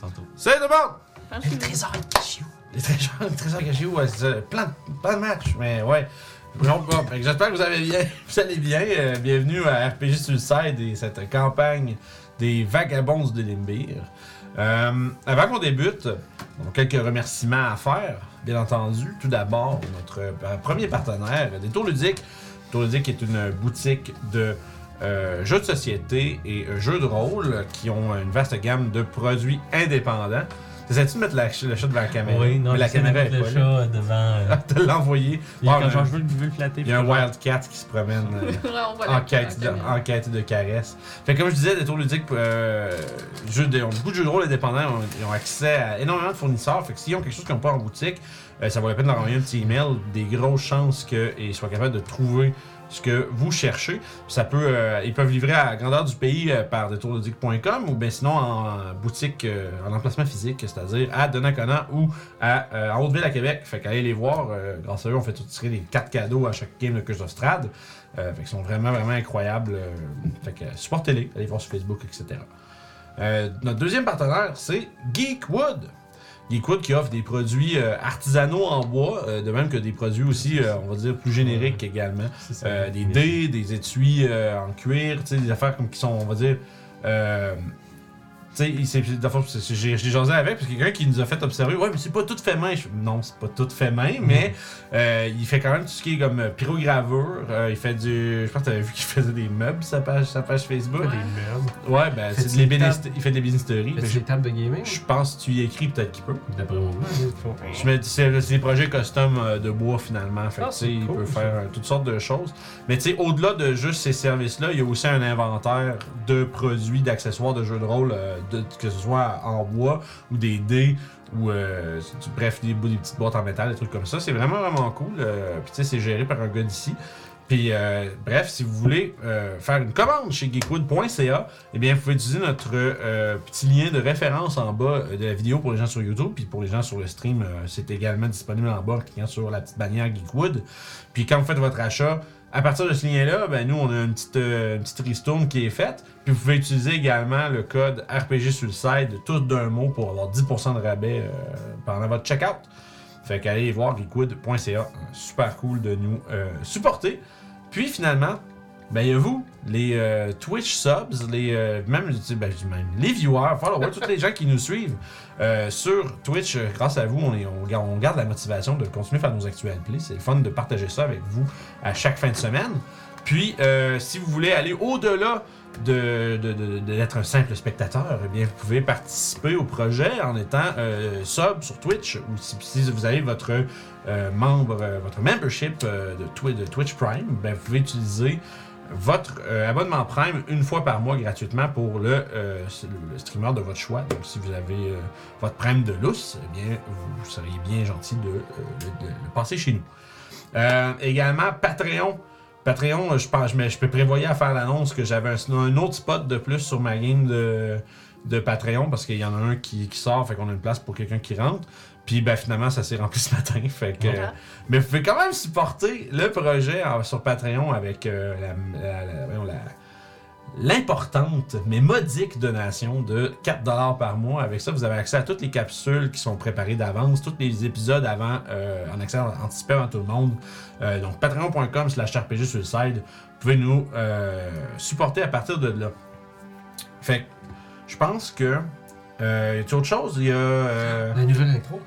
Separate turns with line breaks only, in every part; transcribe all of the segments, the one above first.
tantôt.
C'est de bon!
Mais le trésor est caché où?
Les trésors, les trésors cachés, ouais, c'est ça. Plein, de- plein de matchs, mais ouais. Donc, bon, fait que j'espère que vous, avez bien, vous allez bien. Euh, bienvenue à RPG Suicide et cette campagne des vagabonds de Limbir. Euh, avant qu'on débute, on a quelques remerciements à faire, bien entendu. Tout d'abord, notre euh, premier partenaire, Détour Ludique. Détour Ludique est une boutique de euh, jeux de société et euh, jeux de rôle qui ont une vaste gamme de produits indépendants. T'essaies-tu de mettre la- le chat devant la caméra?
Oui, non,
Mais la
j'essaie de
caméra est
mettre le
pas là.
chat devant. euh,
de l'envoyer.
et
Bon,
quand
euh,
genre, je veux, je veux le flatter.
il y a un
puis je-
Wildcat qui se promène euh,
Ouais, on va
en,
la-
quête de,
la-
en quête de caresse. Fait que comme je disais, Détour Ludique, euh, jeux de, ont beaucoup de jeux de rôle indépendants, ils ont, ils ont accès à énormément de fournisseurs. Fait que s'ils ont quelque chose qu'ils n'ont pas en boutique, euh, ça vaut la peine de leur envoyer un petit email. Des grosses chances qu'ils soient capables de trouver ce que vous cherchez. Ça peut, euh, ils peuvent livrer à la grandeur du pays euh, par détourludique.com ou bien sinon en boutique, euh, en emplacement physique, c'est-à-dire à Donnacona ou à euh, en Hauteville à Québec. Fait qu'allez les voir. euh, grâce à eux, on fait tout tirer des cartes cadeaux à chaque game de Curse of Strad. Euh, fait qu'ils sont vraiment, vraiment incroyables. euh, fait que euh, supportez-les, allez voir sur Facebook, etc. Euh, notre deuxième partenaire, c'est Geekwood. Geekwood qui offre des produits euh, artisanaux en bois, euh, de même que des produits aussi, euh, on va dire, plus génériques également.
c'est ça.
Euh, des dés, des étuis euh, en cuir, tu sais, des affaires comme qui sont, on va dire. Euh, tu sais, il s'est- dans le fond, c'est- c'est- j'ai j'ai jasé avec, parce que quelqu'un qui nous a fait observer, ouais, mais c'est pas tout fait main. Je fais, non, c'est pas tout fait main,
Mm-hmm.
mais euh, il fait quand même tout ce qui est comme euh, pyrogravure. euh, il fait du. Je pense que t'avais vu qu'il faisait des meubles, sa page, sa page Facebook.
Ouais.
Ouais,
meubles.
Des
ben,
Fait-il
c'est de
des
l'ébénisterie- il fait de l'ébénisterie.
Fait
Ben,
que
je-
c'est table de gaming?
Je pense que tu y écris, peut-être qu'il peut.
D'après mon goût, il faut-
Je me dis, c'est c'est des projets custom euh, de bois finalement. Fait que,
Ah,
tu sais,
c'est
il
cool,
peut
ça.
faire euh, toutes sortes de choses. Mais tu sais, au-delà de juste ces services-là, il y a aussi un inventaire de produits, d'accessoires de jeux de rôle, euh, de- que ce soit en bois ou des dés ou euh, du- bref, des, bouts- des petites boîtes en métal, des trucs comme ça. C'est vraiment, vraiment cool. euh, Puis tu sais, c'est géré par un gars d'ici. Puis, euh, bref, si vous voulez euh, faire une commande chez geekwood.ca, eh bien, vous pouvez utiliser notre euh, petit lien de référence en bas euh, de la vidéo pour les gens sur YouTube. Puis pour les gens sur le stream, euh, c'est également disponible en bas en cliquant sur la petite bannière Geekwood. Puis quand vous faites votre achat, à partir de ce lien-là, ben, nous, on a une petite, euh, une petite ristourne qui est faite. Puis vous pouvez utiliser également le code RPG sur le site, tout d'un mot, pour avoir 10% de rabais euh, pendant votre checkout. Fait qu'allez voir geekwood.ca. Super cool de nous euh, supporter. Puis finalement, ben il y a vous, les euh, Twitch subs, les euh, même, je dis- ben, je dis même, les viewers, followers, tous les gens qui nous suivent euh, sur Twitch, euh, grâce à vous, on, est- on, gar- on garde la motivation de continuer à faire nos actuels plays. C'est le fun de partager ça avec vous à chaque fin de semaine. Puis, euh, si vous voulez aller au-delà de, de- de- de- d'être un simple spectateur, eh bien, vous pouvez participer au projet en étant euh, sub sur Twitch ou si, si vous avez votre euh, membre, euh, votre membership euh, de, Twi- de Twitch Prime, ben, vous pouvez utiliser votre euh, abonnement Prime une fois par mois gratuitement pour le, euh, le streamer de votre choix. Donc, si vous avez euh, votre Prime de lousse, eh bien, vous seriez bien gentil de, euh, de- de le passer chez nous. Euh, également, Patreon. Patreon, euh, je pense, je, me- je peux prévoyer à faire l'annonce que j'avais un, un autre spot de plus sur ma game de, de Patreon parce qu'il y en a un qui, qui sort, fait qu'on a une place pour quelqu'un qui rentre. Puis ben, finalement, ça s'est rempli ce matin. Fait que,
Voilà.
Mais vous pouvez quand même supporter le projet en- sur Patreon avec euh, la- la- la- voyons, la- l'importante mais modique donation de 4$ par mois. Avec ça, vous avez accès à toutes les capsules qui sont préparées d'avance, tous les épisodes avant, euh, en accès anticipé avant tout le monde. Euh, donc, patreon.com slash RPG sur le side. Vous pouvez nous euh, supporter à partir de là. Fait que, je pense que... Euh, y a-t-il autre chose? Il y a... euh,
La nouvelle intro?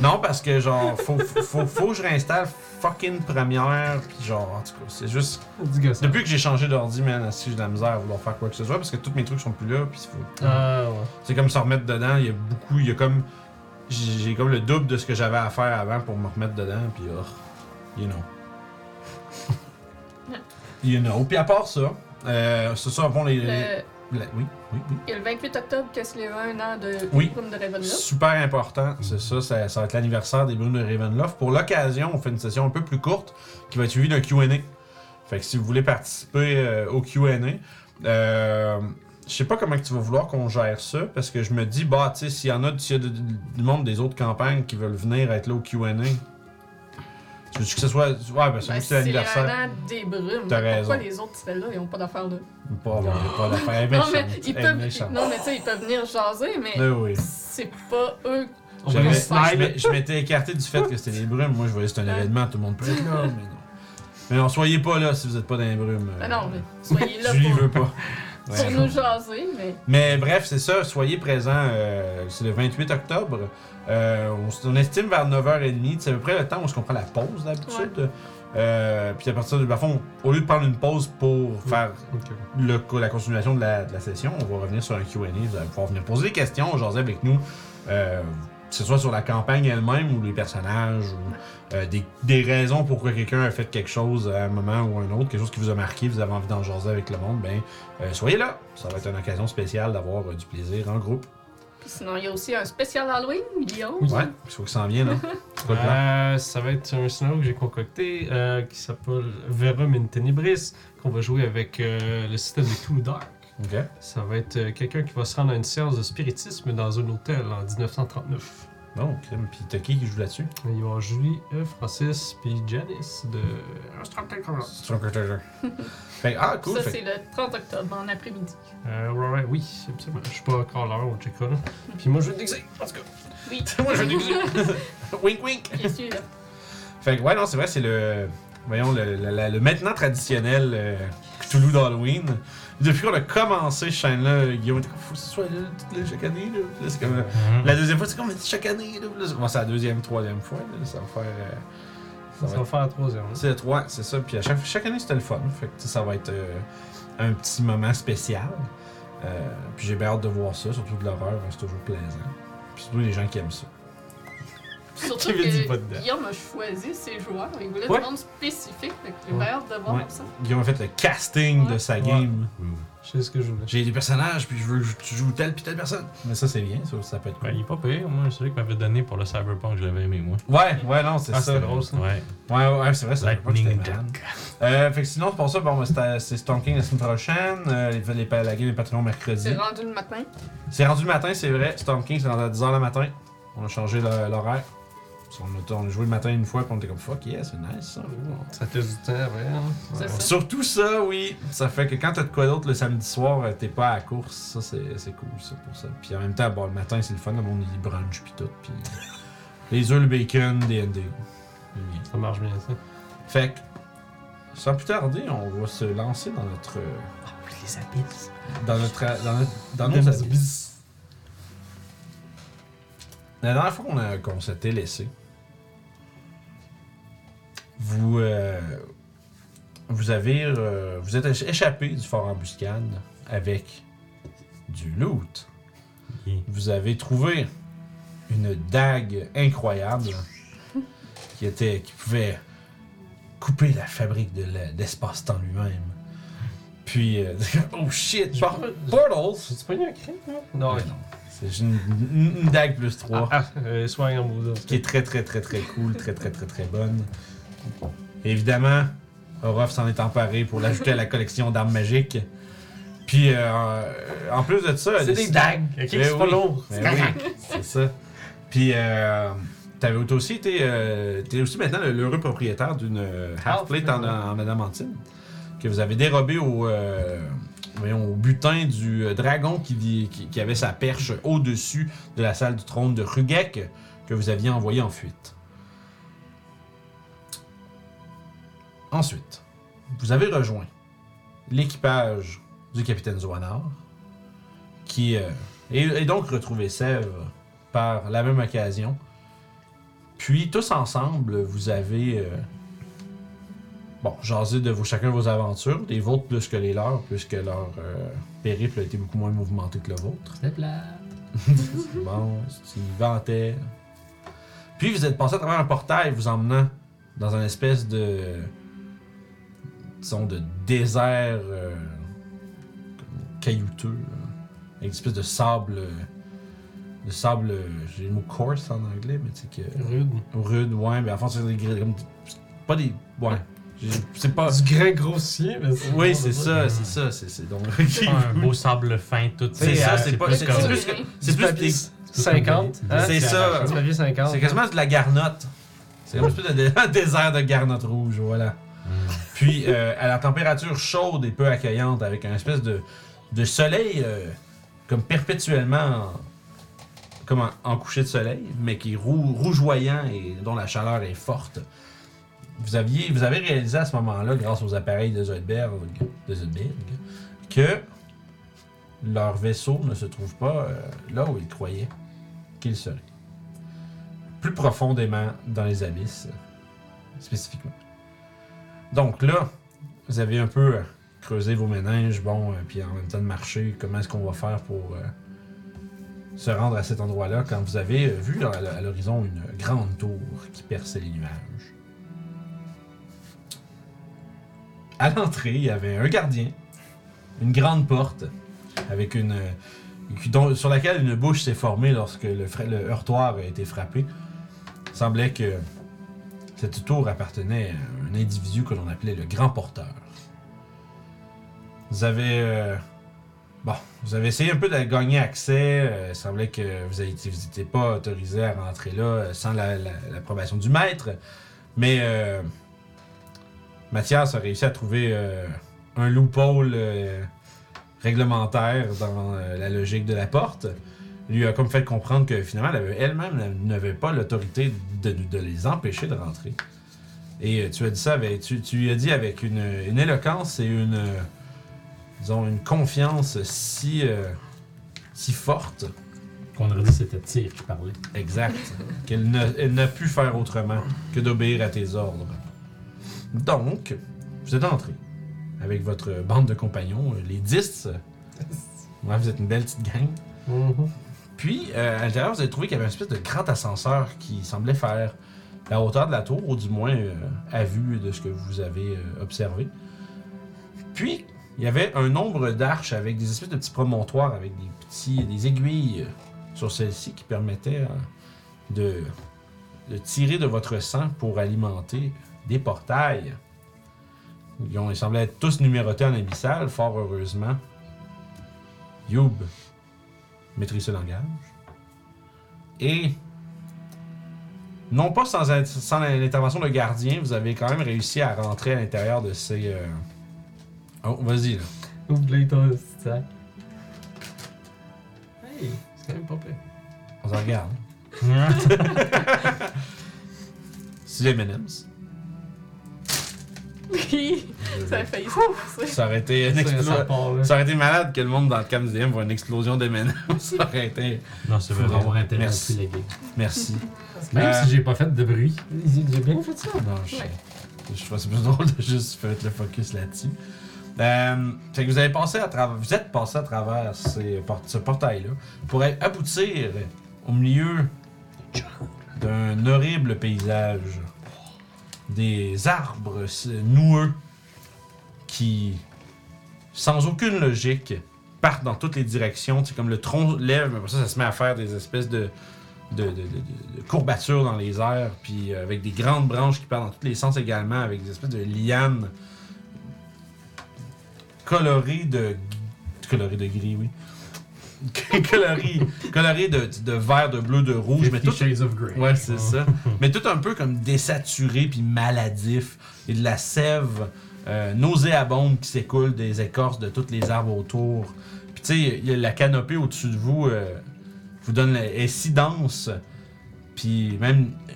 non, parce que genre, faut, faut, faut, que je réinstalle fucking première, pis genre, en tout cas, c'est juste.
Dis gosse.
Depuis que j'ai changé d'ordi, man, si j'ai de la misère à vouloir faire quoi que ce soit, parce que tous mes trucs sont plus là, pis faut.
Ah ouais.
C'est comme se remettre dedans, il y a beaucoup, il y a comme. J'ai j'ai comme le double de ce que j'avais à faire avant pour me remettre dedans, pis oh, you know. you know. Pis à part ça, euh, c'est ça, bon, les. les-
Le,
la- oui, oui, oui.
euh, il y a le 28 octobre que se lève un an de
Oui.
Brume de Ravenloft.
Super important, c'est ça, ça, ça va être l'anniversaire des Brumes de Ravenloft. Pour l'occasion, on fait une session un peu plus courte qui va être suivie d'un Q&A. Fait que si vous voulez participer euh, au Q&A, euh, je sais pas comment que tu vas vouloir qu'on gère ça, parce que je me dis, bah, tu sais, s'il y en a, s'il y a de- de- du monde des autres campagnes qui veulent venir être là au Q&A, Tu veux que ce soit. Ouais, ben, celui
Ben,
qui c'est
c'est
l'anniversaire.
un an des brumes.
T'as
Mais Pourquoi
raison.
les autres, celles-là, ils ont pas d'affaires là?
Pas, ben, pas d'affaire. Elle est
Non, mais
méchante.
ils
Elle est
peuvent,
méchante.
non, mais tu sais, ils peuvent venir jaser, mais
Ben oui.
c'est pas eux.
On va
J'avais-
les
je
sniper.
m'é- Je m'étais écarté du fait que c'était les brumes. Moi, je voyais que c'était un
Ouais.
événement, tout le monde peut être là, mais non. Mais non, soyez pas là si vous êtes pas dans les brumes. euh,
Ben non, mais soyez là
Julie
pour,
veut pas.
pour
Ouais.
nous jaser, mais
Mais bref, c'est ça, soyez présents. euh, c'est le 28 octobre. Euh, on, s- on estime vers 9h30. C'est à peu près le temps où on se prend la pause d'habitude. Euh, puis à partir du bah, fond, au lieu de prendre une pause pour faire
Ok.
le co- la continuation de la, de la session, on va revenir sur un QA. Vous allez pouvoir venir poser des questions, jaser avec nous, euh, que ce soit sur la campagne elle-même ou les personnages, ou euh, des, des raisons pourquoi quelqu'un a fait quelque chose à un moment ou un autre, quelque chose qui vous a marqué, vous avez envie d'en jaser avec le monde, ben euh, soyez là. Ça va être une occasion spéciale d'avoir euh, du plaisir en groupe.
puis sinon, il y a aussi un spécial Halloween, Lyon.
Ouais, il faut que ça en vienne, hein. C'est quoi le plan?
Euh, ça va être un scénario que j'ai concocté euh, qui s'appelle Verum in Tenebris, qu'on va jouer avec euh, le système de Clou Dark.
Ok.
Ça va être euh, quelqu'un qui va se rendre à une séance de spiritisme dans un hôtel en 1939.
Bon, crime. Puis t'as qui qui joue là-dessus?
Il y aura Julie, euh, Francis, puis Janice de Instructor Commons.
Fait que- ah, cool.
Ça,
fait que-
c'est le 30 octobre, en après-midi.
Euh, ouais, ouais, oui, absolument. Je suis pas encore là, on checkera. là. Puis moi, je vais te déguiser, en tout cas.
Oui,
Moi, je veux déguiser. wink, wink.
bien sûr. là.
Fait que, ouais, non, c'est vrai, c'est le. Voyons, le, le- le- le maintenant traditionnel euh, Cthulhu d'Halloween. Depuis qu'on a commencé cette chaîne-là, Guillaume était comme, faut que ce soit là, toute la- chaque année. Là. Puis là, c'est comme, Euh,
Mhm.
la deuxième fois, c'est comme chaque année. Là, Puis là, c'est commencé la deuxième, troisième fois. là. ça va faire. euh, ça va
Ça va faire la troisième. hein.
c'est trois, c'est ça. Puis à chaque, chaque année, c'était le fun. Fait que tu sais, ça va être euh, un petit moment spécial. Euh, puis j'ai bien hâte de voir ça, surtout de l'horreur, hein, c'est toujours plaisant. Puis surtout les gens qui aiment ça.
Surtout
Kevin dit pas dedans.
que Guillaume a choisi ses joueurs. Il voulait
Ouais.
du monde spécifique, fait que j'ai
Ouais.
bien hâte de voir
Ouais.
ça.
Guillaume a fait le casting de
Ouais.
sa
Ouais.
game.
Je sais ce que je voulais.
J'ai des personnages, puis je veux que tu joues telle puis telle personne. Mais ça, c'est bien, ça, ça peut être
Ben,
cool.
il est pas payé, moi, celui qui m'avait donné pour le Cyberpunk, je l'avais aimé, moi.
Ouais, ouais, non, c'est
Ah,
ça.
c'était drôle, ça.
Ouais.
Ouais, ouais, c'est vrai, ça peut
Lightning
pas Euh, fait que sinon, c'est pour ça, bon, ben, c'est c'est Stonking la semaine prochaine, euh, les, les, la game est Patreon mercredi.
C'est rendu le matin.
C'est rendu le matin, c'est vrai. Storm King, c'est rendu à 10h le matin. On a changé le- l'horaire. Parce qu'on a- On a joué le matin une fois, puis on était comme fuck yeah, c'est nice ça.
Ça te du temps, ouais. hein.
C'est
Ouais.
ça.
Surtout ça, oui. Ça fait que quand t'as de quoi d'autre le samedi soir, euh, t'es pas à la course. Ça, c'est c'est cool, ça, pour ça. Puis en même temps, bon, le matin, c'est le fun. Le monde, il brunch, puis tout. Puis les œufs, le bacon, des ND. C'est bien.
Ça marche bien, ça.
Fait que, sans plus tarder, on va se lancer dans notre. euh,
Les abysses.
dans notre dans notre
Dans
dans nos
nos
abysses. La dernière fois qu'on a- qu'on s'était laissé, vous euh, vous avez euh, vous êtes éch- échappé du fort embuscade avec du loot.
Yeah.
Vous avez trouvé une dague incroyable qui était qui pouvait couper la fabrique de la- d'espace-temps lui-même. Puis euh, oh shit, par- portals.
J'ai-tu pogné un crit, moi? Non,
Ouais, non. C'est une, une- une dague plus 3
Ah, ah, euh, soigne en boudin.
qui est très très très très cool, très très très très bonne. Et évidemment, Orof s'en est emparé pour l'ajouter à la collection d'armes magiques. Puis euh, en plus de ça,
C'est
elle
des
décide-
dagues, ok?
Ben
C'est pas
oui.
lourd.
Ben oui, c'est ça. Puis euh, t'avais t'as aussi été, euh, t'es aussi maintenant le- l'heureux propriétaire d'une euh, half-plate en, en adamantine que vous avez dérobée au, euh, voyons, au butin du euh, dragon qui, vi- qui, qui avait sa perche au-dessus de la salle du trône de Rugek que vous aviez envoyé en fuite. Ensuite, vous avez rejoint l'équipage du capitaine Zoanar qui euh, et, et donc retrouver Sèvres par la même occasion. Puis tous ensemble, vous avez euh, bon jasé de vos chacun vos aventures, des vôtres plus que les leurs, puisque leur euh, périple a été beaucoup moins mouvementé que le vôtre.
C'est plat.
C'est bon, c'est inventaire. Puis vous êtes passé à travers un portail vous emmenant dans une espèce de. disons, de désert euh, comme caillouteux, là, avec une espèce de sable. euh, de sable. euh, j'ai le mot coarse en anglais, mais tu sais que.
Rude.
rude, ouais, mais en fait, c'est des grilles. comme- pas des. ouais. J'ai- C'est pas.
Ah, Du grain grossier, mais c'est.
Oui, c'est ça, c'est ça, c'est c'est donc.
C'est pas un beau sable fin, tout.
C'est ça,
euh,
c'est pas.
plus
C'est
comme-
c'est plus que. C'est
Du
plus
papier
des-
50. hein?
C'est ça.
Du papier 50.
C'est quasiment de la garnotte. C'est un espèce de dé- un désert de garnotte rouge, voilà. Puis, euh, à la température chaude et peu accueillante, avec un espèce de, de soleil, euh, comme perpétuellement en, comme en, en coucher de soleil, mais qui est rou- rougeoyant et dont la chaleur est forte. Vous, aviez, vous avez réalisé à ce moment-là, grâce aux appareils de Zoidberg, de Zoidberg, que leur vaisseau ne se trouve pas euh, là où ils croyaient qu'il serait. Plus profondément dans les abysses, spécifiquement. Donc là, vous avez un peu euh, creusé vos méninges, bon, euh, puis en même temps de marcher, comment est-ce qu'on va faire pour euh, se rendre à cet endroit-là quand vous avez euh, vu dans la- à l'horizon une grande tour qui perçait les nuages. À l'entrée, il y avait un gardien, une grande porte avec une euh, qui- dont- sur laquelle une bouche s'est formée lorsque le, fra- le heurtoir a été frappé. Il semblait que cette tour appartenait à un individu que l'on appelait le Grand Porteur. Vous avez. euh, bon, vous avez essayé un peu de gagner accès. euh, il semblait que vous n'étiez pas autorisé à rentrer là euh, sans la- la- l'approbation du maître. Mais euh, Mathias a réussi à trouver euh, un loophole euh, réglementaire dans euh, la logique de la porte. Lui a comme fait comprendre que finalement, elle avait- elle-même elle n'avait pas l'autorité de, de les empêcher de rentrer. Et euh, tu as dit ça avec, tu, tu lui as dit avec une, une éloquence et une, euh, disons, une confiance si, euh, si forte,
hein?
Qu'on aurait dit c'était Tyr qui parlait.
exacte, qu'elle ne- elle n'a pu faire autrement que d'obéir à tes ordres. Donc, vous êtes entré avec votre bande de compagnons, euh, les 10. Ouais, vous êtes une belle petite gang.
Mhm.
Puis, euh, à l'intérieur, vous avez trouvé qu'il y avait une espèce de grand ascenseur qui semblait faire la hauteur de la tour, ou du moins euh, à vue de ce que vous avez euh, observé. Puis, il y avait un nombre d'arches avec des espèces de petits promontoires, avec des petits, des aiguilles euh, sur celles-ci qui permettaient euh, de, de tirer de votre sang pour alimenter des portails. Ils, ont, ils semblaient être tous numérotés en abyssal, fort heureusement. Youb, maîtrise ce langage. Et non pas sans, int- sans l'intervention de gardien, vous avez quand même réussi à rentrer à l'intérieur de ces... euh, Oh, vas-y là.
Oublie ton petit sac. Hey, c'est quand même pas pire.
On se regarde. C'est les M&M's.
Oui, ça a failli se passer.
Ça aurait été une
Ça, ça
explosion.
part là.
Ça aurait été malade que le monde dans le camp du DM voit une explosion des M&M's. Ça aurait été...
Non, c'est
Faut
Pour
vrai.
avoir interagi
Merci.
la game.
Merci.
Même
Euh,
si j'ai pas fait de bruit, j'ai bien fait ça.
Non, Ah, ben, je sais.
Ouais.
Je trouve c'est plus drôle de juste mettre le focus là-dessus. Euh, fait que vous avez passé à travers, vous êtes passé à travers ces por- ce portail-là pour a- aboutir au milieu d'un horrible paysage, des arbres s- noueux qui, sans aucune logique, partent dans toutes les directions. C'est comme le tronc lève, mais après ça, ça se met à faire des espèces de de, de- de- de- de courbatures dans les airs, puis euh, avec des grandes branches qui partent dans tous les sens également, avec des espèces de lianes colorées de. colorées de gris, oui. colorées, colorées de, de vert, de bleu, de rouge, mais
Fifty
tout
Shades of Grey.
Ouais, c'est ça. Mais tout un peu comme désaturé puis maladif. Et de la sève euh, nauséabonde qui s'écoule des écorces de tous les arbres autour. Puis tu sais, il y a la canopée au-dessus de vous euh, vous donne la- est si dense, puis même euh,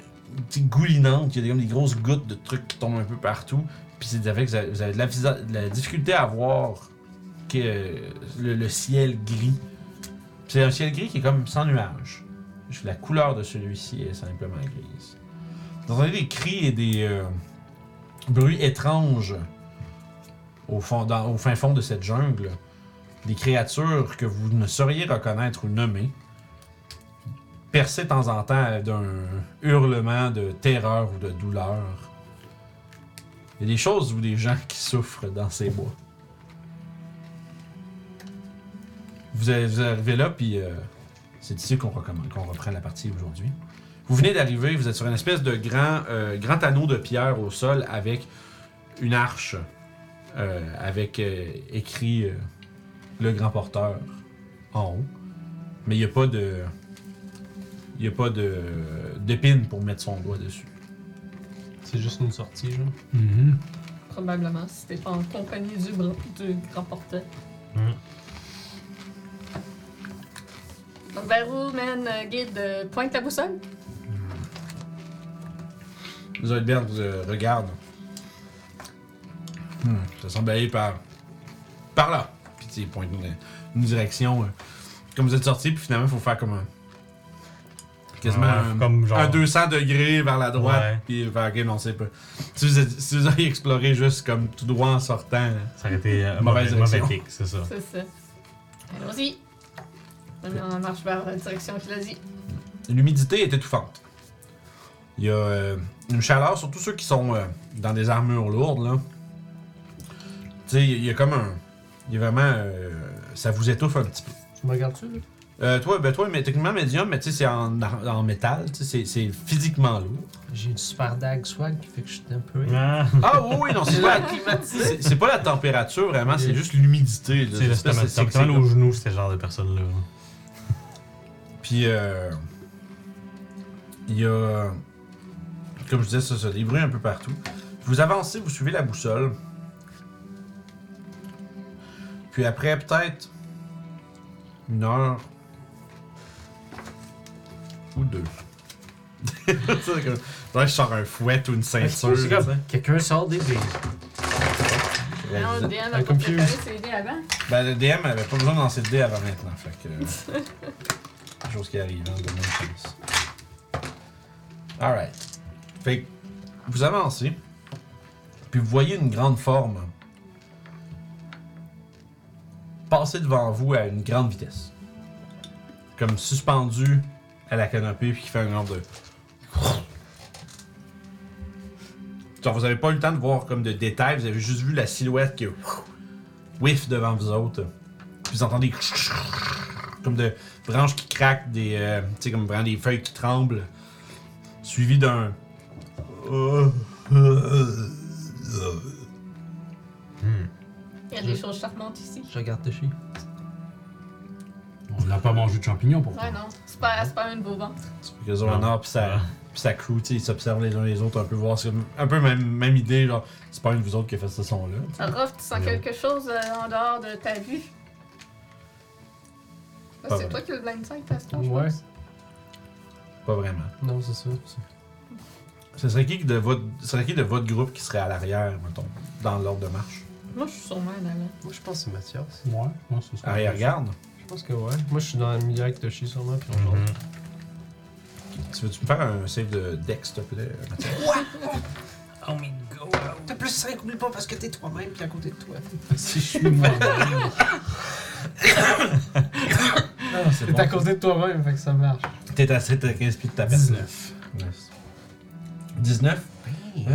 tu sais, goulinante, il y a des- comme des grosses gouttes de trucs qui tombent un peu partout. Puis c'est avec vous avez, vous avez de, la, visa- de la difficulté à voir que euh, le, le ciel gris. Puis c'est un ciel gris qui est comme sans nuages. Juste La couleur de celui-ci est simplement grise. Vous entendez des cris et des euh, bruits étranges au, fond, dans- au fin fond de cette jungle. Des créatures que vous ne sauriez reconnaître ou nommer, percées de temps en temps d'un hurlement de terreur ou de douleur. Il y a des choses ou des gens qui souffrent dans ces bois. Vous avez- vous arrivez là, puis euh, c'est ici qu'on recommence- qu'on reprend la partie aujourd'hui. Vous venez d'arriver, vous êtes sur une espèce de grand, euh, grand anneau de pierre au sol avec une arche, euh, avec euh, écrit euh, le grand porteur en haut. Mais il n'y a pas de. Il n'y a pas de d'épine pour mettre son doigt dessus.
C'est juste une sortie, genre.
Mhm.
Probablement, si t'es pas en compagnie du, bra- du grand porteur. Mm.
Hum.
Donc, vers où mène euh, guide euh, Pointe la boussole
Zoidberg euh, regarde. Hmm, ça semble aller par. par là. Puis tu sais, il pointe une, une direction. euh, Comme vous êtes sorti, puis finalement, il faut faire comme un. quasiment
Ouais,
un,
comme genre-
un 200 degrés vers la droite,
Ouais.
puis vers. ok, non, c'est pas. Si vous, êtes- si vous auriez exploré juste comme tout droit en sortant. hein.
Ça aurait été euh, mauvais,
Mauvaise
mauvais
direction.
kick, c'est ça.
C'est ça. Allons-y. Maintenant, on marche vers la direction qu'il a dit.
L'humidité est étouffante. Il y a euh, une chaleur, surtout ceux qui sont euh, dans des armures lourdes, là. Tu sais, il y a comme un. Il y a vraiment. euh, ça vous étouffe un petit peu.
Tu me regardes-tu, là?
Euh, toi, ben toi, mais techniquement médium, mais tu sais, c'est en, ar- en métal, tu sais, c'est- c'est physiquement lourd.
J'ai une super dague swag qui fait que je suis un peu.
Ah,
Ah oui, oui, non, c'est pas, la- c'est- c'est pas la température vraiment, c'est juste l'humidité. là.
c'est le
L'espèce-
stomach.
c'est- hein.
C'est
c'est-
aux genoux, ce genre de personnes-là.
Puis, euh, il y a, comme je disais, ça, ça, des bruits un peu partout. Vous avancez, vous suivez la boussole. Puis après, peut-être une heure ou deux. Tu sais, comme- Faudrait que je sors un fouet ou une ceinture.
C'est comme, quelqu'un sort des billes.
Non, le DM a
Un
pas
computer.
préparé ses dés avant.
Ben, le DM avait pas besoin de lancer le dé avant maintenant, fait que. euh, chose qui arrive, hein, de bonne chance. Alright. Fait que vous avancez, puis vous voyez une grande forme passer devant vous à une grande vitesse. Comme suspendue à la canopée, puis qui fait un genre de. Genre, vous avez pas eu le temps de voir comme de détails, vous avez juste vu la silhouette qui a whiff devant vous autres. Puis vous entendez comme de branches qui craquent, des, euh, tu sais, comme vraiment des feuilles qui tremblent, suivi d'un.
Il y a des choses charmantes ici.
Je regarde Toshi.
On n'a pas mangé de champignons pour
Ouais, non. C'est pas, c'est pas un beau ventre.
C'est que Zoranar puis sa, puis sa crew, tu sais, ils s'observent les uns les autres un peu, voir. C'est comme un peu même, même idée, genre, c'est pas une de vous autres qui a fait ce son-là.
Rof, tu sens
Ouais.
quelque chose euh, en dehors de ta vue? Là,
Pas
c'est
vrai.
toi qui as le blind sight à ce temps, je
Ouais.
pense.
Pas vraiment.
Non, c'est ça.
Ce serait qui de votre, ce serait qui de votre groupe qui serait à l'arrière, mettons, dans l'ordre de marche
Moi, je suis sûrement en allant.
Moi, je pense que c'est Mathias.
Ouais, ouais, c'est ça.
Arrière-garde
Je pense que ouais. Moi, je suis dans le milieu avec Toshi, sûrement, puis on
Mhm.
jase.
Tu veux-tu me faire un save de Dex, s'il te plaît, Mathieu?
Oh my god! T'as plus 5, oublie pas, parce que t'es toi-même puis à côté de toi.
Si je suis moi-même.
Ah, C'est
T'es
bon.
à côté de toi-même, fait que ça marche.
T'es à 7 à 15 pieds de ta personne.
19.
19. 19? Euh,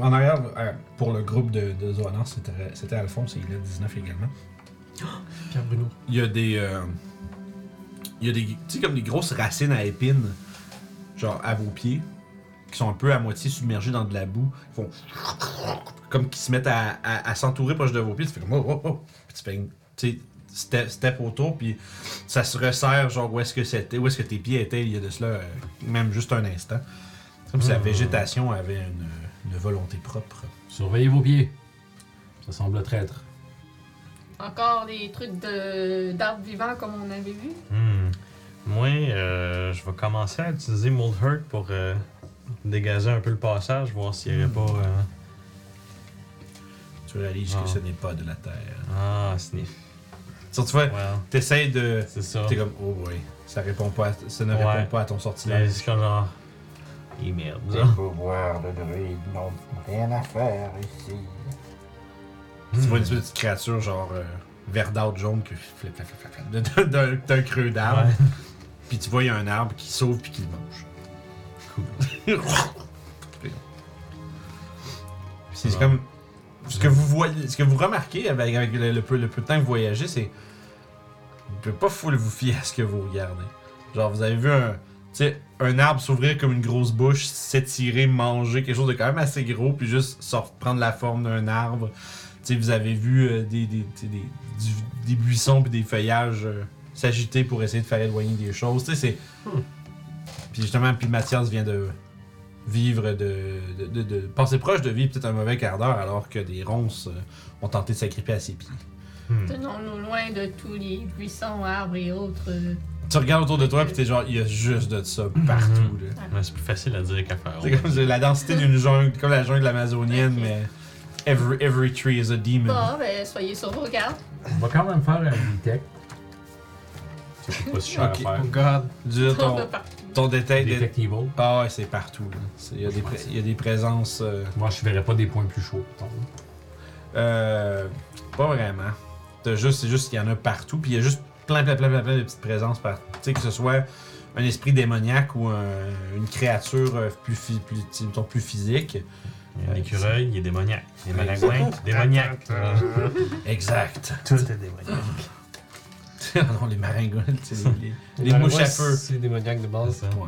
en arrière, euh, pour le groupe de, de Zoanor, c'était c'était Alphonse et il a 19 également.
Pierre Bruno.
Il y a des. euh, il y a des. Tu sais, comme des grosses racines à épines, genre à vos pieds, qui sont un peu à moitié submergées dans de la boue. Ils font. Comme qui se mettent à, à- à s'entourer proche de vos pieds. Tu fais comme. Oh, oh, oh. Puis tu fais une- Tu sais, step, step autour, puis ça se resserre, genre où est-ce que c'était, où est-ce que tes pieds étaient il y a de cela, euh, même juste un instant. C'est Comme si
Hmm.
la végétation avait une, une volonté propre.
Surveillez vos pieds. Ça semble traître.
Encore des trucs de- d'arbres vivants comme on avait vu.
Hmm. Moi, euh, je vais commencer à utiliser Mold Hurt pour euh, dégager un peu le passage, voir s'il n'y aurait pas. euh,
Tu réalises
Ah.
que ce n'est pas de la terre.
Ah, sniff.
Surtout, tu vois,
Well,
t'essayes de.
c'est ça.
T'es comme, oh boy, ça, répond pas à- ça ne
Ouais.
répond pas à ton
C'est
sortilège.
juste comme genre. Et merde.
pouvoirs de druides n'ont rien à faire ici.
Tu
Hmm.
vois une petite créature genre euh, verdâtre jaune que flip, flip, flip, flip, de- de- d'un d'un creux d'arbre.
Ouais.
Puis tu vois, il y a un arbre qui sauve puis qui le mange. Cool. c'est
Ouais.
comme. Ce que vous voyez, ce que vous remarquez avec, avec le, le peu, le peu de temps que vous voyagez, c'est. Vous pouvez pas full vous fier à ce que vous regardez. Genre, vous avez vu un. tu sais, un arbre s'ouvrir comme une grosse bouche, s'étirer, manger, quelque chose de quand même assez gros, puis juste se prendre la forme d'un arbre. Tu sais, vous avez vu euh, des, des, tu sais, des, du- des buissons puis des feuillages euh, s'agiter Hmm. pour essayer de faire éloigner des choses. Tu sais, c'est. Puis justement, puis Mathias vient de vivre de, de, de- de- passer proche de vivre peut-être un mauvais quart d'heure alors que des ronces euh, ont tenté de s'agripper à ses pieds.
Hmm.
Tenons-nous loin de tous les buissons, arbres et autres. euh,
Tu regardes autour de toi puis t'es genre il y a juste de ça
Mhm.
partout là.
Mais c'est plus facile à dire qu'à faire.
C'est comme de la densité d'une jungle, comme la jungle amazonienne,
Ok.
mais every, every tree is a demon.
Bon, ben, soyez sur vos gardes.
On va quand même faire un detect.
Ça coûte pas si cher
Ok.
à faire.
Oh god.
Dis
On va
ton,
partout.
ton détail. dé-
Detect Evil.
Ah ouais, c'est partout. là. C'est- Il y, a des pré- il y a des présences. euh,
Moi, je verrais pas des points plus chauds. mettons.
Euh, pas vraiment. T'as juste, c'est juste qu'il y en a partout. Puis il y a juste plein, plein, plein, plein, plein de petites présences partout. Tu sais, que ce soit un esprit démoniaque ou un- une créature euh, plus, phy- plus, tu- mettons, plus physique.
Il y a l'écureuil, il est démoniaque. Il est maringouin, démoniaque.
Exact.
Tout est démoniaque.
Ah non, les maringouins, tu sais, les, les
Dans le
mouches à
West,
feu.
C'est démoniaque de
C'est
base.
ça.
Ouais.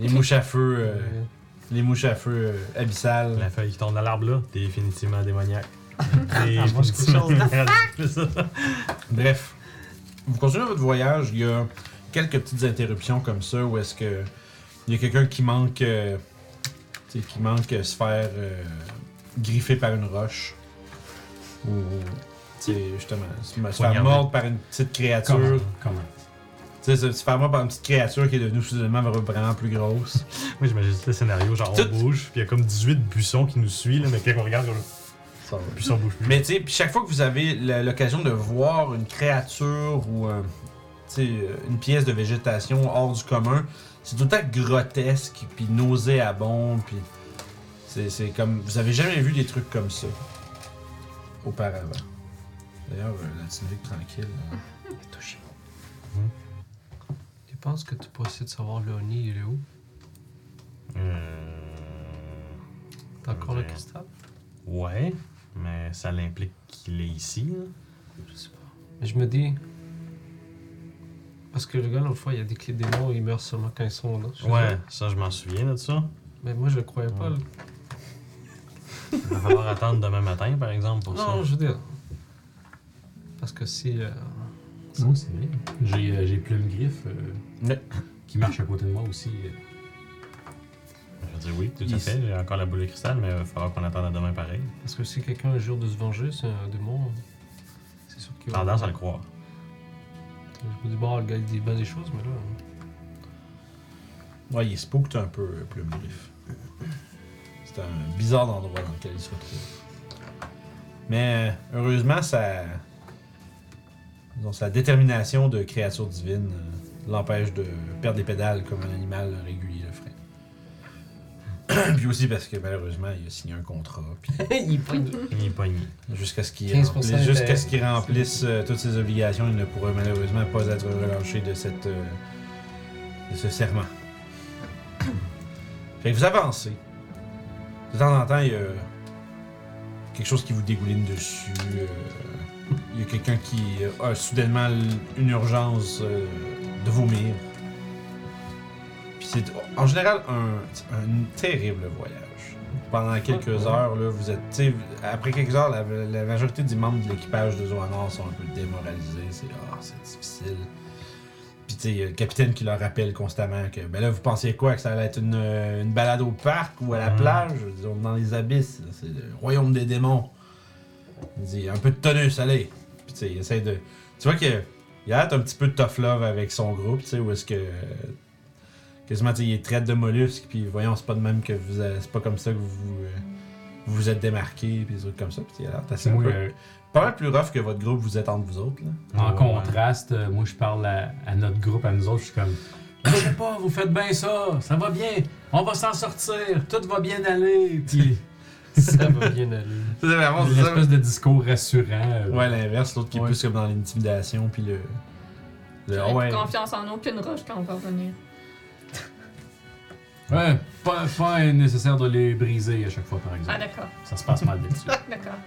Les mouches à feu. euh,
Euh,
les mouches à feu euh, abyssales.
La feuille qui tombe dans l'arbre là, définitivement démoniaque.
Ah, moi, je couche
Définitivement
dans
démoniaque. C'est ça.
Bref, vous continuez votre voyage. Il y a quelques petites interruptions comme ça où est-ce que il y a quelqu'un qui manque, euh, tu sais, qui manque euh, se faire euh, griffer par une roche ou tu sais, justement se se faire
Poignarder.
mordre par une petite créature.
Comment? Comment?
Tu sais, se se faire mordre par une petite créature qui est devenue soudainement vraiment plus grosse.
Moi j'imagine juste le scénario, genre on
Tout-
bouge, puis il y a comme 18 buissons qui nous suivent, là, mais quand on regarde, comme le
Ça va.
buisson bouge plus.
Mais tu sais, puis chaque fois que vous avez la- l'occasion de voir une créature ou euh, tu sais, euh, une pièce de végétation hors du commun, c'est tout le temps grotesque, puis nauséabond, puis c'est- c'est comme... Vous avez jamais vu des trucs comme ça auparavant. D'ailleurs, euh, la petite musique tranquille... euh,
Tu penses que tu peux essayer de savoir Léonie, il est où
Euh,
T'as encore le
Ouais.
cristal
Ouais, mais ça l'implique qu'il est ici. là.
Je sais pas. Mais je me dis. Parce que le gars, l'autre fois, il a dit que les démons, ils meurent seulement quand ils sont là. Je sais
Ouais,
pas.
ça je m'en souviens de ça.
Mais moi, je le croyais pas.
Ouais.
le-
Il va falloir attendre demain matin par exemple pour
Non,
ça.
je veux dire. Parce que si. euh,
Non, c'est vrai. J'ai, euh, j'ai Plume Griffe euh,
Ouais.
qui marche à côté de moi aussi. euh.
Je veux dire oui, tout à
Il-
fait. J'ai encore la boule de cristal, mais il va falloir qu'on attende à demain pareil.
Parce que si quelqu'un jure de se venger, c'est un démon. C'est sûr qu'il va.
Tendance à le croire.
Je me dis, bon, le gars, il dit bien des choses, mais là. hein.
Ouais, il est spooked un peu, euh, Plume Griffe. C'est un bizarre endroit dans lequel il se retrouve. Mais euh, heureusement, sa, disons, sa détermination de créature divine euh, l'empêche de perdre des pédales comme un animal régulier le ferait. puis aussi parce que malheureusement, il a signé un contrat. puis
il pogne.
Il est pogné.
Jusqu'à ce qu'il
15%
remplisse, jusqu'à ce
était-
qu'il remplisse euh, toutes ses obligations, il ne pourra malheureusement pas être relâché de, cette, euh, de ce serment. fait que vous avancez. De temps en temps, il y a quelque chose qui vous dégouline dessus. euh, il y a quelqu'un qui a soudainement l- une urgence euh, de vomir. Puis c'est en général un, un terrible voyage pendant quelques heures, là, vous êtes. tu sais, Après quelques heures, la, la majorité des membres de l'équipage de Zoanor sont un peu démoralisés. C'est Ah, c'est difficile. Puis, tu sais, il y a le capitaine qui leur rappelle constamment que, ben là, vous pensiez quoi Que ça allait être une, euh, une balade au parc ou à la
Mhm.
plage Je veux dire, on est dans les abysses. là, C'est le royaume des démons. Il dit, un peu de tonus, allez. Puis, tu sais, il essaie de. Tu vois que. Il a l'air un petit peu de tough love avec son groupe, tu sais, où est-ce que. euh, Quasiment, tu sais, il traite de mollusques, puis voyons, c'est pas de même que vous. euh, C'est pas comme ça que vous. euh, vous vous êtes démarqué, puis des trucs comme ça. Puis il a l'air assez.
C'est moi,
un peu-
euh,
Pas mal plus rough que votre groupe vous êtes entre vous autres, là.
en
Ouais.
contraste, euh, moi, je parle à, à notre groupe, à nous autres. Je suis comme, sais pas, vous faites bien ça. Ça va bien. On va s'en sortir. Tout va bien aller. Puis,
Ça va bien aller.
C'est vraiment
une espèce de discours rassurant. euh,
Ouais, l'inverse, l'autre qui est
Ouais.
plus comme dans l'intimidation, puis le. le
J'aurais
Ah ouais.
plus confiance en aucune roche quand on va revenir.
Ouais, pas, pas nécessaire de les briser à chaque fois, par
Ah,
exemple.
d'accord. Ah,
Ça se passe mal d'habitude.
D'accord.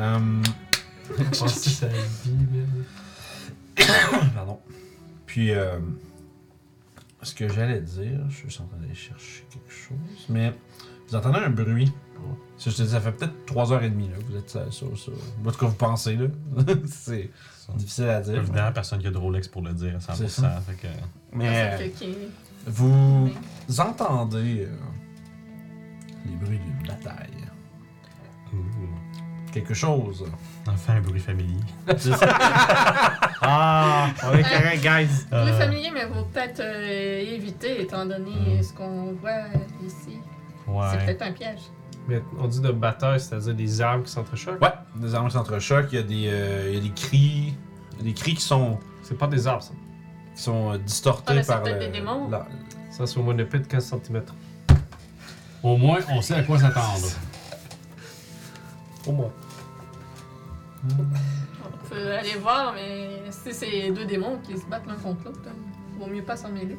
Hum,
Je pense que ça vie, man.
Pardon. Puis, euh, ce que j'allais dire, je suis en train d'aller chercher quelque chose, mais Vous entendez un bruit. Ça, je te dis, ça fait peut-être 3h30 là, que vous êtes euh, sur, sur- En tout cas, vous pensez, là. c'est difficile à
C'est
dire.
évident, personne qui a de Rolex pour le dire à 100%.
C'est ça.
Fait que,
Mais
Personne Ah, qui a qui-
euh, vous entendez euh, les bruits d'une bataille.
ouh,
Quelque chose.
enfin un bruit familier.
Ah, on est correct, guys.
Vous êtes
Euh,
familier, mais vous peut-être euh, éviter, étant donné euh,
Hmm.
ce qu'on voit ici. C'est
Ouais.
peut-être un piège.
Mais on dit de bataille, c'est-à-dire des armes qui s'entrechoquent.
Ouais, des armes s'entrechoquent, il y, a des, euh, il y a des cris. il y a Des cris qui sont,
C'est pas des armes, ça.
qui sont euh,
Ah,
distortés
mais c'est
par.
peut-être
le-
des démons.
la-
Ça, c'est au moins une épée de 15 cm.
Au moins, on sait à quoi s'attendre.
Au moins.
On peut aller voir, mais si c'est deux démons qui se battent l'un contre l'autre, hein, vaut mieux pas s'en mêler.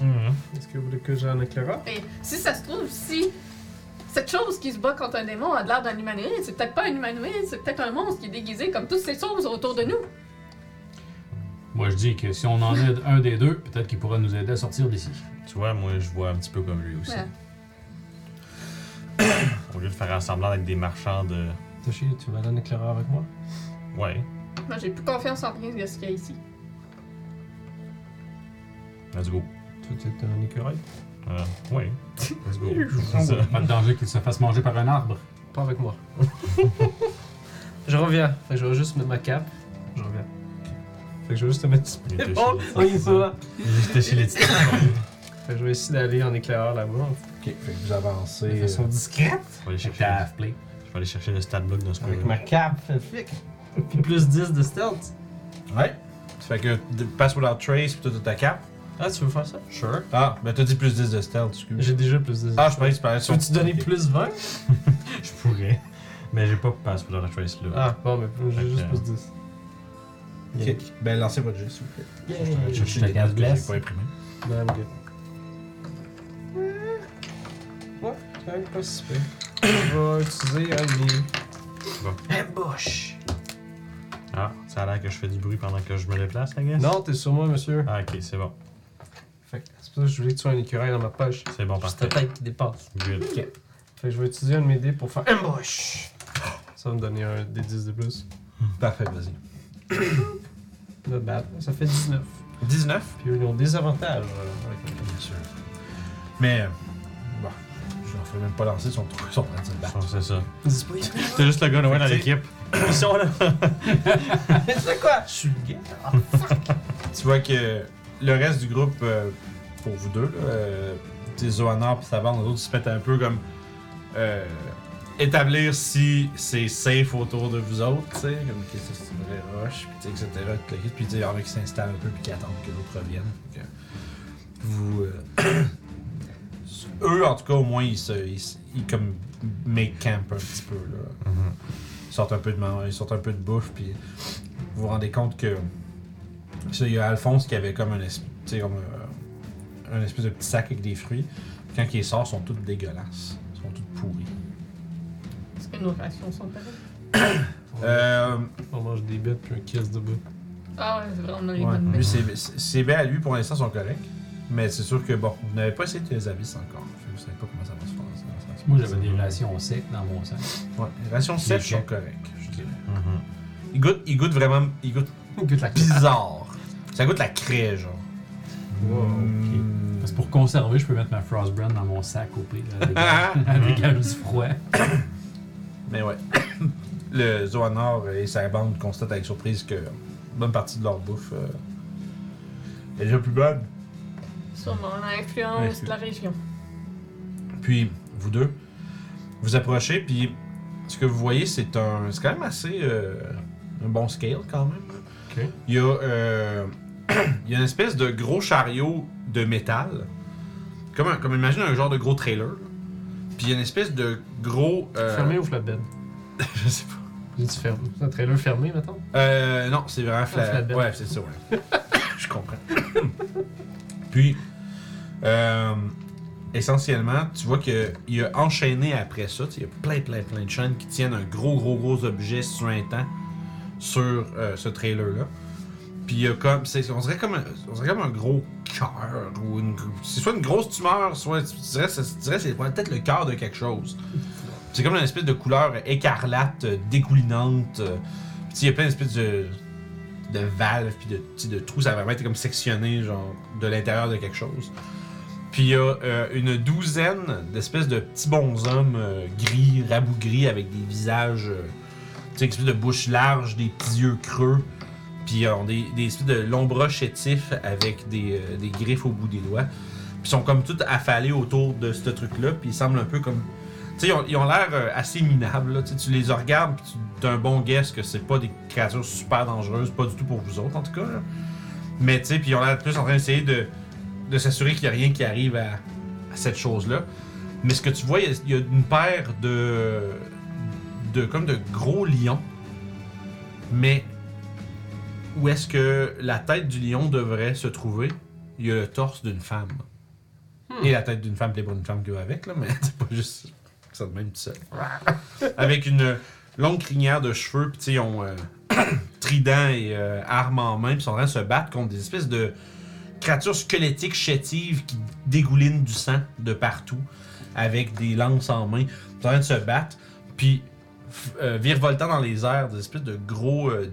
Mhm.
Est-ce que vous voulez que j'aie un éclaireur?
Et si ça se trouve, si cette chose qui se bat contre un démon a de l'air d'un humanoïde, c'est peut-être pas un humanoïde, c'est peut-être un monstre qui est déguisé comme toutes ces choses autour de nous.
Moi, je dis que si on en aide un des deux, peut-être qu'il pourra nous aider à sortir d'ici.
Tu vois, moi, je vois un petit peu comme lui aussi.
Ouais.
Au lieu de faire semblant d'être des marchands de.
Toshi, tu vas aller en éclaireur avec moi?
Ouais.
Moi, j'ai plus confiance en rien de ce qu'il y a ici.
Let's go.
Toi, tu es un écureuil?
Euh, ouais. Let's go. C'est ça.
Pas de danger qu'il se fasse manger par un arbre.
Pas avec moi. je reviens. Fait que je vais juste mettre ma cape. Je reviens. Fait que je vais juste te mettre sur
Il
les
était
épaules.
chez les
Oui, ça
artisans.
va.
J'étais chez les titres.
Fait que je vais essayer d'aller en éclaireur là-bas.
Ok, fait que vous avancez.
De façon
euh,
discrète.
Je vais aller
Fait que
chercher,
t'as à play.
je vais aller chercher le stat block dans ce
Avec
coin-là.
ma cape, fait flic. Puis plus 10 de stealth.
Ouais. Fait que d- pass without trace, puis tout ta cape.
Ah, tu veux faire ça?
Sure.
Ah, ben t'as dit plus 10 de stealth, excuse.
J'ai déjà plus 10.
Ah, je pensais que tu parlais
Tu veux-tu donner plus 20?
Je pourrais. Mais j'ai pas passé pour la trace là.
Ah, bon, mais j'ai juste
Ok.
plus 10.
Ok. Ben lancez votre jet, s'il vous plaît.
Yay.
Je te casse blesse.
J'ai pas imprimé.
Non, I'm good. Hmm. Ouais, quand même pas si pire. Je vais utiliser un de
Ambush!
Ah, ça a l'air que je fais du bruit pendant que je me déplace, I guess?
mes- Non, t'es sur moi, monsieur.
Ah, ok, c'est bon.
Fait que c'est pour ça que je voulais que tu sois un écureuil dans ma poche.
C'est bon,
C'est ta
parfait.
tête qui dépasse.
Good.
Fait que je vais utiliser un de mes dés pour faire Ambush! Ça va me donner un des 10 de plus.
Parfait, vas-y.
Not bad. Ça fait 19.
19?
Puis eux, ils ont des avantages. euh, avec la-
Bien sûr. Mais, euh, bon, je leur fais même pas lancer, ils sont trop- ils sont en train de se
Je
battre.
pense que c'est ça.
Dis-moi,
T'es juste le gars Noël à
Fait que
l'équipe. Ils sont là.
c'est quoi? Je suis gay.
Tu vois que le reste du groupe, euh, pour vous deux, là, euh, t'sais, Zoanar et Savard, nous autres, ils se mettent un peu comme euh, établir si c'est safe autour de vous autres, tu sais, comme que ça c'est une vraie roche, puis t'sais, etc. tout le kit, Puis dire qui s'installent un peu puis qui attendent que l'autre revienne. Fait que vous, euh, eux, en tout cas, au moins, ils se, ils, se- ils comme make camp un petit peu là. Ils sortent un peu de man- ils sortent un peu de bouffe, puis vous vous rendez compte que ça, il y a Alphonse qui avait comme un espèce, comme euh, un espèce de petit sac avec des fruits. Quand il les sort, ils sont toutes dégueulasses. Ils sont toutes pourries.
Est-ce que nos réactions sont pareilles?
Euh,
On mange des bêtes puis un kiss de bout.
Ah ouais, c'est vrai, on a les
ouais,
bonnes
lui,
bêtes.
c'est- c'est c'est bien à lui, pour l'instant, ils sont corrects. Mais c'est sûr que bon, vous n'avez pas essayé de les avis encore. Fait que vous savez pas comment ça va se passer. dans ce sens.
Moi, j'avais des relations secs dans mon sac.
Ouais, les rations sèches
Ok.
sont correctes, je dirais.
Mm-hmm.
Ils goûtent, ils goûtent vraiment. Ils goûtent
Que la
bizarre. ça goûte la craie, genre.
Wow, ok.
Mm.
Parce que pour conserver, je peux mettre ma Frostbrand dans mon sac au pire. Avec, avec un petit froid.
Mais ouais. Le Zoanor et sa bande constatent avec surprise que bonne partie de leur bouffe euh, est déjà plus bonne.
Sûrement l'influence de la région.
Puis, vous deux, vous approchez, puis ce que vous voyez, c'est un. C'est quand même assez. euh, un bon scale, quand même.
Ok.
Il y a. euh, il y a une espèce de gros chariot de métal. Comme, un- comme imagine un genre de gros trailer. là. Puis il y a une espèce de gros. euh,
Fermé ou flatbed?
Je sais pas.
J'ai dit fermé. C'est un trailer fermé, maintenant?
Euh, non, c'est vraiment flat.
flatbed.
Ouais, c'est ça, ouais. Je comprends. Puis, euh, essentiellement, tu vois qu'il a enchaîné après ça. tu sais, Il y a plein, plein, plein de chaînes qui tiennent un gros, gros, gros objet sur un temps sur euh, ce trailer-là. Puis il y a comme. c'est- On dirait comme, un, on dirait comme un gros cœur ou une. C'est soit une grosse tumeur, soit tu dirais, c'est- tu dirais c'est ouais, peut-être le cœur de quelque chose. C'est comme une espèce de couleur écarlate, euh, dégoulinante. euh, Puis il y a plein d'espèces de, de valves, puis de, petits- de trous, ça va vraiment être comme sectionné, genre, de l'intérieur de quelque chose. Puis il y a euh, une douzaine d'espèces de petits bonshommes euh, gris, rabougris, avec des visages, euh, tu sais, une espèce de bouche large, des petits yeux creux. Puis ils ont des, des espèces de longs bras chétifs avec des, euh, des griffes au bout des doigts. Puis ils sont comme tout affalés autour de ce truc-là. Puis ils semblent un peu comme. Tu sais, ils ont- ils ont l'air euh, assez minables. là. Tu sais, tu les regardes, puis tu as un bon guess que c'est pas des créatures super dangereuses, pas du tout pour vous autres en tout cas. là. Mais tu sais, puis ils ont l'air plus en train d'essayer de, de s'assurer qu'il n'y a rien qui arrive à, à cette chose-là. Mais ce que tu vois, il y a- il y, a une paire de, de. comme de gros lions. Mais où est-ce que la tête du lion devrait se trouver, il y a le torse d'une femme. Et la tête d'une femme, c'est pas une femme qui va avec, là, mais c'est pas juste ça de même tout seul. avec une longue crinière de cheveux, puis tu sais, ils ont euh, trident et euh, armes en main, puis ils sont en train de se battre contre des espèces de créatures squelettiques chétives qui dégoulinent du sang de partout, avec des lances en main. Ils sont en train de se battre, puis f- euh, virevoltant dans les airs, des espèces de gros. euh,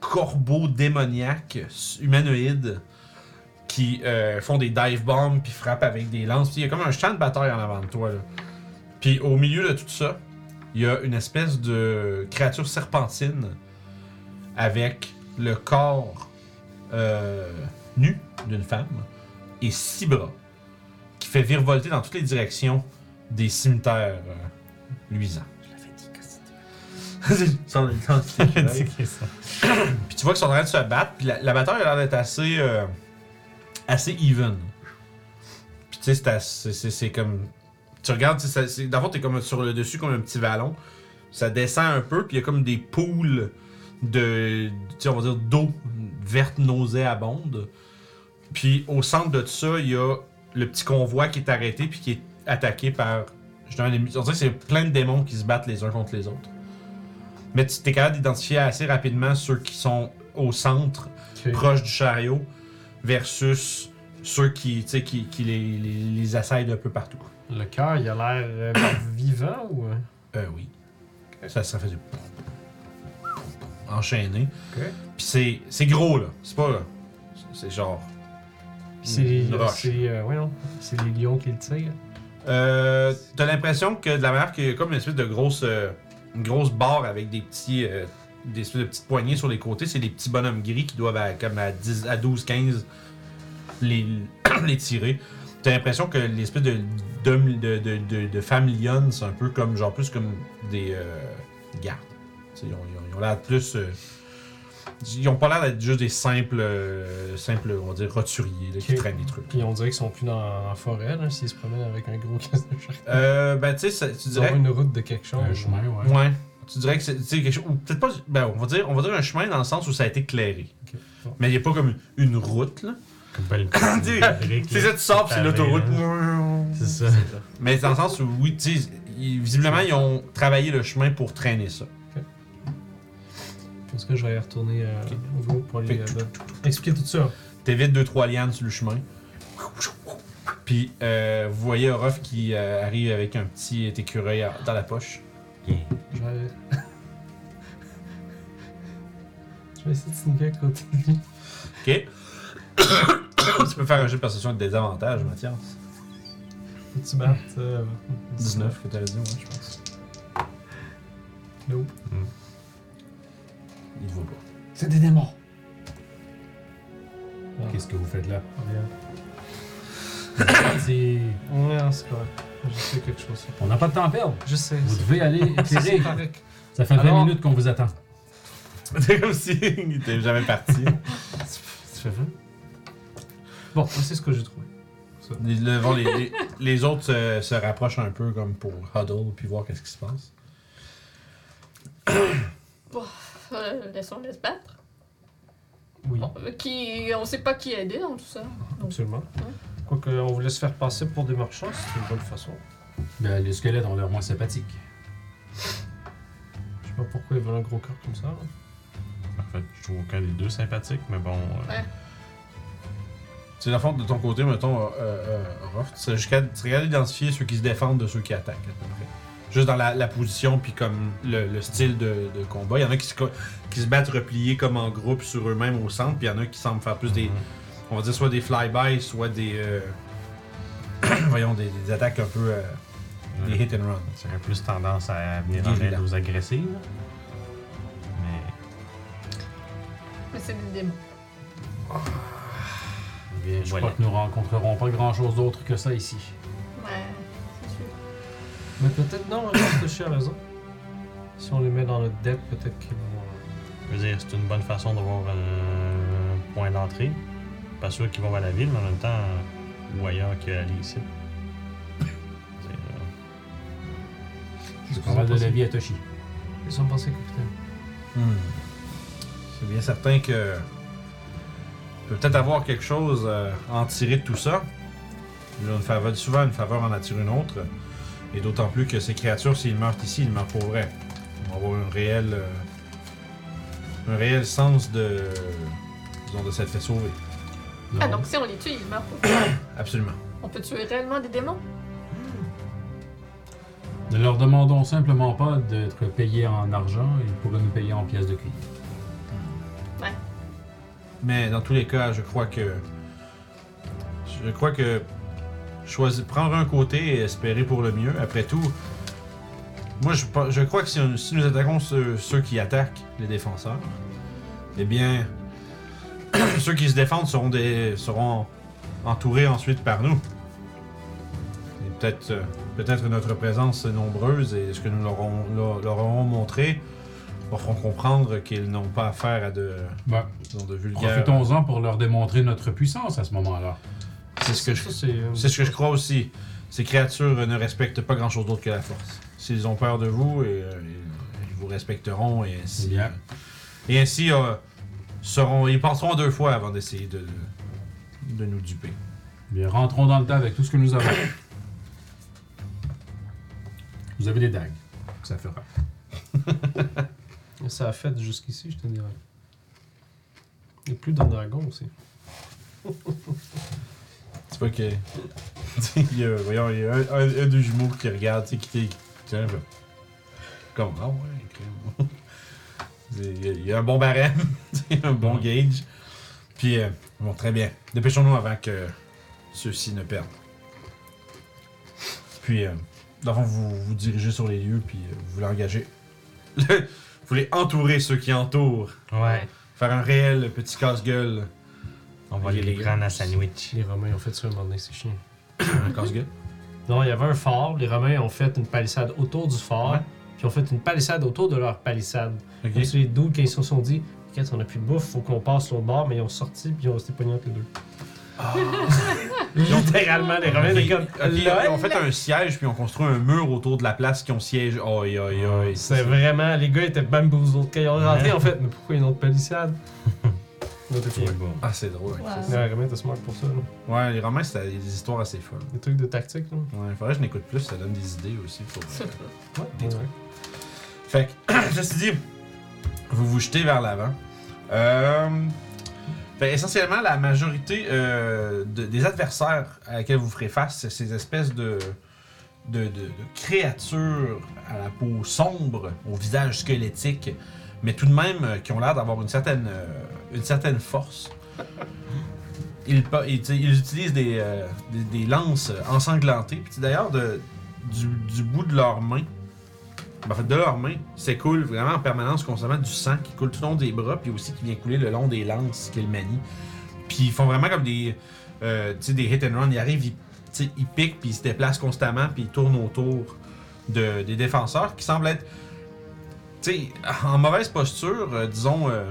corbeaux démoniaques s- humanoïdes qui euh, font des dive bombs puis frappent avec des lances. Puis Il y a comme un champ de bataille en avant de toi. là. Puis au milieu de tout ça, il y a une espèce de créature serpentine avec le corps euh, nu d'une femme et six bras qui fait virevolter dans toutes les directions des cimetières euh, luisants. Je l'avais dit que c'était. Puis tu vois qu'ils sont en train de se battre. Puis la, la bataille a l'air d'être assez, euh, assez even. Puis tu sais, c'est assez- c'est- c'est comme. Tu regardes, tu sais, ça- c'est- dans le fond, t'es comme sur le dessus comme un petit vallon. Ça descend un peu, puis il y a comme des poules de. Tu sais, on va dire d'eau verte nauséabonde. Puis au centre de tout ça, il y a le petit convoi qui est arrêté, puis qui est attaqué par. justement, des- On dirait que c'est plein de démons qui se battent les uns contre les autres. Mais tu t'es capable d'identifier assez rapidement ceux qui sont au centre,
Ok.
proche du chariot, versus ceux qui, tu sais, qui, qui les, les, les assaillent un peu partout.
Le cœur, il a l'air euh, vivant ou. euh?
Euh, oui. Ça, ça fait du... enchaîné. Puis c'est, c'est gros, là. C'est pas... là. C'est genre...
C'est.
Une roche.
C'est. euh, ouais, non. C'est les lions qui le tirent.
Euh, t'as l'impression que de la manière qu'il y a comme une espèce de grosse, euh, une grosse barre avec des petits, euh, des espèces de petites poignées sur les côtés, c'est des petits bonhommes gris qui doivent à, comme à 10, à 12, 15 les, les tirer. T'as l'impression que l'espèce de, d'homme- de, de, de, de femme lionne, c'est un peu comme, genre plus comme des euh, gardes. T'sais, Ils ont, ils ont- ils ont l'air plus. euh, ils ont pas l'air d'être juste des simples, euh, simples, on va dire, roturiers là, qui
Ok.
traînent des trucs.
Puis on dirait qu'ils sont plus dans la forêt, là, s'ils se promènent avec un gros casque de charcuterie.
Euh, ben, tu sais, tu
Ils ont
dirais.
une route de quelque chose.
Un chemin, ouais.
Ouais. Tu dirais que c'est tu sais, quelque chose. ou peut-être pas. Ben, on va, dire, on va dire un chemin dans le sens où ça a été clairé.
Ok.
Mais il n'y a pas comme une, une route, là.
Comme belle
Dis- Tu sais, ça, tu sors, puis c'est l'autoroute.
C'est ça.
Mais dans le sens où, oui, tu sais, ils- visiblement, ils ont travaillé le chemin pour traîner ça.
Je pense que je vais y retourner euh,
Ok.
au groupe pour
Fait
les.
que
euh, expliquer tout ça.
T'évites deux, trois lianes sur le chemin. Puis, euh, vous voyez Orof qui euh, arrive avec un petit écureuil à- dans la poche.
Je vais. je vais essayer de sneaker à côté de lui.
Ok? tu peux faire un jeu de perception avec des avantages, Mathias.
Faut que tu battes. euh,
19 que t'avais dit, ouais, je pense.
Nope.
Hmm. Il te voit pas.
C'est des démons.
Ah.
Qu'est-ce que vous faites là?
Regarde.
C'est-
Ouais, c'est correct. Je sais quelque chose.
On n'a pas de temps à perdre.
Je sais.
Vous devez aller
C'est c'est
éclairer.
correct.
Ça fait 20
Alors-
minutes qu'on vous attend.
C'est comme si il était jamais parti.
Tu fais vrai? Bon, c'est ce que j'ai trouvé.
Les, le- bon, les- les- les autres euh, se rapprochent un peu comme pour huddle puis voir qu'est-ce qui se passe.
Euh, Laissons-les se battre.
Oui,
Bon, euh, qui, on sait pas qui aider dans tout ça.
absolument.
Ouais.
Quoique, on voulait se faire passer pour des marchands, c'est une bonne façon.
Ben, les squelettes ont l'air moins sympathiques.
Je sais pas pourquoi ils veulent un gros cœur comme ça. hein.
En fait, je trouve aucun des deux sympathique, mais bon. euh,
Ouais.
C'est la forme de ton côté, mettons, euh, euh, Ruff, tu serais jusqu'à tu serais capable d'identifier ceux qui se défendent de ceux qui attaquent, à peu près. Juste dans la, la position, puis comme le, le style de, de combat. Il y en a qui se, co- qui se battent repliés comme en groupe sur eux-mêmes au centre, puis il y en a qui semblent faire plus des, on va dire, soit des fly-by, soit des, euh, voyons, des, des attaques un peu, euh,
Mhm.
des hit and run.
Ça aurait plus tendance à venir en aide
Guérilla.
aux agressifs. là. Mais
Mais c'est des démons.
bien,
Je
voilà.
crois que nous rencontrerons pas grand-chose d'autre que ça ici.
Ouais, c'est sûr.
Mais peut-être non, je pense que à raison. Si on les met dans notre dette, peut-être qu'ils vont. euh,
Je veux dire, c'est une bonne façon d'avoir un point d'entrée. Pas sûr qu'ils vont vers la ville, mais en même temps, euh, ou ailleurs qu'aller ici. C'est, euh,
Je parle de la vie à Toshi.
Ils ont pensé, capitaine.
Hmm. C'est bien certain que il peut peut-être avoir quelque chose euh, à en tirer de tout ça. Il a une faveur, souvent une faveur en attire une autre. Et d'autant plus que ces créatures, s'ils meurent ici, ils meurent pour vrai. On va avoir un réel, euh, un réel sens de, disons, de s'être fait sauver.
Ah, donc si on les tue, ils meurent pas.
Absolument.
On peut tuer réellement des démons?
Ne leur demandons simplement pas d'être payés en argent, ils pourraient nous payer en pièces de cuivre.
Mais dans tous les cas, je crois que. Je crois que. Choisir, prendre un côté et espérer pour le mieux. Après tout, moi, je, pe- je crois que si, on- si nous attaquons ceux, ceux qui attaquent les défenseurs, eh bien, ceux qui se défendent seront, des, seront entourés ensuite par nous. Et peut-être euh, peut-être notre présence est nombreuse et ce que nous leur aurons, leur- leur aurons montré leur feront comprendre qu'ils n'ont pas affaire à de,
Ben,
disons, de vulgaires.
profitons-en pour leur démontrer notre puissance à ce moment-là.
C'est ce que je,
Ça, c'est. euh,
c'est ce que je crois aussi. Ces créatures euh, ne respectent pas grand-chose d'autre que la force. S'ils ont peur de vous, et, euh, ils- ils vous respecteront et ainsi.
Bien.
euh, et ainsi euh, seront, ils penseront deux fois avant d'essayer de, de nous duper.
Bien, rentrons dans le tas avec tout ce que nous avons. Vous avez des dagues, ça fera.
euh, Ça a fait jusqu'ici, je te dirais. Il n'y a plus d'un dragon aussi.
C'est pas que. il y a, voyons, il y a un, un- un des jumeaux qui regarde, tu sais, qui t'est. qui t'est un peu- Comme, ah ouais, crème. il, y a, il y a un bon barème, tu sais, un bon gauge. Puis, euh, bon, très bien. Dépêchons-nous avant que ceux-ci ne perdent. Puis, euh, dans le fond, vous vous dirigez sur les lieux, puis euh, vous voulez engager. vous voulez entourer ceux qui entourent.
Ouais.
Faire un réel petit casse-gueule.
On va aller les prendre à sandwich.
Les Romains ont fait ça un moment donné, c'est chiant.
un casse-gueule.
Non, il y avait un fort. Les Romains ont fait une palissade autour du fort.
Ouais.
Puis ont fait une palissade autour de leur palissade.
Ok.
Comme si les deux, quand ils se sont dit, qu'est-ce on a plus de bouffe, faut qu'on passe l'autre bord, mais ils ont sorti, puis ils ont resté pognés entre les deux. Littéralement, les Romains,
Ah. Ok,
les comme.
Euh,
ok, ils ont fait un siège puis on construit un mur autour de la place qui ont siège. Aïe aïe aïe.
C'est vraiment, les gars étaient bamboozled. Quand ils ont rentré, en fait, mais pourquoi une autre palissade Ils ont été
C'est
fous.
bon.
Ah c'est drôle.
Ouais.
Mais Les Romains étaient smart pour ça, là.
Ouais, les romans c'était des histoires assez folles.
Des trucs de tactique, là.
Ouais, faudrait que je n'écoute plus, ça donne des idées aussi pour.
Ouais,
Des
ouais.
trucs. Fait que, ceci dit, vous vous jetez vers l'avant. Euh, fait essentiellement, la majorité euh, de- des adversaires à laquelle vous ferez face, c'est ces espèces de, de, de- de créatures à la peau sombre, au visage squelettique, mais tout de même euh, qui ont l'air d'avoir une certaine, euh, une certaine force. Ils, pa- ils- t'sais, ils utilisent des, euh, des- des lances ensanglantées. Puis d'ailleurs, de- du, du bout de leurs mains, ben, en fait, de leurs mains, s'écoule vraiment en permanence constamment du sang qui coule tout le long des bras, puis aussi qui vient couler le long des lances qu'ils manient. Puis ils font vraiment comme des, euh, tu sais, des hit and run. Ils arrivent, ils, tu sais, ils piquent, puis ils se déplacent constamment, puis ils tournent autour de- des défenseurs qui semblent être, tu sais, en mauvaise posture, euh, disons, euh,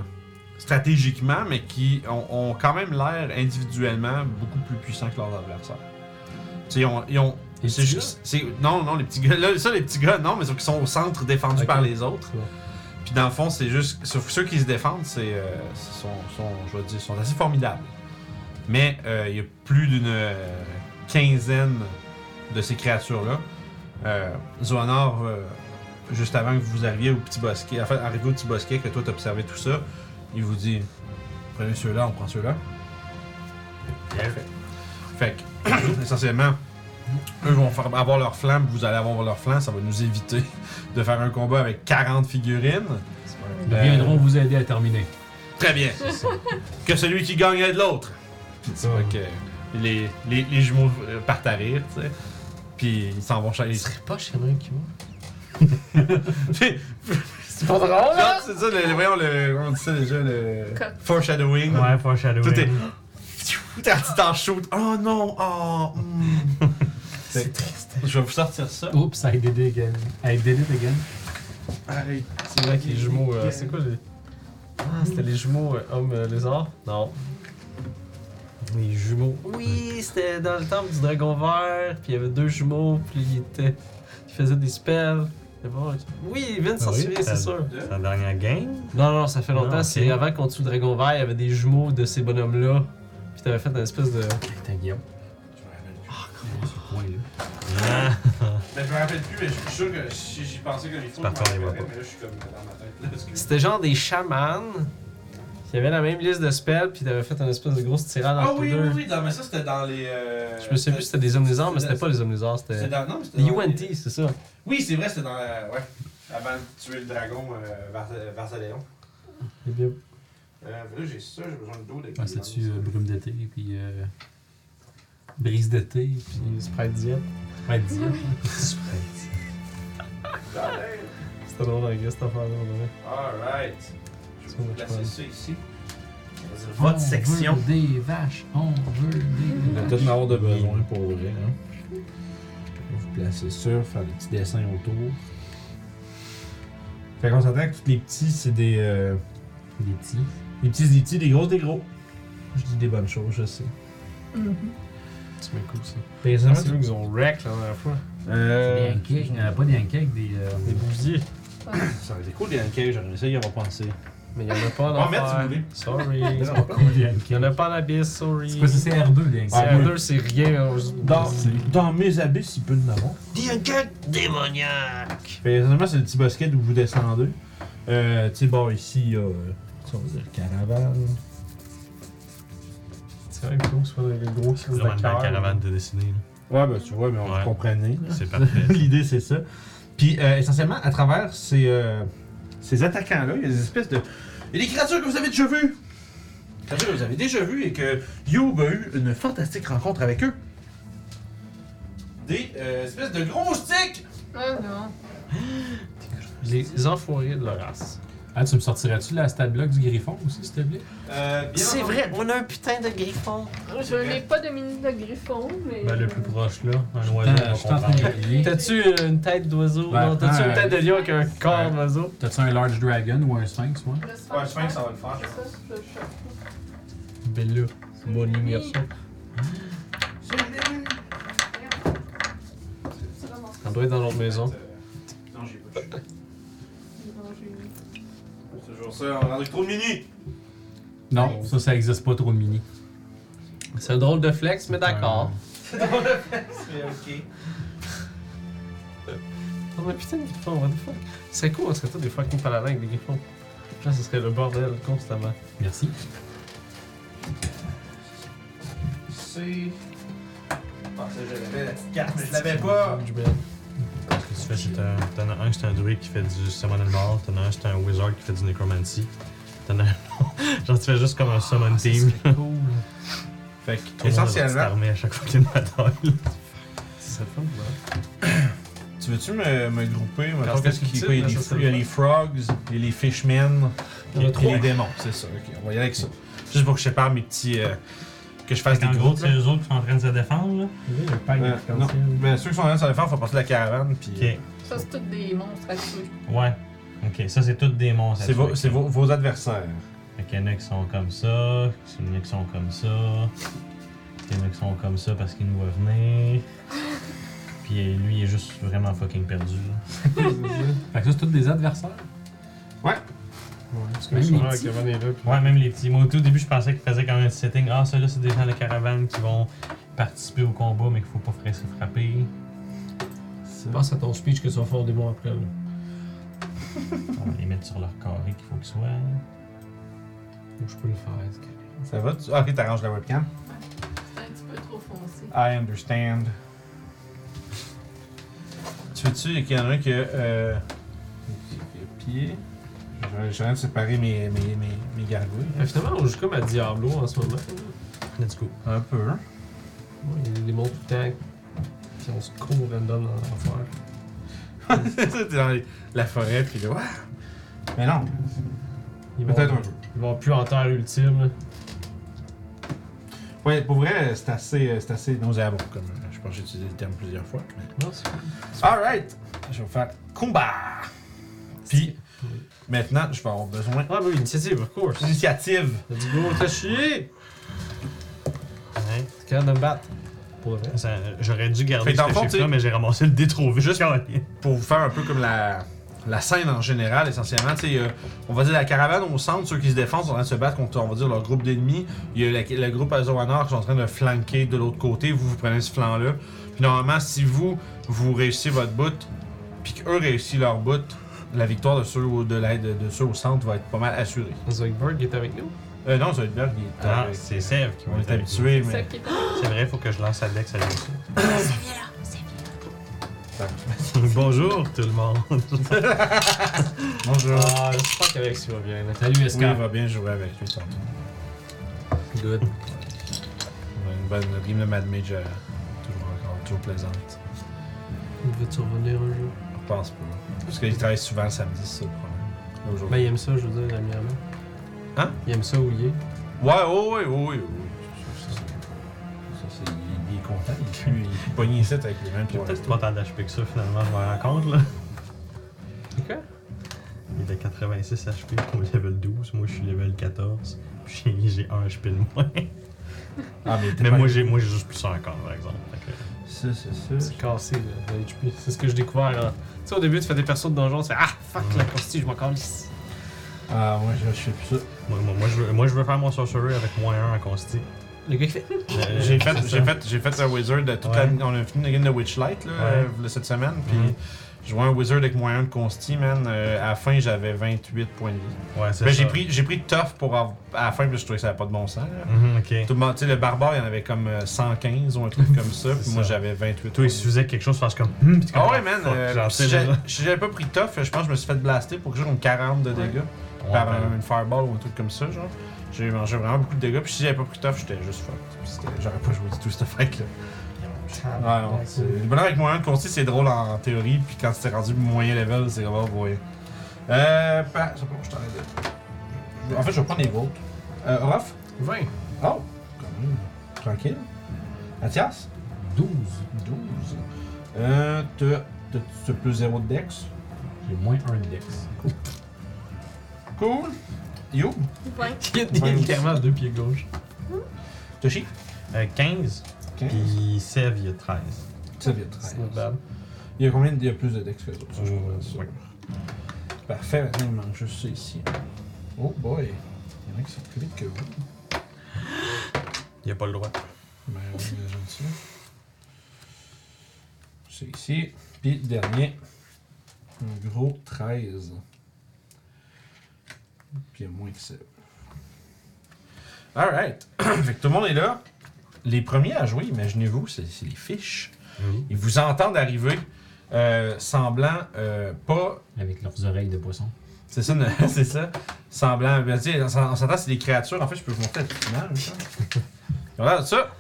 stratégiquement, mais qui ont, ont quand même l'air individuellement beaucoup plus puissants que leurs adversaires. Tu sais, ils ont- ils ont
Et
c'est juste- c'est- non, non, les petits gars. Là, ça, les petits gars, non, mais ceux qui sont au centre défendus
Ok.
par les autres.
Ouais.
Puis dans le fond, c'est juste. sauf que Ceux qui se défendent, c'est. euh, sont, sont, je vais dire, sont assez formidables. Mais euh, il y a plus d'une euh, quinzaine de ces créatures-là. Euh, Zoanor, euh, juste avant que vous arriviez au petit bosquet, enfin, arrivé au petit bosquet, que toi t'observais tout ça, il vous dit Prenez ceux-là, on prend ceux-là. Parfait. Fait que, essentiellement, eux vont faire, avoir leur flanc, vous allez avoir leur flanc, ça va nous éviter de faire un combat avec 40 figurines.
Nous viendrons vous aider à terminer.
Très bien. que celui qui gagne aide l'autre. Puis tu vois que les, les, les jumeaux euh, partent à rire, tu sais. Puis ils s'en vont chez
serait pas chez un qui va.
Puis-
C'est pas drôle, hein?
Genre, C'est ça, le, le- voyons, le, on dit ça déjà, le
Quoi?
foreshadowing.
Ouais, pas Shadow.
Tout est- T'as tu t'en shoot. Oh non, oh. hmm. C'est triste. Je vais vous sortir ça.
Oups, I did it again. I did it again.
Allez.
C'est vrai que les jumeaux. euh, c'est quoi les. Ah, c'était les jumeaux euh, hommes euh, lézards Non. Les jumeaux. Oui, c'était dans le temple du dragon vert, puis il y avait deux jumeaux, puis ils étaient. Ils faisaient des spells. C'est bon. Oui, Ah, Vince s'en
Ah oui,
souvient,
ça-
c'est sûr.
C'est la dernière game.
Non, non, ça fait
Non,
longtemps.
ok.
C'est avant qu'on tue le dragon vert, il y avait des jumeaux de ces bonhommes-là. Puis t'avais fait une espèce de.
T'as Guillaume.
Oui, là.
Ah,
Mais je me rappelle plus, mais je suis sûr que si j'y pensais comme il faut, je
me Parfois, il va
rappellerais,
rappellerais, pas.
mais là je suis comme dans ma tête.
C'était genre des chamans. qui avaient la même liste de spells, puis t'avais fait une espèce de grosse tirade
Ah
entre
oui,
les deux.
oui, oui, non, mais ça c'était dans les. euh,
Je me souviens plus si c'était des hommes lézards, mais c'était pas les hommes lézards,
c'était
c'était.
dans. Non, mais c'était
Les
dans
UNT, c'est ça.
Oui, c'est vrai, c'était dans. la- Ouais. Avant de tuer le dragon euh, Vars- Varsaléon.
Eh bien,
Euh, mais là j'ai ça, j'ai besoin de dos.
Ah, c'est-tu euh, brume d'été, puis euh, brise d'été, puis
puis Sprite Diet.
ouais, dis-
C'était drôle avec cette affaire-là, on avait.
Alright. Je
Ça
vais vous
marche pas.
placer ça ici.
Ah,
On veut des vaches, on veut
On va
des
peut-être
vaches.
en avoir de besoin pour vrai. Hein. Je vais Vous placer sur, faire des petits dessins autour. Fait qu'on s'attend que tous les petits, c'est des. euh,
Des petits.
des petits, des petits, des grosses, des gros. Je dis des bonnes choses, je sais.
Mhm.
Ah,
C'est bien cool ça.
Personnellement,
c'est eux qui ont wreck la dernière fois.
Des
euh,
pancakes, il n'y en a pas des pancakes, des. euh,
Des bousiers.
ça aurait été cool, des hankays, j'aurais essayé d'y avoir pensé.
Mais y'en a pas
On
en
va mettre,
affaire.
si vous voulez.
Sorry.
C'est pas cool, des pancakes.
Y'en a pas en abysse, sorry.
C'est quoi ça, c'est R2, des
C'est
pancakes.
Ah,
un deux, c'est rien. on-
Dans, dans mes abysses, il peut y en avoir. Fait essentiellement, c'est le petit basket où vous descendez. Euh, tu sais, bon, ici, il y a. euh, ça, on va dire caravane.
C'est vrai que nous, c'est pas le gros qui
C'est vraiment une belle caravane de dessiner.
Ouais, ben tu vois, mais on
Ouais.
comprenait. là.
là. C'est parfait.
L'idée, c'est ça. Puis, euh, essentiellement, à travers ces, euh, ces attaquants-là, il y a des espèces de. Il y a des créatures que vous avez déjà vues! Des Créatures que vous avez déjà vues et que Yob a eu une fantastique rencontre avec eux. Des euh, espèces de gros sticks!
Ah non.
Les enfoirés de leur race.
Ah, tu me sortirais-tu la stat block du griffon aussi, s'il te plaît?
Euh, bien entendu.
on a un putain de griffon.
Je n'ai pas de mini de griffon, mais.
Ben, le plus proche là, un oiseau.
Ah,
on
je suis en train
comprend.
de l'oublier.
T'as-tu une tête d'oiseau?
Ouais,
Non, t'as-tu une
ouais.
tête de lion avec un corps d'oiseau?
T'as-tu un large dragon ou un sphinx, moi?
Le sphinx.
Ouais, je pense que ça va le faire.
C'est ça, je- je-
Ben là, mon immersion.
c'est vraiment ça.
On doit être dans l'autre maison.
Non, j'ai pas.
Non, j'ai-
C'est toujours ça, on a trop de mini!
Non, ça, ça existe pas trop de mini.
C'est un drôle de flex, mais d'accord.
C'est ok.
On a putain de griffons, what the fuck? C'est cool, on serait tous des fucking paladins avec des griffons. Là, ce serait le bordel constamment.
Merci.
C'est. Ah, ça, je l'avais, la petite carte, mais je l'avais pas!
Je vais-
Qu'est-ce que tu fais? C'est un- T'en as un que c'est un druide qui fait du summon and mort, t'en as un que c'est un wizard qui fait du necromancy. T'en as un Genre tu fais juste comme un summon team.
Ça serait cool.
Fait
Tout
que,
le monde a leur petite
essentiellement,
armée à chaque fois qu'il y a une bataille.
Ça serait fun, ouais.
Tu veux-tu me, me grouper? mettons,
Quand c'était
qu'est-ce qu'il-
petit,
quoi, il y a
là,
les
ça,
fr-
c'est
Il y a
le
les frogs, il y a les fishmen,
Il y en a
et
trois.
les démons, c'est ça. Ok, on va y aller avec ça. Juste pour que je sépare mes petits. euh, que je fasse des
En gros,
groupes.
c'est eux autres qui sont en train de se défendre là.
Euh, non,
Ben,
mais ceux qui sont là, ça va faire, faut passer la caravane. Puis,
euh,
Ok.
Ça, c'est tous des monstres à tuer.
Ouais. Ok, ça c'est toutes des monstres. à
C'est vos,
tuer.
c'est vos- vos adversaires.
Fait qu'il y en a qui sont comme ça, il y en a qui sont comme ça, il y en a qui sont comme ça parce qu'ils nous voient venir. Puis lui, il est juste vraiment fucking perdu. là.
Fait que ça, c'est tous des adversaires.
Ouais, parce que
Même
je suis
les
là,
petits.
Kevin est là, puis-
Ouais, même les petits. Moi, au tout début, je pensais qu'ils faisaient quand même un setting. Ah, ceux-là, c'est des gens de la caravane qui vont participer au combat, mais qu'il faut pas faire se frapper.
Pense à ton speech que tu vas faire des mois après, là.
On va les mettre sur leur carré qu'il faut qu'ils soient.
Ou je peux le faire. est-ce que-
Ça va? Tu... Ah, ok, t'arranges la webcam.
Euh,
I understand. Tu veux-tu qu'il y en a un qui a. Euh, qui a pied. Je- Je viens de séparer mes, mes, mes, mes gargouilles. hein.
Euh, Finalement, on joue comme à Diablo en ce moment. Let's go.
Un peu.
Ouais, Il y a des démons tout le temps. Puis on se court random dans l'enfer.
T'es dans les- la forêt, puis là. Ouah! Mais non,
Ils vont,
peut-être un peu.
ils vont plus en terre ultime. là.
Ouais, pour vrai, c'est assez, euh, c'est assez nauséabond. Comme, euh, je pense que j'ai utilisé le terme plusieurs fois. mais-
Non, c'est-
Alright! Je vais faire combat! Puis, maintenant, je vais avoir besoin
Ah, bah oui, initiative, of course.
d'initiative.
Let's go, t'as chié!
Ouais.
T'es capable de me battre. Pour le reste.
Ça, euh, J'aurais dû garder
Fait que dans
ce
le fond, tu
chiffre-là,
sais-
mais j'ai ramassé le dé trop vite.
Juste- Pour vous faire un peu comme la, la scène en général, essentiellement, tu sais, il y a, on va dire la caravane au centre, ceux qui se défendent sont en train de se battre contre, on va dire, leur groupe d'ennemis. Il y a la- le groupe Azoanor qui sont en train de flanquer de l'autre côté. Vous, vous prenez ce flanc-là. Puis normalement, si vous, vous réussissez votre bout, puis qu'eux réussissent leur bout, la victoire de ceux, au, de, la- de- de ceux au centre va être pas mal assurée.
Zoidberg qui est avec nous.
Euh, non, Zoidberg, il est,
Ah,
euh,
c'est Sèvres qui
on
vont
est
être habitués.
habitué,
C'est ça
mais.
qui est
C'est vrai, faut que je lance Alex à lui aussi. Bonjour tout le monde.
Bonjour.
Ah, j'espère qu'avec ça va bien. là. Salut,
Oui, il
Escar.
va bien jouer avec lui tantôt.
Good.
On a Une bonne notre game de Mad Mage, euh, toujours encore toujours plaisante.
Veux-tu revenir un jour?
Je pense pas. Parce qu'il travaille souvent le samedi, c'est ça le problème. Là,
Ben,
aujourd'hui.
il aime ça, je veux dire, dernièrement.
Hein?
Il aime ça ouiller.
Ouais, oh, ouais, ouais, ouais, ouais. Ça, ça, c'est- ça, c'est- il- Il est content, il il est pogné ici avec les mêmes
J'ai
pour
peut-être
rester.
pas tant d'HP que ça finalement, je me rends compte là.
C'est quoi?
Il est à 86 HP pour level 12, moi je suis level 14. Puis j'ai- j'ai 1 HP de moins.
Ah, mais,
Mais moi j'ai moi j'ai juste plus un encore par exemple. Fait que-
Ça, c'est ça.
C'est cassé, là, le HP. C'est ce que j'ai découvert. hein. Tu sais, au début, tu fais des persos de donjon, tu fais Ah, fuck, la consti, je m'en calisse.
Ah, ouais, je je sais plus ça.
moi, moi, moi, je veux, moi je veux faire mon sorcerer avec moins 1 en consti.
Le gars qui fait hum,
Euh,
J'ai
c'est
fait,
ça.
j'ai fait, j'ai fait un wizard de toute
Ouais.
la- On a fini une game de Witchlight là,
Ouais.
euh, cette semaine. Puis
Mhm.
je jouais un wizard avec moyen de consti, man. euh, à la fin, j'avais 28 points de vie.
Ouais, c'est
Ben,
ça.
j'ai pris, j'ai pris tough pour av- à la fin, puis je trouvais que ça n'avait pas de bon sens. là.
Mhm, ok.
Tout le monde, tu sais, le barbare, il y en avait comme euh, 115 ou un truc comme ça, puis
C'est
moi
ça.
j'avais 28.
Toi, il suffisait que quelque chose, fasse comme. Hum, pis t'es comme,
Ah ouais, man,
fuck,
euh,
j'en
si
sais
j'ai-
déjà.
si j'avais pas pris tough, je pense que je me suis fait blaster pour que j'ai comme 40 de dégâts par
Ouais,
un- une fireball ou un truc comme ça, genre. J'ai mangé vraiment beaucoup de dégâts, puis si j'avais pas pris tough, j'étais juste fucked. Puis c'était- J'aurais pas joué du tout cette fight là. Ouais, Ah, non, c'est- Le bonheur avec moyen de consti, c'est drôle en, en théorie, puis quand c'était rendu moyen level, c'est vraiment voyant. Euh. pa- je sais pas, je t'en ai deux. En fait, je vais prendre les vôtres. Euh, Orof?
20.
Oh, quand même. Tranquille. Mathias? 12. 12. Euh, t'as t'as- t'as plus 0 de dex.
J'ai moins un dex.
Cool. Yo,
Ouais.
Il est littéralement à deux pieds gauche.
Toshi?
Euh, 15,
15.
puis Sev, il y a 13.
Ça vient
C'est not bad.
Il y a combien de- Il y a plus de dex que les autres, ça, je
Euh,
comprends ça.
ouais.
Parfait, maintenant il manque juste ça ici. Oh boy. Il y en a qui sont plus vite que vous.
Il a pas le droit.
Ben oui, bien gentil. C'est ici. Puis le dernier, un gros 13. Puis il y a moins que ça. Alright. fait que tout le monde est là. Les premiers à jouer, imaginez-vous, c'est c'est les fiches.
Oui.
Ils vous entendent arriver, euh, semblant euh, pas
Avec leurs oreilles de poisson.
c'est ça, ne- c'est ça. Semblant. Ben, tu sais, on s'en- on s'entend, c'est des créatures. En fait, je peux vous montrer la petite image. hein. Ils ont l'air de ça.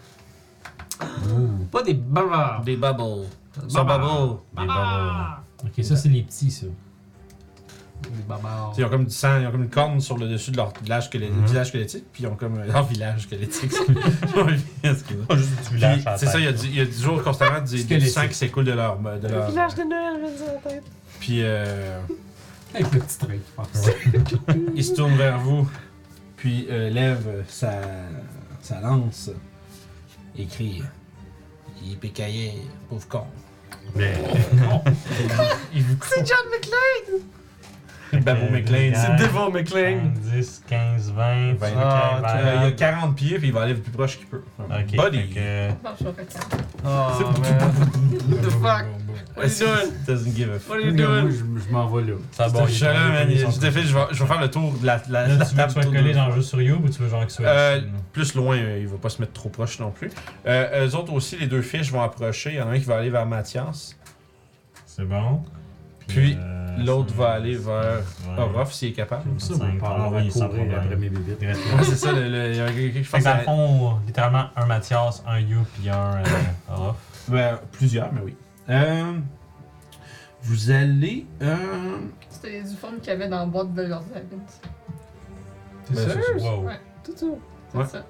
Pas des bavards.
Des bubbles. Sans
Baba.
bubbles.
Des bubbles.
Ok, ça, c'est les petits, ça.
Des bavards.
Tu sais, Ils ont comme du sang, ils ont comme une corne sur le dessus de leur village squelettique,
Mhm.
village squelettique, puis ils ont comme euh, leur village squelettique. Excuse-moi.
Pas juste du
Puis,
village. à
C'est ça, il y a
terre.
du, il y a du jour constamment du, du
Squelettique.
sang qui s'écoule de leur. De leur
village de Noël, je dire la tête.
puis euh,
Avec le petit trait qui passe.
il se tourne vers vous, puis euh, lève sa, sa lance et crie Il pécaillait, pauvre con.
Mais
Il vous
John McLean!
Prix de Babo McLean.
C'est Devon McLean.
10, 15, 20,
Ben,
ah,
Euh, il y a 40 pieds, puis il va aller le plus proche qu'il peut.
Ok,
Buddy.
fait que-
Bon, je vais faire ça.
Oh, man. What the fuck? What are you doing?
Doesn't give a
What
fuck.
are you
Moi,
doing?
je, je m'en vais là.
Ça
Bon,
bon,
je suis là, Ah, man. Je te fais, je vais, je vais faire le tour de la, la,
Là,
la
tu veux qu'il soit
autour de
collé
nous.
genre juste sur Youb ou tu veux genre qu'il soit.
Euh,
dessus, là?
plus loin, euh, il va pas se mettre trop proche non plus. Euh, eux autres aussi, les deux fiches vont approcher. Il y en a un qui va aller vers Mathias.
C'est bon.
Puis,
euh,
L'autre
ça,
va aller vers
ouais.
Orof Ah, s'il est capable.
Comme ça, on
25,
part
oui,
en
sans
courir
problème.
hein.
après mes bibites.
Il reste-
Ouais, c'est ça, le- le- il y a quelqu'un qui
Fait que dans le
pense à-
fond, littéralement un Mathias, un You puis un euh, Orof.
Ben, plusieurs, mais oui. Euh, vous allez. Euh...
C'était les uniformes qu'il y avait dans la boîte de leurs habits.
T'es
Ben,
sûr?
c'est- Wow.
Ouais, tout ça. C'est
Ouais.
ça.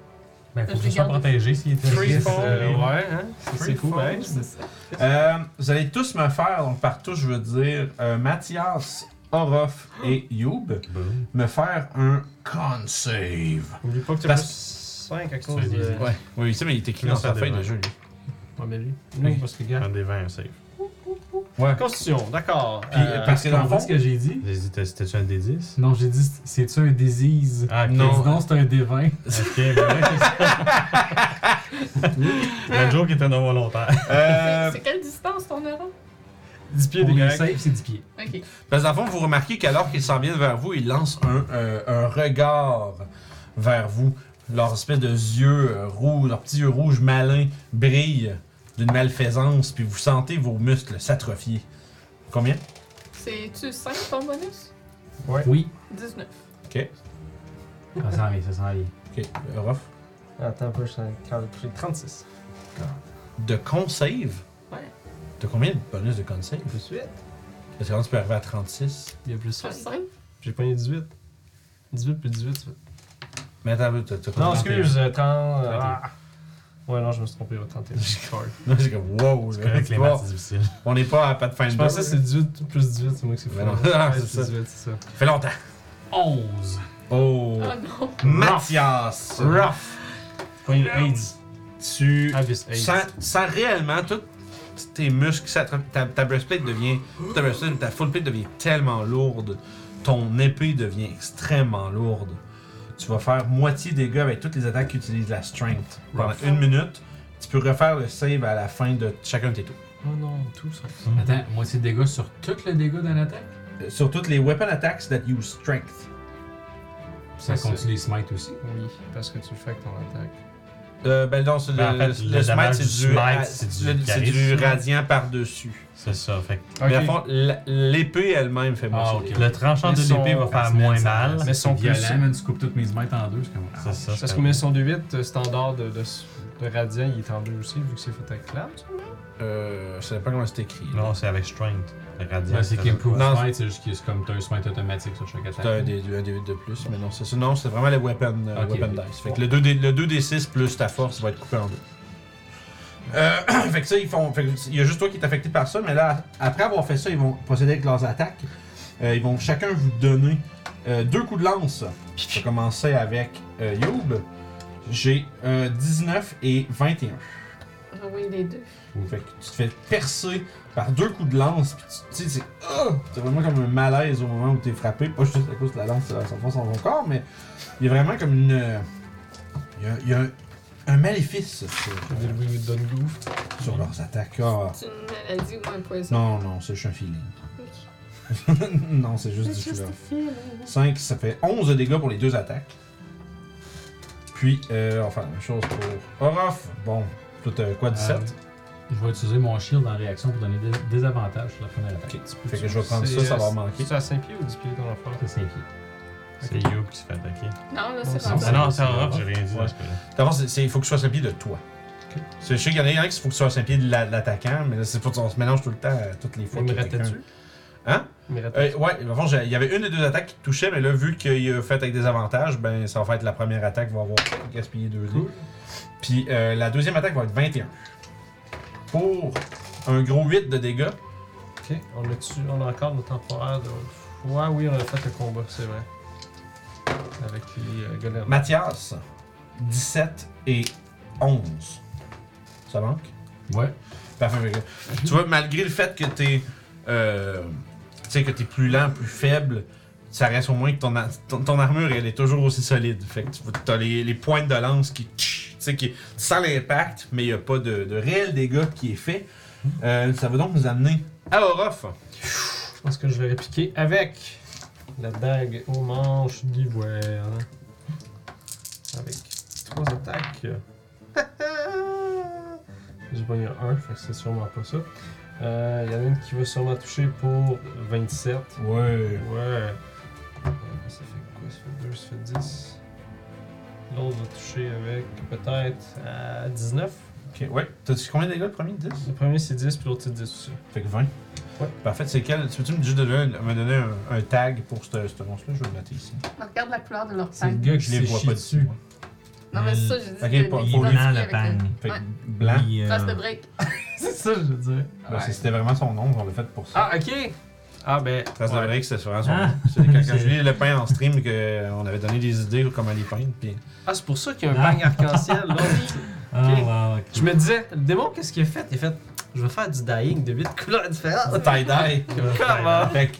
Ben, faut
Je
que
l'ai
je sois
gardé.
protégé s'il était
Free
triste,
fall.
euh,
Euh, ouais, hein? C'est- C'est
Free
cool,
fall.
hein?
C'est ça.
Euh, vous allez tous me faire, donc par tous, je veux dire, euh, Mathias, Orof et Youb, me faire un con save.
Oublie pas que tu as
Parce-
plus 5 à
C'est
cause de.
easy.
Ouais. Oui, ça, mais il était clean
Non,
dans
ça
sa feuille de
devrait.
jeu, lui.
Ouais, mais lui. Non,
Ok.
parce que, gars.
Un des 20, un save.
Ouais.
Constitution, d'accord.
Puis,
Euh,
parce que dans le
Comprends
fond,
ce que j'ai dit?
C'était-tu un des 10
Non, j'ai dit, c'est-tu un disease?
Ah, ok.
Non.
Non, c'est un D20.
Ok, ben ouais, c'est ça. Le joke était non volontaire.
euh,
C'est- C'est quelle distance ton aura?
10 pieds
Pour
de
les
grec.
safe, c'est 10 pieds.
Ok.
Parce que dans le fond, vous remarquez qu'alors qu'il s'en vient vers vous, il lance un, euh, un regard vers vous. Leurs espèce de yeux euh, rouges, leurs petits yeux rouges malins brillent d'une malfaisance, puis vous sentez vos muscles s'atrophier. Combien
C'est-tu 5 ton bonus?
Oui.
19.
Ça s'en vient, ça s'en vient.
Ok, euh, Ruff.
Attends un peu, je suis en train de calculer. 36.
De con save
Ouais.
T'as combien de bonus de con save
Plus 8.
Parce que quand tu peux arriver à 36.
Il y a plus
Sur
5.
5?
J'ai pogné 18. 18 plus 18, ça fait-
Mais attends, un peu, t'as t'as
Non,
combien?
excuse, euh, 30. euh, ah. Ouais, non, je me suis trompé, ouais, 31. je
Non, j'ai comme wow, là,
Avec
tu
les
vois,
maths, c'est difficile.
On n'est pas à pas de fin de
pensais que c'est 18 plus 18, c'est moi qui c'est
Mais
fou.
non,
Ouais,
c'est
c'est
ça.
18, c'est ça.
fait longtemps.
11.
Oh
Ah non.
Mathias
Rough! Pogné le AIDS.
Tu
Ah,
Abyss AIDS.
sens, sens réellement tout tes muscles, s'attrapent. ta, ta breastplate devient, ta breastplate, ta full plate devient tellement lourde, ton épée devient extrêmement lourde. Tu vas faire moitié dégâts avec toutes les attaques qui utilisent la strength pendant une minute. Tu peux refaire le save à la fin de chacun de tes tours.
Oh non, tout ça.
Attends, moitié de dégâts sur tout le dégât dans l'attaque?
Euh, Sur toutes les weapon attacks that use strength.
Ça,
Ça
c'est-
compte les smites aussi.
Oui, parce que tu le fais avec ton attaque.
Euh, ben non, c'est
Ben,
le,
en fait,
le-
le
le smite,
damage
c'est
du
du,
smite,
ra-
c'est du
le- c'est du
charisme.
radiant par-dessus.
C'est ça, fait que-
Mais à fond, la- l'épée elle-même fait moitié
Ah,
dégâts.
ok. Le tranchant
Mais
de
son-
l'épée va faire
Mais
moins
ça-
mal.
Mais
Mais
sont
son
violents,
plus-
man, tu coupes toutes mes smites en deux, c'est comme.
C'est ça.
Parce
c'est
que mais son 2-8 euh, standard de, de, de radiant, il est en 2 aussi, vu que c'est fait avec cloud.
Euh, je sais pas comment c'est écrit. là.
Non, c'est avec strength. Le radiant.
Ben, c'est qu'il improve
Non,
smite, c'est juste que c'est comme t'as un smite automatique sur chaque attaque.
C'est un des un des huit de plus, mais non, c'est ça. Non, c'est vraiment le weapon, euh,
Ok,
weapon
ok.
dice. Fait que le 2D le 2d6 plus ta force va être coupé en deux. Euh, fait que ça, ils font. fait que il y a juste toi qui est affecté par ça, mais là, après avoir fait ça, ils vont procéder avec leurs attaques. Euh, ils vont chacun vous donner euh, deux coups de lance. Je vais commencer avec euh, Youb. J'ai euh, 19 et 21.
Ah oui, les deux.
Fait que tu te fais percer par deux coups de lance, puis tu tu sais, c'est. Ah! T'as vraiment comme un malaise au moment où t'es frappé. Pas juste à cause de la lance, ça ça fonce dans ton corps, mais il y a vraiment comme une. euh, Il y a, il y a un, un maléfice sur,
De Louis Dungoof.
sur leurs attaques. Ah.
C'est une maladie ou un poison.
Non, non, c'est juste un feeling.
Ok.
non, c'est juste
C'est
du
juste
fluff.
un film.
5, ça fait 11 de dégâts pour les deux attaques. Puis, euh, on va faire la même chose pour Orof. Bon, tout euh, quoi, 17
Je vais utiliser mon shield en réaction pour donner des, des avantages sur la fin de l'attaque.
Ok. Fait que je vais prendre ça, ça va manquer.
C'est à 5 pieds ou 10 pieds ton enfant
Ça, c'est inquiet.
C'est You qui se fait attaquer.
Non,
Non,
là, c'est
c'est-
rendu.
Ah non, c'est en robe,
c'est-
j'ai rien dit
ouais.
dans ce cas-là.
D'abord, c'est- c'est- il faut que tu sois à 5 pieds de toi. C'est- Je sais qu'il y en a un qui faut que tu sois à 5 pieds de la- de l'attaquant, mais là, c'est faut qu'on se mélange tout le temps, euh, toutes les fois.
Il me
qu'il y a quelqu'un.
ratait-tu
Hein?
Il me ratait.
Euh, ouais, en fond, j'ai- il y avait une des deux attaques qui te touchait, mais là, vu qu'il a fait avec des avantages, ben, ça va être la première attaque, va avoir gaspillé 2 dés.
Cool.
Puis euh, la deuxième attaque va être 21. Pour un gros 8 de dégâts.
Ok, on a, tu, on a encore nos temporaires de l'autre fois. Oui, on a fait le combat, c'est vrai. Avec les euh, golems.
Mathias, 17 et 11. Ça manque?
Ouais.
Parfait. fait que- tu vois, malgré le fait que t'es, euh, tu sais, que t'es plus lent, plus faible, ça reste au moins que ton, a- ton, ton armure, elle est toujours aussi solide. Fait que tu as les, les pointes de lance qui, tch, tu sais, qui tu sens l'impact, mais il n'y a pas de, de réel dégât qui est fait. Euh, ça va donc nous amener à Orof.
Je pense que je vais répliquer avec la dague aux manches d'ivoire. Avec trois attaques. J'ai pogné un, fait que c'est sûrement pas ça. Euh, Il y en a une qui va sûrement toucher pour 27.
Ouais.
Ouais. Euh, Ça fait quoi Ça fait 2, ça fait 10. L'autre va toucher avec peut-être euh, 19.
Ok, ouais. T'as-tu combien de dégâts le premier 10
Le premier c'est 10, puis l'autre c'est 10 aussi.
Fait que 20. Ouais. Parfait, c'est quel Tu peux-tu me- juste donner un- me donner un, un tag pour ce, ce monstre-là Je vais le noter ici.
Regarde la couleur de leur
C'est le
tag.
gars que
Je les vois pas dessus. moi.
Non, mais c'est ça, j'ai dit.
Ok,
de-
pas-
de-
faut
Il est
d'identifier
blanc, Ah, le
avec Ah,
pan.
Fait que
Ouais.
blanc.
Puis, euh,
Trace de break.
c'est ça, je veux dire.
Ben, c'est- C'était vraiment son nom, on l'a fait pour ça.
Ah, ok Ah, ben.
Parce que
ouais.
c'est vrai que c'est vraiment son
Ah.
nom. C'est quand, quand
C'est-
Julie le peint en stream, que euh, on avait donné des idées comment les peindre. Puis...
Ah, c'est pour ça qu'il y a un bang arc-en-ciel, l'autre.
Ah,
ok.
wow, ok.
Je me disais, le démon, qu'est-ce qu'il a fait Il a fait, je vais faire du dying de 8 couleurs différentes.
Tie-dye.
Comment
fait, que-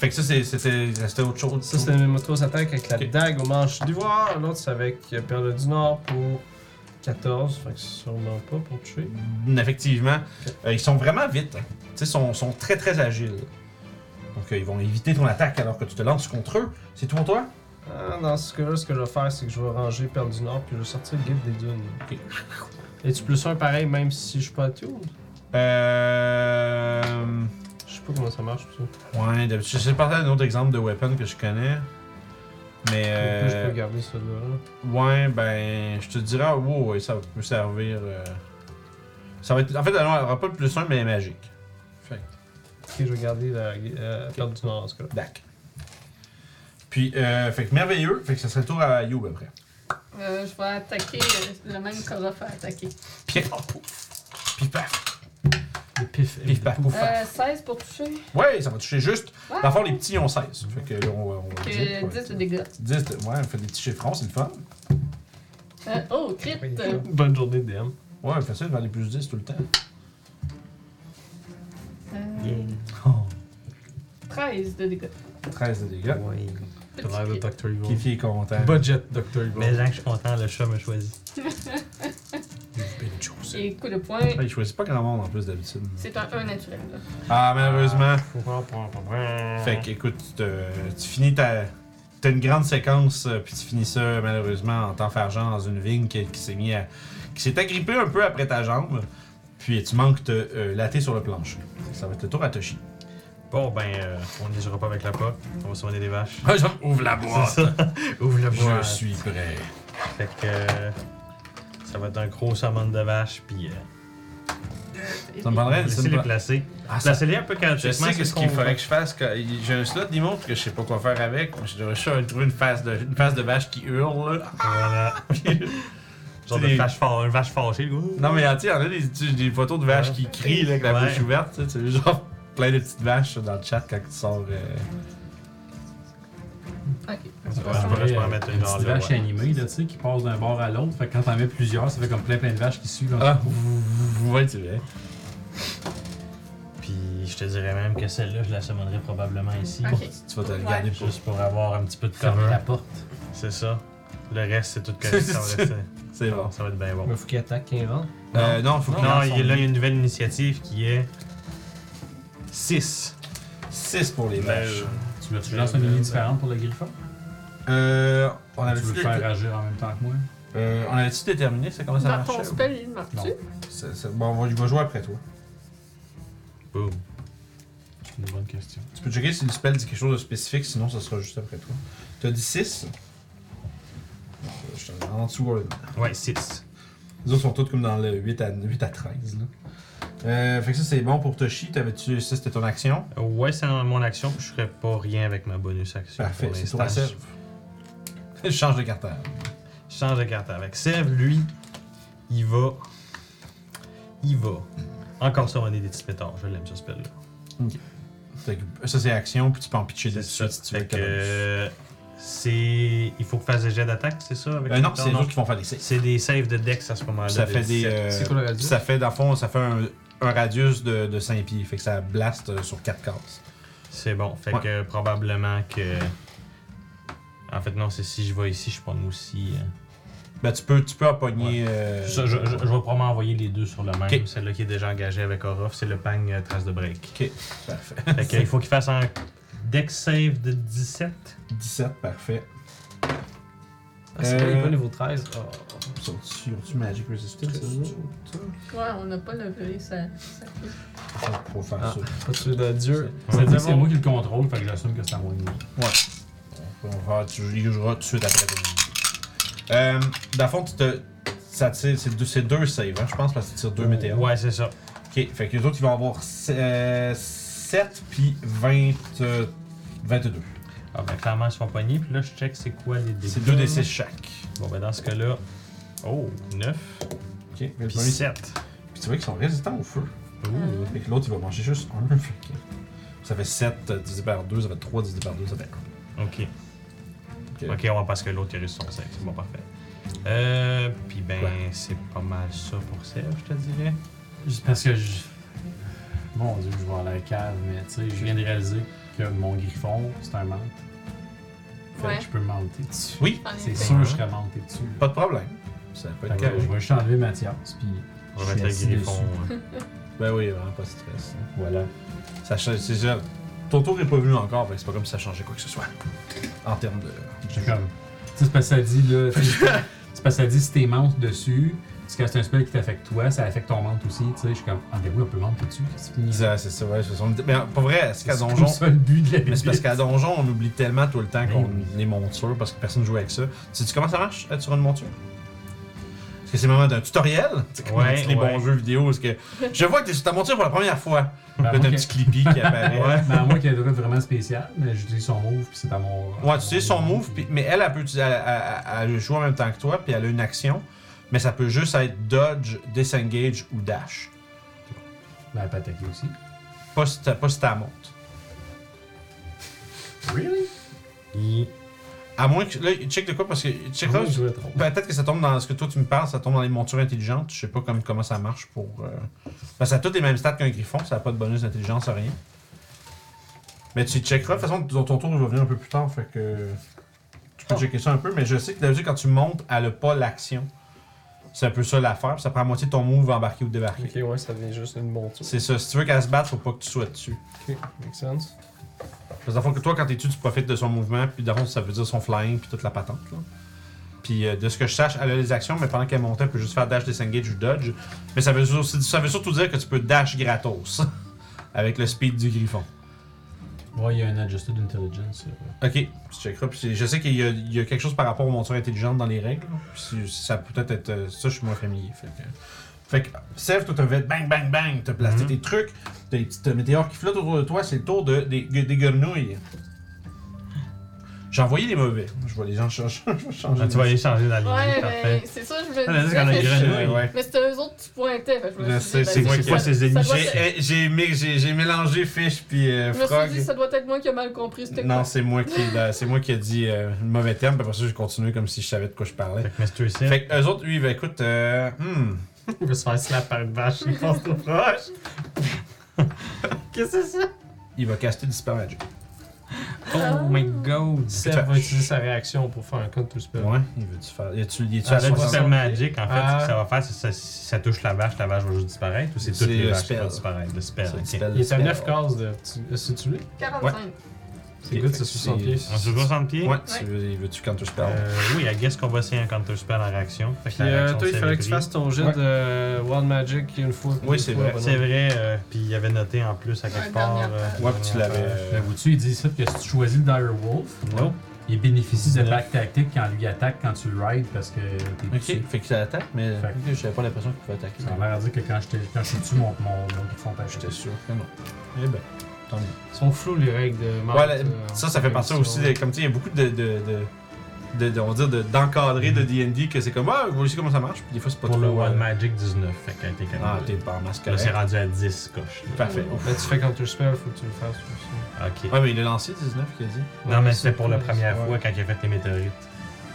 fait que ça, c'est- c'était c'était autre chose.
Ah! Ça, c'est mes trois attaques avec la
Ok.
dague aux manches d'ivoire. L'autre, c'est avec euh, Perle du Nord pour 14. Fait que c'est sûrement pas pour tuer.
Mm, Effectivement, Euh, ils sont vraiment vite. hein. Tu sais, ils sont, sont très très agiles. Donc, euh, ils vont éviter ton attaque alors que tu te lances contre eux. C'est tout pour toi?
Ah, dans ce cas-là, ce que je vais faire, c'est que je vais ranger Perle du Nord puis je vais sortir Guide des Dunes.
Ok.
Et tu plus un pareil, même si je suis pas attuned
Euh.
Je sais pas comment ça marche, tout ça.
Ouais, d'habitude, je sais pas un autre exemple de weapon que je connais. Mais.
Au plus, Je peux
Euh,
garder ça là.
ouais, ben, je te dirais, ah, wow, ouais, ça peut servir. euh, Ça va être, en fait, elle aura pas le plus 1, mais elle est magique. Fait que-
Ok, je vais garder la euh, Perle du Nord, en ce cas-là.
Dac. Puis, euh, fait que merveilleux, fait que ça serait le tour à You après.
Euh, je vais attaquer euh, le même qu'Orof a attaqué.
Puis, oh, pouf. Puis, paf,
Le pif. et
pif,
le
paf,
pouf.
pouf, paf.
Euh, 16 pour toucher.
Ouais, ça va toucher juste.
Ouais.
Dans le fond, les petits ont 16. Fait que là, on, va- on va
Que
dire, ouais,
10 de dégâts.
10 de- ouais, on fait des petits chiffrons, c'est le fun.
Euh, oh, crit! Euh,
Bonne journée, DM.
Ouais, on fait ça, vers les plus 10 tout le temps.
13 euh, de dégâts.
13 de dégâts.
Oui.
Petit
T'as l'air de
crit.
Dr. Evil.
Kifi est content.
Budget Dr. Evil.
Mais là, je suis content, le chat m'a choisi.
Et coup de poing,
Ah, il choisit pas grand monde en plus d'habitude.
c'est un 1 naturel. là.
Ah, malheureusement. Fait que, écoute, tu, te- tu finis ta. T'as une grande séquence, euh, puis tu finis ça malheureusement en t'enfargeant dans une vigne qui, qui s'est mis à. qui s'est agrippée un peu après ta jambe. Puis tu manques de euh, latter sur le plancher. Ça va être le tour à Toshi.
Bon, ben, euh, on n'ira pas avec la pote. On va soigner des vaches.
Ouvre la
C'est ça. Ouvre la
Je
boîte.
suis prêt.
Fait que. euh, ça va être un gros saumon de vache, puis. Euh,
Ça me prendrait. ça
laisser
me
les
prend-
placer.
Ah, ça-
Placez-les un peu quand
Je sais que ce qu'il faudrait que je fasse, que- j'ai un slot d'immonde que je sais pas quoi faire avec. Je devrais juste trouver une face de, une face de vache qui hurle. là.
Voilà. Genre de
Des-
vache fort, un vache fâché, le gars.
Non, mais tu sais, y en a des, tu- des photos de vaches qui crient là, avec la
Ouais.
bouche ouverte. tu sais, C'est genre plein de petites vaches dans le chat quand tu sors. euh,
Ok.
Ouais,
Ouais,
je pourrais- je pourrais
euh,
mettre une
une petite
dans le-
vache
ouais.
animée, là, tu sais, qui passe d'un bord à l'autre. Fait que quand t'en mets plusieurs, ça fait comme plein plein de vaches qui suivent.
Ah, ouais, tu vois.
Puis je te dirais même que celle-là, je la summonerais probablement ici.
Ok.
Tu vas te regarder
Ouais.
pour.
Juste pour avoir un petit peu de
Ferme
cover.
la porte.
C'est ça. Le reste, c'est tout correct. ça, va rester-
C'est bon.
ça va être bien bon.
Mais faut qu'il attaque qu'il invente.
Euh, non, faut que
Non, il y a- là, il y a une nouvelle initiative qui est 6.
6 pour les vaches.
Tu veux-tu lancer une ligne différente pour le griffon?
Euh, on
tu veux
avait-tu
le faire agir en même temps que moi?
euh, on avait-tu déterminé ça, comment ça
Dans
marchait?
ton
ou-
spell, il marque-tu?
Non.
Ça- ça- Bon, on va, il va jouer après toi.
Boum.
C'est une bonne question.
Tu peux checker si le spell dit quelque chose de spécifique, sinon ça sera juste après toi. T'as dit 6. Je suis en dessous. euh,
Ouais, 6.
Les autres sont toutes comme dans le 8 à, 8 à 13. Là. Euh, fait que ça, c'est bon pour Toshi. T'avais-tu. Ça, c'était ton action.
Ouais, c'est dans mon action, puis je ferais pas rien avec ma bonus action.
Parfait,
pour
c'est
l'instant.
toi, Sèvres. Je change de cartable.
Je change de carte avec Sev. Lui, il va. Il va. Encore ça, on est des petits pétards. Je l'aime, ce spell-là.
Fait que Ça, c'est action, puis tu peux en pitcher dessus si tu veux.
Fait que.
comme-
euh, C'est. Il faut que fasse des jets d'attaque, c'est ça? Avec
Euh,
le
non,
pétard?
c'est les autres qui vont faire les 6.
C'est des saves de Dex à ce moment-là.
Ça
de
fait des.
17.
euh,
C'est quoi le radius?
Ça fait, dans le fond, ça fait un, un radius de, de 5 pieds. Fait que ça blast euh, sur 4 cases.
C'est bon. Fait
Ouais.
que probablement que. En fait, non, c'est si je vais ici, je pogne aussi. euh,
Ben, tu peux, tu peux appogner. euh,
Je, je- je- je vais probablement envoyer les deux sur le même.
Ok.
Celle-là qui est déjà engagée avec Orof, c'est le Pang euh, Trace de Break.
Ok, parfait.
Fait que, il faut qu'il fasse un Dex save de 17.
17, parfait.
Ah, c'est pas- il est
Euh,
pas niveau 13. Oh.
Sont-tu ont-tu Magic Resistance, eux autres?
Ouais, on n'a pas levé ça. ça-
Ça, Pour faire
Ah.
ça.
Pas tué de Dieu.
Ça dit que
C'est
c'est moi qui le contrôle, fait que j'assume que c'est à moi. de
On va, tu les jugeras tout de suite après. Euh, dans le fond, tu te, ça tire, c'est deux, c'est deux saves, hein, je pense, parce que tu tires deux météores.
Ouais, c'est ça.
Ok, fait que les autres, ils vont avoir 7 puis 20, euh, 22.
Ah ben, clairement, ils sont pognés. Puis là, je check c'est quoi les dégâts.
C'est 2 des 6 chaque.
Bon, ben, dans ce cas-là. Oh, 9.
Ok, mais le
Puis
premier,
7.
Puis tu vois qu'ils sont résistants au feu.
Ouh.
Fait que l'autre, il va manger juste un. Fait que ça fait 7 divisé par 2, ça fait 3 divisé par 2, ça fait
Ok.
Ok.
Ok, on va passer que l'autre, il réussit son 5. C'est bon, parfait. Euh, puis ben,
Quoi?
c'est pas mal ça pour Sèvres, je te dirais.
Juste parce que je. Mon dieu, je vais à la cave, mais tu sais, je viens de réaliser que mon griffon, c'est un mante. Fait
Ouais. Ah,
que je peux monter dessus.
Oui,
En
C'est
effet.
sûr, je serais monté dessus. là.
Pas de problème. Ça peut
Fait
Ah
être
que
carré.
je vais juste enlever Mathias, puis
On va
Je suis
mettre le euh,
assis
griffon.
dessus.
ouais.
Ben oui, vraiment pas de stress. hein.
voilà.
Ça change. c'est genre- Ton tour est pas venu encore, fait que c'est pas comme si ça changeait quoi que ce soit. En termes de.
J'ai comme. Tu sais, c'est parce que ça dit, là. tu sais, C'est parce que ça dit, si t'es mante dessus, parce que c'est un spell qui t'affecte toi, ça affecte ton mante aussi, tu sais. Je suis comme, ah ben oui, on peut monter dessus. qu'est-ce que C'est
Ça, C'est ça, ouais. c'est ça. Mais pour vrai, c'est qu'à
C'est
donjon.
comme ça le but de la
Mais c'est parce qu'à donjon, on oublie tellement tout le temps qu'on
Ben Oui,
les montures parce que personne joue avec ça. Tu sais comment ça marche être sur une monture? Parce que c'est le moment d'un tutoriel. Tu sais, comme
Ouais,
dans tous les
ouais.
bons jeux vidéo, parce que je vois que t'es sur ta monture pour la première fois.
Ben,
Là, t'as
moi
un
qui-
petit clippy qui apparaît.
Ouais, mais ben, à moi qui a un droit vraiment spécial, mais j'utilise son move, puis c'est à mon. à
Ouais, tu sais, son
mon-
move, puis- mais elle, elle peut utiliser- elle- elle- elle joue en même temps que toi, puis elle a une action, mais ça peut juste être dodge, disengage ou dash.
Ben, elle peut attaquer aussi.
Pas si t'as- pas si t'as monte.
Really?
À moins que. Là, check de quoi, parce que. Check
Ah
là,
oui, je jouais trop.
Peut-être que ça tombe dans ce que toi tu me parles, ça tombe dans les montures intelligentes. Je sais pas comme, comment ça marche pour. euh, Ben, ça a toutes les mêmes stats qu'un griffon, ça a pas de bonus d'intelligence, ça a rien. Mais tu checkeras, de toute façon, ton ton tour va venir un peu plus tard, fait que. Tu
Ah.
peux checker ça un peu, mais je sais que d'habitude, quand tu montes, elle a pas l'action. C'est un peu ça l'affaire, puis ça prend la moitié de ton move embarqué ou débarqué.
Ok, ouais, ça devient juste une monture.
C'est ça, si tu veux qu'elle se batte, faut pas que tu sois dessus.
Ok, makes sense.
Parce que dans le fond, que toi, quand t'es dessus, tu profites de son mouvement, puis dans le fond, ça veut dire son flying, puis toute la patente. Là. Puis euh, de ce que je sache, elle a les actions, mais pendant qu'elle montait, elle peut juste faire dash, disengage ou dodge. Mais ça veut, aussi- ça veut surtout dire que tu peux dash gratos avec le speed du griffon.
Ouais, il y a un Adjusted Intelligence. euh,
Ok, tu checkeras. Puis c'est- je sais qu'il y, a- il y a quelque chose par rapport aux montures intelligentes dans les règles. là. Puis c'est- ça peut peut-être être. euh, Ça, je suis moins familier. Fait que, fait que Sèvres, toi, t'as fait bang, bang, bang. T'as placé
Mhm.
tes trucs. T'as les petites euh, météores qui flottent autour de toi. C'est le tour de, des, des grenouilles. J'ai envoyé les mauvais. Je vois les gens changer. je vais changer
Ah, tu vas
les-
aller changer d'allié.
Ouais,
parfait.
mais c'est ça, je me disais.
Ah, c'est qu'on a
mais
une
je-
Ouais,
grenouille.
ouais.
Mais c'était eux autres qui pointaient. fait que je me
Je
suis
sais,
dit,
c'est
ben,
moi
C'est
qui-
quoi
ça-
ces ennemis?
ça doit être-
J'ai- eh, J'ai mi- j'ai- j'ai mélangé fish puis euh,
Je me
frog.
suis dit, ça doit être moi qui a mal compris. C'était
Non,
quoi?
c'est moi qui c'est moi qui ai dit euh, le mauvais terme, puis après ça j'ai continué comme si je savais de quoi je parlais.
Fait que Mr. Sim,
Fait que eux autres, lui, ben écoute, euh, hmm,
Il veut se faire slap par une vache, il pense trop proche. Qu'est-ce que c'est ça?
il va caster Dispel Magic. Ah.
Oh my god! Seb va
Chut.
utiliser sa réaction pour faire un counter spell.
Ouais, il veut-tu faire. Y a-tu y a-tu à
Avec le
60?
spell magic, en fait,
Ah.
ce que ça va faire, c'est ça- si ça touche la vache, la vache va juste disparaître ou c'est
C'est
toutes les
le
vaches qui vont
spell.
disparaître? Le spell,
C'est le
ok.
spell.
Il est à 9 cases de. tu- Est-ce que tu l'es?
45.
C'est good, c'est
fait que
60
c'est-
pieds.
On se 60 pieds?
Ouais, tu veux- il veut-tu Counter Spell?
Euh, oui, I guess qu'on va essayer un counter spell en réaction. Fait que
Puis
la
euh,
réaction
toi, il
de
fallait que tu
Sèvres est
fasses ton jet
Ouais.
de Wild Magic une fois. une
Oui, c'est
fois,
vrai.
bonhomme.
prise. C'est vrai, euh, puis il avait noté en plus à
Ouais,
quelque part.
dernière page.
ouais, puis tu l'avais.
Là,
euh,
vous-tu, Ben, il dit ça que si tu choisis le Dire Wolf,
Non.
il bénéficie de
Neuf.
back tactique quand lui attaque quand tu le rides parce que t'es dessus.
Ok, fait que ça attaque, mais
Fait que-
ok, j'avais pas l'impression qu'il pouvait attaquer.
Ça a l'air à dire que quand je t'ai- quand je suis dessus, mon, mon, mon griffon t'a acheté.
J'étais sûr que non. Eh ben, tant mieux.
Ils sont floues les règles de Mount,
Ouais, la-
euh,
ça, ça fait partie
euh,
aussi, de- comme tu sais, il y a beaucoup de. de, de de, de- on va dire de- d'encadrer de D&D que c'est comme ah vous voyez comment ça marche puis des fois c'est pas
Pour
trop
le
euh,
One Magic 19, fait qu'elle était
ah
capable.
t'es pas en masque
Là, c'est
correct.
rendu à 10 coches. là.
parfait
Ben, tu fais counter spell, faut que tu le fasses aussi.
Ok.
ouais mais il a lancé 19 qu'il a dit
Non, mais c'était pour la
Ouais,
première
ouais.
fois quand il a fait les météorites.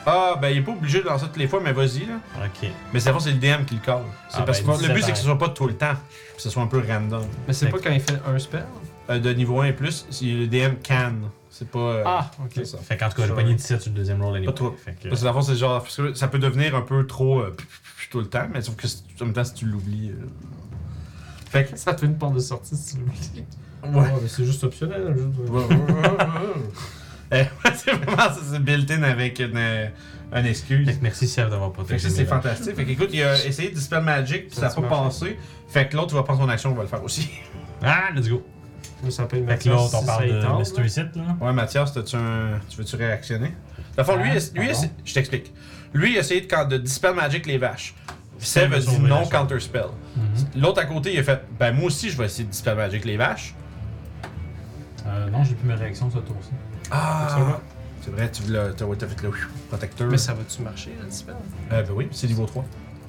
ah ben il est pas obligé de lancer toutes les fois mais vas-y là
Ok.
mais c'est à la fois, c'est le DM qui le colle c'est
Ah,
parce
ben,
que le but
17
c'est que ce soit pas tout le temps que ce soit un peu random
Mais c'est pas quand il fait un spell?
euh, de niveau 1 et plus, c'est- le DM can. C'est pas. euh,
Ah, ok.
c'est ça.
Fait qu'en tout cas, j'ai
Sure.
pogné 17 sur le deuxième roll anyway.
Pas trop.
Fait que-
Parce que dans le fond, c'est genre. parce que ça peut devenir un peu trop. euh, pu- pu- pu- tout le temps, mais sauf que si- en même temps, si tu l'oublies. euh, Fait que.
Ça te fait une porte de sortie si tu l'oublies.
Ouais.
mais c'est juste optionnel. le jeu de-
Euh, c'est vraiment ça, c'est built-in avec une, euh, une excuse.
Fait que merci, Sèvres, d'avoir
Fait que
protégé.
ça, c'est
mes-
fantastique. Fait que écoute, il a essayé de Dispel Magic, puis ça n'a
Ça
pas
a marché.
passé. Fait que l'autre, il va prendre son action, on va le faire aussi.
Ah, let's go.
Moi, ça s'appelle
Fait que
Mathias,
l'autre, on
si
parle
ça y tente,
de Mr.
là.
Isit, là.
Ouais, Mathias, t'as-tu un- tu veux-tu réactionner? Dans le fond, lui,
Ah,
il- lui il-
pardon.
je t'explique. Lui, il a essayé de, can- de Dispel Magic les vaches. Sev a
veut
dit
sauver
non
la
counter spell. L'autre à côté, il a fait Ben, moi aussi, je vais essayer de Dispel Magic les vaches.
Euh, non, j'ai plus mes réactions ce tour-ci.
Ah! C'est vrai, tu l'as- t'as ouais, t'as fait le protecteur.
Mais ça va-tu marcher, le dispel?
Euh, ben oui, c'est niveau 3.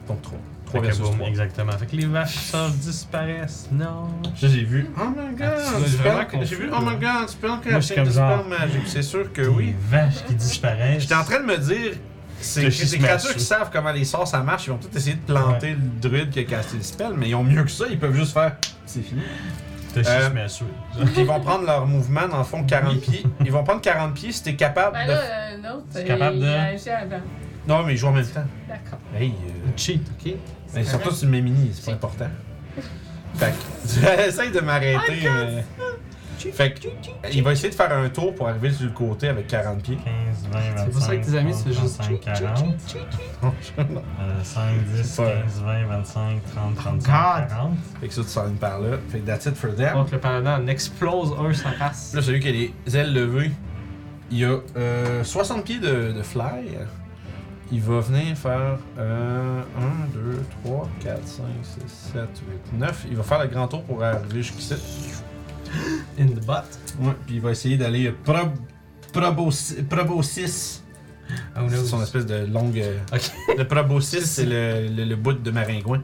Donc 3. 3
Fait que
versus
boum,
3.
Exactement. Fait que les vaches sortent, disparaissent. Non.
Ça, j'ai vu. Oh my god!
Ah, tu dois être
Dispel-
vraiment confus,
J'ai vu. Oh my
là.
god! Spell
Moi, je suis
Casting,
comme
Dispel
genre-
Magic. C'est sûr que
Les
oui.
vaches qui disparaissent.
J'étais en train de me dire, c'est
Que
que
je
les
suis
créatures
smash.
qui savent comment les sorts ça marche, ils vont peut-être essayer de planter le druide qui a casté le spell, mais ils ont mieux que ça, ils peuvent juste faire c'est fini.
T'as
Euh,
juste mis à suer.
Puis ils vont prendre leur mouvement dans le fond 40 pieds. Ils vont prendre 40 pieds si t'es capable
Ben
de.
là, euh, l'autre,
C'est capable
il
de-
a agi avant.
Non, mais ils jouent en même temps.
D'accord.
Hey, euh,
Cheat, ok?
mais surtout sur mes mini, c'est pas important. Fait que, j'essaie de
Oh
m'arrêter. mais- Fait que, il va essayer de faire un tour pour arriver sur le côté avec 40 pieds.
15, 20, 25.
C'est pour ça que tes amis, tu fais juste.
35, 40. Euh, 5, 10,
Ouais.
15, 20, 25, 30, 35,
God.
40.
Fait que ça, tu sors une par là. Fait que that's it for them.
Donc le paladin en explose un sa race.
Là, celui qui a les ailes levées, il a euh, 60 pieds de, de fly. Il va venir faire euh, 1, 2, 3, 4, 5, 6, 7, 8, 9. Il va faire le grand tour pour arriver jusqu'ici.
In the butt.
Ouais, puis il va essayer d'aller prob, probo, probo 6.
Ah,
Oh
C'est son espèce de longue. euh, Le probo 6, c'est le, le, le bout de maringouin.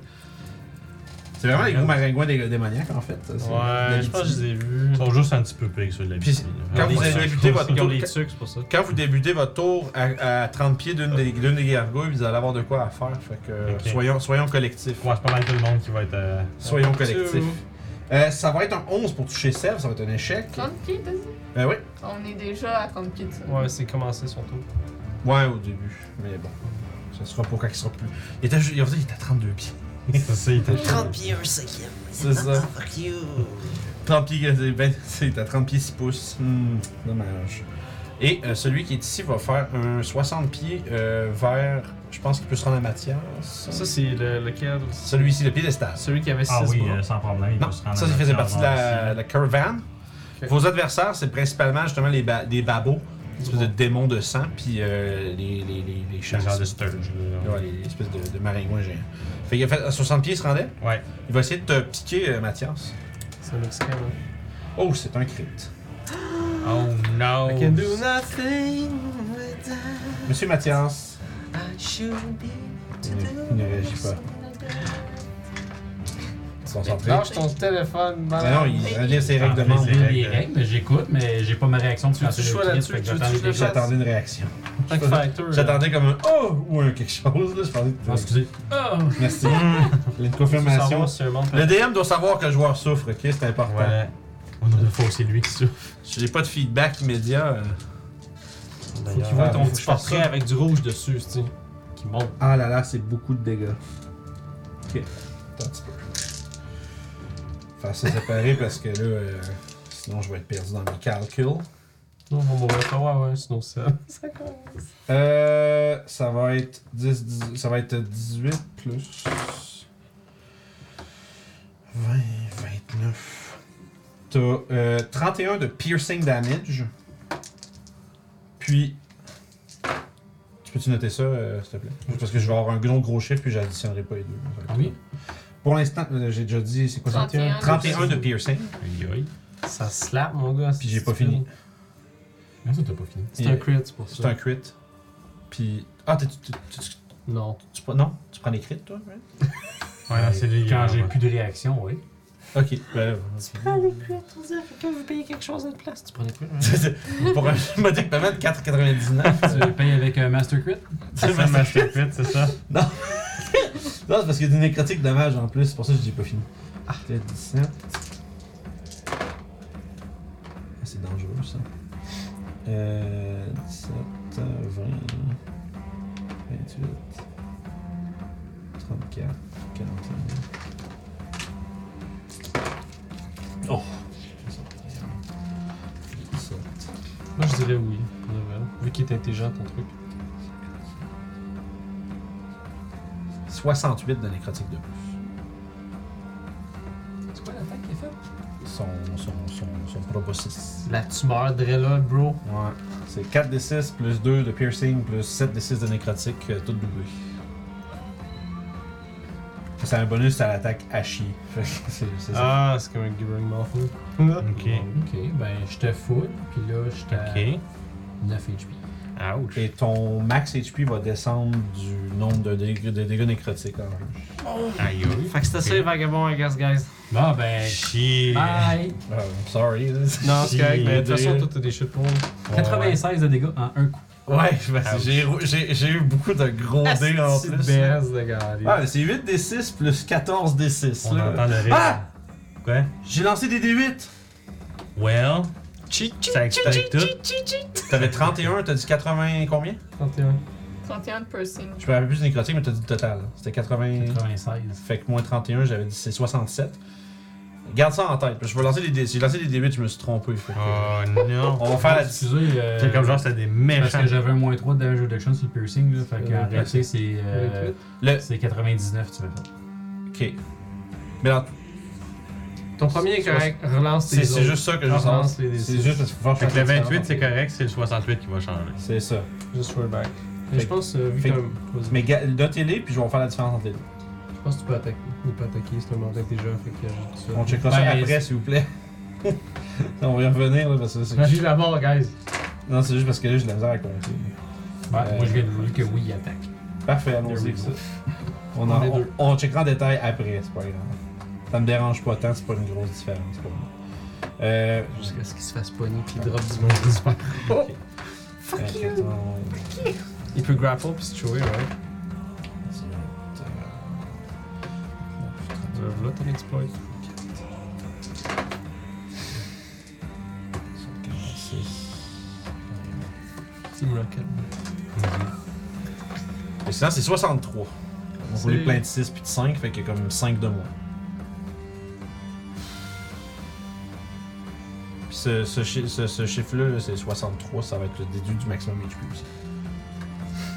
C'est vraiment les gros maringouins dé- démoniaques en fait. ça, c'est
Ouais, je pense que je les ai vus. Ils sont juste un petit peu pires que ceux de la
Puis,
BC, là.
quand
Ah,
vous
ouais.
avez débuté votre
Ils ont
tour-
des trucs, c'est pour ça.
Quand vous débutez votre tour à, à 30 pieds d'une des, d'une des gargouilles, vous allez avoir de quoi à faire. Fait que euh,
Ok.
soyons, soyons collectifs.
Ouais, c'est pas mal tout le monde qui va être. euh,
Soyons collectifs. Euh, ça va être un 11 pour toucher Sev, ça va être un échec.
Contre qui, t'as dit?
Ben oui.
hein? On est déjà à contre qui, ça?
Ouais, c'est commencé son tour.
Ouais, au début. Mais bon. Ça sera pour quand il sera plus. Il était, ju- il était à 32 pieds.
Ça, c'est. il t'a-
30 pieds, un cinquième.
C'est ça.
Ah, Fuck you.
30 pieds, c'est ben, c'est à 30 pieds 6 pouces. Hmm, dommage. Et euh, celui qui est ici va faire un 60 pieds euh, vers. Je pense qu'il peut se rendre à Mathias.
Ça, c'est le- lequel
Celui-ci, le piédestal.
Celui qui avait 6
Ah oui,
bras.
euh, sans problème. il
Non,
peut se rendre
ça, ça
à notre
faisait
carte
partie de
ici.
la, la caravane.
Ok.
Vos adversaires, c'est principalement justement les ba- des babos, des espèces
Bon.
de démons de sang, puis euh, les, les, les, les
C'est
chasses.
le genre de Sturge. là.
Ouais, les espèces de, de maringouins géants. Fait qu'il a fait à 60 pieds, il se rendait.
Ouais.
Il va essayer de te piquer, euh, Mathias.
C'est un extrême. hein.
Oh, c'est un crit.
Oh no.
I can do
Nothing with that
Monsieur Mathias.
I should be
Il ne, il ne réagit pas. Il se concentre.
Lâche ton téléphone,
Mais Ben non,
malade.
il relève ses règles de
Ah, mais
monde.
c'est-
J'ai les règles, mais j'écoute, mais j'ai pas ma réaction de
Tu veux-tu jouer là-dessus? Tu veux-tu jouer là-dessus?
J'attendais une réaction.
Tant que fighter. euh,
J'attendais comme un oh ou un quelque chose. Là. Je pensais
Ah,
que
excusez.
Merci. Il y a une
là, faut
confirmation.
savoir si un monde
Hmm. Le DM doit savoir que le joueur souffre, ok? C'est important.
Voilà. On a deux fois, c'est lui qui souffre.
J'ai pas de feedback immédiat. euh.
Faut qu'il
D'ailleurs,
voit
Ah,
ton
faut que
petit
je fasse
portrait
ça.
avec du rouge dessus, tu sais. Qui monte.
Ah là là, c'est beaucoup de dégâts. Ok. Attends un petit peu. Faire ça séparer parce que là, euh, sinon je vais être perdu dans mes calculs.
Non, on va mourir pas, ouais, ouais, sinon ça. Ça commence.
Euh, ça va être 10, 10 ça va être 18 plus 20, 29. T'as euh, 31 de piercing damage. Puis tu peux-tu noter ça, euh, s'il te plaît? Juste Parce que je vais avoir un gros gros chiffre puis j'additionnerai pas les deux.
Ah oui?
Pour l'instant, euh, j'ai déjà dit c'est quoi 31?
31.
31 de piercing.
aïe, aïe.
Ça slap, mon gars.
Puis j'ai pas fini.
Non, ça, t'as pas fini.
C'est un crit, c'est pour
C'est
ça.
un crit. Puis. Ah, t'es- tu- tu- tu-
Non.
tu prends- non? Tu prends les crits, toi? right?
Ouais,
Ah,
non, c'est lui.
Quand j'ai
ouais.
plus de réaction, oui.
Ok. ben,
on dirait que vous payez quelque chose à la place. Tu prends les crits,
C'est- c'est- pour un modique paiement de 4,99.
Tu le payes avec un Master Crit?
C'est ça, Master Crit, c'est ça?
Non, c'est parce qu'il y a du nécrotique dommage en plus, c'est pour ça que je dis pas fini. Ah, 17. où ça? Euh, 17, 20, 28, 34, 41. Oh! 17.
Moi, je dirais oui, pour de vrai. Vu qu'il est intelligent, ton truc.
68 de nécrotique de plus.
C'est quoi l'attaque qui est faite?
Son, son, son, son proboscis.
La tumeur Drella, bro.
Ouais. C'est 4 d 6 plus 2 de piercing plus 7 d 6 de nécrotique, euh, tout doublé. C'est un bonus à l'attaque à chier. Fait que c'est c'est ça.
Ah, c'est comme un Gibbering Mouthful.
Ok.
Ok, ben je te fous, puis là je te.
Ah. Ok.
9 HP.
Ouch.
Et ton max HP va descendre du nombre de, dég- de dégâts nécrotiques. en jeu.
Aïe.
Fait que c'était ça, les vagabonds, I guess, guys.
Bon, ben.
Chier.
Bye!
Ah, I'm sorry. là.
Non, c'est
Ben,
correct,
Si,
mais de toute
Drella.
façon, toi, t'as des shit pour.
96 de dégâts en un coup.
Ouais, parce que j'ai- j'ai j'ai eu beaucoup de gros dés en
Asti de
plus.
baisse, de gars.
Ah, mais c'est 8 d 6 plus 14 d 6.
On entend le rire.
Ah!
Quoi?
J'ai lancé des D8!
Well,
Chi, chi,
ça explique tout.
T'avais 31, t'as dit 80 combien?
31.
31 piercing.
Je me rappelle plus du nécrotique, mais t'as dit le total. C'était 80.
96.
Fait que moins 31, j'avais dit c'est 67. Garde ça en tête. parce que Je vais lancer des dés. J'ai lancé des D8, je me suis trompé. Fait que-
Oh non.
On va faire la
Excusez, euh,
C'est comme genre, c'était des
Parce
méchants.
que j'avais un moins 3 de damage reduction sur le piercing, là. Fait que
Euh,
en réalité, c'est. euh,
Le...
c'est 99, tu m'as fait.
Ok. Mais dans-
Ton premier est correct, relance tes
c'est c'est
autres. Ah,
juste ça que je lance.
Relance les
C'est
D6.
juste parce qu'il faut
Fait
faire
que le 28, c'est correct, c'est le 68 qui va changer.
C'est ça.
Just for back.
Fait
Mais je pense, euh, vu
fait-
que t'as- vas-y.
Mais ga- notez-les, puis je vais faire la différence entre les deux.
Je pense que tu peux attaquer. Ou pas attaquer, c'est un mental déjà, fait que ajoute ça.
On checkera ça
Ben,
après, s'il vous plaît. on va y revenir, là, parce que c'est.
Magie de la mort, guys.
Non, c'est juste parce que là, j'ai de la misère à compter.
Ouais,
Euh,
moi je viens de vous dire que oui, il attaque.
Parfait, allons-y. avec ça. On,
On
en,
est
on,
deux.
on checkera en détail après, c'est pas grave. Ça me dérange pas tant, c'est pas une grosse différence pour moi. Euh,
Jusqu'à ce qu'il se fasse pogner puis il drop du monde j'espère.
Fuck you!
Il peut grapple puis se tuer, ouais.
euh,
Euh, Voilà ton exploit. Team Rocket.
Et sinon, c'est 63. On voulait
C'est-
plein de 6 puis de 5, fait qu'il y a comme 5 de moins. Puis ce, ce, chi- ce- ce chiffre-là, là, c'est 63, ça va être le déduit du maximum HP aussi.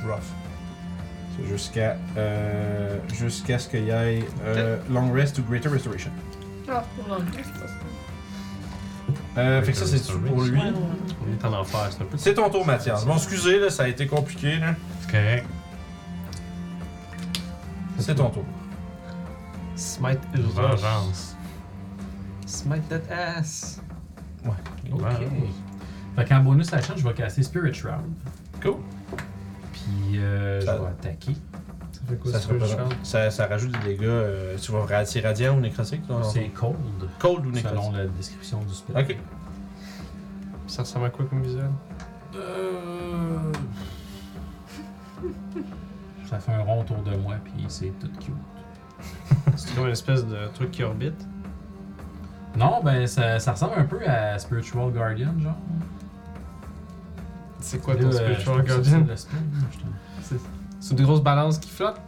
Rough. C'est jusqu'à euh, jusqu'à ce qu'il y ait euh, Long Rest ou Greater Restoration.
Ah, pour l'enlever, c'est pas ça.
Euh, fait que ça,
Greater
c'est pour lui.
Restoration. On est en enfer, c'est un peu.
C'est ton tour, Mathias. Bon, excusez, là, ça a été compliqué. là.
C'est correct.
C'est ton tour.
Smite Illusion.
Vengeance.
Smite that ass.
Ok.
Vengeance.
Fait qu'en bonus action, je vais casser Spirit Shroud.
Cool.
Puis euh, je
Ça-
vais attaquer.
Ça fait quoi
Ça,
ce
se représente-
Charles?
ça, ça rajoute des dégâts. euh, tu vas ra- c'est radiant ou nécrotique Ah non?
C'est cold,
cold ou
selon
nécrotique.
la description du spell.
Ok.
Ça ressemble à quoi comme visuel
Euh, Ça fait un rond autour de moi, puis c'est tout cute.
C'est comme une espèce de truc qui orbite.
Non, ben ça, ça ressemble un peu à Spiritual Guardian, genre.
C'est quoi
Là,
ton
euh,
Spiritual
je peux sortir
Guardian
le spell, là, hein, je te-
C'est une grosse balance qui flotte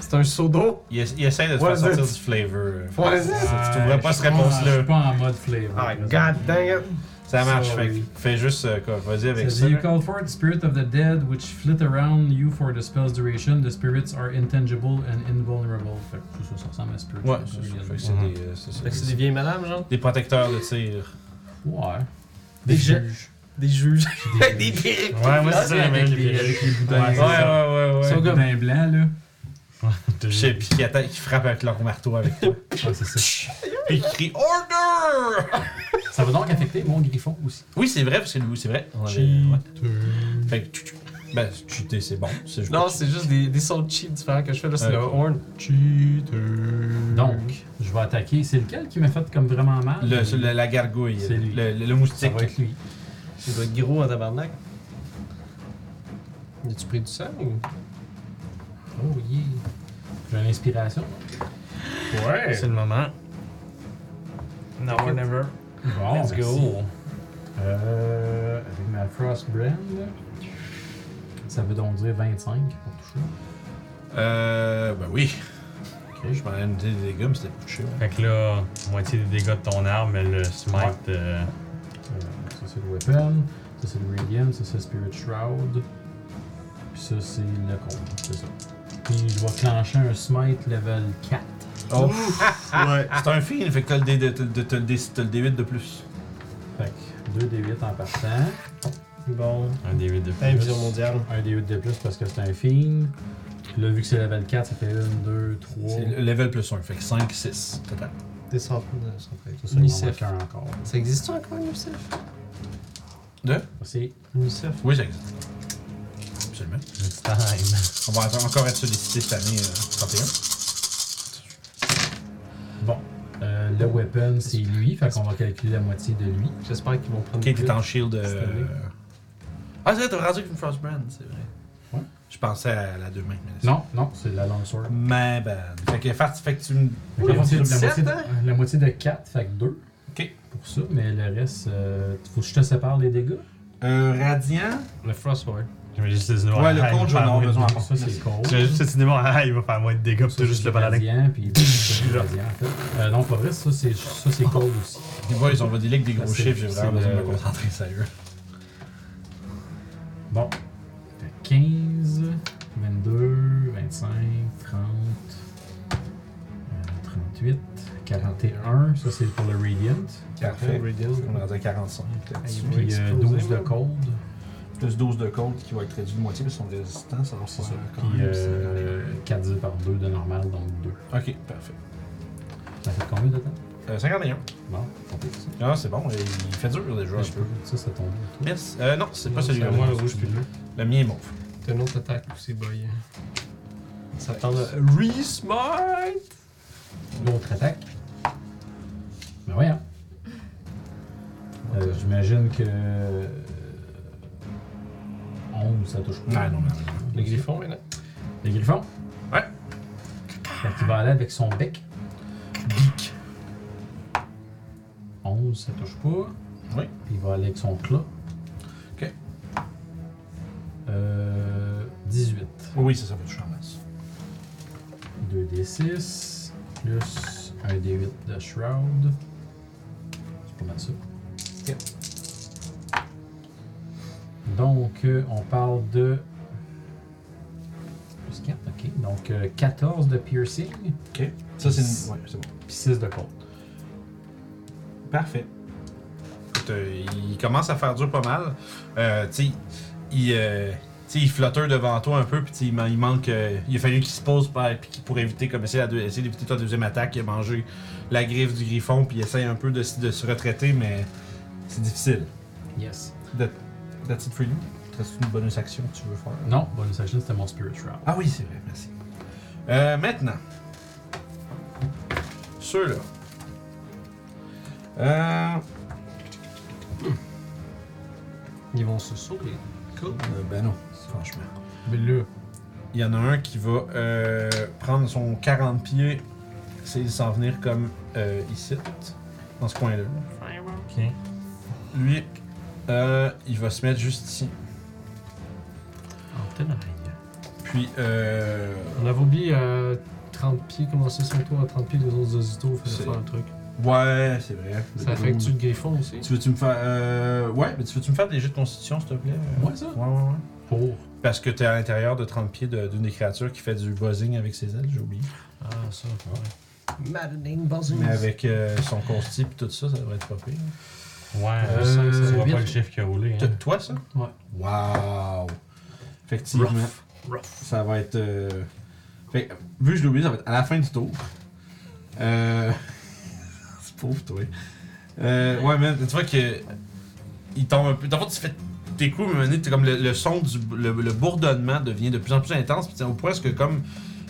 C'est un seau d'eau
Il, es- il essaie de te
What
faire
is
sortir
it?
du flavor. euh,
What is it?
ça, Ah, tu trouverais pas
Ouais,
cette
Ah, je suis
réponse-là.
Je suis pas en mode flavor.
Ah,
là, ça.
god dang it!
Ça marche. Fait,
Sorry.
que- fais juste euh, quoi, vas-y avec
Says,
ça.
you call forth the spirit of the dead which flit around you for the spell's duration. The spirits are intangible and invulnerable. Fait que ça, ça ressemble à spirit.
Ouais, c'est ça. Fait que c'est
Mhm.
des, euh, c'est ça,
Fait que c'est
des-
des vieilles madames, genre
des protecteurs de tir.
Ouais.
Des jets. Des juges.
Avec
des perruques.
Ouais, moi, c'est ça, la même.
avec les,
les-
avec les boudins.
Ouais, ouais, ouais, ouais.
Sauf que-
boudins blancs, là.
Puis c'est- puis qui, attaque, qui frappe avec leur marteau avec toi.
Ouais, c'est ça.
Puis il crie Order!
ça va donc affecter mon griffon aussi.
Oui, c'est vrai, parce que Louis, c'est vrai. On avait- ouais. Fait que tu- tu- ben, cheater, c'est bon. C'est juste
Non, c'est juste des, des sons cheap différents que je fais. Là, c'est
Ouais.
le horn.
Mm-hmm.
Cheater.
Donc, je vais attaquer. C'est lequel qui m'a fait comme vraiment mal?
le, le- la gargouille,
C'est lui.
le, le- le
Ça
moustique.
va être lui.
Tu dois être gros en tabarnak. As-tu pris du sang ou.
Oh yeah. J'ai une inspiration.
Ouais. C'est le moment.
No, never.
Bon,
Let's go.
Euh, avec ma Frostbrand, ça veut donc dire 25 pour toucher.
Euh. Ben oui.
Ok.
Je m'en ai noté des dégâts, mais c'était pour toucher. ouais.
Fait que là, moitié des dégâts de ton arme, le smite. euh,
Euh, ça, c'est le Weapon. Ça, c'est le Radiant. Ça, c'est le Spirit Shroud. Puis ça, c'est le Cold. C'est ça. Puis je vais clencher un Smite level 4.
Oh. ouais. C'est un film, fait que t'as le, dé, t'as le- t'as le dé- t'as le D8 de plus.
Fait que 2 D8 en partant.
Bon.
un des 8 de plus.
Invasion mondiale.
Un D8 de plus parce que c'est un Fiend. Là, vu que c'est level 4, ça fait 1, 2, 3.
C'est le level plus 1, fait que 5, 6 total.
Descends plus, descends plus.
Unicef. encore.
Ça existe encore, Unicef
C'est
Unicef.
Oui, ça existe. Absolument.
It's time.
On va attendre encore être sollicité cette année euh, 31.
bon. Euh, le weapon, c'est lui. Fait qu'on va calculer la moitié de lui.
J'espère qu'ils vont prendre.
Ok, t'es
plus.
en shield. euh,
Cette année.
Ah, c'est vrai, t'as rendu avec une Frostbrand, c'est vrai.
Ouais.
Je pensais à la deux mains. mais c'est-
Non, non, c'est la Longsword.
Ma bad. Fait que, fast, fait que tu me.
Fait que
Ouh,
la, moitié, la
17,
moitié de, la moitié de 4, fait que 2.
Ok.
Pour ça, mais le reste, euh, faut que je te sépare les dégâts.
Euh, radiant.
Le Frostword.
J'avais juste le cinéma.
Ouais, le compte, je vais en avoir besoin encore.
Ça, c'est cold.
J'avais juste le cinéma. Ah, il va faire moins de dégâts, pis
Ça,
t'as juste
c'est
le paladin.
radiant, puis c'est le radiant, en fait. Euh, non, pas vrai, ça, c'est, ça, c'est cold aussi.
Des fois, ils ont des ligues, des gros
Ah, c'est-
chiffres, j'ai vraiment
c'est
besoin de me
le-
concentrer, sérieux.
Bon. Fait 15, 22, 25, 30, euh, 38, 41. Ça, c'est pour le Radiant.
Parfait.
Radiant.
On est rendu à 45. peut-être.
Aïe.
Puis euh, 12 de cold.
Plus 12 de cold qui va être réduit de moitié parce qu'ils sont résistants, ça leur
C'est
sert
ça.
quand
Puis
même.
euh, 4 divisé par 2 de normal, donc 2.
c'est- Ok, parfait.
Ça fait combien de temps?
Euh, 51.
Bon, on peut ça.
Ah, c'est bon, il fait dur déjà un
Je
peu.
peux. Ça, ça tombe. toi.
Merci. Euh, non, c'est pas
Non,
celui-là.
c'est moi, le rouge puis le bleu.
Le mien est mauve.
T'as une autre attaque aussi, boy. Ça
Attends,
tente.
Resmite!
L'autre attaque. Ben voyons. Euh, J'imagine que. 11, ça touche pas.
Ouais, Ah, non, non.
Le griffon maintenant.
Le griffon?
Ouais.
Fait qu'il va aller avec son bec.
Geek.
11, ça touche pas.
Oui.
Puis il va aller avec son clat.
Ok.
Euh, 18.
Oui, oui, ça, ça va toucher en masse.
2d6 plus un d8 de shroud. C'est pas mal ça. Donc, euh, on parle de. Plus 4, ok. Donc, euh, 14 de piercing,
Ok. Ça, c'est une. Ouais, c'est bon.
puis 6 de cold.
Parfait. Écoute, euh, il commence à faire dur pas mal. Euh, tu sais, il, euh, tu sais, il flotteur devant toi un peu, puis tu sais, il, man- il manque. euh, il a fallu qu'il se pose par- puis qu'il- pour éviter, comme essayer, la deux- essayer d'éviter ta deuxième attaque. Il a mangé la griffe du griffon, puis il essaye un peu de, s- de se retraiter, mais c'est difficile.
Yes.
That- That's it for you. Reste une bonus action que tu veux faire.
Non, bonus action, c'était mon spirit shroud.
Ah oui, c'est vrai, merci. Euh, maintenant, ceux-là. Euh,
Ils vont se sauver. Cool.
euh, ben non, franchement.
Mais là,
Il y en a un qui va euh, prendre son 40 pieds, essayer de s'en venir comme euh, ici, dans ce coin-là.
Ok.
Lui, euh, il va se mettre juste ici.
en tenaille.
Puis, euh,
On avait oublié à 30 pieds, commencer son tour à 30 pieds des autres Zozito,
C'est-
faisait faire un truc.
ouais, c'est vrai.
Ça affecte-tu le griffon aussi?
Tu veux-tu me faire. euh, ouais, mais tu veux-tu me faire des jeux de constitution, s'il te plaît?
Ouais, ça.
Ouais, ouais, ouais.
Pour.
Parce que t'es à l'intérieur de 30 pieds de- d'une des créatures qui fait du buzzing avec ses ailes, j'ai oublié.
Ah, ça.
Maddening buzzing.
Mais avec euh, son consti et tout ça, ça devrait être pas pire.
Ouais,
Euh,
je sens que ça
huit.
voit pas le chiffre qui a roulé. hein.
T'as de toi, ça?
Ouais.
Wow! Effectivement. Ça va être. euh, fait que, vu que je l'ai oublié, ça va être à la fin du tour. Euh. C'est pauvre, toi. Euh, ouais, mais tu vois que. Il tombe un peu. Dans le fond, tu fais tes coups, mais à un moment donné, t'as comme le, le son du. Le, le bourdonnement devient de plus en plus intense, puis t'sais, au point est-ce que, comme.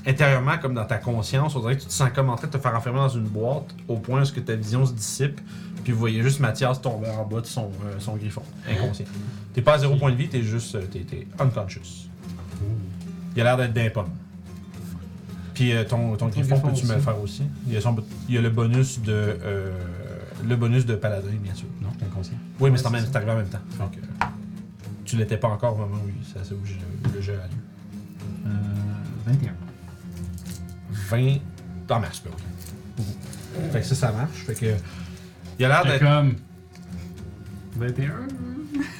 Intérieurement, comme dans ta conscience, on dirait que tu te sens comme en train de te faire enfermer dans une boîte, au point est-ce que ta vision se dissipe, puis vous voyez juste Mathias tomber en bas de son, euh, son griffon,
Hein?
inconscient. T'es pas à zéro point de vie, t'es juste. euh, T'es, t'es unconscious. Il a l'air d'être d'un pomme. Puis euh, ton, ton griffon,
griffon
peux-tu me
aussi.
le faire aussi Il y a, son- il y a le bonus de. euh, le bonus de paladin, bien sûr.
Non, t'es inconscient.
Oui, mais c'est en même- c'est arrivé en même temps. Donc, euh, tu l'étais pas encore au moment où ça s'est obligé le, le jeu a lieu.
Euh, 21.
20. Ah, marche pas, oui. Fait que ça, ça marche. Fait que. Il a l'air
T'es
d'être.
comme. 21?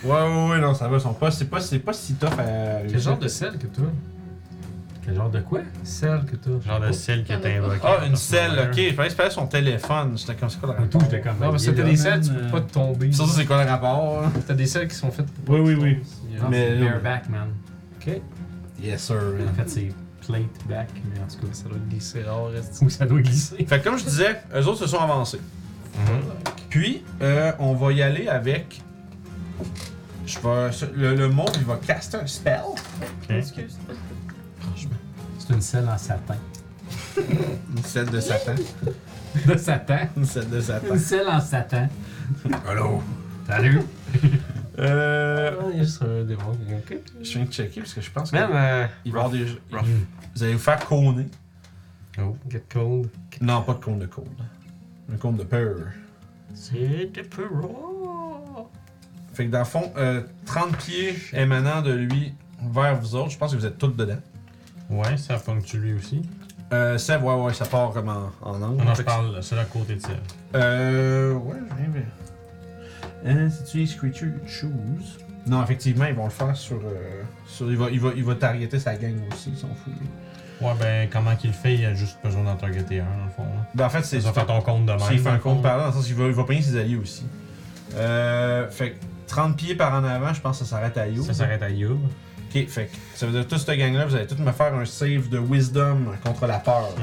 Ouais, ouais, ouais, non, ça va. Son pas, c'est pas, c'est pas si tough à.
Quel genre de sel que toi
Quel genre de quoi?
Sel que Oh. toi
Genre de celle qui était invoquée.
Ah, une selle, ok. Il fallait se faire son téléphone. J'étais comme, c'est quoi le
Et tout,
rapport?
j'étais comme.
Non, mais c'était
Yeah,
des selles, tu
man,
peux
euh,
pas te tomber.
Surtout, c'est quoi le rapport? hein?
T'as des selles qui sont faites pour.
Oui, oui, oui.
Yeah.
Non,
Mais
c'est
non.
bareback, man.
Yes, sir. man.
En fait, c'est plate back, mais en tout cas,
Ça doit glisser rare, reste.
où ça doit glisser.
Fait que comme je disais, eux autres se sont avancés. Mhm. Puis, euh, on va y aller avec. Je vais. Le, le monde, il va caster un spell.
Excuse.
C'est une selle en satin.
Une selle de Satan.
De Satan?
Une selle de Satan.
Une selle en Satan.
Allô?
Salut!
Euh.
Ah, il y a juste un démon qui est ok.
Je viens de checker parce que je pense que.
Même. euh,
il va y avoir des. Vous allez vous faire conner.
Oh, get cold.
Non, pas de compte de cold. Un compte de peur.
C'est de peu raw.
Fait que dans le fond, euh, 30 pieds émanant de lui vers vous autres, je pense que vous êtes tous dedans.
Ouais, ça ponctue lui aussi.
Euh, Seb, ouais, ouais, ça part comme en, en angle.
On en
Fait que-
parle, c'est à côté de ça.
Euh. Ouais, je viens vers. Hein, c'est-tu les Creature Choose? Non, effectivement, ils vont le faire sur. euh, sur il va, il va, il va targeter sa gang aussi, ils s'en foutent.
Ouais, ben, comment qu'il le fait, il a juste besoin d'en targeter un, dans le fond. là.
Ben, en fait, c'est.
Ça va faire ton compte de même.
S'il fait
dans
un
le fond.
compte par là, dans le sens qu'il va, il va payer ses alliés aussi. Euh, fait que 30 pieds par en avant, je pense que ça s'arrête à You.
Ça s'arrête à Youb.
Ok, fait que ça veut dire toute cette gang-là, vous allez tous me faire un save de wisdom contre la peur.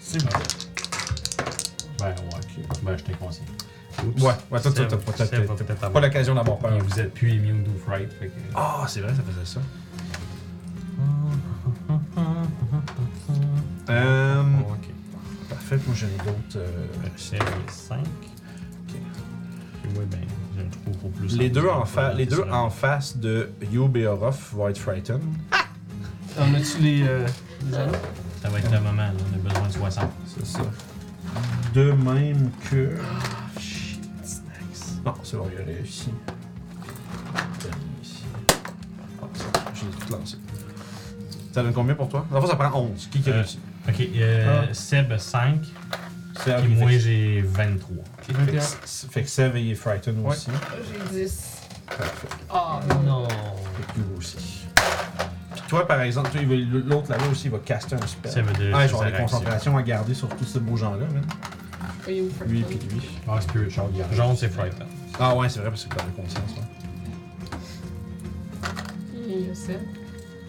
C'est bon.
Ben, ouais, ok. Ben, j'étais inconscient.
Ouais, ouais, toi, toi,
Ça
toi,
va-
toi,
ça
t'as-
va
t'as-
peut-être
t'as pas
avoir.
l'occasion d'avoir
Ben,
peur.
Et vous êtes plus immune d'où fright, fait que.
Ah, c'est vrai, ça faisait ça. Euh,
Ok.
parfait, moi j'en ai d'autres. euh,
C'est 5. Ouais, ben, j'ai un trou pour plus.
Les deux, en, fa-
face.
les deux en face de Youb et Orof vont être frightened.
On a-tu les. euh, les anneaux?
Ça va être le moment, là. On a besoin de 60.
C'est ça. De même que. ah, Non, c'est bon, il a réussi. Ah, ça, Je l'ai tout lancé. Ça donne combien pour toi? Dans le fond, ça prend 11. Qui qui a
Euh,
réussi?
Ok, euh,
Ah.
Seb 5.
C'est
Puis moi, j'ai 23.
Fait que- fait que Sev il est frightened
Ouais.
aussi.
J'ai 10.
Parfait.
Ah,
Non.
Fait que Youb aussi. Puis toi, par exemple, toi, il va- l'autre là-bas aussi, il va caster un spell.
Ça veut dire.
Ah,
c'est
j'aurai
sa
des
réaction.
concentrations à garder sur tous ces beaux gens-là. man.
voyez où
Lui puis lui.
Ah, Spirit Shard, il y a
Jaune, c'est Frighten.
Ah ouais, c'est vrai, parce que t'as de conscience. ouais.
Je sais.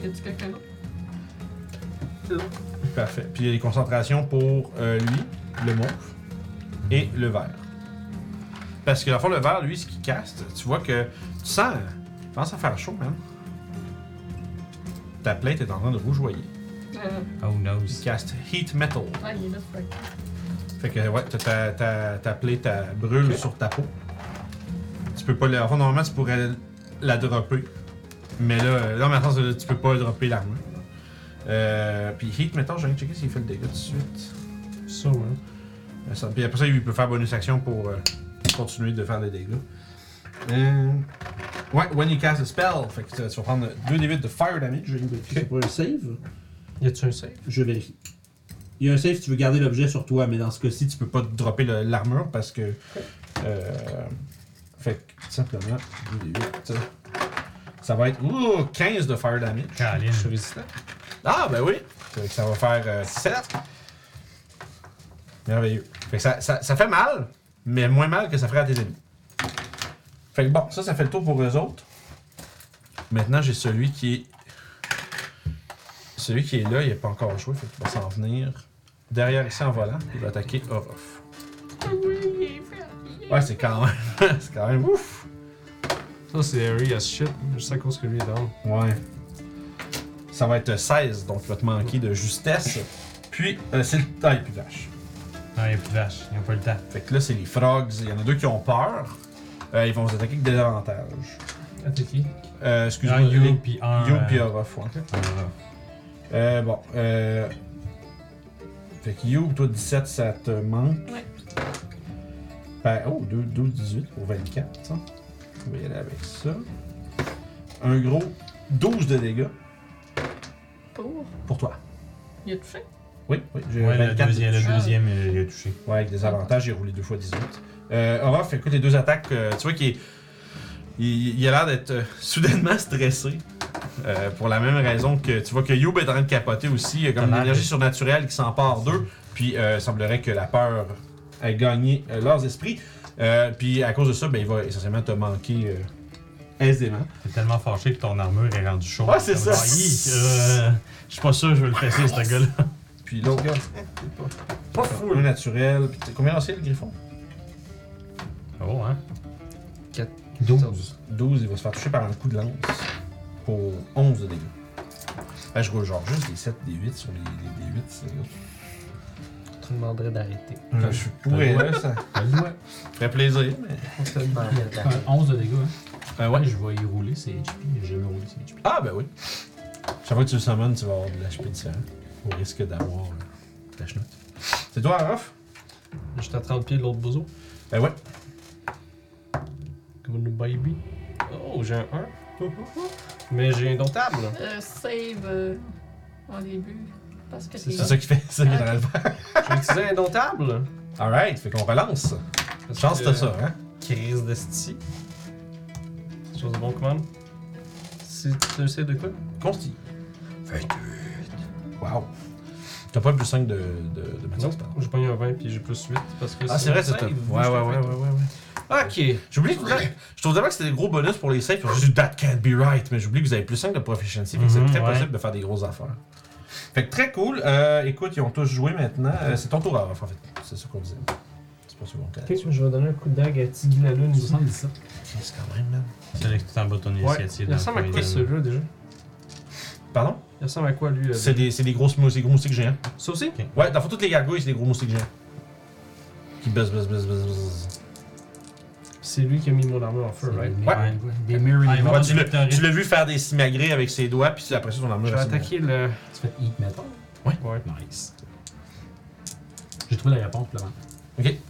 Y a-tu quelqu'un d'autre?
Parfait. Puis il y a des concentrations pour euh, lui, le mauve, et le vert. Parce que, dans le fond, le vert, lui, ce qu'il caste, tu vois que tu sens. Tu commences à faire chaud, man. Ta plainte est en train de rougeoyer.
Euh,
Oh no.
Il caste Heat Metal.
ah, il est là, Frank.
Fait que, ouais, t'as- ta, ta, ta plaie, ta brûle sur ta peau. Tu peux pas la. Enfin, normalement, tu pourrais la dropper. Mais là, euh, non, mais attends, c'est- tu peux pas dropper l'armure. Euh, puis Heat, mettons, j'ai rien checké s'il fait le dégât tout de suite.
Ça, ouais.
Euh, ça- Puis après ça, il peut faire bonus action pour euh, continuer de faire des dégâts. Euh, ouais, when you cast a spell, fait que tu vas prendre 2 d8 de fire damage. Je vais vérifier si c'est pas un save.
Y a-tu un save
Je vérifie. Il y a un save si tu veux garder l'objet sur toi, mais dans ce cas-ci, tu peux pas te dropper le- l'armure parce que. Euh, fait que, tout simplement, 2d8, ça- Ça va être ouh, 15 de fire damage.
Caroline.
Je suis résistant. Ah, ben oui! Fait que ça va faire 7. Merveilleux. Fait que ça, ça, ça fait mal, mais moins mal que ça ferait à tes ennemis. Fait que bon, ça, ça fait le tour pour eux autres. Maintenant, j'ai celui qui est celui qui est là, il n'est pas encore joué, fait qu'il va s'en venir. Derrière ici en volant, il va attaquer Orof.
Oui, Frank.
Ouais, c'est quand même. c'est quand même ouf!
Ça, c'est Harry as shit, juste à cause que lui est down.
Ouais. Ça va être 16, donc il va te manquer de justesse. Puis, euh, c'est le. Ah, il n'y a plus de vache.
Non, il y a plus de vache. Il n'y a pas le temps.
Fait que là, c'est les frogs. Il y en a deux qui ont peur. Euh, ils vont vous attaquer avec des avantages.
Attaquer.
Euh, excuse-moi.
Un You,
les-
Ah, puis un.
You
euh,
puis Orof, ouais.
un Orof.
Euh, bon. Euh... Fait que You, toi, 17, ça te manque.
Ouais.
Ben, oh, 2, 12, 18 pour 24. hein. On va y aller avec ça. Un gros 12 de dégâts
Pour.
pour toi.
Il a touché.
Oui, oui, j'ai
Ouais, le
24 de
deuxième, le
touche.
deuxième, il il a touché.
Ouais, avec des avantages, j'ai roulé deux fois 18. Euh, Orof, écoute, les deux attaques, euh, tu vois qu'il est- il, il a l'air d'être euh, soudainement stressé. euh, pour la même raison que tu vois que Youb est en train de capoter aussi. Il y a comme une
T'as l'air
énergie
de-
surnaturelle qui s'empare d'eux. Puis euh, il semblerait que la peur ait gagné euh, leurs esprits. Euh, puis à cause de ça, ben, il va essentiellement te manquer euh, aisément.
T'es tellement fâché que ton armure est rendue chaude.
Ouais, c'est
Comme,
ça.
Ah, hi, euh, Je suis pas sûr que je veux le fesser, ce gars-là.
Puis l'autre gars, c'est pas, pas fou. Un naturel. Puis t'as- combien lancé le griffon
Oh, hein?
12. 12, il va se faire toucher par un coup de lance pour 11 de dégâts. Ben, je roule genre juste des 7, des 8 sur les, les- des 8, c'est
Je te demanderais d'arrêter.
Je suis pourri, là, ça ferait plaisir, mais...
On se demande
Faire 11 de dégâts, hein.
Ben
Ouais,
ouais.
je vais y rouler ses HP. J'ai jamais roulé ses HP.
Ah, ben oui. Chaque fois que tu le summons, tu vas avoir de l'HP différent. Au risque d'avoir euh, de la chenoute. C'est toi, Araf?
J'étais à 30 pieds de l'autre bozo.
Ben ouais.
Comme une baby. Oh, j'ai un 1. Mais j'ai indomptable.
Euh, save euh, en début. Parce que
C'est
C'est ça qui fait ça qui est dans le faire.
J'ai utilisé indomptable.
Alright, fait qu'on relance.
Parce
Chance
que-
t'as ça, hein?
Crise d'esti. C'est chose de bon, commande. C'est un save de quoi
Consti. 28. Wow. T'as pas plus 5 de, de, de matière, pardon.
J'ai pas eu un 20 puis j'ai plus 8 parce que
Ah, c'est vrai, c'est
un
top.
save.
Ouais, ouais, ouais, ouais, ouais.
ouais. Ok.
J'oublie tout le temps- Je trouve d'abord que c'était des gros bonus pour les saves. J'ai dit that can't be right, mais j'oublie que vous avez plus 5 de proficiency. fait que
Mhm,
c'est très
ouais.
possible de faire des grosses affaires. Fait que très cool. Euh, écoute, ils ont tous joué maintenant. Euh, c'est ton tour à Raph, en fait. C'est ça qu'on disait. C'est pas sûr qu'on connaît.
Ok, je vais donner un coup de dague à Tiggy la Lune.
77.
C'est quand même, man.
C'est là que tu t'en bats ton
Ouais.
initiative.
Il
dans le
ressemble à
coin
quoi
d'elle.
celui-là déjà
Pardon?
Il ressemble à quoi lui euh,
C'est des, c'est des grosses mous- c'est des gros moustiques géants.
Ça aussi
Ouais, dans le fond, toutes les gargouilles, c'est des gros moustiques géants. Qui buzz, buzz, buzz, buzz, buzz.
C'est lui qui a mis mon armure en feu, right
Ouais.
Ouais.
Des Mary
Ah, il va-
Ouais, tu l'as-
Victorine.
tu l'as vu faire des simagrées avec ses doigts, puis après ça, son armure
Je vais
elle s'est-
attaquer le.
Tu fais heat metal.
Ouais.
Nice. J'ai trouvé la réponse, hein. Clément.
Ok.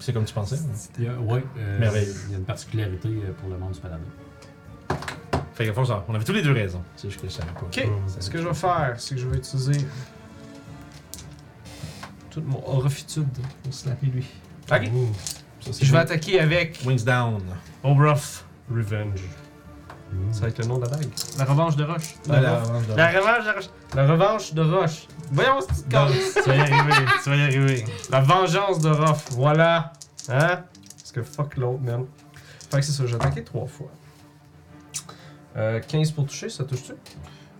C'est comme tu pensais.
Il y a, ouais, euh,
Merveilleux.
il y a une particularité euh, pour le monde du paladin.
Fait que, forcément, on avait tous les deux raison. C'est juste que je savais pas.
Ok, ce que je vais faire, c'est que je vais utiliser. Tout mon horrifitude pour slapper lui.
Ok.
Ouh.
Ça, c'est
Je vais
Wing-
attaquer avec.
Wings down.
Obroth Revenge. Ça va être le nom de la dague. La revanche de Roche.
Ah, la
La,
revanche de-
revanche de Roche. La revanche de Roche. Voyons ce petit
Dans-
tu vas y arriver, tu vas y arriver. La vengeance de Roth, voilà. Hein? Parce que fuck l'autre, man. Fait que c'est ça, j'ai attaqué trois fois. Euh, 15 pour toucher, ça touche-tu?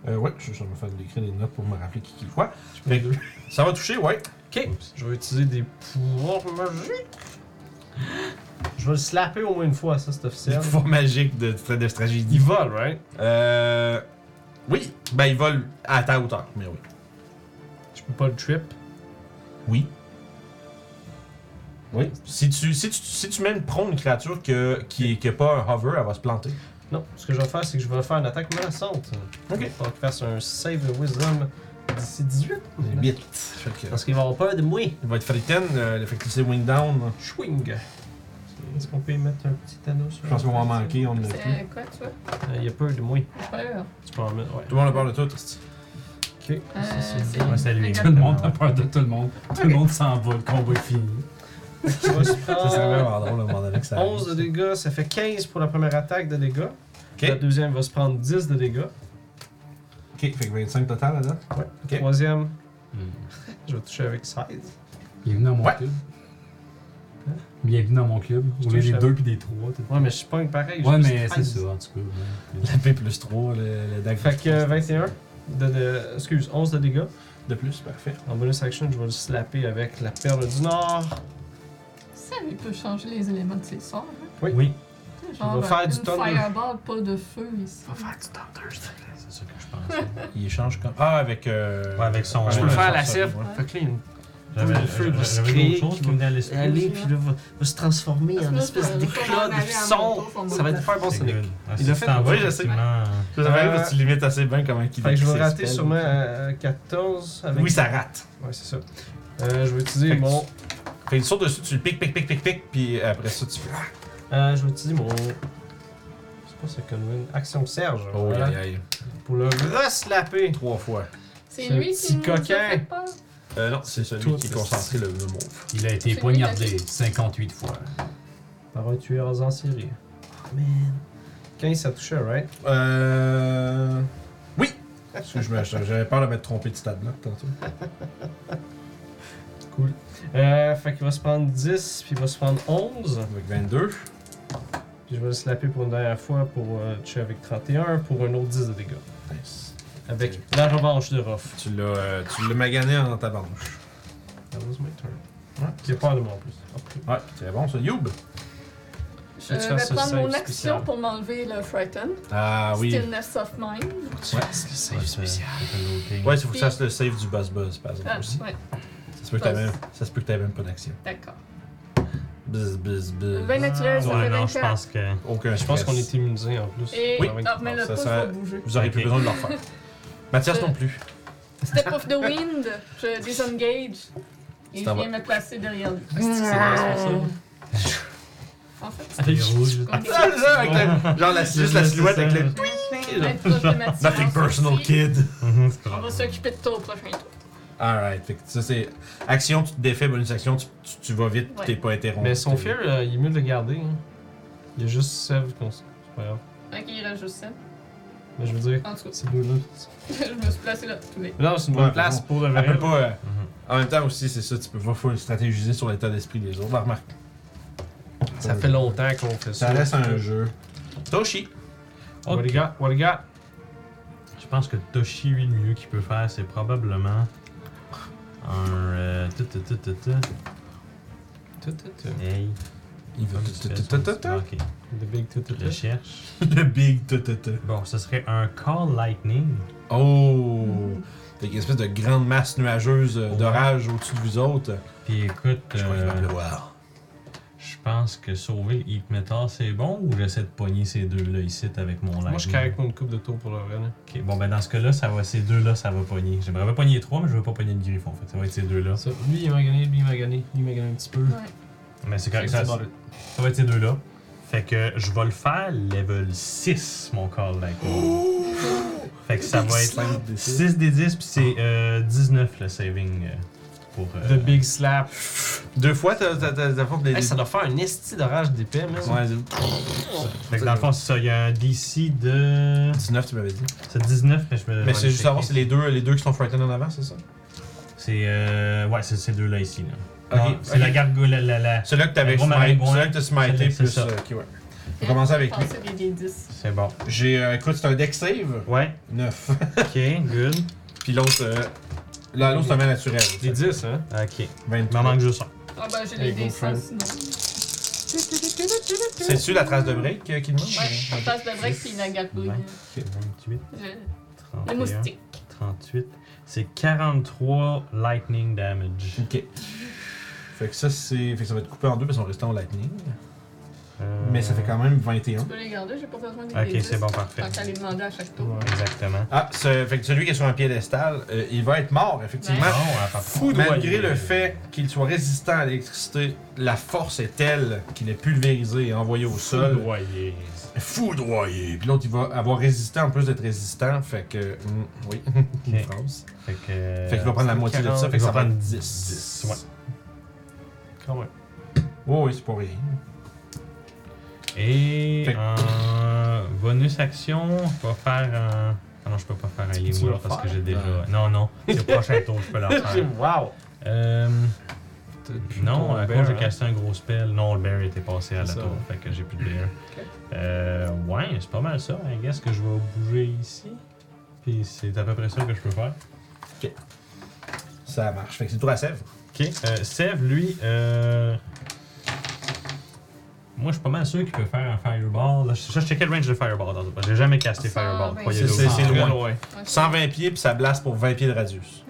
Euh, ouais, je je vais me faire écrire des notes pour me rappeler qui qui quoi. Fait que- ça va toucher, ouais.
Ok, je vais utiliser des pouvoirs magiques. Je vais le slapper au moins une fois, ça c'est
C'est le
officiel.
pouvoir magique de, de
Il
stratégie.
vole, right?
Euh. Oui, ben il vole à ta hauteur, mais oui.
Je peux pas le trip.
Oui. Oui. Si tu, si tu, si tu mets une prone une créature que, qui n'a pas un hover, elle va se planter.
Non, ce que je vais faire, c'est que je vais faire une attaque menaçante.
Ok.
Il faut qu'il fasse un save de wisdom d'ici 18.
Vite. Fait que,
Parce qu'ils vont avoir peur de moi.
il va être fritten, euh, fait que c'est wing down.
Schwing. Est-ce qu'on peut y mettre un petit anneau sur
Je pense qu'on va en manquer, on en a plus.
C'est euh, quoi, tu vois?
Euh, Il y a peur de moi.
J'ai peur.
Tu peux en mettre, ouais.
Tout le monde a peur de tout. c'est-
Ok.
Euh,
Ouais, c'est lui.
Tout le monde a peur de tout le monde. Tout le monde s'en va, le combat est fini.
Je vais se
Ça serait
prendre
vraiment drôle à un moment donné que ça.
11 de dégâts, ça fait 15 pour la première attaque de dégâts.
Ok.
La deuxième va se prendre 10 de dégâts.
Ok, fait que 25 total là-dedans.
Ouais.
Ok.
Troisième,
Hmm.
je vais toucher avec 16.
Bienvenue dans mon
Ouais.
club. Bienvenue dans mon club.
Je
On est
touche
des
à-
deux puis des trois. t'es-
Ouais, mais je suis pas pareil. j'ai
Ouais,
plus
mais c'est
13.
ça, en tout cas. ouais.
La P plus 3, le, le dag
Fait que euh, 21 de, de- excuse, 11 de dégâts.
de plus, parfait.
En bonus action, je vais le slapper avec la perle du Nord.
Ça, il peut changer les éléments de ses sorts. hein.
Oui.
Tu sais, Genre,
va faire
euh,
du
une
thunder.
fireball, pas de feu ici.
C'est ça que je pensais.
Il échange comme. Ah, avec. Euh...
Ouais, avec son-
ouais,
Je peux
ouais,
faire
son-
la
son-
cible.
ouais.
Fait que là, il y a une
J'avais
Le feu va se
j'avais
créer,
d'autres choses
qui
qui me venaient à l'esprit.
allée, puis là, va, va se transformer
Parce
en
que là,
espèce
je-
d'éclat
je-
de son. Ça va être super bon,
C'est
Sonic.
good. Ah,
Il
si
a
tu
fait-
t'en vas,
Oui, je sais.
effectivement,
Ça fait
Euh,
parce que tu limites assez bien comment il
Fait que je vais
ses
rater
spells.
sûrement à 14 avec.
Oui, ça rate.
Ouais, c'est ça. Euh, je vais utiliser
Fait que
mon
Fait qu'il saute dessus, tu le piques, piques, piques, piques, piques, puis après ça, tu fais.
Euh, je vais utiliser mon. C'est pas ce Conwin. Action Serge.
Oh,
voilà,
aïe, aïe.
Pour le reslapper.
Trois fois.
C'est
Ce
lui qui
petit
nous a
coquin.
fait peur.
Euh, non, c'est celui
Toi,
qui est
c'est-
concentré le, le mauve.
Il a été
C'est
poignardé
lui,
58 fois.
Par un tueur en série. Oh man. 15, ça touchait, right?
Euh. Oui! Parce que je me- j'avais peur de m'être trompé de stade là tantôt.
Cool. Euh, fait qu'il va se prendre 10, puis il va se prendre 11.
Avec 22.
Puis je vais le slapper pour une dernière fois pour euh, toucher avec 31 pour un autre 10 de dégâts.
Nice.
Avec la revanche de Ruff.
Tu l'as euh, tu l'as magané dans ta banche.
That was my turn.
Ouais.
J'ai peur de moi en plus. Ben, Ok.
Ouais, puis c'est bon ça. Youb!
Euh, Je
Tu fais
vais
ce
prendre mon
save
action
spécial.
pour m'enlever le Frighten.
Ah oui.
Stillness of Mind.
Ouais, c'est- c'est un autre thing.
Ouais, il faut que ça se le save du boss buzz, par exemple,
Ah,
aussi.
ouais,
Ça se peut que t'aies même, ça se peut que t'aies même pas d'action.
d'accord.
Buzz, buzz, buzz.
Le 20 naturel, ça
Ouais,
fait
non, je
24.
pense que.
Aucun
Je pense qu'on
stress.
est immunisé en plus.
Et
Oui.
non, mais le
ça,
pouce
ça-
va bouger.
Vous aurez plus
Ok.
besoin de le refaire. Mathias
Euh,
non plus.
Step of the Wind, je désengage. Et
C'est
je
en
viens me placer derrière lui. En fait,
C'est rouge.
comme ça.
Ah, c'est ça, avec la- genre la- juste la silhouette avec le
va être proche de Mathias
Nothing personal,
aussi.
kid.
Mhm, c'est
On va
grave.
s'occuper de toi au prochain tour.
Alright, fait que ça c'est. Action, tu te défais, bonus action, tu, tu, tu vas vite,
Ouais.
t'es pas interrompu.
Mais son fear, euh, il est mieux de le garder. hein. Il y a juste Sev qu'on s- C'est pas grave.
Ok, il reste juste ça.
Mais je veux dire,
En tout cas,
ces deux-là.
je me suis placé là. tous les-
Mais Non, c'est une bonne
Ouais,
place
bon.
pour le
Elle peut
vrai.
pas. euh, En même temps aussi, c'est ça, tu peux pas faut stratégiser sur l'état d'esprit des autres. Ben, remarque,
Ça fait longtemps qu'on fait ça.
ça reste un jeu. Toshi!
What you got? What you got?
Je pense que Toshi, lui, le mieux qu'il peut faire, c'est probablement un. euh, tu, tu, tu, tu, tu.
Tout, tout, tout.
Hey.
Il va.
Ok,
The big tout, tout,
je le
tout.
cherche.
Le big tutata.
Bon, ce serait un Call Lightning.
Oh! Fait qu'il y a une espèce de grande masse nuageuse euh, d'orage au-dessus de vous autres.
Puis écoute,
Je crois qu'il va
euh,
pleuvoir.
je pense que sauver le Heat Metal, c'est bon ou j'essaie de pogner ces deux-là ici avec mon Lightning?
Moi, je suis correct pour une coupe de tour pour le vrai. là.
Ok, bon, ben dans ce cas-là, ça va, ces deux-là, ça va pogner. J'aimerais bien pogner les trois, mais je veux pas pogner le griffon. Fait que ça va être ces deux-là.
Ça, Lui, il m'a gagné, lui, il m'a gagné. Lui, il m'a gagné un petit peu.
Ouais.
Mais c'est correct. Ça,
About it.
ça va être ces deux-là. Fait que je vais le faire level 6, mon Call Lightning.
Euh.
fait que ça va être 6 des 10, puis c'est euh, 19 le saving euh, pour.
The
euh,
big slap.
Deux fois, t'as t'as- t'as- t'as fait des.
Hey, ça doit faire un esti d'orage d'épais, man.
Ouais,
Fait que dans le fond, c'est ça. Il y a un DC de.
19, tu m'avais dit.
C'est 19, mais je me.
Mais Euh, c'est juste savoir, c'est les deux, les deux qui sont frightened en avant, c'est ça?
C'est. euh, Ouais, c'est ces deux-là ici. Là.
Ok,
Non, c'est
ok.
la gargouille. La, la, la-
Celui-là que t'avais
Gros
smite,
marin,
celui-là
ouais.
que t'as
Celui-là,
smité
c'est
plus.
ça.
euh, ok, ouais. On va commencer avec lui.
Passer les dés 10.
C'est bon.
J'ai, euh, écoute, c'est un deck save.
Ouais,
9.
ok, good.
Puis l'autre, euh, là, l'autre, c'est un main naturel.
Les 10, hein?
Ok. Il
23.
m'en manque juste un.
Ah ben j'ai les
Hey,
dés
go
100
friend.
sinon.
C'est-tu la trace de break euh, qui demande?
Ouais, on passe de break puis la gargouille.
Ouais. 28,
Je- Le
31,
moustique.
38. C'est 43 lightning damage.
Ok. Fait que ça, c'est. Fait que ça va être coupé en deux parce qu'on restait en lightning.
Euh,
Mais ça fait quand même 21.
Tu peux les garder, j'ai pas besoin des dés
Ok,
10.
c'est bon, parfait.
Tant qu'à les demander à chaque tour.
Exactement.
Ah, ce- fait que celui qui est sur un piédestal, euh, il va être mort, effectivement.
Ouais.
Bon, à part-
Malgré le fait qu'il soit résistant à l'électricité, la force est telle qu'il est pulvérisé et envoyé au sol.
Foudroyé.
Foudroyé. Puis l'autre, il va avoir résistant en plus d'être résistant. Fait que. hum, oui. Une
Ok.
phrase.
Fait que. euh,
Fait qu'il va prendre la moitié de ça. Fait que
Il
ça
va
va être
prendre
10.
10, ouais.
Quand même.
Oh, oui, c'est pas rien.
Et
Fait que-
en bonus action, je vais faire un. Ah non, je peux pas faire un
Tu
livre
vas
parce que
faire?
j'ai déjà. Non, non, c'est le prochain tour, je peux l'en faire.
Wow!
Euh, non,
ton
à
bear,
cause j'ai
hein?
casté un gros spell, non, le bear était passé à la
C'est ça.
tour, fait que j'ai plus de bear. Euh, ouais, c'est pas mal ça. I guess que je vais bouger ici. Puis c'est à peu près ça que je peux faire.
Ça marche. Fait que c'est le tour à Sèvres.
Ok. Euh, Sev, lui, euh... moi je suis pas mal sûr qu'il peut faire un fireball. Là, je, je checkais le range de fireball dans J'ai jamais casté fireball,
120.
croyez-le.
C'est- C'est c'est
Très
loin.
loin.
Ok.
120 pieds, puis ça blasse pour 20 pieds de radius.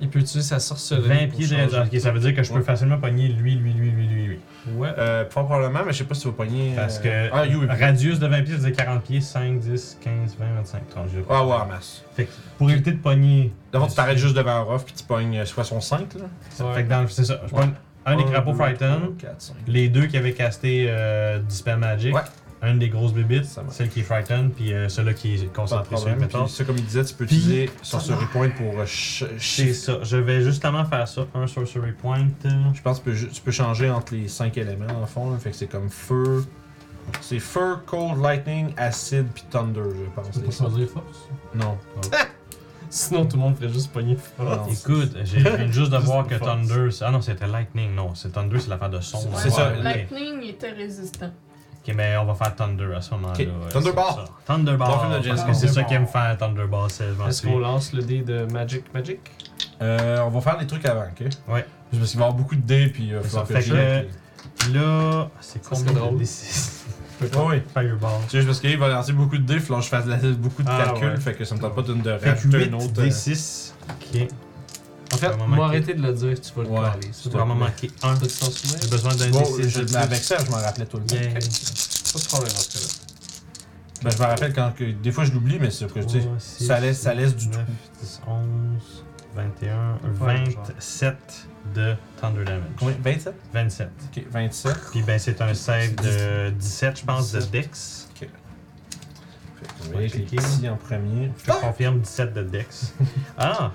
Il peut utiliser sa sorcellerie.
20
pour
pieds de
changer.
radius. Ok, ça veut dire que je peux
Ouais.
facilement pogner lui, lui, lui, lui, lui, lui.
Ouais.
Euh, fort probablement, mais je sais pas si tu vas pogner. euh,
Parce que
Ah, you,
radius de 20 pieds, ça veut dire 40 pieds, 5, 10, 15, 20, 25, 30. je-
Ah ouais, en masse.
Fait que pour éviter de pogner.
D'abord, tu t'arrêtes juste devant Orof, puis tu pognes euh, 65, là.
Fait que dans le- C'est ça. Je pogne un des crapauds Frighten,
4, 5.
les deux qui avaient casté euh, Dispel Magic,
Ouais.
une des grosses bébites,
Ça marche.
celle qui est Frighten, puis euh, celle-là qui est
Pas de
concentrée sur les
problème. Puis
pétards.
ça, comme il disait, tu peux utiliser Sorcery Point pour euh, ch-
C'est
shift.
ça, je vais justement faire ça, un Sorcery Point.
Je pense que tu peux ju- tu peux changer entre les 5 éléments en fond. là. Fait que c'est comme feu. C'est feu, cold, lightning, acid, puis thunder, je pense.
Tu peux
Les
pas
cinq.
choisir force.
Non.
Sinon, tout le monde ferait juste pogner fort.
non, c'est-
Écoute, j'ai je viens juste de voir que
pour force.
Thunder. c'est- Ah non, c'était Lightning, non. C'est Thunder, c'est l'affaire de son.
C'est-
hein.
c'est ça,
Ouais, ok.
Lightning il était résistant.
Ok, mais on va faire Thunder à ce moment-là.
Ok,
ouais,
Thunderball.
c'est ça. Thunderball.
Bon film de James
Parce que
Bond.
c'est ça qu'il aime faire, Thunderball, c'est je m'en
Est-ce
souviens.
qu'on lance le dé de Magic Magic
Euh, on va faire des trucs avant, ok?
Ouais.
Juste parce qu'il va y avoir beaucoup de dés, puis il va falloir
ça
que
fait
je-
que- Là, c'est
serait
combien
drôle.
de D6?
Ouais, ouais.
Fireball.
C'est juste parce qu'il va lancer beaucoup de dés, il va falloir que je fasse la- beaucoup de
Ah,
calculs,
ouais.
fait que ça me tente pas de, de
Fait que
rajouter
8
un autre. euh,
D6. Ok.
En
Ça
fait,
va
moi,
manquer.
arrêtez de le dire, tu vas le
Ouais.
parler.
Tu dois m'en manquer un.
Toi, tu t'en souviens?
J'ai besoin d'un
bon,
D6.
je-
de
avec
plus.
ça, je m'en rappelais tout le temps.
Yeah.
Pas de problème en tout cas.
Ben, je me rappelle quand que, des fois je l'oublie, mais c'est que tu sais,
Trois, six,
ça laisse, ça laisse du tout.
9, 10, 11, 21,
Ouais, genre.
27 de Thunder Damage.
Combien 27
27.
Ok, 27.
Puis ben c'est un save de 17, je pense, de Dex.
Fait que on
Ouais,
va aller
cliquer.
ici en premier.
Je confirme 17 de Dex. Ah!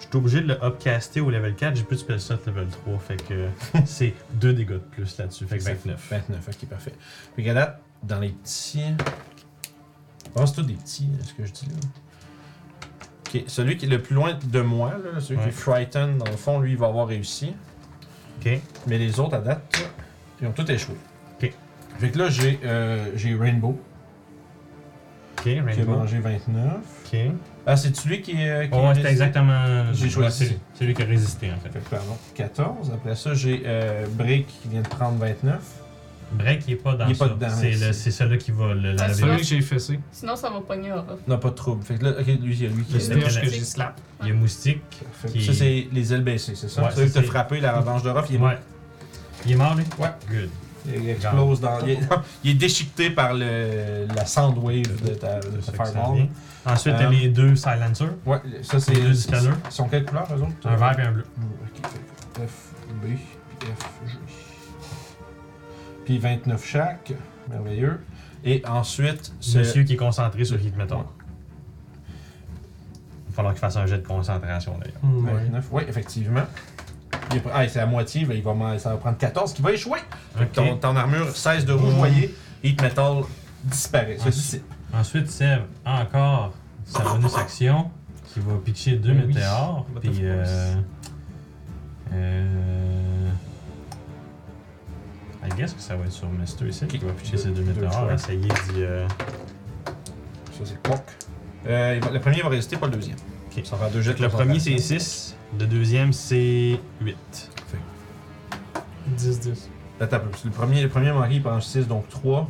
Je suis obligé de le upcaster au level 4, j'ai plus de spell slot level 3, fait que c'est 2 dégâts de plus là-dessus, fait que 29.
29, ok, parfait. Puis qu'à date, dans les petits. Oh, c'est tout des petits, là, ce que je dis là. Ok, celui qui est le plus loin de moi, là, celui qui
Ouais.
est Frightened, dans le fond, lui, il va avoir réussi.
Ok.
Mais les autres, à date, là, ils ont tout échoué.
Ok.
Fait que là, j'ai euh, j'ai Rainbow,
Ok,
qui a
Rainbow.
mangé 29.
Ok. Ouais,
Ah, c'est-tu lui qui est. euh, qui est
c'était
resté?
exactement.
J'ai choisi.
celui- Celui qui a résisté en fait.
Fait que, pardon, 14. Après ça, j'ai euh, Brick qui vient de prendre 29.
Break, il est pas dans
Il est
ça.
pas dedans,
C'est
ici.
le- c'est celui qui va le
Ah, celui-
laver.
Celui que j'ai fessé,
Sinon, ça va pogner Aura.
Non, pas de trouble. Fait que là, ok, lui, il y a lui qui
le
est.
C'était
stage que
la-
j'ai slap.
Il y a Moustique.
Fait que
Qui-
Ça, c'est les ailes baissées, c'est ça?
Ouais,
Celui qui
ça,
t'a
c'est-
frappé la revanche de Ruff, il, est-
Ouais. Il est mort lui?
Ouais.
Good.
il explose dans. Il est, il est déchiqueté par le, la sound wave de ta, de ta
Ça, ça
fireball.
vient. Ensuite, t'as
Euh,
les deux silencers.
Ouais, ça, c'est.
Les deux dispellers.
Ils sont quelle couleur, eux autres?
Un vert et un bleu.
Ok, fait que F, B, puis F, G. Puis 29 chaque. Merveilleux. Et ensuite, ce-
Monsieur qui est concentré sur Heat Metal. Il va falloir qu'il fasse un jet de concentration d'ailleurs.
Hmm, ouais.
29, oui, effectivement. Il est pr- ah, c'est à moitié, ben, il va, man- ça va prendre 14, qui va échouer. Fait que
Ok.
Ton, ton armure 16 de rougeoyer, Heat Metal disparaît. Ça,
Ah,
c'est-
Ensuite, Sève, encore sa bonus action, qui va pitcher deux
Oui.
météores.
But of
Puis. Euh, euh, I guess que ça va être sur Mister ici qui va pitcher
Deux-
ces deux
deux
météores.
choix.
Essayer d'y. euh,
ça, c'est coq. Euh, il va- le premier va résister, pas le deuxième.
Ok.
Ça fera deux jets.
Fait que le premier c'est 6, le deuxième c'est 8.
10-10.
Attends, un peu, parce que le premier, le premier Marie, il prend 6, donc 3.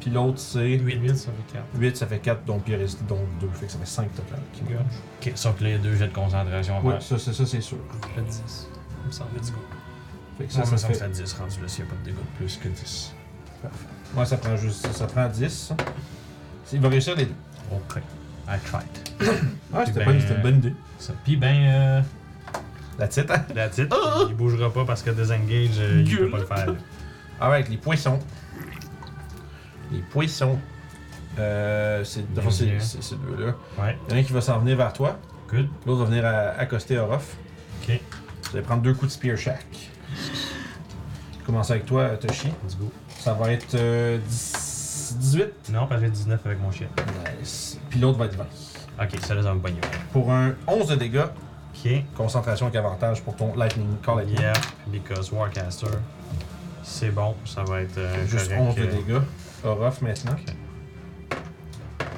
Puis l'autre, c'est
8 ça fait 4.
8, ça fait 4, donc il résiste, donc 2. Fait que ça fait 5 total. qui meurt.
Ok, sauf que là, il y a deux jets de concentration. à
Oui,
faire.
ça, c'est ça, c'est sûr.
Fait 10. Il me semble, let's go.
Fait que
Ça,
ça,
me
ça
semble que
fait.
c'est à 10 rendu là, s'il n'y a pas de dégâts de plus que 10.
Ouais, ça prend juste. Ça, ça prend 10. Il va réussir les deux.
Ok, I tried.
Ouais, c'était
ben,
pas une- c'était une bonne idée.
Ça, pis ben,
La titre, hein?
euh, that's it. Il bougera pas parce que désengage, euh, il peut pas le faire. là.
Alright, les poissons. Les poissons. Euh, c'est dans le fond, c'est- c'est- c'est deux-là.
Ouais,
Il y en a un qui va s'en venir vers toi,
good.
l'autre va venir à- accoster Orof.
Ok,
Vous allez prendre deux coups de spear chaque. Je commence avec toi, Toshi.
let's go.
Ça va être euh, 10 18.
Non, parce que j'ai 19 avec mon chien.
Nice. Puis l'autre va être 20.
Ok, ça là, ça va me pogner.
Pour un 11 de dégâts,
Ok,
concentration avec avantage pour ton Lightning Call Lightning.
yeah, because Warcaster, c'est bon, ça va être euh,
Juste
correct,
11 de
euh,
dégâts. Orof maintenant.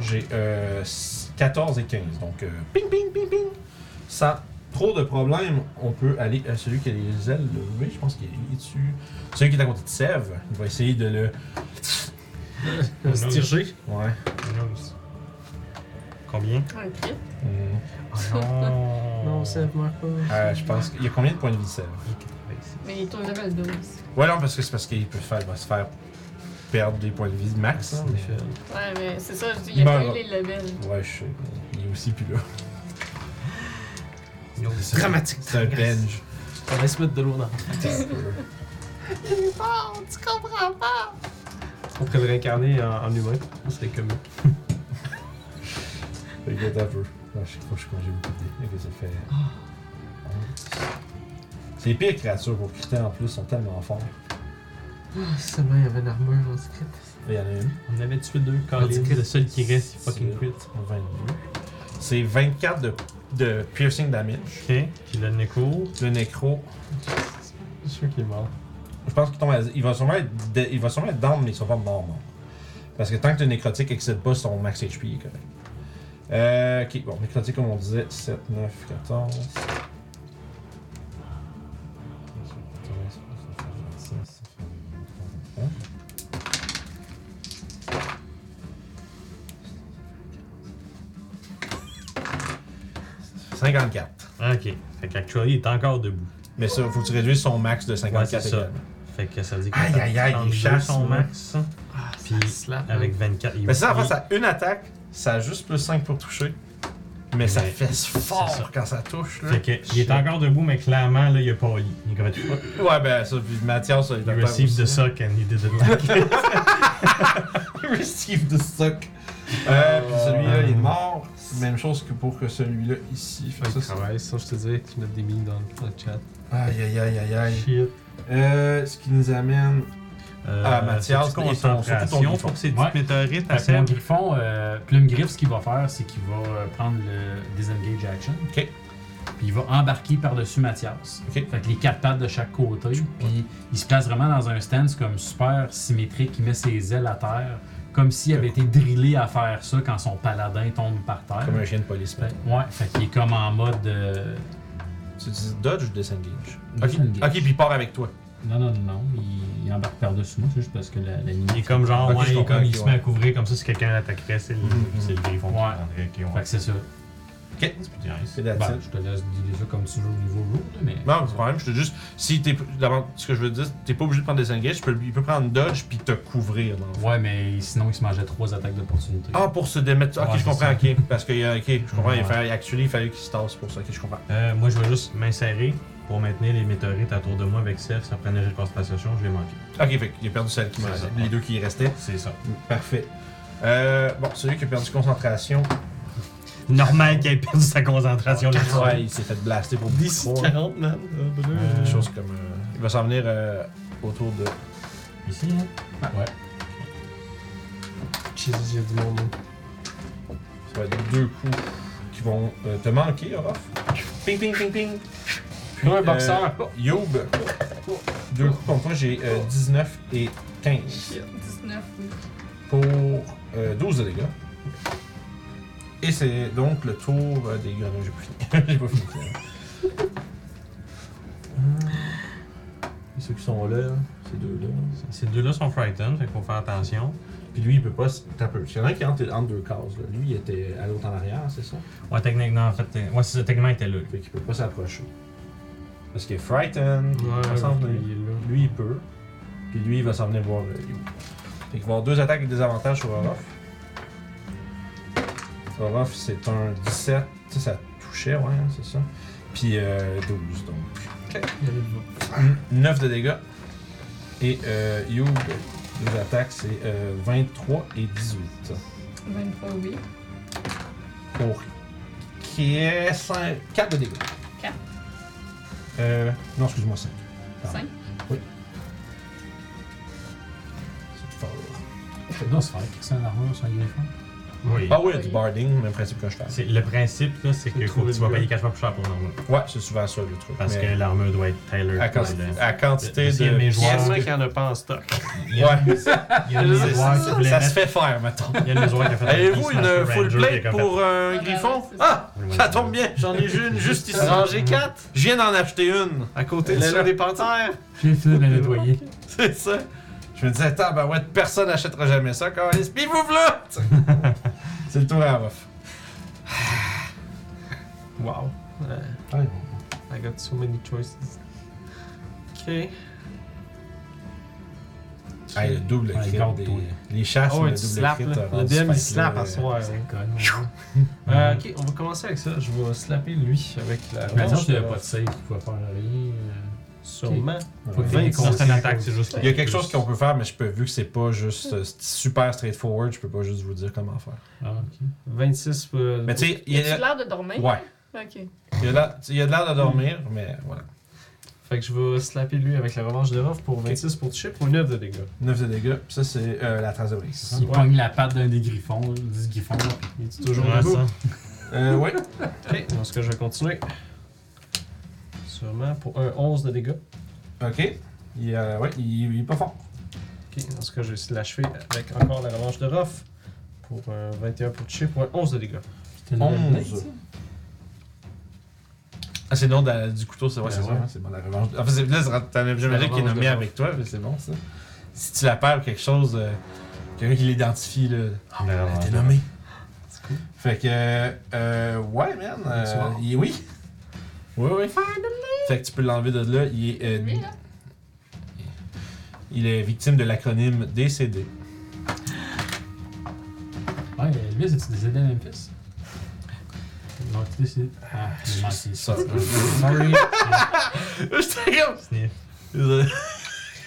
J'ai euh, s- 14 et 15. Donc, euh, ping, ping, ping, ping. Sans trop de problèmes, on peut aller à celui qui a les ailes levées. Je pense qu'il est dessus. Celui qui est à côté de Sève, il va essayer de le.
Un
Se
autre.
diriger.
Ouais.
Who knows? Combien?
Un crit.
Mhm.
Oh non!
Non, ça meurt pas.
Euh, je pense qu'il y a combien de points de vie, Sève
Mais il est au level 12.
Ouais, non, parce que c'est parce qu'il peut faire, va se faire perdre des points de vie max.
Ah,
hein, mais-
Ouais, mais c'est ça, je dis,
Il
il a pas eu
meurt.
les levels.
Ouais, je sais. Il est aussi plus là.
No, c'est-
Dramatique. C'est un binge.
On va se mettre de l'eau dans
On pourrait le réincarner en, en humain. C'est comique.
Fait que attends un peu. Non, je sais pas, je suis congé beaucoup de dés. Ok, ça fait. C'est pire créatures pour criter en plus, sont tellement forts.
Ah, Seulement, il y avait une armure en script.
Là, il y en a une.
On avait tué deux, Colin.
Handicap.
Le seul qui reste, il fucking
C'est-
quit.
22. C'est 24 de, de piercing damage.
Ok, puis le Neko.
Le nécro,
Je suis sûr qu'il est mort.
je pense qu'il tombe à- il va sûrement être, de- il va sûrement être down, mais il sera pas mort, mort. Parce que tant que le nécrotique excède pas son max HP, il est correct. Euh, ok, bon, nécrotique, comme on disait, 7, 9, 14. 54.
Ok, fait qu'actuellement, il est encore debout.
Mais ça, faut que tu réduises son max de 54
Ouais, c'est ça.
également.
Fait que ça veut dire
Aïe,
qu'il
aïe, aïe, il chasse, hein.
son
ouais.
max. Puis
slap,
avec 24, il
hein. Mais c'est ça, en fait, ça a une attaque, ça a juste plus 5 pour toucher. Mais ça
Mais
fesse fort
c'est ça.
quand ça touche, là.
Fait que, il est encore debout, mais clairement, là, il a pas eu. Il est comme, tu vois,
Ouais, ben ça, puis Mathias, ça, il
he
doit faire
received the
aussi.
suck and he did it like
Receive the suck. Euh, puis celui-là, il est mort. Même chose que pour que celui-là ici. Fait que ça, c'est-
travail, ça, je te dis, tu mets des mines dans le- dans le chat.
Aïe, aïe, aïe, aïe, aïe.
Shit.
Euh, ce qui nous amène.
Euh,
Ah, Mathias,
c'est-tu
et ton- surtout ton
concentration
griffon.
pour ces
Ouais.
petites météorites à
Parce que mon
peine.
griffon, euh, Plume Griff, ce qu'il va faire, c'est qu'il va euh, prendre le Disengage Action.
Ok.
Puis il va embarquer par-dessus Mathias.
Ok.
Fait que les quatre pattes de chaque côté. Puis il se place vraiment dans un stance comme super symétrique. Il met ses ailes à terre. Comme s'il avait été drillé à faire ça quand son paladin tombe par terre.
Comme un chien de police, ben.
Fait-
mettons.
ouais, fait qu'il est comme en mode. euh,
Tu dis dodge ou disengage Ok,
Disengage.
ok, puis il part avec toi.
Non, non, non, il, il embarque par-dessus moi, c'est juste parce que la, la ligne.
Il est comme genre,
Ok, je
ouais, il, est
comprends,
comme, il
ok,
se
ouais.
met à couvrir comme ça si quelqu'un l'attaquerait, c'est le,
Mhm.
c'est le griffon qui
Ouais.
prendrait. ok, ouais.
Fait que c'est ça.
C'est plus nice.
C'est la
Ben, je te laisse dire ça comme tu veux au niveau route, mais.
Non, c'est le problème, je te juste. Si t'es. d'abord, Ce que je veux dire, c'est que t'es pas obligé de prendre disengage, tu peux, il peut prendre dodge puis te couvrir, dans le fond.
Ouais, mais sinon, il se mangeait trois attaques d'opportunité.
Ah, pour se démettre. Ok,
Ouais,
je comprends, ok. Parce que, euh, ok, je comprends, il
Ouais.
fallait, actually, il fallait qu'il se tasse pour ça, ok, je comprends.
Euh, moi, je vais juste m'insérer pour maintenir les météorites autour de moi avec Seth. Ça prenait une concentration, je vais manquer.
Ok, fait qu'il a perdu celle qui me
C'est ça.
Les deux qui y restaient.
C'est ça.
Parfait. Euh, bon, celui qui a perdu concentration.
Normal qu'il ait perdu sa concentration là-dessus.
Ouais, il s'est fait blaster pour beaucoup
D'ici
trop.
40, man.
Euh, Quelque chose comme. euh, il va s'en venir euh, autour de.
Ici, hein?
Jesus, il y a du monde. là.
Ça va être deux coups qui vont euh, te manquer, Orof. Ping, ping, ping, ping.
Comme un
Euh,
boxeur.
Youb. Deux coups contre toi, j'ai euh, 19 et 15.
19.
pour euh, 12 de dégâts. Et c'est donc le tour euh, des grenouilles. J'ai pas fini. J'ai pas fini. Et Hum. ceux qui sont là, là, ces deux-là.
Ces deux-là sont frightened, fait qu'il faut faire attention.
Puis lui, il peut pas. s- T'as peu. Il y en a un qui entre entre deux cases. Là. Lui, il était à l'autre en arrière, c'est ça?
Ouais, techniquement, en fait, euh, ouais, c'est ça, techniquement, il était là.
Fait qu'il peut pas s'approcher. Parce qu'il est frightened. il hein. va s'en
il
venir. Lui, il peut. Puis lui, il va s'en venir voir euh, Youb. Fait qu'il va avoir deux attaques avec des avantages sur Orof. Orof, c'est un 17. Tu sais, ça touchait, ouais, hein, c'est ça. Puis euh, 12, donc. Hum, 9 de dégâts. Et euh, Youb, deux attaques, c'est euh, 23 et 18.
23, oui.
Pour qui est 4 de dégâts.
Quatre.
Euh, non, excuse-moi, 5.
5.
C'est fort.
Non, c'est vrai, c'est un armure, c'est un griffon.
Oui.
Ah oui, il y a du barding, même principe que je fais.
Oh. C'est- Le principe, là, c'est que faut que tu vas payer 4 fois plus cher pour l'armure.
Ouais, c'est souvent ça le truc.
Parce
mais
que l'armure doit être tailored.
à,
pour
quanti-
le-
à quantité
le-
de.
le- ben, mes joueurs-
pièces
Sûrement
que-
qu'il y en a pas en stock.
Il y a-
Ouais,
il y a une
Euh, c'est-
joueur qui voulait
ça se
mettre-
fait faire, mettons.
Il y a une joueur qui a fait un
Avez-vous
Beast
une
Master
full
Ranger qui a
plate
fait-
pour un
Ah, ben ouais,
griffon?
c'est
Ah!
ça.
Ça tombe bien, j'en ai ju- une juste ici.
Rangée 4
Je viens d'en acheter une.
à côté de
C'est ça.
l'île des panthères.
J'ai fini de la nettoyer.
C'est ça. Je me disais, ben ouais, personne n'achètera jamais ça, quand Puis vous voilà! C'est le tour à Ruff.
Wow. Euh, I got so many choices. Ok.
Ah, le double
Ouais,
crit.
garde-toi.
des- Les chasses,
Oh, ouais,
Ah, le
tu
double
slaps,
crit.
là.
euh,
Le
rendu
DM, il
ce
slap
pack-là,
à
euh,
soir. hein.
Conne.
Euh, ok, on va commencer avec ça. Je vais slapper lui avec la.
Ah,
Mais
manche
Ben, disons qu'il n'y
de-
a pas de save, tu pouvais faire rien. euh,
Sûrement.
Faut que
Ouais.
t'aies une
Non,
Non, c'est une
conscience.
attaque, c'est juste.
Il y a quelque chose qu'on peut faire, mais je peux, vu que c'est pas juste euh, c'est super straightforward, je peux pas juste vous dire comment faire.
Ah, ok.
26. euh,
Mais Ben, tu sais, il
Tu
y a,
l'air de dormir?
ouais,
Ok.
il y a l'air- il y a de l'air de dormir, mais voilà.
Fait que je vais slapper lui avec la revanche de Ruff pour 26 pour toucher pour 9 de dégâts.
9 de dégâts, puis ça c'est euh, la trace de brise.
Il
Ouais.
pogne la patte d'un des griffons, 10 griffons.
Il est toujours
Ouais,
debout.
ça.
Euh, ouais.
Ok, dans ce cas, je vais continuer. Sûrement pour un 11 de dégâts.
Ok. Il, euh, ouais, il, il est pas fort.
Ok, dans ce cas, je vais l'achever avec encore la revanche de Ruff pour un 21 pour toucher pour un 11 de dégâts.
C'était une belle blade,
11. Ah, c'est le nom de la- du couteau, c'est vrai,
Ben
c'est
ouais.
vrai. C'est bon, la revanche. En fait, c'est- là, c'est- t'as un objet
La
magique qui est
revanche
nommé
de
avec toi, mais c'est bon ça. Si tu la perds ou quelque chose, euh, quelqu'un qui l'identifie, là. Ah,
La
elle
revanche
était
de
nommée. Fait que. Euh, ouais, man. euh,
Bonsoir.
il- oui. Oui, oui. Fait que tu peux l'enlever de là. Il est, euh,
Lui, là.
il est victime de l'acronyme DCD.
ça. Ouais, Elvis, as-tu décédé à Memphis? Non, tu décédé. Ah, j'ai menti.
Ça.
Sorry.
J'étais comme-
Sniff.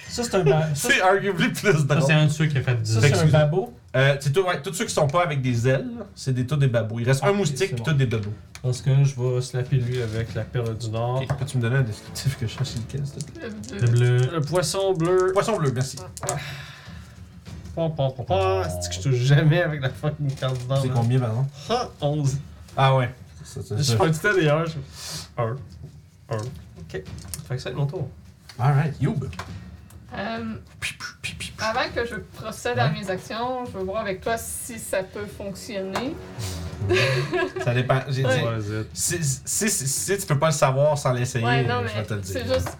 Ça, c'est un, ba- ça,
C'est arguably plus
Ça,
drôle.
c'est un de ceux qui a fait
ça,
du.
c'est un
Excuse-moi.
babot.
Euh, c'est tout- ouais, tous ceux qui sont pas avec des ailes, c'est des tous des babous. Il reste
Ah,
un
ok,
moustique
c'est bon.
puis tous des babous.
Dans ce cas, je vais slapper lui avec la perle du Nord.
Ok, Peux-tu me donner un descriptif que je cherche lequel, s'il te plaît?
Le bleu.
Le bleu.
Le poisson bleu.
Poisson bleu, merci.
Pom, pom, pom, pom. C'est Ah, que je touche jamais avec la fucking carte du Nord.
C'est
hein.
combien, pardon?
Ah, 11.
Ah ouais. Ça, ça,
Je
ça.
suis pas du tout d'ailleurs. je- Un. Un. Ok. Fait que ça va être mon tour.
Alright, Youb.
Euh, avant que je procède à mes actions, je veux voir avec toi si ça peut fonctionner.
Ça dépend. J'ai dit.
Ouais, zut.
Si, si, si, si tu peux pas le savoir sans l'essayer,
Ouais, non,
je vais te le
mais
dire.
c'est juste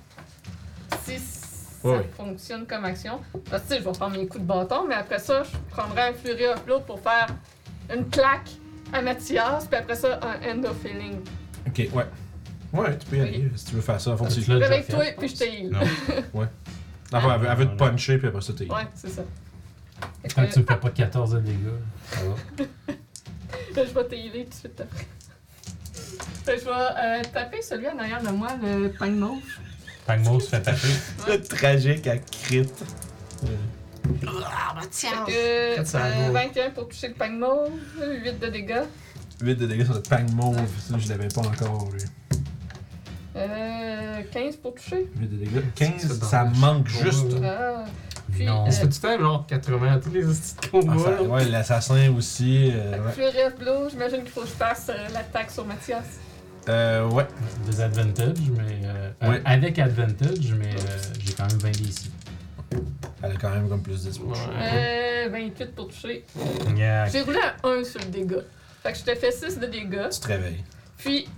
si ça
Ouais, ouais.
fonctionne comme action. Parce que tu sais, je vais prendre mes coups de bâton, mais après ça, je prendrai un Flurry of Blow pour faire une claque à Mathias, puis après ça, un End of Healing.
Ok, ouais. Ouais, tu peux y aller euh, si tu veux faire ça. Faut que tu...
l'as déjà
Avec
fait.
toi, puis je te heal.
Non.
Enfin, elle veut- elle veut te puncher puis après ça, t'es.
Ouais, c'est ça. Fait
Tant que tu
que,
ne fais pas 14 de dégâts, ça va.
je vais te healer tout de suite après. Fait que Je vais euh, taper celui en arrière de moi, le pagne mauve.
Pangmo se fait taper.
Le tragique à crit.
Ah,
Fait que,
Quatre, ça
euh,
vaut.
21 pour toucher le pagne mauve, 8 de dégâts.
8 de dégâts sur le pang mauve. Ça, je l'avais pas encore, lui.
Euh, 15 pour toucher.
8 de dégâts.
C'est
15,
dommage.
ça manque juste.
Ah. Puis,
Non.
euh,
Ça fait tout le temps genre 80 à tous les petits
Ah,
combats.
ça-
là.
ouais, l'assassin aussi. euh, ouais.
Flurry of Blow, j'imagine qu'il faut que je fasse euh, l'attaque sur Mathias.
Euh, ouais.
Des advantages, mais. euh, euh,
Ouais.
Avec advantage, mais euh, j'ai quand même 20 d'ici.
Elle a quand même comme plus 10
Ouais.
Euh, 28 pour toucher.
Yeah.
J'ai roulé à 1 sur le dégât. Fait que je te fais 6 de dégâts.
Tu te réveilles.
Puis,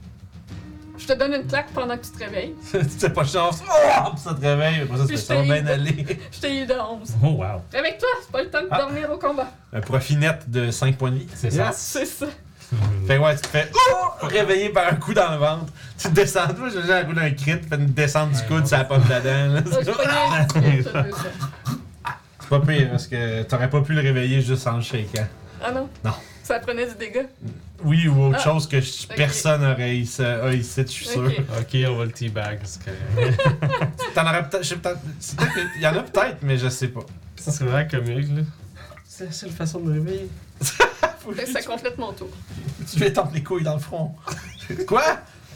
je te donne une claque pendant que tu te réveilles.
tu t'as pas de chance. Oh, ça te réveille. Après ça,
Puis
c'est-
je
ça va
t'ai-
bien aller.
Je te heal de 11.
Oh, wow.
Réveille-toi, c'est pas le temps de
Ah.
dormir au combat.
Un profit net de 5 points de vie.
C'est ça.
Yes.
C'est ça.
Fait que ouais, tu te fais oh, réveiller par un coup dans le ventre. Tu te descends. Moi, j'ai un coup d'un crit. Fais une descente du
Ouais,
coude,
non,
ça pomme dedans. là.
Moi,
Ah, C'est
Ah, je
comme-
connais je veux ça.
C'est pas pire parce que t'aurais pas pu le réveiller juste en le shakant.
Ah non?
Non.
Ça prenait du dégât?
Oui, ou autre
Ah,
chose que je-
ok.
personne aurait ici, a ici, je suis sûr.
Ok.
Ok, on va le teabag. parce que-
T'en aurais peut-être. je sais peut-être- c'est peut-être que- Il y en a peut-être, mais je sais pas.
Ça serait vraiment comique là. C'est la seule façon de me réveiller.
Fait que ça complète mon tour.
Tu lui étends les couilles dans le front. Quoi?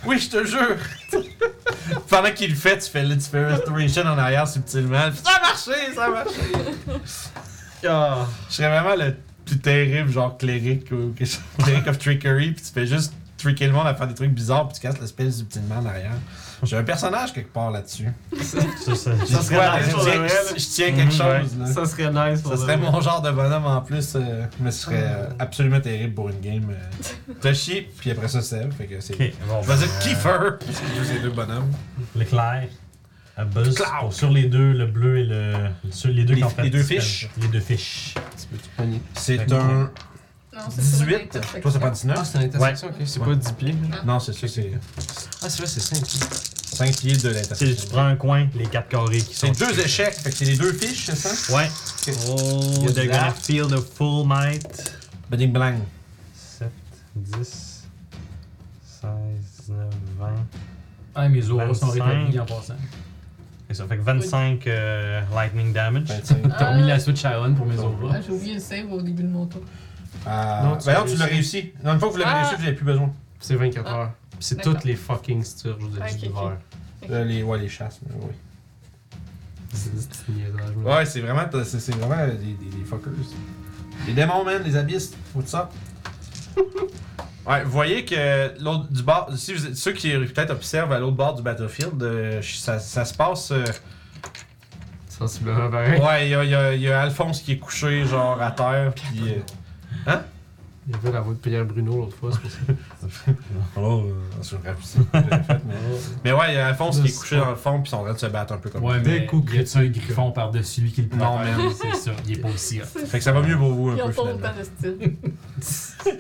Oui, je te jure! Pendant qu'il le fait, tu fais, tu fais restoration en arrière subtilement. Ça a marché, ça a marché!
Ah,
Je serais vraiment le plus terrible, genre cléric ou quelque chose. Cleric of trickery, puis tu fais juste tricker le monde à faire des trucs bizarres, puis tu casses l'espèce subtilement en arrière. J'ai un personnage quelque part là-dessus.
Ça, ça. Mhm,
Ça serait
Ouais,
nice
je
pour
tiens-
le réel.
Je tiens quelque
Ouais.
chose, là.
ça serait nice.
Ça
pour
serait
de-
mon genre de bonhomme en plus, euh, mais ce serait euh, absolument terrible pour une game. euh. T'as chié, puis après ça, Seb, fait que c'est.
Ok, bon.
On va dire
euh,
Kiefer! Parce que c'est deux bonhommes.
L'éclair. à buzz
Cloud.
pour- sur les deux, le bleu et le. Sur les deux
Les-
qui ont fait
les deux
spell-
fiches.
Les deux fiches.
C'est
Fait
un
Non, c'est sur une
18.
intersection.
Toi, c'est pas
Ah,
19?
c'est une intersection, ok. C'est
Ouais.
pas 10 pieds.
Non, c'est ça, c'est.
Ah, c'est vrai, c'est 5 pieds.
5 pieds de
Tu sais, tu
l'intersection.
prends un coin, les quatre carrés qui
C'est
sont.
deux échecs, fait que c'est les deux fiches, c'est ça?
Ouais.
Il y
Oh,
a du
they're gonna
lard.
feel the full might.
Bing blang.
7, 10, 16, 19, 20.
Ah, mes auras sont
25.
rétablis en passant.
Et ça fait que 25 euh, lightning damage.
T'as remis la Switch à on pour mes auras.
Ah, J'ai oublié le save au début de mon tour.
Ah,
Non,
non,
tu
ben
l'as
non, tu l'as réussi. Non, une fois que vous l'avez
Ah.
réussi, vous n'avez plus besoin.
C'est 24
Ah.
heures. Puis c'est
D'accord. Ah,
toutes les fucking sturges de
Ok,
du
ok.
verre.
Là, Euh, les, ouais, les chasses, mais oui.
C'est des petits niaisages, là.
Ouais, c'est vraiment, c'est c'est vraiment des, des, des fuckers. Les démons, man, les abysses, faut tout ça. Ouais, vous voyez que l'autre du bord, si vous, ceux qui peut-être observent à l'autre bord du battlefield, euh, ça, ça se passe. euh,
Sensiblement pareil.
ouais, il y a, il y a- il y a Alphonse qui est couché genre à terre, puis. euh,
Il y avait la voix de Pierre Bruno l'autre fois, c'est pour ça.
Oh, euh, sur le raccourci que j'avais fait, mais... mais ouais, il y a Alphonse qui est couché dans le fond, puis ils sont en train de se battre un peu comme
Ouais,
Des
mais
coups
y a-tu un griffon par-dessus lui qui le
Non,
prend?
man.
c'est ça. Il est pas aussi hot.
ça. Fait que ça va mieux pour vous un
Ils
peu
ont
finalement.
pas autant de style.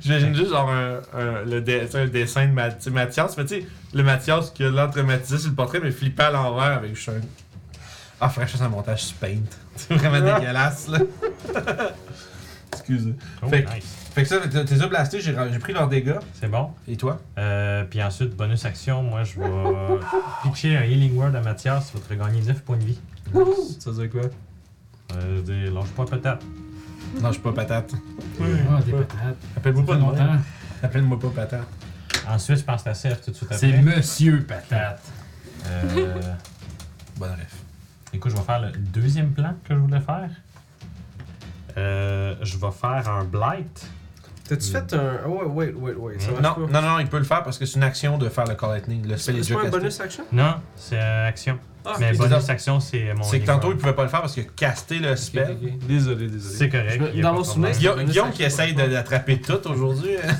J'imagine juste genre un, un- le dé- tu sais, un dessin de Ma- tu sais, Mathias, mais tu sais, le Mathias qui a l'air traumatisé sur le portrait, mais flippé à l'envers avec juste un. Ah, frère, je fasse un montage sur Paint. C'est vraiment dégueulasse, là. Excusez.
Oh,
Fait que-
nice.
Fait que ça, t'es t'es blasté, j'ai ra- j'ai pris leurs dégâts.
C'est bon.
Et toi
Euh, puis ensuite, bonus action, moi je vais pitcher un Healing Word à Mathias, tu vas te regagner 9 points de vie.
Ça veut dire quoi?
Euh, des- lâche pas peut-être.
Non, je suis pas patate.
Ah, des patates.
Appelle-moi pas
Ça fait
de moi.
longtemps.
Appelle-moi pas patate.
Ensuite, je pense que la serve tout de suite après.
C'est Monsieur Patate.
Euh,
Bon, bref.
Écoute, je vais faire le deuxième plan que je voulais faire. Euh, je vais faire un blight.
T'as-tu fait un. Oh, wait, wait, wait. Ça
Non, non, non, il peut le faire parce que c'est une action de faire le Call Lightning. Le spell est
C'est
déjà
pas un
casté.
bonus action?
Non, c'est euh, action.
Ah,
Mais
ok.
bonus action, c'est mon.
C'est que
livre.
tantôt, il pouvait pas le faire parce que caster le spell.
Désolé, désolé.
C'est correct.
Je-
y a
dans
pas
mon
de
souvenir,
problème.
Guilla- Guillaume qui essaye de- d'attraper tout aujourd'hui. hein.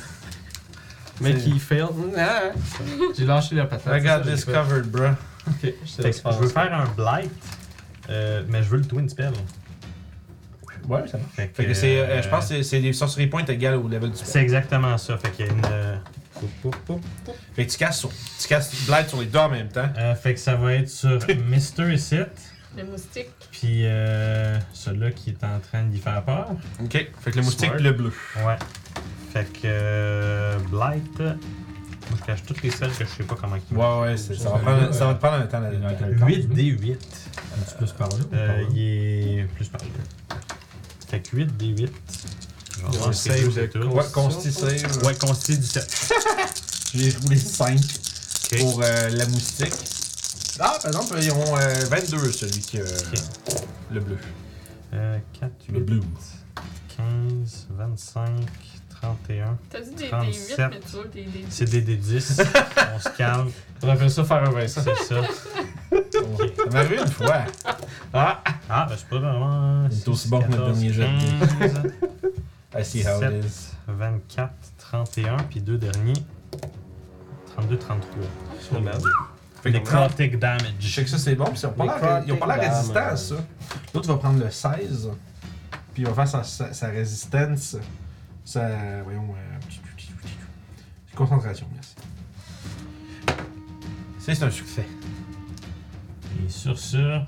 Mais
C'est-
qui fail. Ah. J'ai lâché la patate.
I got
c'est
this
ça, j'ai
covered, bro.
fait. Ok, je te
Fait
laisse
que je veux
faire.
faire un blight, euh, mais je veux le twin spell.
Ouais, ça marche.
Fait
Fait que
euh,
c'est, euh, je pense que c'est- c'est des sorcery points égales au level du
c'est
spell.
exactement ça. Fait qu'il y a une. euh, pou, pou, pou.
Fait que tu casses, sur, tu casses Blade sur les deux en même temps.
Euh, fait que ça va être sur Mister Ici,
Le moustique.
puis euh, celui-là qui est en train d'y faire peur.
Ok. Fait que le moustique
Smart.
pis le bleu.
Ouais. Fait que euh, Blight. Moi, je cache toutes les selles que je sais pas comment ils
Ouais, ouais, c'est- ça, va prendre, ça va te prendre un temps
Il y en a
là-dedans.
quelques-uns.
8 des 8.
Tu peux se parler? ou
Euh,
pas?
il est plus par là. Fait que 8 des 8. Je vais
Ouais,
voir
save
deux,
de
c'est tout.
Ouais, consti save.
Ouais, consti 17.
J'ai roulé 5
Ok.
pour euh, la moustique. Ah, par exemple, ils ont euh, 22 celui qui. a Le bleu.
Euh, 4, 8,
Le blue.
15, 25, 31.
T'as dit des, des 8,
37.
mais tu veux des, des
C'est des D10. On se calme.
On appelle ça faire un Vincent.
C'est ça.
Ça m'est arrivé une fois.
Ah, ben, c'est pas vraiment.
Il est
six,
aussi bon que notre
14,
dernier jet de
15,
I see how it is.
24, 31, puis deux derniers. 32, 33.
Oh, Fait que
Les
prends-
Necrotic
Je
damage.
sais que ça c'est bon, puis ils ont pas l'air- ils ont pas la résistance, ça. L'autre va prendre le 16, puis il va faire sa, sa, sa résistance, sa. Voyons. euh, concentration, merci. Ça, C'est un succès.
Et sur ce,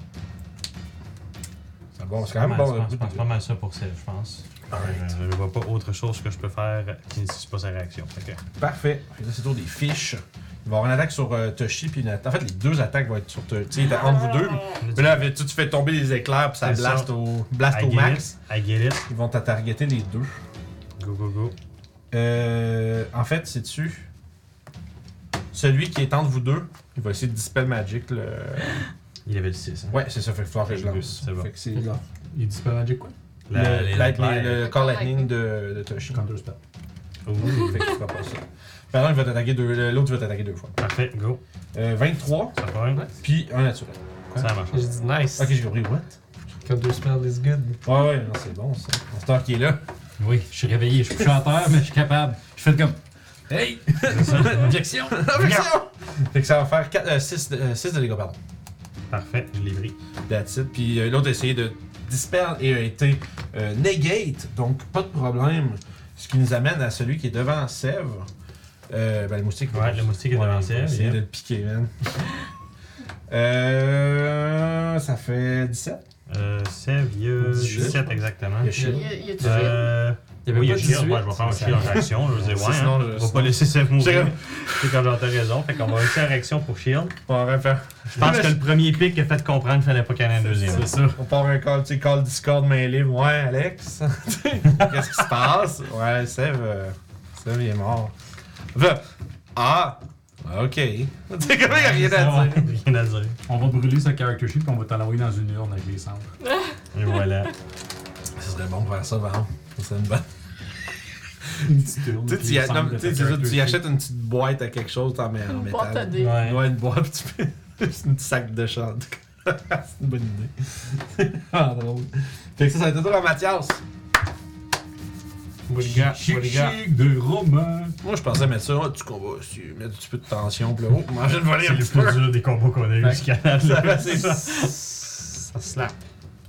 C'est bon, c'est quand même bon. hein.
Je pense, je
le
pense
coup
pas mal ça pour ça, je pense.
de-
Euh,
Alright.
Je, je vois pas autre chose que je peux faire qui ne nécessite pas sa réaction. Fait que-
Parfait. Fait que là, c'est tour des fiches. Il va y avoir une attaque sur euh, Toshi, puis une atta- En fait, les deux attaques vont être sur Toshi. Tu sais, t'as- entre vous deux. Mais là, avec- tu, tu fais tomber les éclairs, puis ça
Ah. C'est
blast
ça.
au, blast
I
au
get
max.
it, I get it.
Ils vont te targeter les deux.
Go, go, go.
Euh, en fait, c'est-tu celui qui est entre vous deux, il va essayer de dispel magic le.
Il avait le hein. 6.
Ouais, c'est ça, fait que faut que je lance.
C'est bon.
Fait que c'est
D'accord. Il dit pas magic quoi?
le,
les
light-
éclairs.
le- le call lightning de, de Toshi.
Counter spell.
Ouh.
Fait que tu feras pas ça. Par contre, il va t'attaquer deux. le- L'autre va t'attaquer deux fois.
Parfait, go.
Euh, 23,
Ça va hein?
puis un naturel.
Ça marche.
J'ai dit nice.
Ok, j'ai compris, what?
Counter spell is good.
Ouais, ouais, non, c'est bon ça. Monster qui est là.
Oui, je suis réveillé, je suis couché à terre, mais je suis capable. Je fais comme.
Hey!
Objection!
fait que ça va faire 6 de dégâts, pardon.
Parfait, je l'ai pris.
That's it. Puis euh, l'autre a essayé de dispel et a été euh, negate, donc pas de problème. Ce qui nous amène à celui qui est devant Sèvres, Euh, ben, le moustique.
Ouais, le moustique est
Ouais,
devant
il va
elle.
essayer
yep.
de le piquer, man. euh, ça fait 17.
Euh, Sèvres, il y a
18.
17 exactement.
Il y a Shield.
Il y a du
Euh,
Il y
oui, il y a
pas
shield.
18.
Ouais, je vais prendre un shield en réaction. Je vais dire, ouais,
sinon,
hein,
je-
on va pas laisser Sèvres mourir.
J'ai-
C'est quand j'entends raison. Fait qu'on va laisser en réaction pour shield.
On va en faire.
Je pense que le premier pic a fait comprendre qu'il fallait pas qu'il y en ait un deuxième.
C'est ça. On part un call, tu sais, call Discord main libre. Ouais, Alex. Tu sais, Qu'est-ce qui se passe? Ouais, Sev. euh, Sev, il est mort. Ve- Ah! Ok. Tu sais, comment il y a rien à dire?
Rien à dire.
On va brûler ce character sheet puis on va t'en envoyer dans une urne avec les cendres.
Et voilà.
Ce serait bon de faire ça, Val. Ça serait une bonne.
Une petite urne.
Tu sais,
puis
tu
les
y a-
cendres
non,
de
tu sais, c'est
ta
ça,
character
tu y
sheet.
achètes une petite boîte à quelque chose, t'en mets en
Une boîte à
métal.
dés.
Ouais.
Ouais, une boîte, puis tu fais juste une petite sac de chant. c'est une bonne idée. ah, drôle. Fait que ça, ça va être autour à Mathias.
Bulga,
Chic,
Bulga.
chic de Romain.
Moi, je pensais mettre ça, oh, tu combats, tu mets un petit peu de tension, puis là, oh, manger le volet
C'est
un
le
petit peu.
plus dur des combos qu'on a eu jusqu'à là.
Ça, c'est ça.
Ça slap.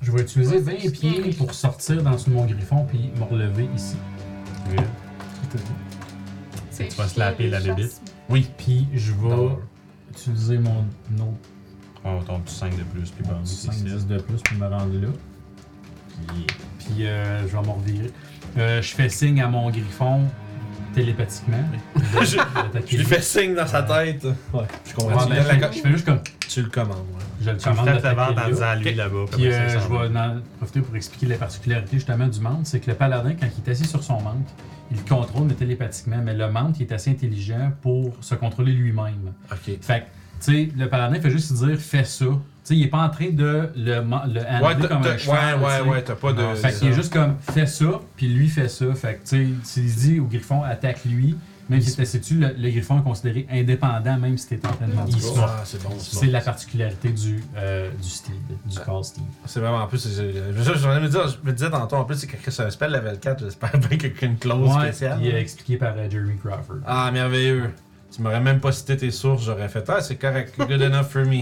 Je vais utiliser
Ouais,
20
c'est bien.
pieds pour sortir dans dessous de mon griffon puis me relever ici.
C'est
Tu vas slapper la bébite.
Oui. Puis je vais
Drôle.
utiliser mon autre
On tombe sur 5 de plus, puis bon, c'est
5
six.
10 de plus pour me rendre là. Puis euh, je vais m'en revirer. Euh, je fais signe à mon griffon télépathiquement. de- d'attaquer
Je lui
lui.
fais signe dans sa tête. Ah. Ouais, je
Ouais,
comprends. tu, lui
ben,
donnes la
je,
co-
je fais juste comme.
tu le commandes, ouais.
Je le
Tu me
commande
fais la
d'attaquer
vente en
là.
disant à lui là-bas.
Puis
comment ça
euh, je
s'en va.
vais en profiter pour expliquer la particularité justement du mantre, c'est que le paladin, quand il est assis sur son mantre, il le contrôle mais télépathiquement, mais le mantre, il est assez intelligent pour se contrôler lui-même.
Ok.
Fait que, tu sais, le paladin fait juste dire « fais ça ». Tu sais, il est pas en train de le, man- le
Ouais,
handler
t'as-
comme un
t'as- ouais,
cheval, tu
ouais,
sais. Ah,
ouais, t'as pas de.
Fait qu'il est juste comme fais ça, puis lui fait ça. Fait que tu sais, s'il dit au griffon attaque lui, même si c'est tu le, le griffon est considéré indépendant, même si t'es en train de
Ah,
il se bat.
c'est bon,
C'est
c'est bon.
la particularité du, euh, du Steed, du Call Steed.
C'est vraiment en plus. c'est- c'est- Je je- je me disais- je me disais tantôt, en plus, c'est que c'est un spell level 4. J'espère bien qu'il y a une clause
Ouais,
spéciale.
il est expliqué par euh, Jeremy Crawford.
Ah, merveilleux. Tu m'aurais même pas cité tes sources, j'aurais fait Ah, c'est correct, good enough for me.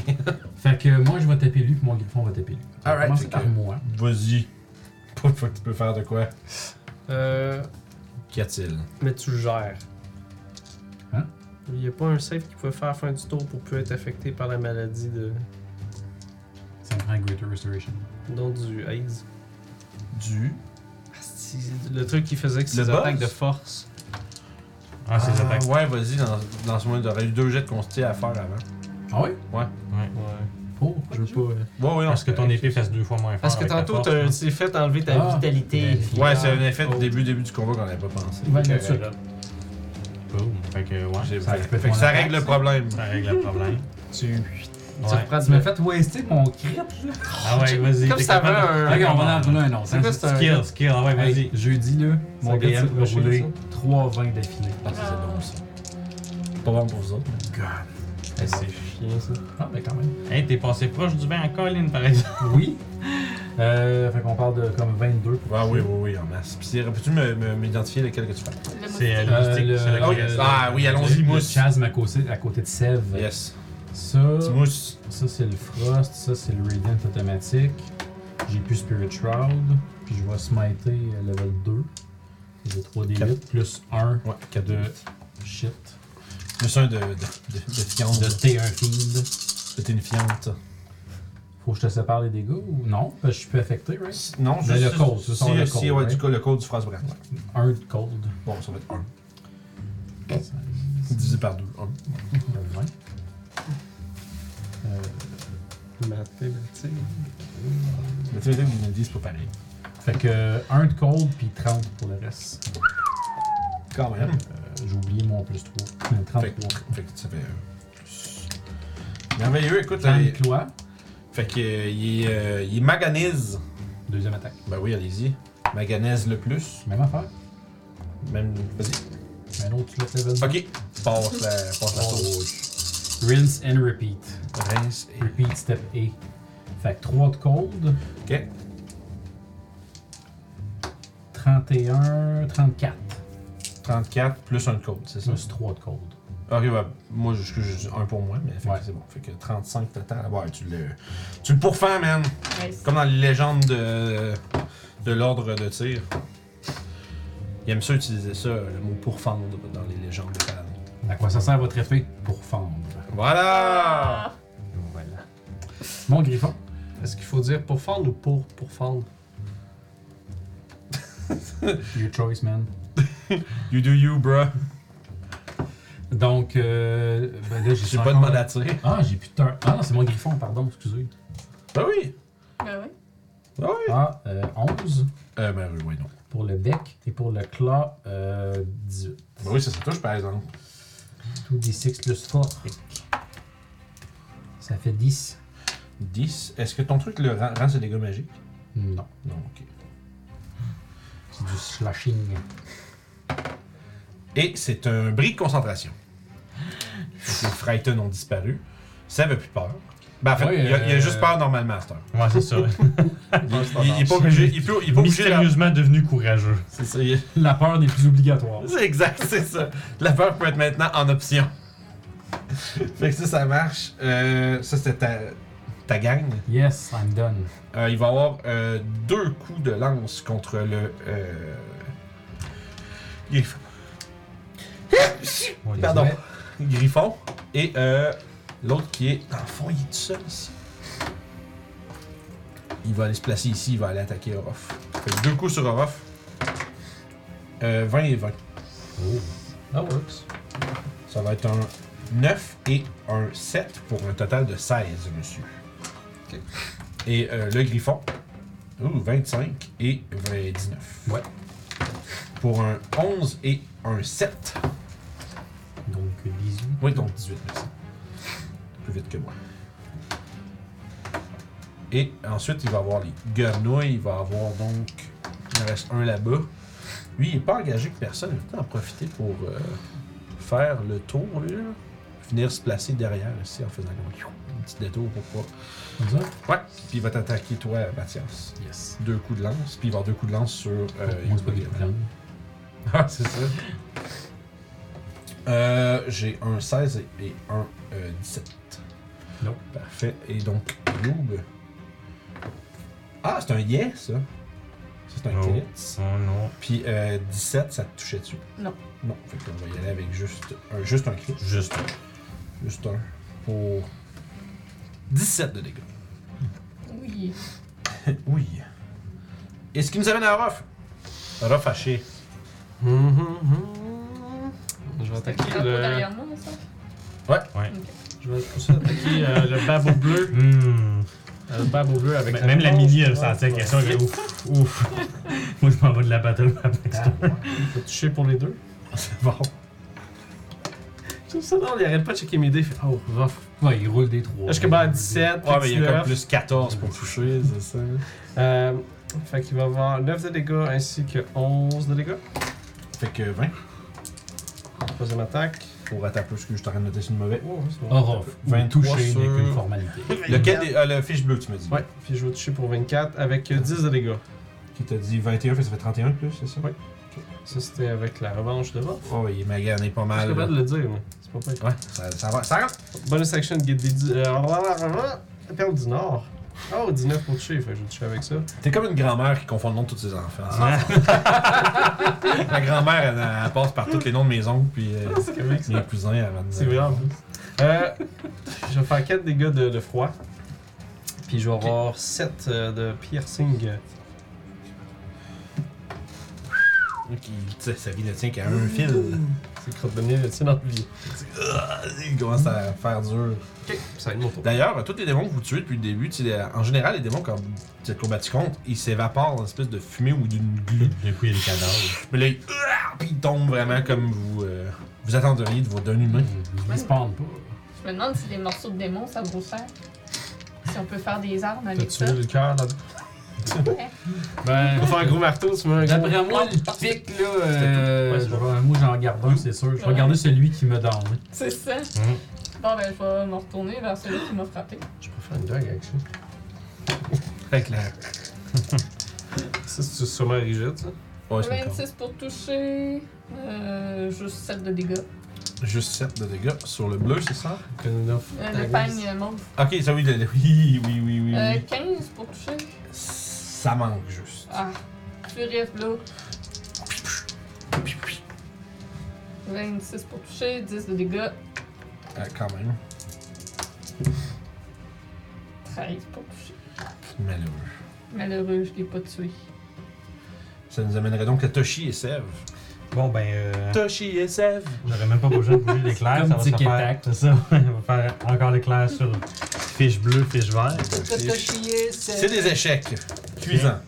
Fait que moi je vais taper lui, puis mon griffon va taper lui. On va
Alright,
commencer
fait
par
que-
moi.
Vas-y. Pour une fois que tu peux faire de quoi
Euh,
Qu'y a-t-il
mais tu le gères.
Hein?
Il n'y a pas un save qui pouvait faire à la fin du tour pour plus être affecté par la maladie de.
Ça me prend Greater Restoration.
dont du AIDS.
Du.
Asti, Le truc qui faisait que ses
Le buzz?
attaques de force.
Ah, c'est les attaques.
Ouais, vas-y, dans, dans ce moment, t'aurais eu deux jets de consti à faire avant.
Ah oui?
Ouais.
Oh, je veux pas. euh,
Ouais, ouais, on
Parce que ton épée fasse deux fois moins fort.
Parce que
avec la
tantôt,
force,
t'as-
hein.
tu t'es fait enlever ta
Ah.
vitalité.
Ouais, c'est un effet
Oh.
du début, début du combat qu'on n'avait pas pensé.
Ouais,
Fait que-
naturel.
Boom. Fait que, ouais,
J'ai-
Ça
fait-
répète
fait que
mon
ça
attaque,
règle le
ça.
problème.
ça règle le problème.
Tu, tu
Ouais.
reprends du
Tu m'as fait waster mon crit. là.
Ah ouais, vas-y.
Comme
t'es
si t'avais
capable de-
un.
Ok, on va en rouler un autre.
C'est
hein.
quoi, c'est un.
Skill, skill, ah ouais,
Hey,
vas-y.
jeudi, là, mon
gars,
DM
c'est
va
rushé,
rouler
ça.
3 20 d'affilée.
Ah, ça, c'est bon ça. Pas bon pour vous autres.
Ah, ben quand même.
Hey, t'es passé proche du bain à Colin, par exemple.
Oui. Euh, fait qu'on parle de comme 22 pour
Ah oui, oui, oui, en masse. Puis c'est- peux-tu me- me- m'identifier lequel que tu fais
C'est euh,
C'est
le
Euh,
moustique,
le-
c'est le
Ah oui,
gars.
ah, oui allons-y,
le
mousse.
chasme à côté, à côté de Sèvres.
Yes.
Ça,
Petit mousse.
ça c'est le Frost, ça c'est le Radiant automatique. J'ai plus Spirit Shroud, puis je vais smiter euh, level 2. J'ai 3d8 plus 1
Ouais, 4
de
de.
shit.
Plus un de. de. de. de fiance.
De T1 Fiend.
De ténifiante.
Faut que je te sépare les dégâts ou non? Parce que je suis plus affecté, right?
Non,
Mais
juste-
le code, ce
si-
sont le
si,
code,
ouais, du
right?
coup, le code hein. du Frostbrand. ouais.
1 de cold.
Bon, ça va être 1. Divisé par 2. 1.
Le vingt. Euh,
Mathématique.
Mais tu veux dire que vous me c'est pas pareil.
fait que 1 de cold puis 30 pour le reste.
Quand même.
Euh, J'ai oublié mon plus 3. Euh, 33.
Fait que, fait que ça fait. euh, plus. Merveilleux, écoute. euh,
30 clois.
fait que, euh, il, euh, il maganise.
Deuxième attaque.
Ben oui, allez-y. Maganèse le plus.
Même affaire.
Même. Vas-y.
Un autre slot level.
Ok. Passe la, passe la tour.
Rinse and repeat.
Rince et.
Repeat step A. Fait que 3 de cold.
Ok.
31, 34.
34 plus un de code, c'est ça?
Plus 3 de cold.
Ok, bah, moi, je je- je- un pour moi, mais fait que
Ouais.
c'est bon. Fait que 35 total. Ouais, tu le. Tu le pourfends, man!
Nice.
Comme dans les légendes de. de l'ordre de tir. Il aime ça utiliser ça, le mot pourfendre dans les légendes de Paladin.
À quoi ça sert votre épée Pour fendre.
Voilà!
Ah. Voilà. Mon griffon.
Est-ce qu'il faut dire pour fendre ou pour pour fendre?
Your choice, man.
You do you, bruh.
Donc, euh, ben là, j'ai
J'ai
ça
pas
encore.
demandé à tirer.
Ah, j'ai plus de turn. Ah non, c'est mon griffon, pardon, excusez.
Ben oui!
Ben oui.
Ben oui!
Ah, euh, 11
Euh, ben oui, oui, non.
pour le deck et pour le claw, euh, 18.
Ben oui, ça se touche, par exemple.
Tout D6 plus 3. Ça fait 10.
10. Est-ce que ton truc le rend, rend ce dégât magique?
Non,
Non, ok.
c'est du slashing.
Et c'est un bris de concentration. Donc, les Frighten ont disparu. Ça veut plus peur. Ben, en fait,
Ouais,
il, a, il a
euh,
juste peur normalement, Master.
Ouais, c'est ça.
Il, il est pas obligé. Il peut, il est pas obligé de la-
Mystérieusement devenu courageux.
C'est ça, il-
La peur n'est plus obligatoire.
C'est exact, c'est ça. La peur peut être maintenant en option. fait que ça, ça marche. Euh, ça, c'était ta, ta gang.
Yes, I'm done.
Euh, il va avoir euh, deux coups de lance contre le. Euh... Griffon. Pardon. Griffon. Et euh, l'autre qui est. Dans le fond, il est tout seul ici. Il va aller se placer ici, il va aller attaquer Orof. Fait que deux coups sur Orof. Euh, 20 et 20.
Oh. That works.
Ça va être un 9 et un 7 pour un total de 16, monsieur. Et euh, le griffon, ouh, 25 et 20 19.
Ouais.
Pour un 11 et un 7.
Donc,
euh,
18.
Oui, donc 18, merci. Plus vite que moi. Et ensuite, il va avoir les grenouilles. Il va avoir donc. Il en reste un là-bas. Lui, il n'est pas engagé que personne. Il va peut-être en profiter pour euh, faire le tour, lui, là. Venir se placer derrière ici en faisant comme un petit détour pour pouvoir.
Comme ça?
Ouais. Puis il va t'attaquer, toi, Mathias.
Yes.
Deux coups de lance. Puis il va avoir deux coups de lance sur. euh,
Moi, c'est pas
Yuri.
des problèmes.
Ah, c'est ça. Euh, j'ai un 16 et- et un euh, 17.
Non.
Parfait. Et donc, Noob. Ah, c'est un yes, ça. Ça, c'est un
Oh.
crit.
Oh non.
Puis euh, 17, ça te touchait dessus.
Non.
Non. Fait qu'on va y aller avec juste, un- juste un crit.
Juste.
Juste un. Pour 17 de dégâts.
Oui.
Oui. Et ce qui nous amène à Ruff. Ruff haché.
Hum, hum, hum. Je vais attaquer
T'as pas
le.
derrière moi, ça?
Je vais aussi attaquer euh, le babo bleu.
Hmm.
Euh, Le babo bleu avec.
M- Même la mini, elle
Ouais,
sentait la
ouais.
question. elle est Ouf, ouf. Moi, je m'en vais de la battle map.
Je vais toucher pour les deux.
C'est bon.
Je trouve ça non, il arrête pas de checker mes dés. il fait, Oh, rough.
Ouais, il roule des 3.
Là, je commande 17.
Ouais, mais il y a
19.
comme plus 14 pour toucher, c'est ça.
Euh, fait qu'il va avoir 9 de dégâts ainsi que 11 de dégâts.
Fait que 20.
Troisième attaque.
Pour attaquer parce que je suis en train de noter sur le mauvais.
Oh, c'est bon.
Aura.
23
touché n'est
sur-
qu'une formalité.
Lequel des, euh, Le fiche bleu, tu me dis.
Ouais, puis je vais toucher pour 24 avec euh, 10 de dégâts.
Qui t'a dit 21, fait que ça fait 31 de plus, c'est ça?
Ouais. Ça, c'était avec la revanche de Rof.
Oh, il magané pas
Je suis
mal. là.
capable de le dire, mais c'est pas vrai.
Ouais, ça, ça va. Ça rentre.
Bonus action, get des 10. Euh, perle du Nord. Oh, 19 pour toucher, fait que je vais toucher avec ça.
T'es comme une grand-mère qui confond le nom de tous ses enfants.
Ah.
Ma grand-mère, elle, elle passe par tous les noms de mes oncles, puis euh,
Ah, C'est correct, ça.
mes cousins avant de.
C'est vrai en plus. Euh, je vais faire 4 dégâts de, de froid. Puis je vais avoir 7 de piercing. euh,
Ok, tu sais, sa vie ne tient qu'à un fil.
Mm. C'est crotte de nez, tu sais, dans le vie.
Ah, Il commence à faire dur.
Ok, ça va être mon tour.
D'ailleurs, euh, tous les démons que vous tuez depuis le début, tu sais, euh, en général, les démons, quand vous êtes combattus contre, ils s'évaporent dans une espèce de fumée ou d'une glu.
D'un coup, il y a le cadavre.
Mais là, il, Ah! Puis il tombe vraiment comme vous euh, vous attendriez de vos d'un humain.
Il spawn pas.
Je me demande si les morceaux de démons, ça vaut cher. Si on peut faire des armes
T'as
avec ça.
tué le cœur dans le.
Ben,
On va faire un gros marteau, tu mets un gros.
D'après moi, le pic, là, euh,
Ouais, c'est
je vais- moi j'en garde un, c'est sûr. Je vais garder celui qui me donne.
C'est ça.
Hein?
Bon, ben, je vais me retourner vers celui qui m'a frappé.
Je peux faire une dague avec ça.
Fait que là,
Ça, c'est sûrement rigide, ça.
ouais, c'est encore
26 pour toucher. Euh, juste 7 de dégâts.
juste 7 de dégâts sur le bleu, c'est ça?
Euh, L'épagne mauve.
Ok, ça oui, le- le- oui, oui, oui, oui.
Euh,
oui.
15 pour toucher.
Ça manque juste.
Ah, furie bleu. 26 pour toucher, 10 de dégâts,
Ah, quand même.
13 pour toucher.
Malheureux.
Malheureux, je l'ai pas tué.
Ça nous amènerait donc à Toshi et Sev.
Bon, ben, euh,
Toshi et Sev!
j'aurais même pas besoin de bouger l'éclair. ça va se
Tic et
faire.
Tac.
C'est ça, on va faire encore l'éclair sur fiche bleue, fiche verte.
C'est des échecs. Cuisants.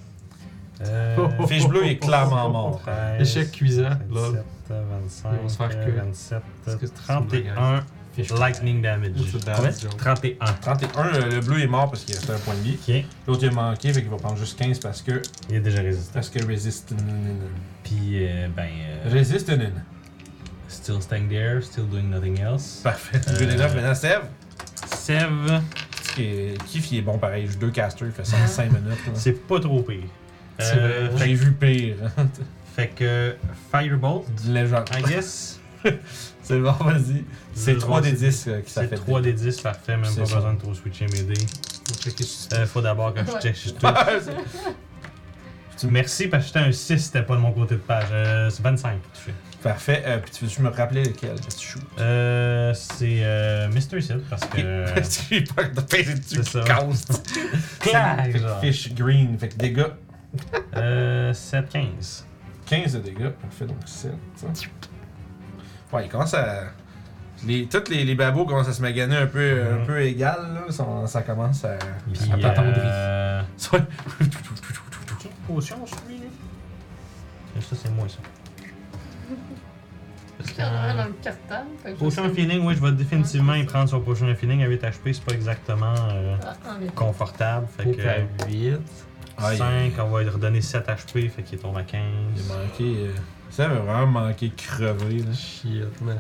Euh,
Fiche bleue est clairement mort.
13,
Échec cuisant. là.
27, 25,
Ils vont se faire que-
27,
Est-ce que c'est une
31 lightning damage.
C'est bad
Combien?
joke.
31.
31, euh, le bleu est mort parce qu'il restait un point de vie.
Ok,
L'autre il a manqué, fait qu'il va prendre juste 15 parce que.
il est déjà résistant.
Parce que résiste.
Puis, euh, ben, euh,
Résiste, Nin.
still staying there, still doing nothing
Bah.
else.
Parfait.
Euh,
2 des 9, maintenant Sev.
Sev,
Qui est- Kif, il est bon pareil. J'ai deux casters, il fait 105 minutes. là.
c'est pas trop pire.
C'est
Euh,
vrai.
fait,
J'ai vu pire.
fait que Firebolt,
Du légende.
I guess.
C'est bon, vas-y. C'est
Je
3
pense
des
que
10 euh, qui ça
C'est
fait.
3 des 10, parfait, même
C'est
pas
ça.
besoin de trop switcher mes dés. Euh, faut d'abord que je check si je touche. Merci parce que j'étais un 6, c'était pas de mon côté de page. Euh, c'est 25 pour toucher.
Parfait. Euh, puis tu veux-tu me rappeler lequel que tu shoots?
Euh, c'est euh, Mystery Seed parce que.
J'ai peur de passer dessus.
C'est ça.
Cast.
Clac!
Fait que
genre.
Fish green. Fait que dégâts.
Euh, 7, 15.
15 de dégâts. Parfait, donc 7. Ouais, il commence à. Les, toutes les, les babos commencent à se maganer un peu,
Mhm.
un peu égal, là. Ça, ça commence à.
Puis.
à t'attendrir.
Euh,
Ça-
tu une potion, celui-là Et Ça, c'est moi, ça.
Je suis en dans le cartable. fait que je
euh, Potion
sais-
feeling, oui, je vais définitivement y prendre son potion feeling à 8 HP, c'est pas exactement euh,
Ah, en effet.
confortable. Fait que.
Aucun.
8.
Ah, il-
5, on va lui redonner 7 HP, fait qu'il tombe à 15.
Il a manqué. euh, Ça m'a vraiment manqué crevé, là.
Shit, man.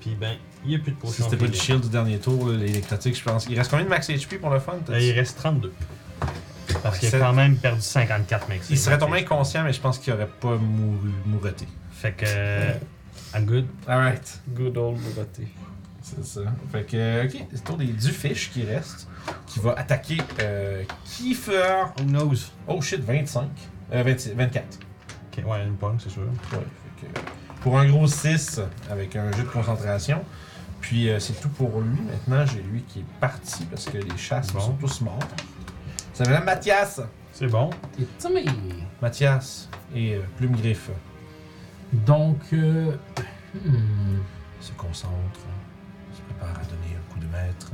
Puis ben, il n'y a plus de
Si
potion
c'était pas le
feeling.
shield du dernier tour, là, les, les critiques, je pense. Il reste combien de max HP pour le fun? t'as
Euh,
dit?
il reste 32. Parce
Ouais,
qu'il
c'est-
a quand même perdu 54 mecs.
Il serait tombé inconscient, mais je pense qu'il aurait pas mouru, moureté.
Fait que. euh, I'm good.
Alright.
Good old beauté.
C'est ça. Fait que, euh, ok, c'est le tour des Dufish qui reste, qui va attaquer euh, Kiefer.
Who knows?
Oh shit, 25. Euh, 26, 24.
Ok, ouais, une pomme, c'est sûr.
Ouais, fait que, euh, pour un gros 6 avec un jeu de concentration. Puis euh, c'est tout pour lui. Maintenant, j'ai lui qui est parti parce que les chasses
Bon.
sont tous morts. Ça va Mathias.
C'est bon.
It's me.
Mathias et euh, Plume Griffe
Donc, euh, hmm,
se concentrent, se préparent à donner un coup de maître.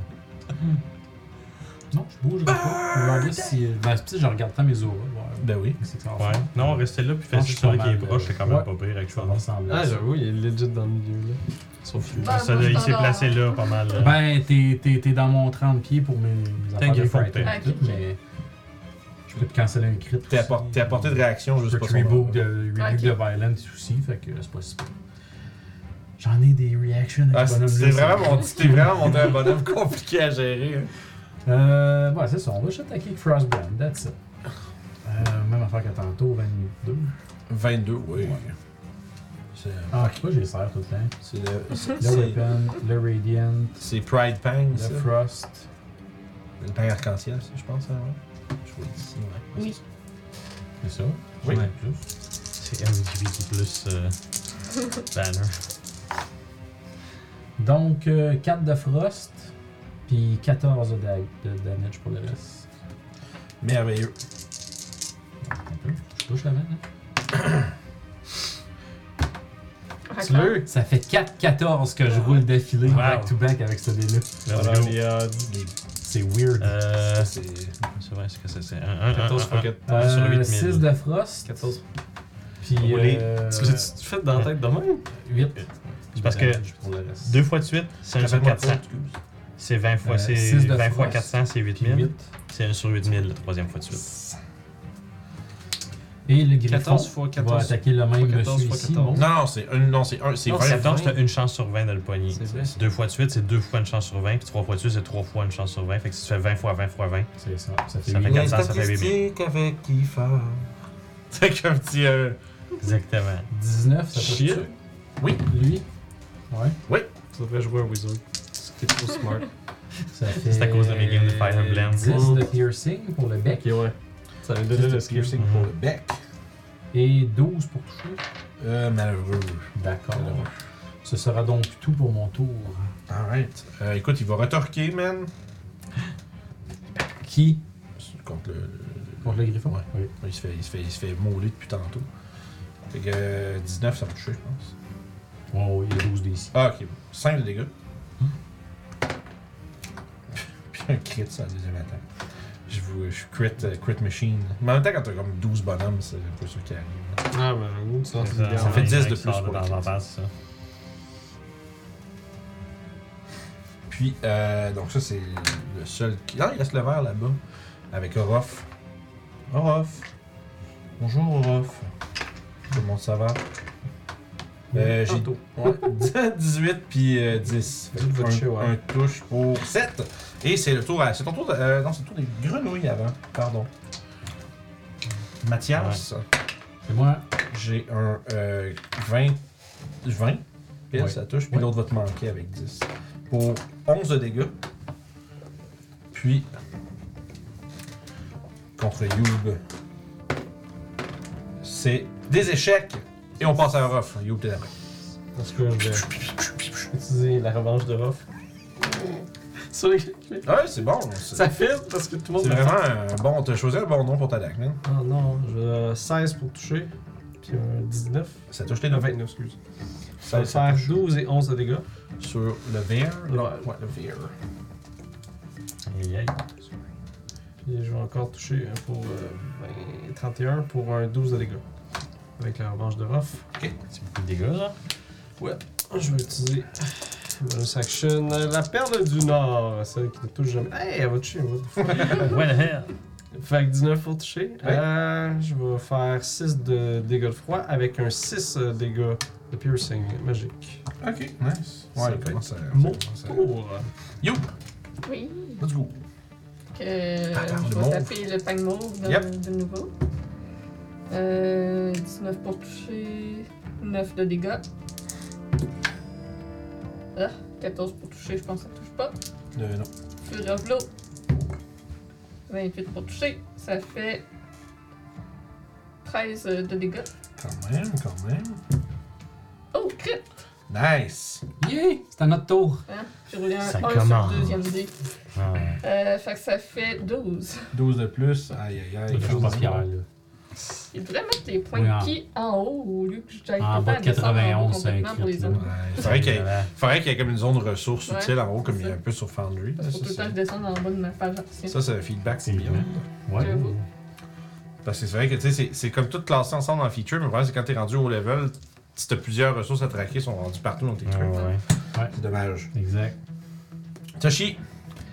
non, je bougerai pas. Je regarderai si, ben, c'est petit, je regarde tant mes auras. Ouais.
Ben oui.
C'est clair.
Ouais. Non, restez là, puis
Non,
faites
je suis
juste celui
pas
qui est
mal,
proche,
euh,
c'est quand même
ouais.
pas pire
Ça
actuellement.
va sembler.
Ah,
ça.
j'avoue, il est legit dans le milieu, là. Sauf que.
Ah,
Ça,
moi, je
il s'est
t'adore.
placé là pas mal. euh,
Ben, t'es, t'es, t'es dans mon 30 pieds pour mes affaires
qu'il
de
faut
frighten,
que t'aies.
tout,
Ok, ok.
mais je peux te canceller un crit.
T'es à, por- t'es à portée de réaction,
Je
juste
peux
pas
te
son nom.
rebook de, rebook
Ok.
de violence aussi, fait que c'est pas si pire. J'en ai des reactions avec
Ah,
ce
c'est
bonhomme-là,
c'est
ça.
vraiment mon t'es vraiment monté un bonhomme compliqué à gérer. hein.
Euh, ouais, c'est ça. On va juste attaquer avec Frostbrand, that's it. Euh, même affaire que tantôt, 22.
22, oui. C'est euh,
Ah, je sais pas, j'ai les serre tout le temps.
c'est le- c'est-
Le
c'est-
Weapon, le Radiant,
c'est Pride Pang,
le
ça.
Frost.
Le Pang arc-en-ciel, ça, je pense. hein, ouais. Je vois ici, ouais.
Oui.
C'est ça?
Oui.
Ouais, juste.
C'est LGBT plus euh, banner.
Donc, euh, 4 de Frost, puis 14 de, da- de damage pour le reste.
Merveilleux.
Un peu. Je touche la main, hein?
Raconte.
Ça fait 4-14 que je roule d'affilée
Wow.
back-to-back avec ce dé-là.
Let's
Alors,
go.
les, euh, les-
C'est weird.
Euh,
c'est-
c'est vrai, c'est que c'est- c'est. un- un- un-
14
un-
fois 4.
Euh,
sur 8000.
6 de Frost,
14.
puis
Roulé.
euh,
Est-ce que tu- tu fais dans la tête de même?
8.
C'est parce que
pour le reste.
deux fois de suite, c'est un sur 400. C'est 20 fois,
Euh,
c'est
six de
20 fois
force.
400, c'est
Puis
8000.
8.
C'est un sur 8000 la troisième fois de suite.
Et le griffon
14 fois
va
14.
attaquer le même
fois 14
monsieur
fois
ici.
14.
bon.
Non, non, c'est un. Non, c'est un. C'est
Non,
vingt.
c'est
14, t'as une chance sur 20 de le pogner.
C'est vrai.
Deux fois de suite, c'est deux fois une chance sur 20. Puis trois fois de suite, c'est trois fois une chance sur 20. Fait que si tu fais 20 fois 20 fois 20,
C'est ça, ça fait
Ça fait
huit.
400, ça fait 8000.
avec Kiefer. C'est qu'un petit. euh,
Exactement.
19, ça peut
Shit.
tuer.
Oui.
Lui. Ouais.
Tu devrais jouer un wizard. T'es trop smart.
Ça fait.
C'est à cause de mes games de Fire Emblem.
10 de piercing pour le bec.
Ok, ouais. Ça va me donner le skill.
piercing pour le bec.
Et 12 pour toucher.
Euh, malheureux.
D'accord. Ce sera donc tout pour mon tour.
Alright. Euh, écoute, il va retorquer, man.
Qui
Contre le.
Contre le griffon
Ouais.
Oui.
Il se fait, il se fait, il se fait mauler depuis tantôt. Fait que euh, 19, ça va toucher, je pense.
Oh, oui, il y a 12 d'ici.
Ah, ok. 5 de dégâts. Puis un crit sur la deuxième attaque. Je, vous, je suis crit, euh, crit machine. Mais en même temps, quand t'as comme 12 bonhommes, c'est un peu ça qui arrive. là.
Ah, ben j'avoue, tu lances une
Ça
garde.
fait 10 de
Il
plus
sort
pour
dans
le
la
kit.
face, ça.
Puis, euh, donc ça, c'est le seul qui. Ah, il reste le vert là-bas. Avec Orof. Orof. Bonjour, Orof. Comment ça va? Euh, j'ai
Tantôt.
ouais, 18 puis euh, 10. Fait
Dites votre
un,
chat, ouais.
un touche pour 7. Et c'est le tour à. C'est ton tour. de- euh, non, c'est le tour des grenouilles avant. Pardon. Mathias,
C'est moi.
j'ai un euh, 20. 20. Pile,
Ouais.
ça touche. Puis
Ouais.
l'autre va te manquer avec 10. Pour 11 de dégâts. Puis. Contre Youb. C'est des échecs. Et on passe à Ruff. Youb, t'es d'après.
Parce que je vais utiliser la revanche de Ruff. Sur les clics.
Ah Ouais, c'est bon. c'est-
Ça filtre parce que tout le monde
C'est
me
vraiment un bon. T'as choisi un bon nom pour ta deck, man.
Ah non, je euh, 16 pour toucher, puis un 19.
Ça touche tes
Non,
deux
29, excuse. Ça
Ça
va faire 12 et 11 de dégâts.
sur le verre.
Ouais.
Ouais, le verre.
Aïe, aïe.
Puis je vais encore toucher hein, pour euh, ben, 31 pour un 12 de dégâts. Avec la revanche de Ruff.
C'est beaucoup de dégâts, là.
Je vais utiliser bonus action. euh, La perle du Nord, celle qui ne touche jamais. Hey, elle va toucher, moi.
What the hell?
Fait que 19 pour toucher.
Ouais.
Euh, je vais faire 6 de dégâts de froid avec un 6 euh, dégâts de piercing magique.
Ok, nice.
Ça
Ouais, il
va
commence à.
Mon
ça commence à-
tour.
euh,
Youb,
Oui.
let's go.
Que euh,
Attends,
je
le
vais
mauve.
taper le pang mauve dans-
Yep.
de nouveau. Euh, 19 pour toucher, 9 de dégâts. Ah, 14 pour toucher, je pense que ça touche pas.
Euh, non.
Fury of Blow. 28 pour toucher, ça fait 13 de dégâts.
Quand même, quand même.
Oh, crit!
Nice.
Yeah! C'est à notre tour.
Hein? J'ai roulé un
Ça
1 sur
commence.
le deuxième dé.
Ah, ouais.
Euh, fait que ça fait 12.
12 de plus. Aïe, aïe, aïe.
Je suis pas fier, là.
Il devrait mettre les points
Oui,
de
en-
qui en haut au lieu que j'aille
En
pas
bas
faire
de
descendre en haut
91,
complètement
c'est
pour les
crit,
autres.
là.
Ouais, faudrait qu'il y ait-
Voilà.
faudrait qu'il y ait comme une zone de ressources
Ouais,
utile en haut, comme il y a
ça.
un peu sur Foundry. là,
Parce que
ça,
tout le temps, je
c'est-
descends en bas de ma page ancienne.
Ça, c'est un feedback, c'est
C'est
bien.
bien.
Ouais.
J'avoue.
Parce que c'est vrai que tu sais, c'est- c'est comme tout classé ensemble en feature, mais le problème, c'est quand t'es rendu au level, si t'as plusieurs ressources à traquer, elles sont rendues partout dans tes
Ah,
trucs.
ouais.
C'est dommage.
Exact.
Toshi,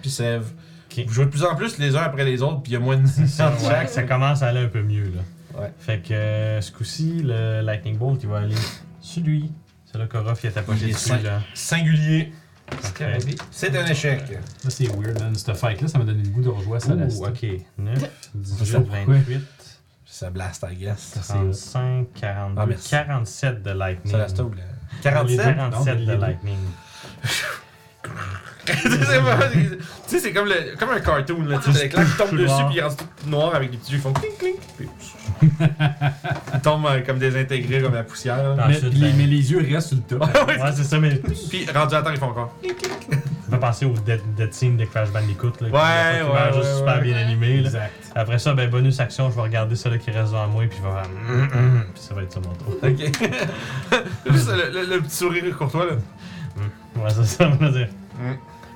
puis Sève.
Ok.
Vous jouez de plus en plus les uns après les autres, puis il y a moins de 10
Ça,
ans de
ouais,
chaque.
ça commence à aller un peu mieux, là.
Ouais.
Fait que euh, ce coup-ci, le Lightning Bolt, il va aller sur lui. C'est là qu'Orof, il a
Il
tapoté
est
dessus,
cinq.
là.
Singulier.
Parfait.
C'est un échec.
Là, c'est weird, man. Cette fight-là, ça m'a donné le goût de rejouer à Salas.
Ouh, ok. 9,
Je
18,
sais pas pourquoi.
28,
Ça blast, I guess.
Ça, c'est-
35, 42,
Ah, merci.
47 de Lightning.
Ça blast ou le...
Les
47?
47
Non,
de
les deux.
Lightning.
tu sais, vraiment, tu sais, c'est comme, le- comme un cartoon, là. Tu sais, l'éclair qui tombe
Tout
dessus,
noir.
puis il reste tout noir avec des petits yeux qui font clink clink. Puis... il tombe euh, comme désintégré, comme la poussière. là.
Mais,
Ensuite,
puis les,
ben-
mais les yeux restent sur le top.
Ouais, c'est ça, mais
Puis rendu à terre, ils font encore.
Je vais penser au Dead, Dead Scene de Crash Bandicoot. Là, qui,
Ouais,
des fois, qui
ouais,
meurt juste
ouais,
super
ouais.
bien animé. là.
Exact.
Après ça, ben, bonus action, je vais regarder celui qui reste devant moi, puis je vais faire. Hum, hum Puis ça va être ça mon tour.
Ok. Juste le, le- le petit sourire courtois, là.
Ouais, c'est ça, on va dire.
Mm.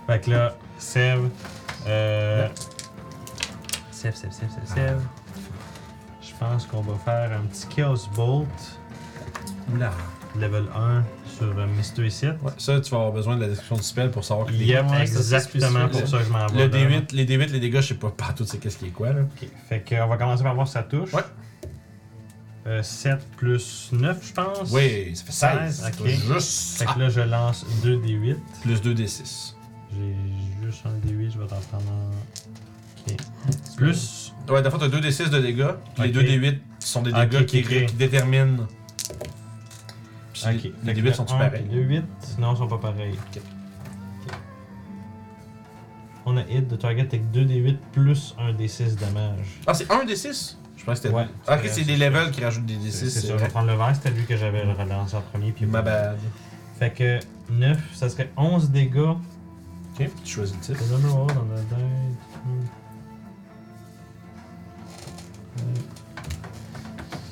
Fait que là, Sève. Euh... Sève, Sève, Sève, Sève, Sève. Ah. Je pense qu'on va faire un petit Chaos Bolt,
Oula.
level 1 sur euh, Mystery Set.
Ouais, ça, tu vas avoir besoin de la description du spell pour savoir que les-
Yep,
Ouais, ça, c'est
exactement
spécial.
pour ça que je m'en vais.
le
là.
D8, les D8, les dégâts, je sais pas partout c'est qu'est-ce qui est quoi, là.
Ok, Fait qu'on va commencer par voir sa touche.
Ouais.
Euh, 7 plus 9, je pense.
Oui, ça fait 16.
Seize, ok.
Juste
Fait que là, je lance 2 D8.
plus 2 D6.
J'ai juste un D8, je vais t'en prendre un. Ok. Plus.
Ouais, d'abord, t'as 2 D6 de dégâts. puis
Ok.
Les 2 D8 sont des
Ah, ok,
dégâts qui,
ok, ok.
qui déterminent. Puis
Ok.
les- Les D8 sont-tu pareils?
Les 8, non, ils sont pas pareils.
Ok.
Ok. On a hit de target avec 2 D8 plus un D6 damage.
Ah, c'est 1 D6 Je pense que c'était.
Ouais.
Ah, ok, c'est des levels qui rajoutent des D6.
C'est
c'est
ça, je
vrai.
vais prendre le vert, c'était lui que j'avais relancé en premier. Puis
Ma bad.
Fait que 9, ça serait 11 dégâts.
Ok, puis tu choisis le titre.
C'est number one on the dead.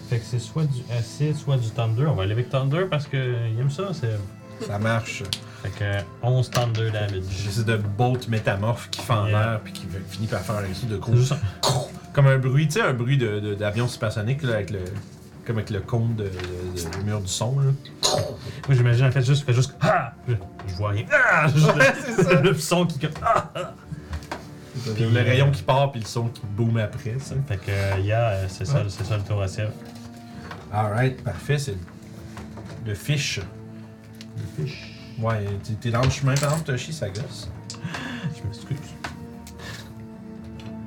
Fait que c'est soit du acide, soit du thunder. On va aller avec thunder parce que il aime ça. C'est...
Ça marche.
Fait que 11 thunder damage.
J'essaie de bolt métamorphe qui fait en
Yeah.
l'air puis qui veut- finit par faire un truc de gros.
C'est juste
Comme un bruit, tu sais, un bruit de, de- d'avion supersonique là, avec le. Comme avec le cône de, de- du mur du son là.
Moi j'imagine en fait juste, fait juste ah! je, je vois rien. Ah! Juste le, le son qui comme ah!
Puis le rayon qui part puis le son qui boom après, ça.
Fait que euh, yeah, euh, c'est ça, c'est ça le tour à Sèvres.
Alright, parfait, c'est le fish. Le fish. Ouais, t'es- t'es dans le chemin, par exemple, Toshi, ça gosse.
Je m'excuse.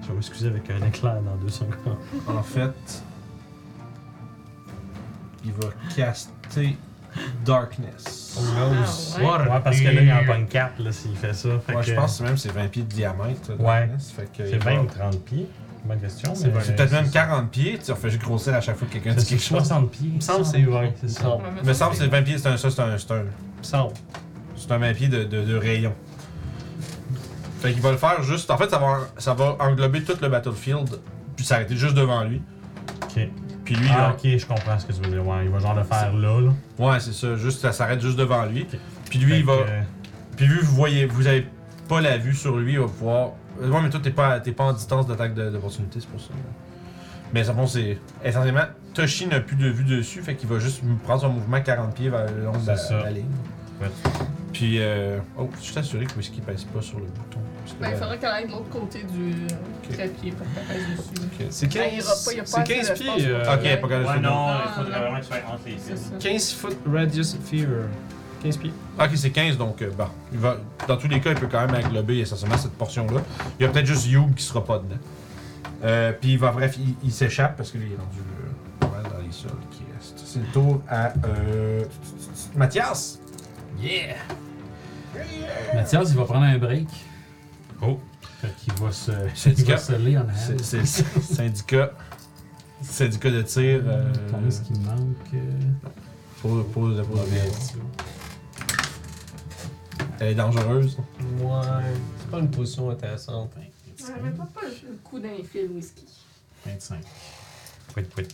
Je vais m'excuser avec un éclair dans deux secondes.
En fait, il va caster Darkness.
Ah, ouais.
Ouais, parce que là, il en pogne 4 là, s'il fait ça. Fait
Moi,
que,
je pense que même c'est 20 pieds de diamètre.
Ouais.
Darkness, fait que
C'est
il va-
20 ou 30 pieds. Bonne question.
C'est
mais-
peut-être même 40 pieds, tu refais juste grossir à chaque fois que quelqu'un dit
C'est
quelque chose.
60 pieds. Il me
semble que c'est 20,
c'est ça.
Non,
Il me semble que c'est 20 pieds, c'est un, ça, c'est un, c'est un,
me semble.
c'est un 20 pieds de, de, de rayon. Fait qu'il va le faire juste. En fait, ça va, ça va englober tout le battlefield, puis s'arrêter juste devant lui.
Ok.
Puis lui,
Ah,
là,
ok, je comprends ce que tu veux dire. Ouais, il va genre le faire là. là.
Ouais, c'est ça. Juste, ça s'arrête juste devant lui. Puis lui,
Fait
il va.
que,
Puis vu que vous voyez, vous avez pas la vue sur lui, il va pouvoir. Euh, Ouais, mais toi, t'es pas, t'es pas en distance d'attaque de- d'opportunité, c'est pour ça. Mais ça fond, c'est. Essentiellement, Toshi n'a plus de vue dessus, fait qu'il va juste m- prendre son mouvement 40 pieds vers le long de
C'est
la,
ça.
la ligne.
Ouais.
Puis, euh... oh, je suis assuré que Whisky pèse pas sur le bouton. parce que
Ben, il
là-
faudrait qu'elle aille de l'autre côté du trépied pour qu'elle passe dessus.
C'est
Ben, il ira pas, il y a
15,
pas
c'est
assez
15
d'espace
pieds.
pour
euh,
ça.
Ok, pas grave.
Ah, Ouais, non, il
non.
faudrait vraiment que tu sois entre les
C'est
pieds.
ça.
15 foot radius fear. 15 pieds.
Ok, c'est 15, donc euh, bon. Il va, dans tous les cas, il peut quand même englober essentiellement cette portion-là. Il y a peut-être juste Youb qui sera pas dedans. Euh, Puis il va, bref, il, il s'échappe parce qu'il est rendu euh, pas mal dans les sols qui restent. C'est le tour à euh, Mathias. Yeah!
Mathias, il va prendre un break.
Oh.
Fait qu'il va se.
C'est
Il
du
va
cap.
se lay en hand.
C'est c'est le syndicat. Syndicat de tir. Euh,
Attendez ce qui me manque. euh,
pose, pose, pose- Elle est dangereuse.
Ouais. C'est pas une position intéressante. hein.
Ouais, mais pas, pas le coup d'un fil whisky.
25.
Wait, wait.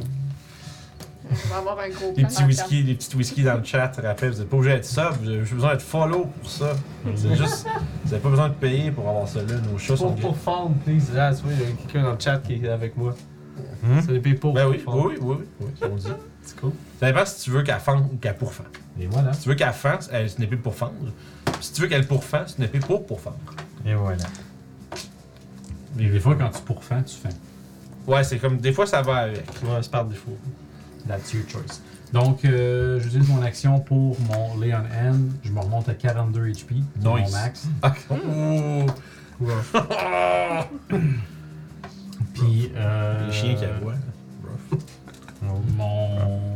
On va avoir un gros
Les
plan
petits
dans le
whisky, les petits whisky dans le chat, rappel, vous n'êtes pas obligé d'être sub, vous avez juste besoin d'être follow pour ça. C'est juste, vous n'avez pas besoin de payer pour avoir ça là, nos chats sont
Pour,
bien.
pour forme, please. Ah, tu vois, il y a quelqu'un dans le chat qui est avec moi.
Hmm?
C'est les pour.
Ben oui,
pour
oui,
forme.
oui, oui, oui, on dit.
C'est cool.
Ça dépend si tu veux qu'elle fende ou qu'elle pourfend.
Et voilà.
Si tu veux qu'elle fende, elle, c'est une épée pour fendre. Si tu veux qu'elle pourfend, c'est une épée pour pourfendre.
Et voilà.
Mais des fois, quand tu pourfends, tu fais.
Ouais, c'est comme, des fois ça va avec.
Ouais, c'est par défaut.
That's your choice. Donc, euh, j'utilise mon action pour mon Leon Hand. Je me remonte à 42 HP. c'est Mon
Nice. Hmm.
max.
Oh!
Puis. Euh,
Les chiens qui aboient.
Oh.
Mon.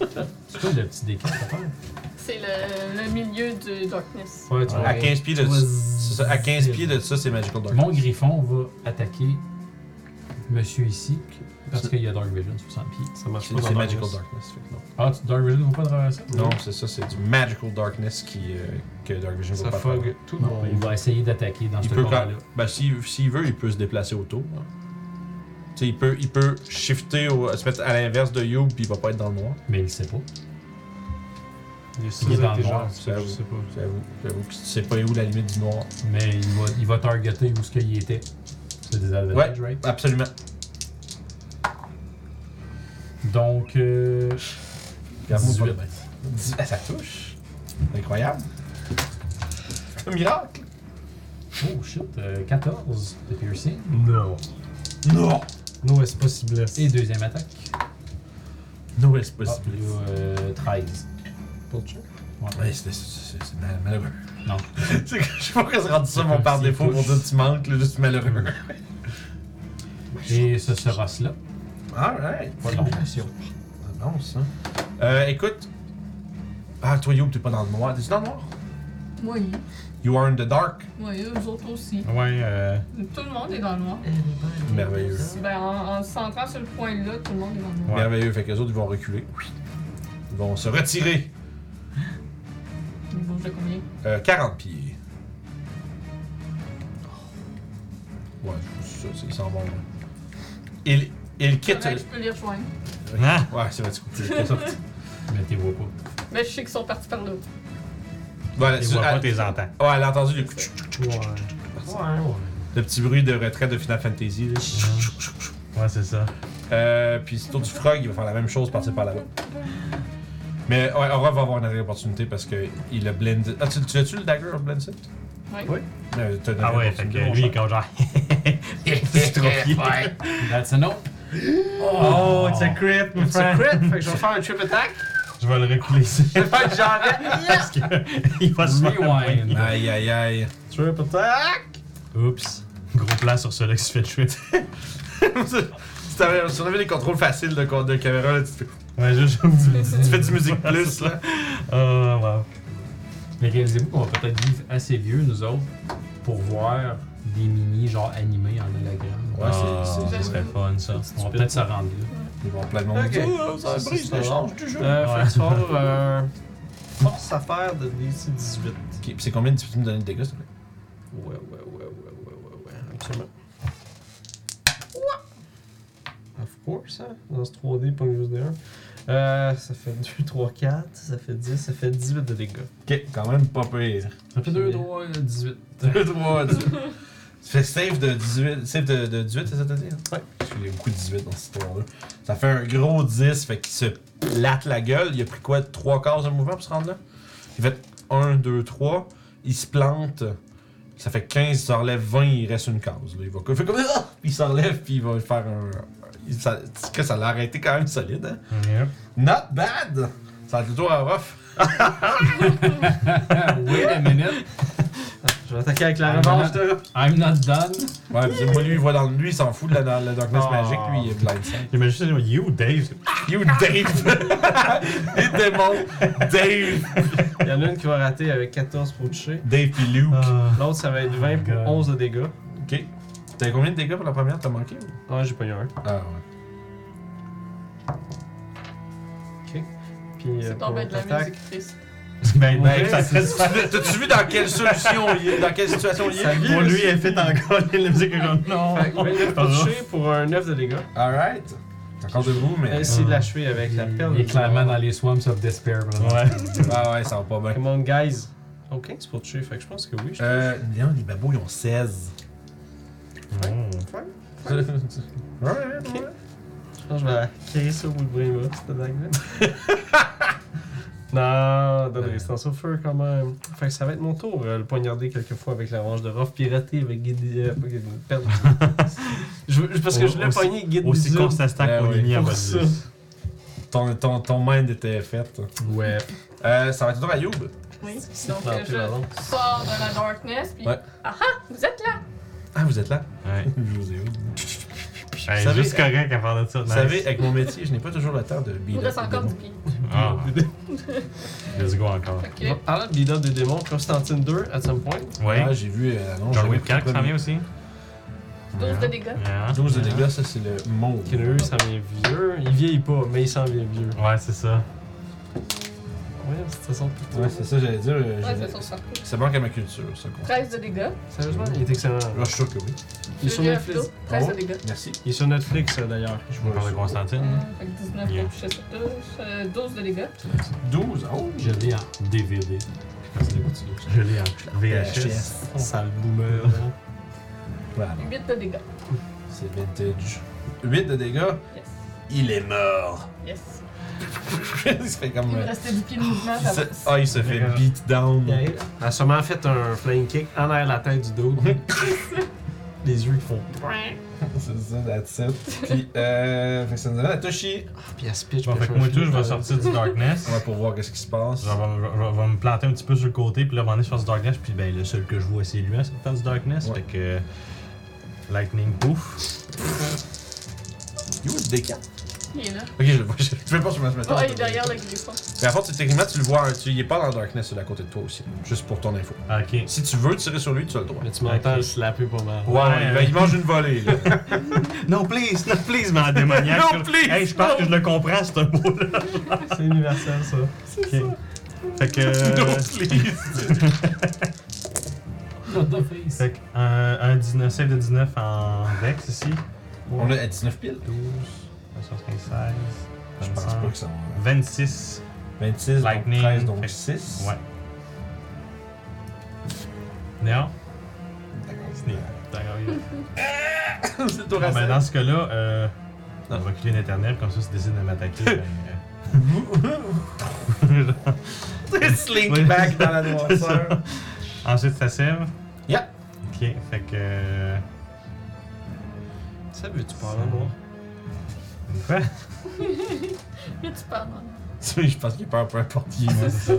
C'est quoi le petit décalage à faire?
tapis. C'est le, le milieu du darkness.
Ouais, tu vois.
À 15 pieds de
Toi,
c'est ça, à 15 pieds de ça, c'est Magical Dark.
Mon griffon va attaquer monsieur ici parce qu'il y a Dark Vision 60 pieds.
Ça marche
C'est
pas
c'est
dans
Magical
Darkness.
Darkness, fait que non.
Ah, tu- Dark Vision ne va pas traverser
Non, c'est ça, c'est du Magical Darkness qui, euh, que Dark Vision
Ça
peut pas faire.
fog Ah, tout le
Non, il
monde.
va essayer d'attaquer dans ce
Il peut quand
combat-là.
ben, s'il, s'il veut, il peut se déplacer autour. hein. Tu sais, il peut, il peut shifter, au, se mettre à l'inverse de You, puis il va pas être dans le noir.
Mais il sait pas.
Il est
Il est dans le
sous-intelligent,
noir,
ça, je sais pas.
J'avoue, j'avoue que tu sais pas où la limite du noir.
Mais il va, il va targeter où ce qu'il était. C'est des advantages, right?
Absolument.
Donc, euh,
Regarde-moi
18.
pas. Dix- ah, ça touche. Incroyable. Un miracle.
oh shit, euh, 14 de piercing.
Non.
Non.
Non, c'est possible.
Et deuxième attaque.
Non, c'est
Ah,
possible.
il y a, euh, 13.
Pour tuer.
Ouais, c'est, c'est, c'est, c'est mal- malheureux.
Non.
Tu sais, je sais pas pourquoi c'est rendu ça, mon
comme
par
s'il
défaut, pour
touche.
dire tu manques, là, juste malheureux.
Et ce sera cela.
Alright.
Pas long. Fait
Ah non, ça. Euh, écoute. Ah, toi, Youb, t'es pas dans le noir. T'es-tu dans le noir?
Moi, oui.
You are in the dark.
moi, oui, eux autres aussi.
Ouais, euh.
Tout le monde est dans le noir.
Merveilleux.
Ben, en, en se centrant sur le point là, tout le monde est dans le noir.
Ouais.
Merveilleux. Fait que les autres, ils vont reculer. Ils vont se retirer.
de combien
Euh, 40 pieds. Oh. Ouais, je suis sûr, c'est- ils s'en vont. là. Il, il quitte. euh,
Correct, Je peux les rejoindre.
Ah!
Ouais, c'est vrai, tu coupes. il est sorti.
Mais t'es vois pas.
Mais Ben, je sais qu'ils sont partis par là.
Voilà,
Tu
tu-
vois
elle-
pas, tes entends.
Ouais, elle a entendu le, coup-
Ouais.
hein.
le petit bruit de retraite de Final Fantasy. là.
Ouais, c'est ça.
Euh, puis c'est autour du frog, il va faire la même chose, partir par là-bas. Mais ouais, Aura va avoir une vraie opportunité parce que il a blended. Ah, tu, tu as-tu le dagger of blend set?
Ouais.
Oui. Euh, t'as une
Ah ouais, fait
opportunité,
que
mon
lui, il est
cher.
comme genre.
C'est trop fier.
That's a no.
Oh, it's a crit, my
C'est un
friend.
crit, fait que je vais faire un trip attack.
Je vais le reculer.
Je vais faire que j'arrête.
Parce que il va se faire
Rewind.
poigner.
Aïe aïe aïe.
Trip attack.
Oups. Gros plan sur celui qui se fait tuer.
Si t'avais- si on avait des contrôles faciles de, de caméra, là, tu, fais,
Ouais, je, je vous le
tu
dis.
fais du musique plus là.
Oh, wow.
Mais réalisez-vous qu'on va peut-être vivre assez vieux, nous autres, pour voir des mini genre animés en hologramme.
Ouais, c'est-
c'est.
c'est-
Ça Ah, serait fun, ça.
On va peut-être se rendre là.
Ils vont plein de monde.
Ok.
dire, Oh, ça
Ça,
brise
c'est
le
ça.
change du jeu.
Euh,
Ouais.
Fait que tu vas avoir, euh, force à faire de DC 18.
Ok, puis c'est combien de tu peux me donner de dégâts, s'il te plaît?
Ouais, ouais, ouais, ouais, ouais, ouais, ouais, absolument. Of course, hein? Dans ce 3D, pas juste des 1. Euh, ça fait 2, 3, 4, ça fait 10, ça fait 18 de dégâts.
Ok, quand même pas pire.
Ça fait 2, 3, 18.
2, 3, 18. Tu fais save de 18, save de, de 18, c'est ça que t'as dit? hein?
Ouais.
Parce qu'il y a beaucoup de 18 dans cette histoire-là. Ça fait un gros 10, fait qu'il se plate la gueule. Il a pris quoi, 3 quarts de mouvement pour se rendre là? Il fait 1, 2, 3. Il se plante. Ça fait 15, il se relève 20, il reste une case. Là. Il va il fait comme ça, il se relève, puis il va faire un. il- Ça, c'est que ça l'a arrêté quand même solide. Hein?
Yep.
Not bad! Ça a été toi à rough.
Wait a minute.
Je vais attaquer avec la
Ah,
revanche de.
I'm not done.
Ouais, mais c'est- moi, lui, il voit dans le- lui, il s'en fout de la, la, la darkness
Ah.
magique, lui, il est blindside.
J'imagine You, Dave.
You Dave! Les démons! Dave!
Il y en a une qui va rater avec 14 pour toucher.
Dave pis Luke.
Ah.
L'autre, ça va être 20 pour
God.
11 de dégâts.
Ok. T'avais combien de dégâts pour la première? T'as manqué ou?
Ah, j'ai pas eu un.
Ah ouais.
Puis, euh,
C'est
pour Eh
tombé de la
l'attaque,
musique triste.
Ben,
Ouais,
ben, ça serait super.
Ah, T'as-tu vu dans quelle solution il est? Dans quelle situation il
Ça
est?
vit.
Pour lui, elle fait encore la musique comme non. Oh.
Fait que 29 pour toucher pour un 9 de dégâts.
Alright. T'es encore debout, mais.
Essayer de l'achever avec la perle.
Ah. Il est clairement dans les swamps of despair. vraiment.
Ouais.
Ah ouais, ça va pas bien.
Come on, guys. Ok, c'est pour toucher, fait que je pense que oui. je-
Euh. Non, les babous, ils ont 16. ouais, ouais. ouais.
Je pense que je vais la crisser au bout de bras, cette blague-là. Non, donne résistance au feu quand même. Fait que ça va être mon tour, euh, le poignarder quelques fois avec la range de Rof, pirater avec guide. euh, pas guide perdre. je, veux- parce que je voulais
Aussi-
pogner guide
Aussi
Bizarre.
constant stack
Ben
qu'on
oui.
est mis à
Pour
bonne
ça.
liste.
Ton, ton, ton mind était fait.
Ouais,
Euh, ça va être droit à Youb.
Oui.
c'est
Donc, euh,
planté la
je
langue.
sors de la darkness, puis.
Ouais.
Ah ah, vous êtes là!
Ah, vous êtes là?
Ouais.
Je vous ai eu.
Hey,
savez-
juste correct à part de ça.
Vous
nice.
savez, avec mon métier, je n'ai pas toujours le temps de
Il
build
me
up
reste
les
encore
démons.
du pied.
Ah. Let's go encore.
Fait
Bon,
que.
Parlant de build-up des démons, Constantine 2, at some point.
Ouais.
Ah, j'ai vu euh, l'annonce.
John
j'avais
Wick
pris
4 qui
le
s'en
premier.
vient aussi. hein?
12 de dégâts.
Yeah.
12 de dégâts, ça c'est le mauve.
Kenner, ça vient vieux. Il vieillit pas, mais il s'en vient vieux.
Ouais, c'est ça.
Ouais, c'est ça son plutôt.
Ouais, c'est ça, j'allais dire. euh,
Ouais,
j'allais-
c'est sur ça.
ça manque à ma culture, ça. quoi.
13 de dégâts.
Sérieusement, il est excellent.
Ah, je suis sûr que oui.
Il est sur
Julia
Netflix.
Flo, 13 de
Oh.
dégâts.
Merci.
Il est sur Netflix euh, d'ailleurs.
Je
On parle de Constantine.
Euh, Fait que 19
Yeah.
pour toucher sur 12, euh, 12 de dégâts.
12. Oh,
Je l'ai en DVD.
Je l'ai en VHS.
VHS.
Sale boomer.
Voilà,
8 de dégâts.
c'est vintage. 8 de dégâts,
Yes.
il est mort.
Yes.
il se fait comme.
Il me
euh,
restait du pied de mouvement.
il
ça
se-
va.
Ah, il se fait beat down.
Elle a sûrement fait un flying kick en arrière la tête du dos. Les yeux qui font.
C'est ça, that's it. Puis, euh. Fait que ça nous amène à Toshi.
Ah, puis elle se pitch.
Bon, fait que moi, tout, je vais sortir du darkness.
Ouais, pour voir qu'est-ce qui se passe.
Genre, je vais- je vais- je vais me planter un petit peu sur le côté, puis là, à un moment donné, je fasse Darkness, puis ben, le seul que je vois, c'est lui à cette phase Darkness.
Ouais.
Fait que. euh, Lightning pouf.
You, le D4.
Il est là.
Ok, je le vois. Je je vais pas sur ma semaine.
Ah, il est derrière le griffon.
Mais à fond, tu- techniquement, tu le vois, hein, tu il est pas dans Darkness, il est à côté de toi aussi. Juste pour ton info.
Ok.
Si tu veux tirer sur lui, tu as le droit.
Mais tu m'entends
Ok.
euh, le slapper pas mal.
Ouais, ben, il, va- il mange une volée. Là.
Non, please, non, please, mais en démoniaque.
Non, please,
Hey, je pense que je le comprends, c'est un mot-là.
C'est universel ça.
Ok. Fait que. euh, Fait que un, un 19, save de 19 en Dex ici.
On est à 19 piles.
12, 75, 16,
Je pense
25,
pas que ça va.
26.
26,
Lightning,
donc 13, donc
fait-
6.
Ouais. Non?
D'accord.
Sneak. D'accord, il est-
C'est ton
Bon, ben,
racine.
dans ce cas-là, euh, on va reculer l'éternel, comme ça, si décide de m'attaquer, ben, euh,
C'est slink back dans la noirceur.
Ensuite, ça sève.
Yep.
Ok, fait que. euh,
Ça veut-tu parler, moi?
Une fois.
Mais tu parles, non?
Je pense qu'il est peur peu importe qui. moi.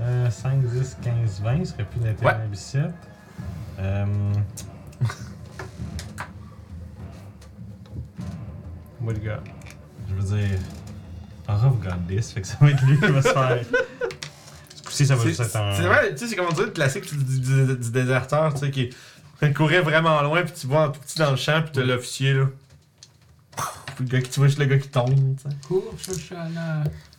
Euh, 5, 10, 15, 20, ce serait plus l'éternel ici. Euh,
What you got?
je veux dire. Aura of God this, fait que ça va être lui qui va se faire. Ce coup-ci, ça va
C'est
juste être un.
c'est vrai, tu sais, c'est comment dire le classique du, du- du- du déserteur, tu sais, qui qui courait vraiment loin, puis tu vois un tout petit dans le champ, puis t'as l'officier, là. Puis le gars qui, tu vois juste le gars qui tombe, tu sais.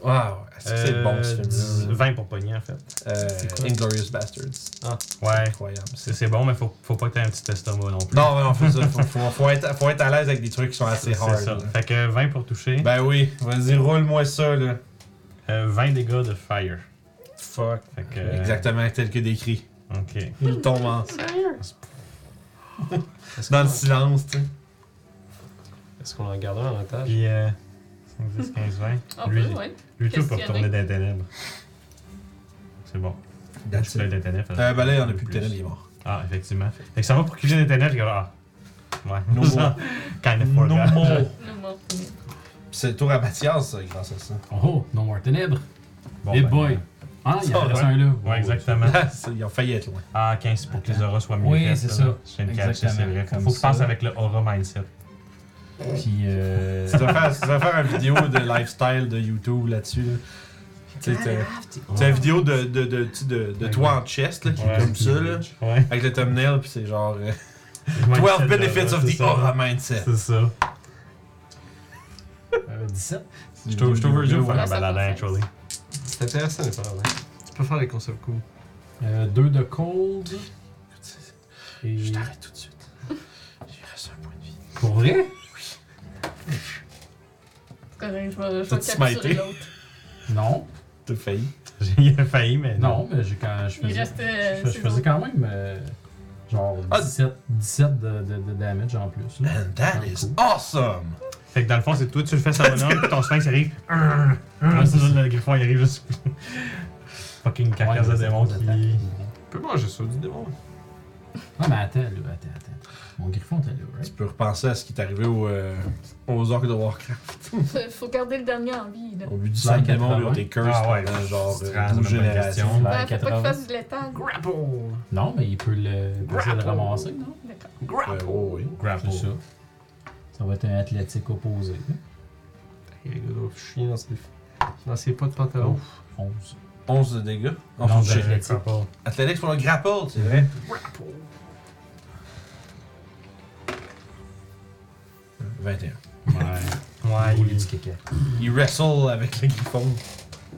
Waouh, est-ce que c'est
Euh,
bon ce
dix-
film-là?
20 pour pogner, en fait.
Euh, Inglorious Bastards.
Ouais.
Incroyable.
C'est c'est bon, mais faut, faut pas que t'aies un petit estomac non plus.
Non, non, faut ça. Faut, faut, faut être, faut être à l'aise avec des trucs qui sont assez
c'est
hard.
ça.
là.
Fait que 20 pour toucher,
Ben oui, vas-y, roule-moi ça, là.
euh, 20 dégâts de fire.
Fuck.
Fait que. euh,
Exactement tel que décrit.
Ok.
Il tombe en...
Sérieux?
dans le silence, tu sais.
Est-ce qu'on en gardera en otage?
Puis euh, 5, 10, 15, 20.
Un
lui,
peu, Ah, ben, ouais.
lui tout peut
Questionner.
retourner dans les ténèbres. C'est bon. Je suis
That's
pas
it.
dans les ténèbres.
Euh, ben là, il y en a plus de ténèbres, il est mort.
Ah, effectivement. Fait que ça va pour qu'il y ait des ténèbres, je regarde, ah. Ouais.
No more.
kind of forgot.
Nous, moi,
Puis C'est le tour à Mathias, ça, grâce à ça.
Oh, non more ténèbres.
Bon,
Eh
ben,
boy. Ah, il y en
Ça,
reste
ouais.
un là.
Ouais, exactement.
Ça, Ils ont failli être loin.
Ah, 15 pour que les auras soient mieux
Oui,
faites,
c'est
là.
ça.
Je viens de catcher, c'est
Exactement,
vrai. Faut
comme
faut que je pense
ça.
avec le aura mindset.
Puis, euh, tu vas faire, tu vas faire une vidéo de lifestyle de YouTube là-dessus. Là. Tu sais, t'as- t'as une vidéo de, de, de, tu sais, de, de toi en chest, là, qui
Ouais.
est comme ça, là,
Ouais.
avec le thumbnail, puis c'est genre euh,
Mindset
12
de
benefits
aura,
of
c'est
the
ça.
aura mindset.
C'est ça.
Euh, 17.
Je trouve je trouve que je vais faire
Ouais,
la
ça
balade,
fait
actually.
C'est intéressant, les paroles.
hein.
Tu peux faire les concepts cool.
Euh, 2 de cold. Et...
Je t'arrête tout de suite. Il reste un point de vie.
Pour vrai?
c'est correct, je vais, je
T'as
vais
te
capturer
smité?
l'autre.
Non.
T'as failli.
J'ai failli, mais
Non, mais j'ai quand je
Il
faisais,
restait.
je, je faisais quand même euh, genre
Ah,
17, 17 de, de, de damage en plus. là.
Euh,
And that is awesome!
Fait que dans le fond, c'est toi, tu le fais sur bonhomme, puis ton sphinx arrive. Arr, arr, c'est là, le griffon, il arrive juste. Fucking carcasse
Ouais,
de démon
c'est
qui.
attaque.
Tu peux manger ça du démon.
Ah, mais attends, là, attends, attends. Mon griffon était là,
Tu
right?
peux repenser à ce qui est arrivé au, euh, aux orques de Warcraft.
Faut- Faut garder le dernier en vie, là.
Au but du sang démon, ils ont été cursed
Ah ouais,
pendant genre
c'est
euh,
vraiment
12
pas une
générations.
question.
Vers
Ouais, faut pas
80.
qu'il fasse du létal.
Non, mais il peut le, il peut essayer de le ramasser, non?
D'accord.
Ouais, oh oui.
Grapple.
C'est ça. Ça va être un athlétique opposé.
Il y a des gros chiens dans ses, dans ses pas de pantalon.
11.
11 de dégâts. Oh,
Non,
Enfin,
de-
j'ai-
Athlétique.
Grapple.
Athletics pour le grapple, c'est vrai.
Grapple.
21.
Ouais. Ouais.
Au lieu
il-
du kéké.
Il wrestle avec le griffon.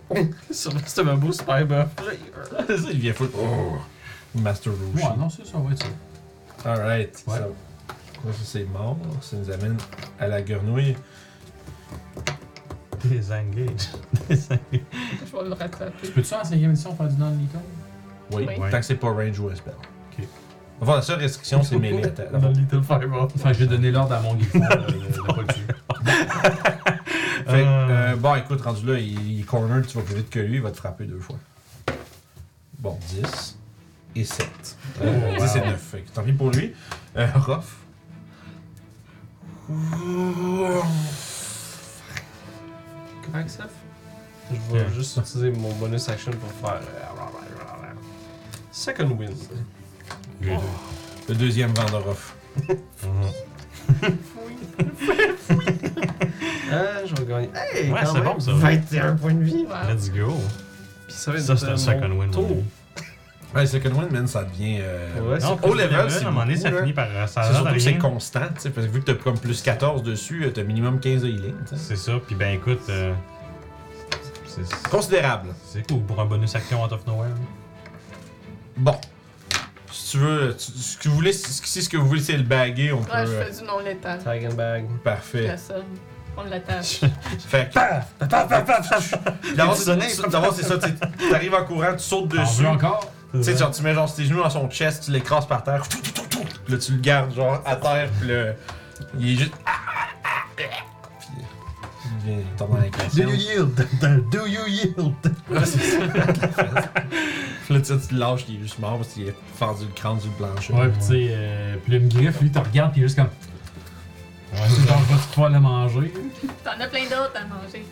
Sur le c'est un beau super buff. là, il-
il vient foutre. Oh. Master Rouge.
Ouais, non, c'est ça, ouais, ça.
Alright.
Ouais.
Ça, ça, c'est mort. Ça nous amène à la grenouille.
Désengage. Désengage.
Je vais le rattraper.
Peux-tu en 5ème édition faire du non-lethal?
Oui.
Oui.
Tant que c'est pas range ou un spell.
Ok.
Enfin, la seule restriction, c'est mêlée à ta.
Euh,
Dans le Little Fireball.
Enfin, j'ai donné l'ordre à mon griffon euh, de ne pas le tuer.
Fait que, euh, bon, écoute, rendu là, il, il corner, tu vas plus vite que lui, il va te frapper deux fois. Bon, 10 et 7. Euh,
Oh,
10 et
wow.
9. Fait que tant pis pour lui. Euh, Ruff.
Comment ça Je vais
Ok.
juste utiliser mon bonus action pour faire. euh, Second win.
Le deuxième vent de Ruff.
Euh,
Ah, je vais gagner. Hey,
Ouais,
quand
c'est
même,
bon, ça.
21 points de vie.
Wow.
Let's go.
Puis ça va être
Ça, c'est
mon
un second win.
tour.
oui.
Ouais, second one, man, ça devient. Euh,
Ouais, c'est
Non,
au
plus
level, c'est
À un moment donné,
beaucoup,
ça
là.
finit par. Ça a
C'est
l'air
surtout
de
que c'est
Ah, rien.
constant, tu sais, parce que vu que t'as comme plus 14 dessus, euh, t'as minimum 15 de healing, tu sais.
C'est ça, puis ben écoute, euh, c'est-
Considérable.
C'est cool pour un bonus action out of nowhere.
Bon. Si tu veux, tu- ce que vous voulez, si ce que vous voulez, c'est le baguer, on peut.
Ouais, je
euh,
fais du non létal.
Tag and bag.
Parfait.
La somme. On l'attache.
Fait que. D'abord, c'est- d'abord, c'est ça, tu sais, t'arrives en courant, tu sautes
T'en
dessus.
veux encore?
Tu sais, genre, tu mets genre tes genoux dans son chest, tu l'écrases par terre, tout, tout, tout, tout. Puis là, tu le gardes genre à terre, puis là, il est juste. ah, Puis il vient tomber dans la
Do
création.
you yield? Do you yield?
Puis là, tu sais, tu le lâches, il est juste mort parce qu'il est fendu le crâne du plancher.
Ouais, pis tu sais, euh, pis le griffe, lui, te regarde, pis il est juste comme. Ouais, c'est genre, vas-tu pouvoir le manger?
T'en as plein d'autres à manger.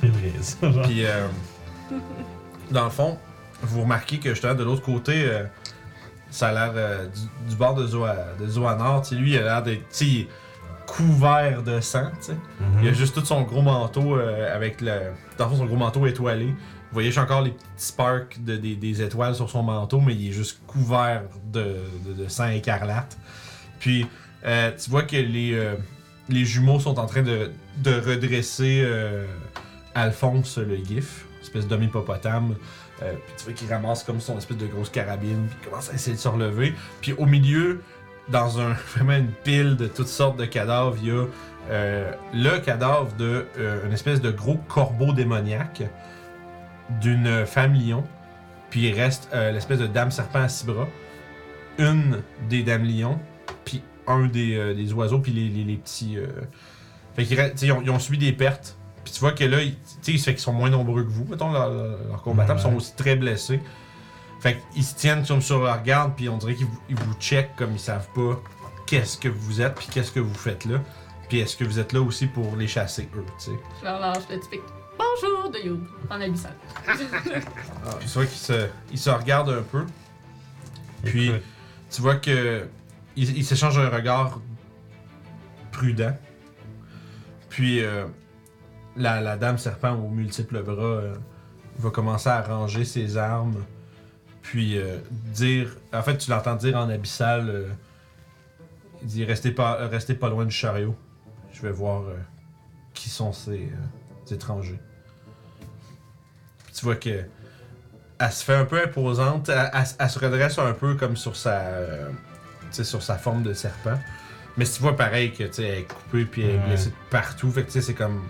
C'est vrai, ça. genre.
Puis, euh, dans le fond, vous remarquez que justement, de l'autre côté, euh, ça a l'air euh, du, du bord de Zoa, de Zoanor, tu sais, lui, il a l'air d'être tu sais, il est couvert de sang, tu sais. Il a juste tout son gros manteau euh, avec le. Dans le fond, son gros manteau étoilé. Vous voyez, j'ai encore les petits sparks de, des, des étoiles sur son manteau, mais il est juste couvert de, de- de sang écarlate. Puis, euh, tu vois que les, euh, les jumeaux sont en train de, de redresser euh, Alphonse le GIF, espèce d'homme hippopotame. Euh, puis tu vois qu'il ramasse comme son espèce de grosse carabine, puis il commence à essayer de se relever. Puis au milieu, dans un vraiment une pile de toutes sortes de cadavres, il y a euh, le cadavre de euh, une espèce de gros corbeau démoniaque d'une femme lion. Puis il reste euh, l'espèce de dame serpent à six bras, une des dames lions, puis un des, euh, des oiseaux, puis les, les- les petits. euh, Fait qu'ils re- tu sais, ils ont, ils ont subi des pertes. Puis tu vois que là, ils, tu sais, ça fait qu'ils sont moins nombreux que vous, mettons, leurs leurs combattants, puis ils sont aussi très blessés. Fait qu'ils se tiennent comme sur leur garde, puis on dirait qu'ils vous, ils vous checkent comme ils savent pas qu'est-ce que vous êtes, puis qu'est-ce que vous faites là. Puis est-ce que vous êtes là aussi pour les chasser, eux, tu sais.
Je leur lâche le typique bonjour de You en abyssal.
Ah, tu vois qu'ils se, ils se regardent un peu. Puis
Écoute.
tu vois que ils ils s'échangent un regard prudent. Puis euh, la, la dame serpent aux multiples bras euh, va commencer à ranger ses armes. Puis euh, dire. En fait, tu l'entends dire en abyssal. euh, il dit restez pas, euh, restez pas loin du chariot. Je vais voir euh, qui sont ces, euh, ces étrangers. Puis tu vois que elle se fait un peu imposante, elle, elle- elle se redresse un peu comme sur sa, euh, tu sais, sur sa forme de serpent. Mais si tu vois pareil que tu sais, elle est coupée puis elle est
Ouais.
blessée de partout, fait que tu sais, c'est comme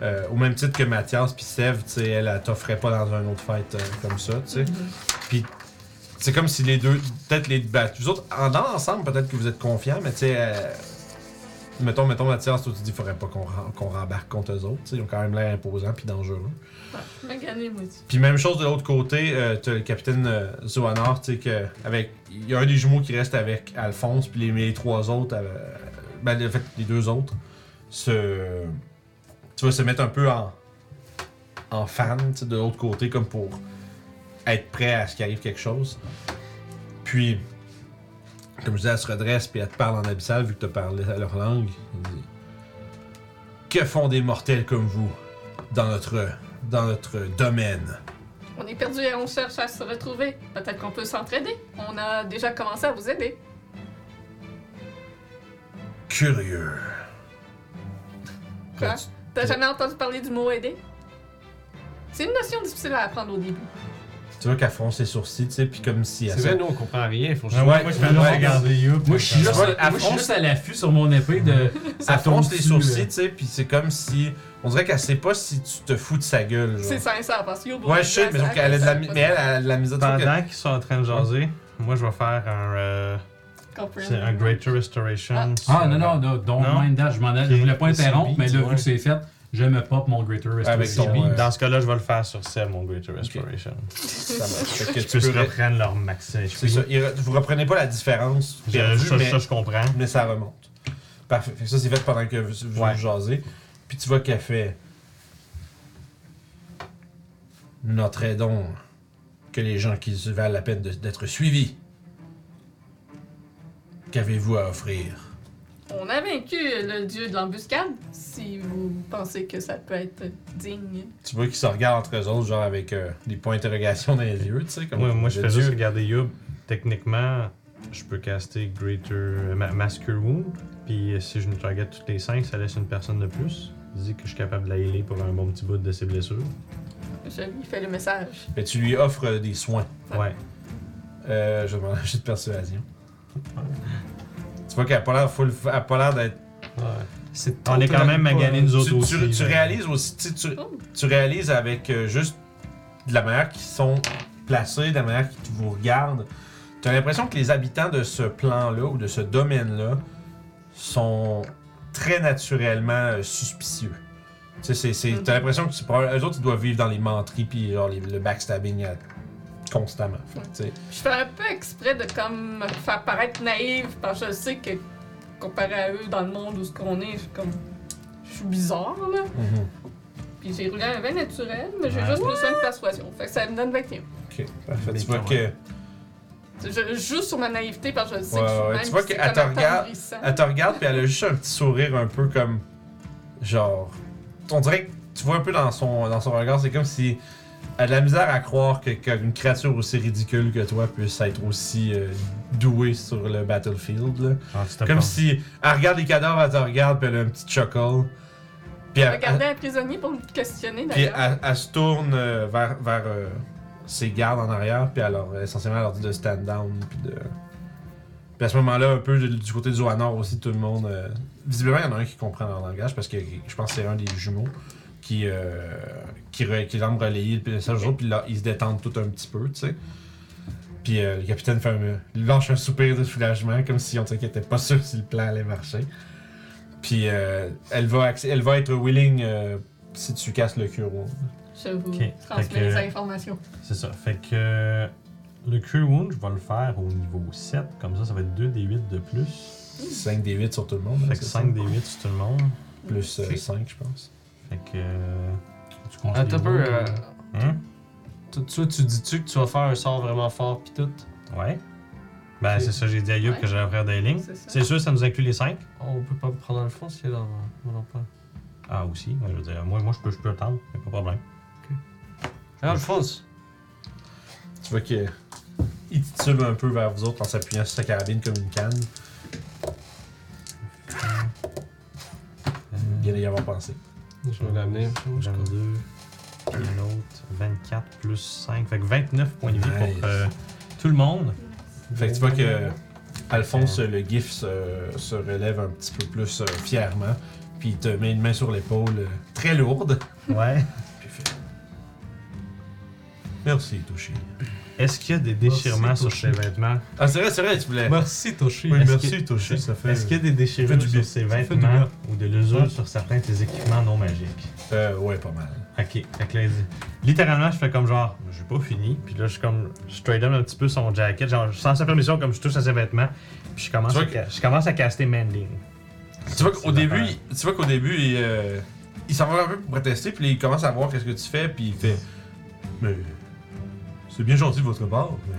euh, au même titre que Mathias puis Sève, tu sais, elle, elle t'offrait pas dans un autre fight euh, comme ça, tu sais. Puis c'est comme si les deux, peut-être les battent. Vous autres, en dans l'ensemble, peut-être que vous êtes confiants, mais tu sais, euh, mettons, mettons Mathias, toi tu dis, faudrait pas qu'on ren- qu'on rembarque contre eux autres, tu sais, ils ont quand même l'air imposants puis dangereux.
Je vais gagner, moi aussi.
Puis même chose de l'autre côté, euh, t'as le capitaine euh, Zoanor, tu sais, que avec. Il y a un des jumeaux qui reste avec Alphonse, puis les, les trois autres, euh, ben, en fait, les deux autres, se. Tu vas se mettre un peu en. en fan, tu sais, de l'autre côté, comme pour être prêt à ce qu'il arrive quelque chose. Puis. Comme je disais, elle se redresse, puis elle te parle en abyssal, vu que t'as parlé à leur langue. Elle dit, Que font des mortels comme vous dans notre. dans notre domaine?
On est perdu et on cherche à se retrouver. Peut-être qu'on peut s'entraider. On a déjà commencé à vous aider.
Curieux.
Quoi? T'as jamais entendu parler du mot aider? C'est une notion difficile à apprendre au début.
Tu vois qu'elle fronce ses sourcils, tu sais, puis comme si elle
C'est vrai, nous, on comprend rien. Faut juste.
Ouais,
ouais,
moi, je
ouais,
vais le
ouais.
regarder, Youp.
Moi, je suis juste,
Ouais,
moi, je suis
affronte-
juste à l'affût sur mon épée de.
elle fronce
tombe
les
dessus,
sourcils,
euh.
tu sais, puis c'est comme si. On dirait qu'elle sait pas si tu te fous de sa gueule. Genre.
C'est sincère parce que Yo,
Ouais, je sais, mais, donc, elle, a de la, mi- mais elle, elle a de la misère. tu vois
Pendant qu'ils sont en train de jaser, moi, je vais faire un, euh, c'est un Greater Restoration.
Ah,
sur-
non, non, non, don't
Non?
mind that. Je, m'en allais-
Ok.
je voulais pas
C'est
interrompre,
beat,
mais là,
ouais.
vu que c'est fait, je me pop mon Greater
Avec
Restoration.
ton,
Beat.
euh,
Dans ce cas-là, je vais le faire sur Seb, mon Greater Restoration.
que ça marche. Fait que
Que
tu
puissent
peux.
reprendre leur max
C'est
HP.
ça. il re- Vous reprenez pas la différence
Je-
perdue,
ça,
mais,
ça, je comprends.
mais ça remonte. Parfait. Fait que ça, c'est fait pendant que vous, vous
Ouais.
jasez. Puis tu vois qu'elle fait. Notre aidons que les gens qui se valent la peine de- d'être suivis. Qu'avez-vous à offrir?
On a vaincu le dieu de l'embuscade, si vous pensez que ça peut être digne.
Tu vois qu'ils se regardent entre eux autres, genre avec euh, des points d'interrogation dans les yeux, tu sais. Comme
Moi, moi je
de
fais juste
Dieu.
regarder Yub. Techniquement, je peux caster Greater euh, Ma- Master Wound. Puis euh, si je me target toutes les 5, ça laisse une personne de plus. Dit que je suis capable de la healer pour un bon petit bout de ses blessures.
Je lui fais le message.
Mais tu lui offres euh, des soins.
Ouais.
Euh, je vais demander un jet de persuasion. tu vois qu'elle a pas l'air full- elle a pas l'air d'être.
On est quand même magané nous autres
Tu,
aussi. euh.
tu- tu
là.
réalises aussi, tu, tu- tu réalises avec euh, juste de la manière qu'ils sont placés, de la manière qu'ils vous regardent, tu as l'impression que les habitants de ce plan-là ou de ce domaine-là sont très naturellement euh, suspicieux. Tu sais, c'est- c'est- t'as l'impression que tu, parles- eux autres, ils doivent vivre dans les menteries puis genre les- le backstabbing euh, constamment. Fait que, tu sais,
Je fais un peu exprès de comme me faire paraître naïve parce que je sais que comparé à eux dans le monde où ce qu'on est, je suis comme. Je suis bizarre là.
mhm.
Puis j'ai roulé un vin naturel, mais j'ai juste plus un de persuasion. Fait que ça me donne 21.
Ok, parfait.
Mais
Tu vois
quand
que.
Je joue sur ma naïveté parce que je sais
Ouais,
que je suis
ouais,
même,
tu vois
puis c'est
qu'elle
comme
te regarde-
attendrissant.
Elle te regarde puis elle a juste un petit sourire un peu comme genre on dirait que tu vois un peu dans son dans son regard c'est comme si elle a de la misère à croire que qu'une créature aussi ridicule que toi puisse être aussi euh, douée sur le battlefield. là.
Ah, tu te
Comme
prends.
si elle regarde les cadavres, elle te regarde puis elle a un petit chuckle. Puis elle,
Regardez un prisonnier pour me questionner
puis
d'ailleurs.
elle, elle se tourne euh, vers, vers euh, ses gardes en arrière, puis elle leur, essentiellement elle leur dit de stand down. Puis, de... puis à ce moment-là, un peu du- du côté du Nord aussi, tout le monde. euh, Visiblement, il y en a un qui comprend leur langage, parce que je pense que c'est un des jumeaux qui, euh, qui, re- qui semble relayer le message aux autres, puis là, ils se détendent tout un petit peu, tu sais. Puis euh, le capitaine fait un, il lâche un soupir de soulagement, comme si on s'inquiétait pas sûr si le plan allait marcher. Puis euh, elle, va, acc- elle va être willing euh, si tu casses le cure wound.
Je vous
Ok. Fait que-
transmets les informations.
C'est ça. Fait que euh, le Cure Wound, je vais le faire au niveau 7. Comme ça, ça va être 2 des 8 de plus.
5 des 8 sur tout le monde. hein,
Fait que
c'est ça?
5 des 8 sur tout le monde.
Plus 5, je pense.
Fait que. euh, tu comptes
Attends un
les
peu.
wounds,
euh,
Hein?
tout de suite, tu dis-tu que tu vas faire un sort vraiment fort pis tout?
Ouais. Ben, c'est ça, j'ai dit à Yup
Ouais.
que j'allais faire des
Hmm?
lignes.
C'est ça.
C'est sûr, ça nous inclut les 5.
On peut pas me prendre dans le fond si c'est dans mon emploi.
Ah, aussi. ouais, je veux dire, moi, moi je peux, je peux attendre. Y'a pas de problème.
Ah, Alphonse!
Tu vois qu'il il titube un peu vers vous autres en s'appuyant sur sa carabine comme une canne. Bien d'y avoir pensé.
Je vais l'amener.
22. Puis une autre. 24 plus 5. Fait que 29 points de vie
Nice.
pour euh, tout le monde.
Fait que tu vois que Alphonse, le gif, se, se relève un petit peu plus euh, fièrement. Puis il te met une main sur l'épaule euh, très lourde.
Ouais.
Puis il fait, Merci, Touché.
Est-ce qu'il y a des
Oh,
déchirements
Merci,
sur ses vêtements?
Ah, c'est vrai, c'est vrai, tu voulais.
Merci, Toshi.
Oui,
Est-ce
merci,
que-
Touché. Ça fait.
Est-ce qu'il y a des
fait
déchirures
du bien.
sur ses
Ça fait du
vêtements ou de l'usure sur certains de tes équipements non magiques?
Euh, ouais, pas mal.
Ok, fait que là, il dit- littéralement, je fais comme genre, j'ai pas fini, puis là, je suis comme, je trade un petit peu son jacket, genre, sans sa permission, comme je touche à ses vêtements, puis je commence,
Tu
à,
vois
ca- je commence à caster Mending.
Tu vois qu'au
C'est
début,
l'affaire.
il- tu vois qu'au début, il, euh, il s'en va un peu pour protester, puis il commence à voir qu'est-ce que tu fais, puis il fait Mais c'est bien gentil de votre part, mais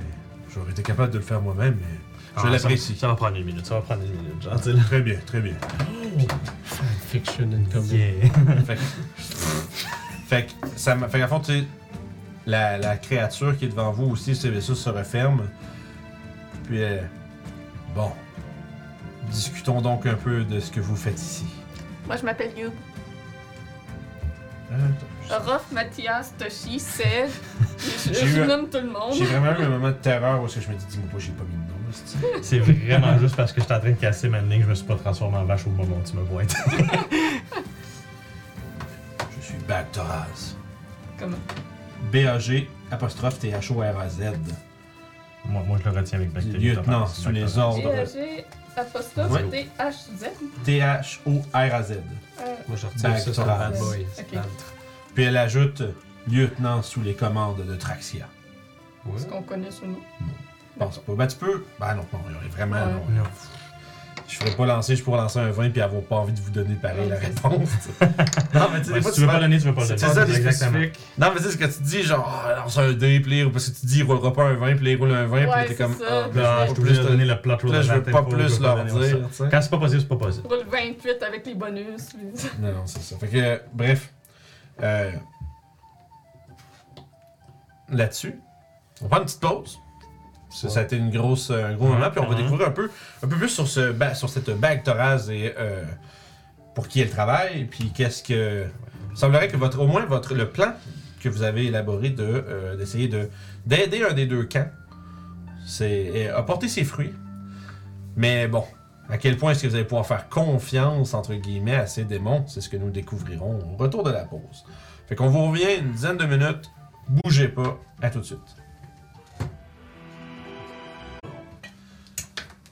j'aurais été capable de le faire moi-même, mais Je
Ah,
l'apprécie.
Ça, va- ça va prendre une minute, ça va prendre une minute, genre, tu sais, là.
très bien, très bien.
Fiction and comedy.
Yeah.
fait que, fait que ça m'a- fait qu'à fond, tu sais, la, la créature qui est devant vous aussi, ses vaisseaux se referment. Puis, euh, bon, discutons donc un peu de ce que vous faites ici.
Moi, je m'appelle Youb.
Euh,
Rof, Mathias, Toshi, Seb. Je,
J'ai
je
eu un-
nomme tout le monde.
J'ai vraiment eu un moment de terreur où est-ce que je me dis, dis-moi pas, j'ai pas mis de nom, c'est-tu?
C'est vraiment juste parce que j'étais en train de casser Mending, je me suis pas transformé en vache au moment où tu me vois être.
Je suis Bagtoraz.
Comment?
B-A-G apostrophe T-H-O-R-A-Z.
moi, moi, je le retiens avec Bactérie.
Lieutenant sous les ordres
G-A-G, apostrophe,
Ouais.
T-H-Z.
T-H-O-R-A-Z.
Euh,
Moi, je retire ça sur le
Bad
bad boy.
Ok.
C'est bad.
Puis elle ajoute E lieutenant sous les commandes de Traxia.
Ouais.
Est-ce qu'on connaît ce nom?
Je pense pas. Ben tu peux. Ben non, non, j'aurais vraiment.
Ouais.
non, non. Je ferais pas lancer, je pourrais lancer un 20 puis avoir pas envie de vous donner pareil la
Ouais, c'est
réponse. non, mais tu sais, des fois,
si tu veux
vas-
pas donner, tu veux pas le donner.
C'est ça, les
exactement.
Non, mais tu sais, ce que tu dis, genre, Ah, lance un dé, puis il roule- parce que tu dis, il roulera pas un 20, puis il roule un 20, puis
Ouais,
t'es
c'est
comme.
ça.
Ah, ben,
Ah,
je veux pas
je suis
plus
obligé de
te-
donner le plot roll
Là,
de
je veux
Latin
pas
Info, je
plus
veux
leur
pas donner
dire, tu sais.
ça. Quand c'est pas possible, c'est pas possible.
Roule 28 avec les bonus. puis-
Non, non, c'est ça. Fait que, euh, bref. euh, Là-dessus, on prend une petite pause. Ça, ça a été une grosse, euh, un gros moment.
Ouais,
Puis on va
quand même.
découvrir un peu, un peu plus sur, ce ba- sur cette bague Thoraz et euh, pour qui elle travaille. Puis qu'est-ce que. Il semblerait que votre, au moins votre, le plan que vous avez élaboré de, euh, d'essayer de, d'aider un des deux camps c'est, et a porté ses fruits. Mais bon, à quel point est-ce que vous allez pouvoir faire confiance, entre guillemets, à ces démons C'est ce que nous découvrirons au retour de la pause. Fait qu'on vous revient une dizaine de minutes. Bougez pas. À tout de suite.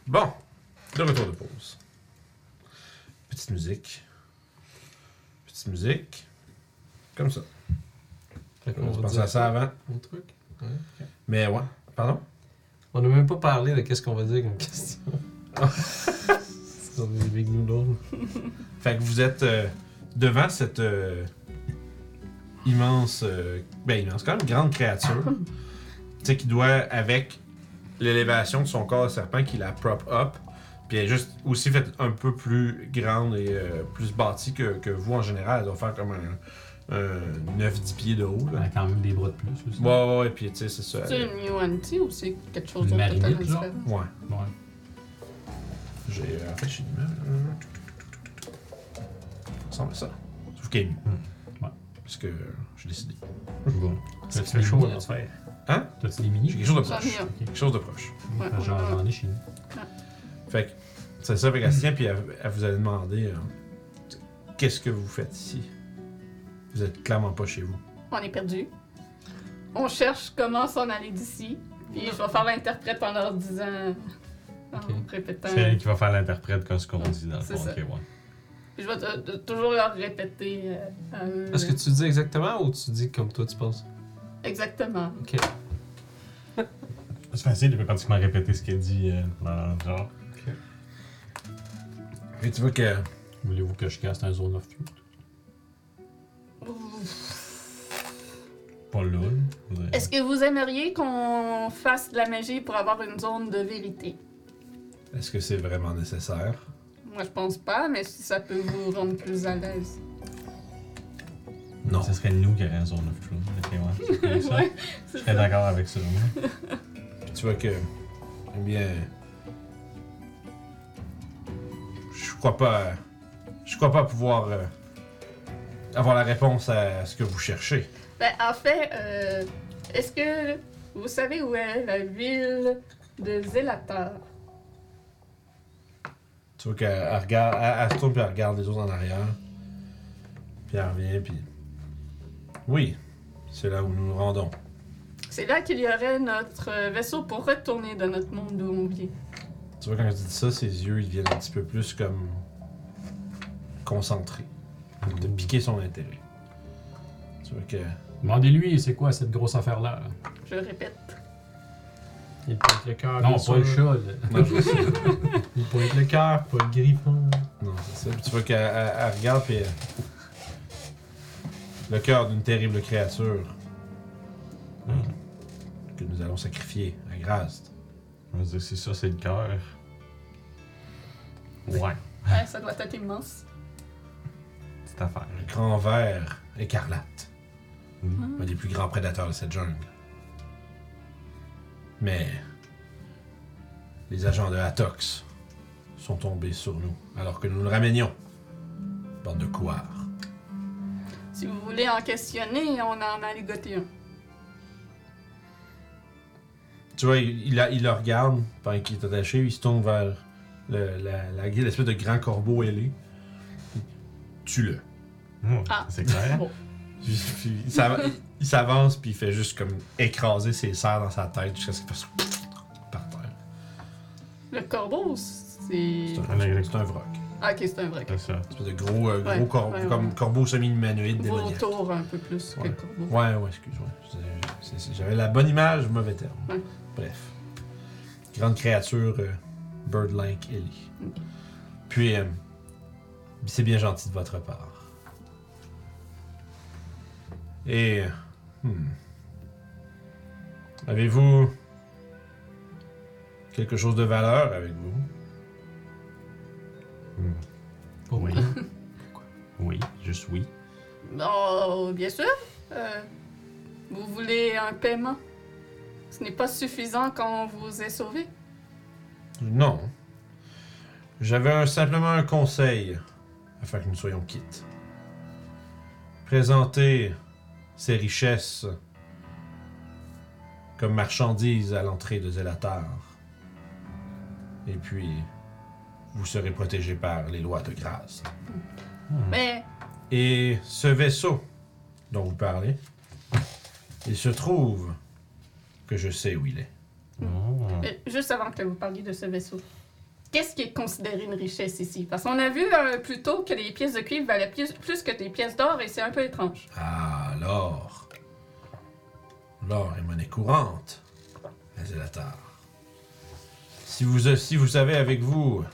Bon, de retour de pause. Petite musique. Petite musique. Comme ça.
Fait qu'on
On
va
se pensait
dire
à ça avant.
un truc.
Mais ouais. Pardon?
On n'a même pas parlé de qu'est-ce qu'on va dire comme question. C'est des big noodles.
Fait que vous êtes euh, devant cette euh, immense, euh, ben immense, quand même grande créature,
Ah.
tu sais, qui doit, avec l'élévation de son corps de serpent, qui la prop up, puis elle est juste aussi faite un peu plus grande et euh, plus bâtie que, que vous en général. Elle doit faire comme un, un 9-10 pieds de haut.
Elle
Là.
a Ah, quand même des bras de plus aussi.
Ouais, ouais, ouais, puis tu sais, c'est ça.
C'est
elle-
une Yuan-Ti ou c'est quelque chose
Une
d'autre totalement
marinette, genre?
différent?
Ouais.
Ouais.
J'ai. euh, En fait, j'ai une image. hein. Ça ressemble à ça. Sauf qu'il est mieux.
Ouais.
Parce que j'ai décidé.
Bon.
Ça
T'as-tu
fait
des
chaud en
mini?
enfer.
T'as-tu des
J'ai
mini?
quelque chose de
J'en ai
proche.
un.
Quelque chose de proche.
Ouais,
Genre,
ouais, ouais.
J'en ai chez nous.
Fait que c'est ça, fait qu'elle se tient, puis elle, elle vous a demandé euh, qu'est-ce que vous faites ici. Vous êtes clairement pas chez vous.
On est perdu. On cherche comment s'en aller d'ici. Puis je vais faire l'interprète en leur disant. En
Ok.
répétant.
C'est elle qui va faire l'interprète comme ce qu'on dit dans le
C'est
fond.
ça.
Ok, ouais.
Puis je vais t- t- toujours leur répéter. euh, à eux.
Est-ce que tu dis exactement ou tu dis comme toi tu penses
Exactement.
C'est facile, il peut pratiquement répéter ce qu'elle dit euh, dans le genre.
Et tu vois que.
Voulez-vous que je casse un zone of feud?
Pas là.
Est-ce que vous aimeriez qu'on fasse de la magie pour avoir une zone de vérité?
Est-ce que c'est vraiment nécessaire?
Moi, je pense pas, mais si ça peut vous rendre plus à l'aise.
Non.
Ce serait nous qui aurions un zone of truth. Ok, ouais. c'est comme ça.
Ouais, c'est
Eh
Je
ben.
serais
ça.
d'accord avec ça. moi.
Puis tu vois que. Eh bien. Je crois pas. Je crois pas pouvoir euh, avoir la réponse à ce que vous cherchez.
Ben, en fait, euh, est-ce que vous savez où est la ville de Zélatar?
Tu vois qu'elle elle regarde, elle, elle se tourne puis elle regarde les autres en arrière. Puis elle revient puis. Oui, c'est là où nous nous rendons.
C'est là qu'il y aurait notre euh, vaisseau pour retourner dans notre monde d'où on vient.
Tu vois quand je dis ça, ses yeux ils viennent un petit peu plus comme concentrés. De piquer son intérêt. Tu vois que.
Demandez-lui, c'est quoi cette grosse affaire-là?
Je répète.
Il pointe le
Ah,
cœur.
Non,
bien sûr.
pas le chat, là.
Non, je sais.
Il pointe le cœur, pas le griffon.
Non, c'est ça. Puis tu vois qu'elle elle- elle regarde, puis elle- le cœur d'une terrible créature hein, que nous allons sacrifier à Grast.
Je veux dire, si ça, c'est le cœur. Ouais,
Ouais, ça doit être immense.
cette affaire.
Le grand ver écarlate,
Mhm.
un des plus grands prédateurs de cette jungle. Mais les agents de Hatox sont tombés sur nous alors que nous le ramenions. Bande de couards.
Si vous voulez en questionner, on en a ligoté un.
Tu vois, il, il, la- il le regarde pendant qu'il est attaché, il se tourne vers le- la- la- l'espèce de grand corbeau ailé. Puis, Tue-le.
Ouais,
Ah.
C'est clair.
Bon.
Puis- puis il s'av- il- il s'avance, puis il fait juste comme écraser ses serres dans sa tête jusqu'à ce qu'il fasse par terre.
Le corbeau, c'est.
C'est un, c'est un vroc.
Ah, ok, c'est un vrai
C'est ça.
Une espèce de gros, euh, gros
Ouais,
corbeau,
ouais, ouais.
comme corbeau semi-humanoïde démoniaque.
Vautour un peu plus que
Ouais.
le corbeau.
Ouais, ouais, excuse-moi. C'est- c'est- J'avais la bonne image, mauvais terme.
Ouais.
Bref. Grande créature euh, Birdlike Ellie. Puis, euh, c'est bien gentil de votre part. Et. hmm. Avez-vous quelque chose de valeur avec vous?
Oui. Oui, juste oui.
Oh, bien sûr. Euh, vous voulez un paiement? Ce n'est pas suffisant quand on vous est sauvé.
Non. J'avais un- simplement un conseil afin que nous soyons quittes. Présentez ses richesses comme marchandises à l'entrée de Zelatar. Et puis, vous serez protégé par les lois de grâce.
Mais
Et ce vaisseau dont vous parlez, il se trouve que je sais où il est.
euh, juste avant que vous parliez de ce vaisseau, qu'est-ce qui est considéré une richesse ici? Parce qu'on a vu euh, plus tôt que les pièces de cuivre valaient plus, plus que des pièces d'or et c'est un peu étrange.
Ah, l'or. L'or est monnaie courante, à Zelatar. Si vous, si vous avez avec vous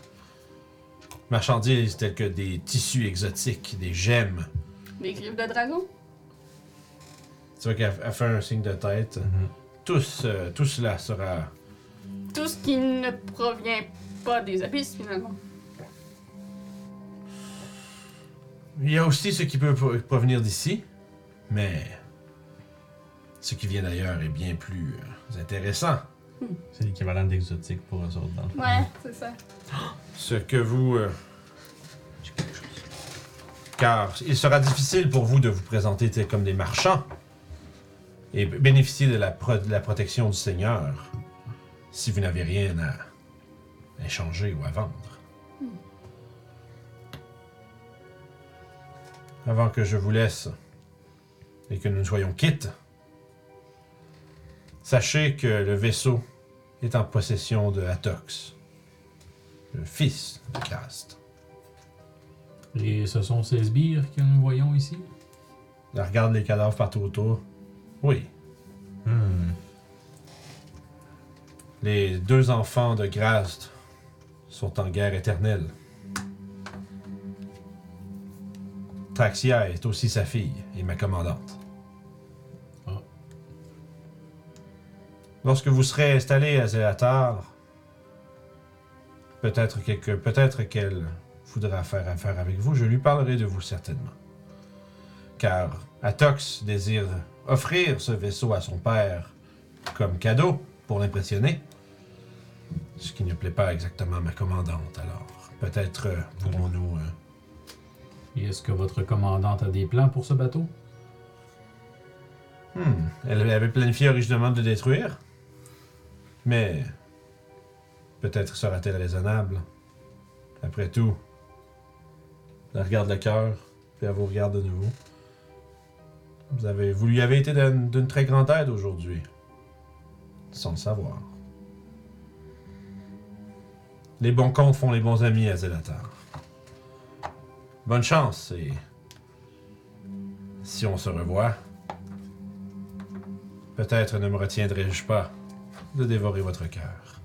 marchandises telles que des tissus exotiques, des gemmes,
Des griffes de dragon?
tu vois qu'elle elle fait un signe de tête, tous, euh, tout cela sera
Tout ce qui ne provient pas des abysses, finalement.
Il y a aussi ce qui peut pro- provenir d'ici, mais ce qui vient d'ailleurs est bien plus euh, intéressant.
C'est l'équivalent d'exotique pour eux autres. Dans le fond.
Ouais, c'est ça.
Ce que vous... euh, Car il sera difficile pour vous de vous présenter tel- comme des marchands et b- bénéficier de la, pro- de la protection du Seigneur si vous n'avez rien à échanger ou à vendre. Avant que je vous laisse et que nous ne soyons quittes, sachez que le vaisseau est en possession de Atox, le fils de Cast.
Et ce sont ces sbires que nous voyons ici.
Elle regarde les cadavres partout autour. Oui. Hmm. Les deux enfants de Grast sont en guerre éternelle. Traxia est aussi sa fille et ma commandante.
Ah.
Lorsque vous serez installé à Zelatar, peut-être quelque, peut-être qu'elle voudra faire affaire avec vous. Je lui parlerai de vous certainement car Atox désire offrir ce vaisseau à son père comme cadeau pour l'impressionner. Ce qui ne plaît pas exactement à ma commandante, alors peut-être euh, pourrons-nous. euh,
Et est-ce que votre commandante a des plans pour ce bateau?
hmm, Elle avait- avait planifié originellement de le détruire, mais peut-être sera-t-elle raisonnable. Après tout, elle regarde le cœur, puis elle vous regarde de nouveau. Vous, avez, vous lui avez été d'une d'une très grande aide aujourd'hui, sans le savoir. Les bons comptes font les bons amis à Zelatar. Bonne chance et si on se revoit, peut-être ne me retiendrai-je pas de dévorer votre cœur.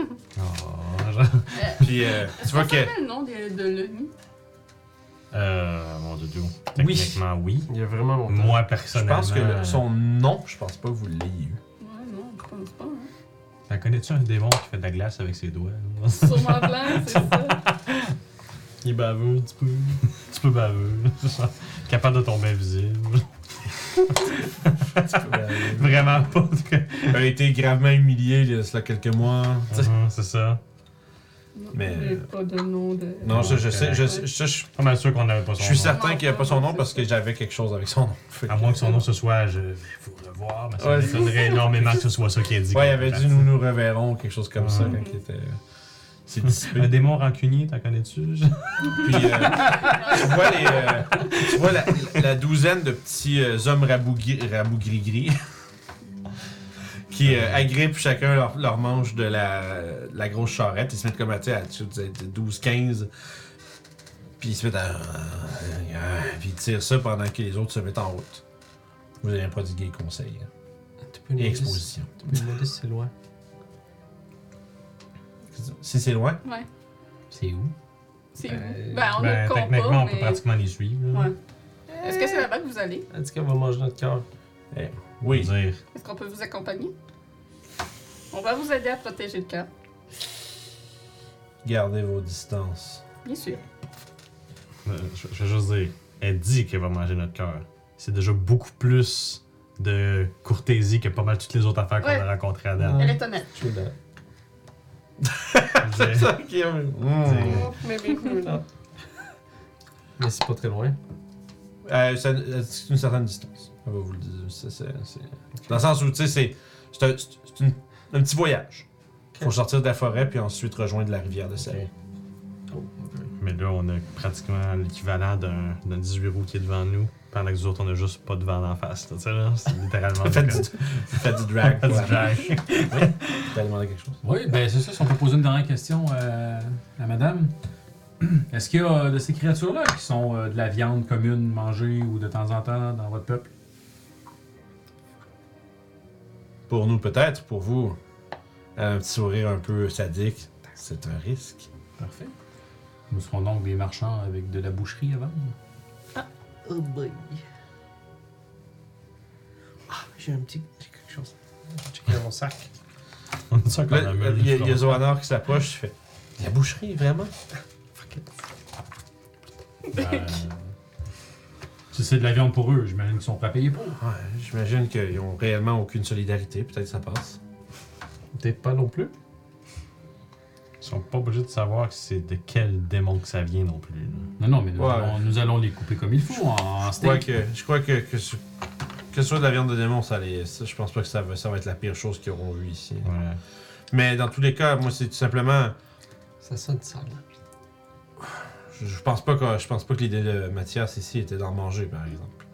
Oh, genre-
Puis euh, tu vois que
C'est le nom de, de l'ONU.
Euh, mon doudou.
Oui.
Techniquement, oui.
Il y a vraiment longtemps.
Moi,
je
personnellement.
pense que le- son nom, je pense pas que vous l'ayez eu.
Ouais, non, je pense pas. Hein.
T'en connais-tu un démon qui fait de la glace avec ses doigts? là?
Sûrement blanc, c'est ça.
Il est baveux, tu peux. Tu peux baveux. Capable de tomber invisible. Vraiment pas. en tout cas.
euh, a été gravement humilié il y a cela quelques mois. tu sais.
Mhm, C'est ça.
Non,
Mais- euh,
j'ai pas de nom de.
Non, ça, je sais, je, sais- ça, je-
Pas mal sûr qu'on n'avait pas son
je suis
nom.
certain qu'il n'y a pas son nom parce que j'avais quelque chose avec son nom. Fait que-
À moins que son nom ce soit Je vais vous revoir, mais ça
Ouais,
m'étonnerait énormément que ce soit ça qui a dit.
Ouais, il avait dit nous nous reverrons, quelque chose comme ça,
Ouais.
quand il était. euh, C'est
Un
dissipé.
démon rancunier, t'en connais-tu?
Puis euh, tu vois, les, euh, tu vois la, la douzaine de petits euh, hommes rabougris gris qui euh, agrippent chacun leur, leur manche de la, de la grosse charrette. Ils se mettent comme à, tu sais, à tu sais, 12-15. Puis ils se mettent à. Puis ils tirent ça pendant que les autres se mettent en route. Vous avez un prodigué conseil hein,
Tu peux nous
et
demander si-
exposition.
tu peux nous demander si c'est loin.
Si c'est loin,
Ouais,
C'est où?
c'est
Euh,
Ben,
vous. Ben, on ne
ben,
le compte
techniquement,
pas.
on peut
mais-
pratiquement les suivre. là.
Ouais. Est-ce que c'est là-bas que vous allez?
Elle dit qu'elle va manger notre cœur.
Je veux
oui.
dire,
Est-ce qu'on peut vous accompagner? On va vous aider à protéger le cœur.
Gardez vos distances.
Bien sûr.
euh, je je veux juste dire, elle dit qu'elle va manger notre cœur. C'est déjà beaucoup plus de courtésie que pas mal toutes les autres affaires qu'on
Ouais.
a rencontrées à date.
Elle est honnête.
Je suis là.
Je veux dire,
Mm.
Mais bien sûr.
Mais c'est pas très loin.
Euh, ça- euh, c'est une certaine distance. Elle va vous le dire. c'est- c'est- c'est- Dans le sens où, tu sais, c'est- c'est un, c'est- c'est une- un petit voyage. Faut sortir de la forêt, puis ensuite rejoindre la rivière de Salé.
Oh,
Mais là, on a pratiquement l'équivalent d'un d'un 18 roues qui est devant nous, pendant que nous autres, on a juste pas de vent en face. là, Tu sais, là, c'est littéralement.
Faites
comme-
du, faites du drag.
Faites du
ouais.
drag.
T'as demandé quelque chose?
Oui, ben c'est ça. Si on peut poser une dernière question euh, à madame. Est-ce qu'il y a euh, de ces créatures-là qui sont euh, de la viande commune mangée ou de temps en temps dans votre peuple?
Pour nous, peut-être. Pour vous, un petit sourire un peu sadique, c'est un risque.
Parfait. Nous serons donc des marchands avec de la boucherie à vendre.
Oh boy. Ah, j'ai un petit. J'ai quelque chose.
Checker mon sac.
On est sûr qu'on
Là,
a
Il y a, il y a Zoanor qui s'approche, je fais La boucherie, vraiment
Ben, si c'est de la viande pour eux, j'imagine qu'ils sont pas payés pour.
Ouais, j'imagine qu'ils ont réellement aucune solidarité, peut-être ça passe.
Peut-être pas non plus.
Ils sont pas obligés de savoir que c'est de quel démon que ça vient non plus. là.
Non, non, mais nous,
Ouais.
allons, nous allons les couper comme il faut en, en
Je crois
steak.
que, je crois que, que ce, que ce soit de la viande de démon, ça, les, ça, je pense pas que ça va, ça va être la pire chose qu'ils auront vue ici.
Ouais.
Mais dans tous les cas, moi, c'est tout simplement.
Ça sonne sale.
Je, je pense pas que, je pense pas que l'idée de Mathias ici était d'en manger, par exemple.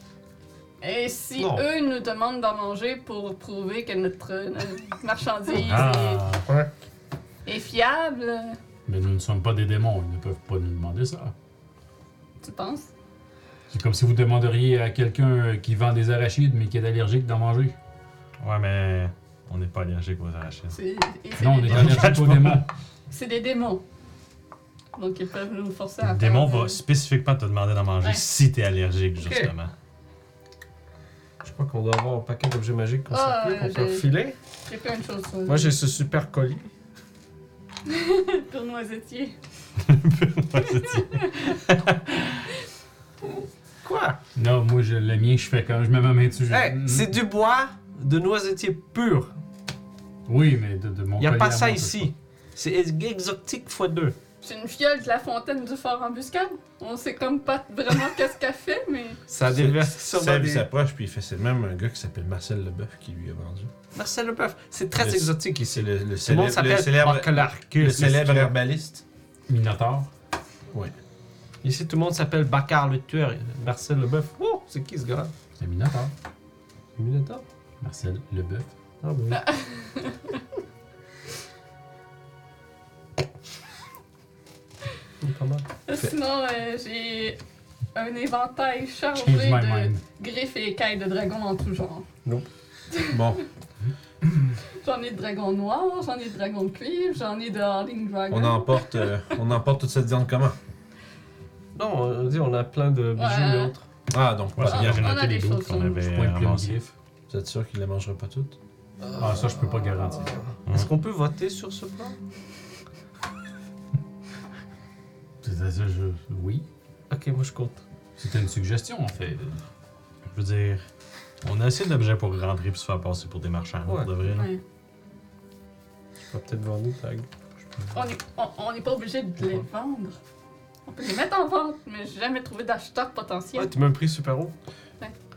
Et si
Non.
eux nous demandent d'en manger pour prouver que notre, euh, notre marchandise
Ah,
est, est fiable,
Mais nous ne sommes pas des démons, ils ne peuvent pas nous demander ça.
tu penses?
C'est comme si vous demanderiez à quelqu'un euh, qui vend des arachides mais qui est allergique d'en manger.
ouais, mais on n'est pas allergique aux arachides.
C'est- et c'est
Non, on
des-
est allergique aux démons.
C'est des démons. Donc ils peuvent nous forcer à.
Le démon
faire, euh,
va spécifiquement te demander d'en manger
Ah, ben, Ouais.
si t'es allergique, justement.
Je crois qu'on doit avoir un paquet d'objets magiques qu'on
Ah,
circule, qu'on
euh,
peut
j'ai-
refiler.
euh, J'ai plein de choses. euh,
Moi, j'ai ce super colis.
pour noisetier.
Quoi?
Non, moi, je, le mien, je fais quand je mets ma main dessus. je-
Hey, c'est du bois de noisetier pur.
Mm-hmm. Oui, mais de, de mon
Il n'y a
collier
pas
à
ça
moi,
ici. C'est ex- exotique x2.
C'est une fiole de la fontaine du fort embuscade. On sait comme pas vraiment qu'est-ce qu'elle fait, mais
Ça
C'est-
déverse sûrement
Seb, il
des-
s'approche, puis il fait C'est même un gars qui s'appelle Marcel Leboeuf qui lui a vendu.
Marcel Leboeuf, c'est très
Le-
exotique
C'est
ici.
le, le
Tout le monde
célèbre, le
s'appelle
célèbre, le
Barcalarcus.
célèbre herbaliste.
ça. Minotaur.
Ici, tout le monde s'appelle Baccar le tueur. Marcel Leboeuf. Oh, c'est qui ce gars-là?
C'est Minotaur.
Minotaur?
Marcel Leboeuf.
Ah oui. Il est pas mal.
sinon euh, j'ai un éventail chargé
Change my
de
mind.
griffes et écailles de dragons en tout genre.
Bon,
J'en ai de dragon noir, j'en ai de dragon de cuivre, j'en ai de Howling Dragon.
on emporte, euh, on emporte toute cette viande comment
Non, on dit on a plein de bijoux
Ouais.
et autres.
Ah, donc pas
Ouais,
de
ça,
on-
il y
viande.
avait
on a
noté
des
les
choses
d'autres qu'on
sur nous.
avait
Point de plein
ramassés.
griffe.
Vous êtes sûr qu'il ne les mangera pas toutes
Ah, ça, je peux pas garantir.
Ah. Est-ce qu'on peut voter sur ce plan
C'est-à-dire, je- Oui.
Ok, moi je compte.
C'était une suggestion, en fait.
Je veux dire, on a assez d'objets pour rentrer puis se faire passer pour des marchands, là,
Ouais.
pour de vrai. là.
Ouais.
On va peut-être vendre nous, tag.
On n'est on, on n'est pas obligé de les vendre. On peut les mettre en vente, mais j'ai jamais trouvé d'acheteur
Ouais,
potentiel.
t'as même pris super haut.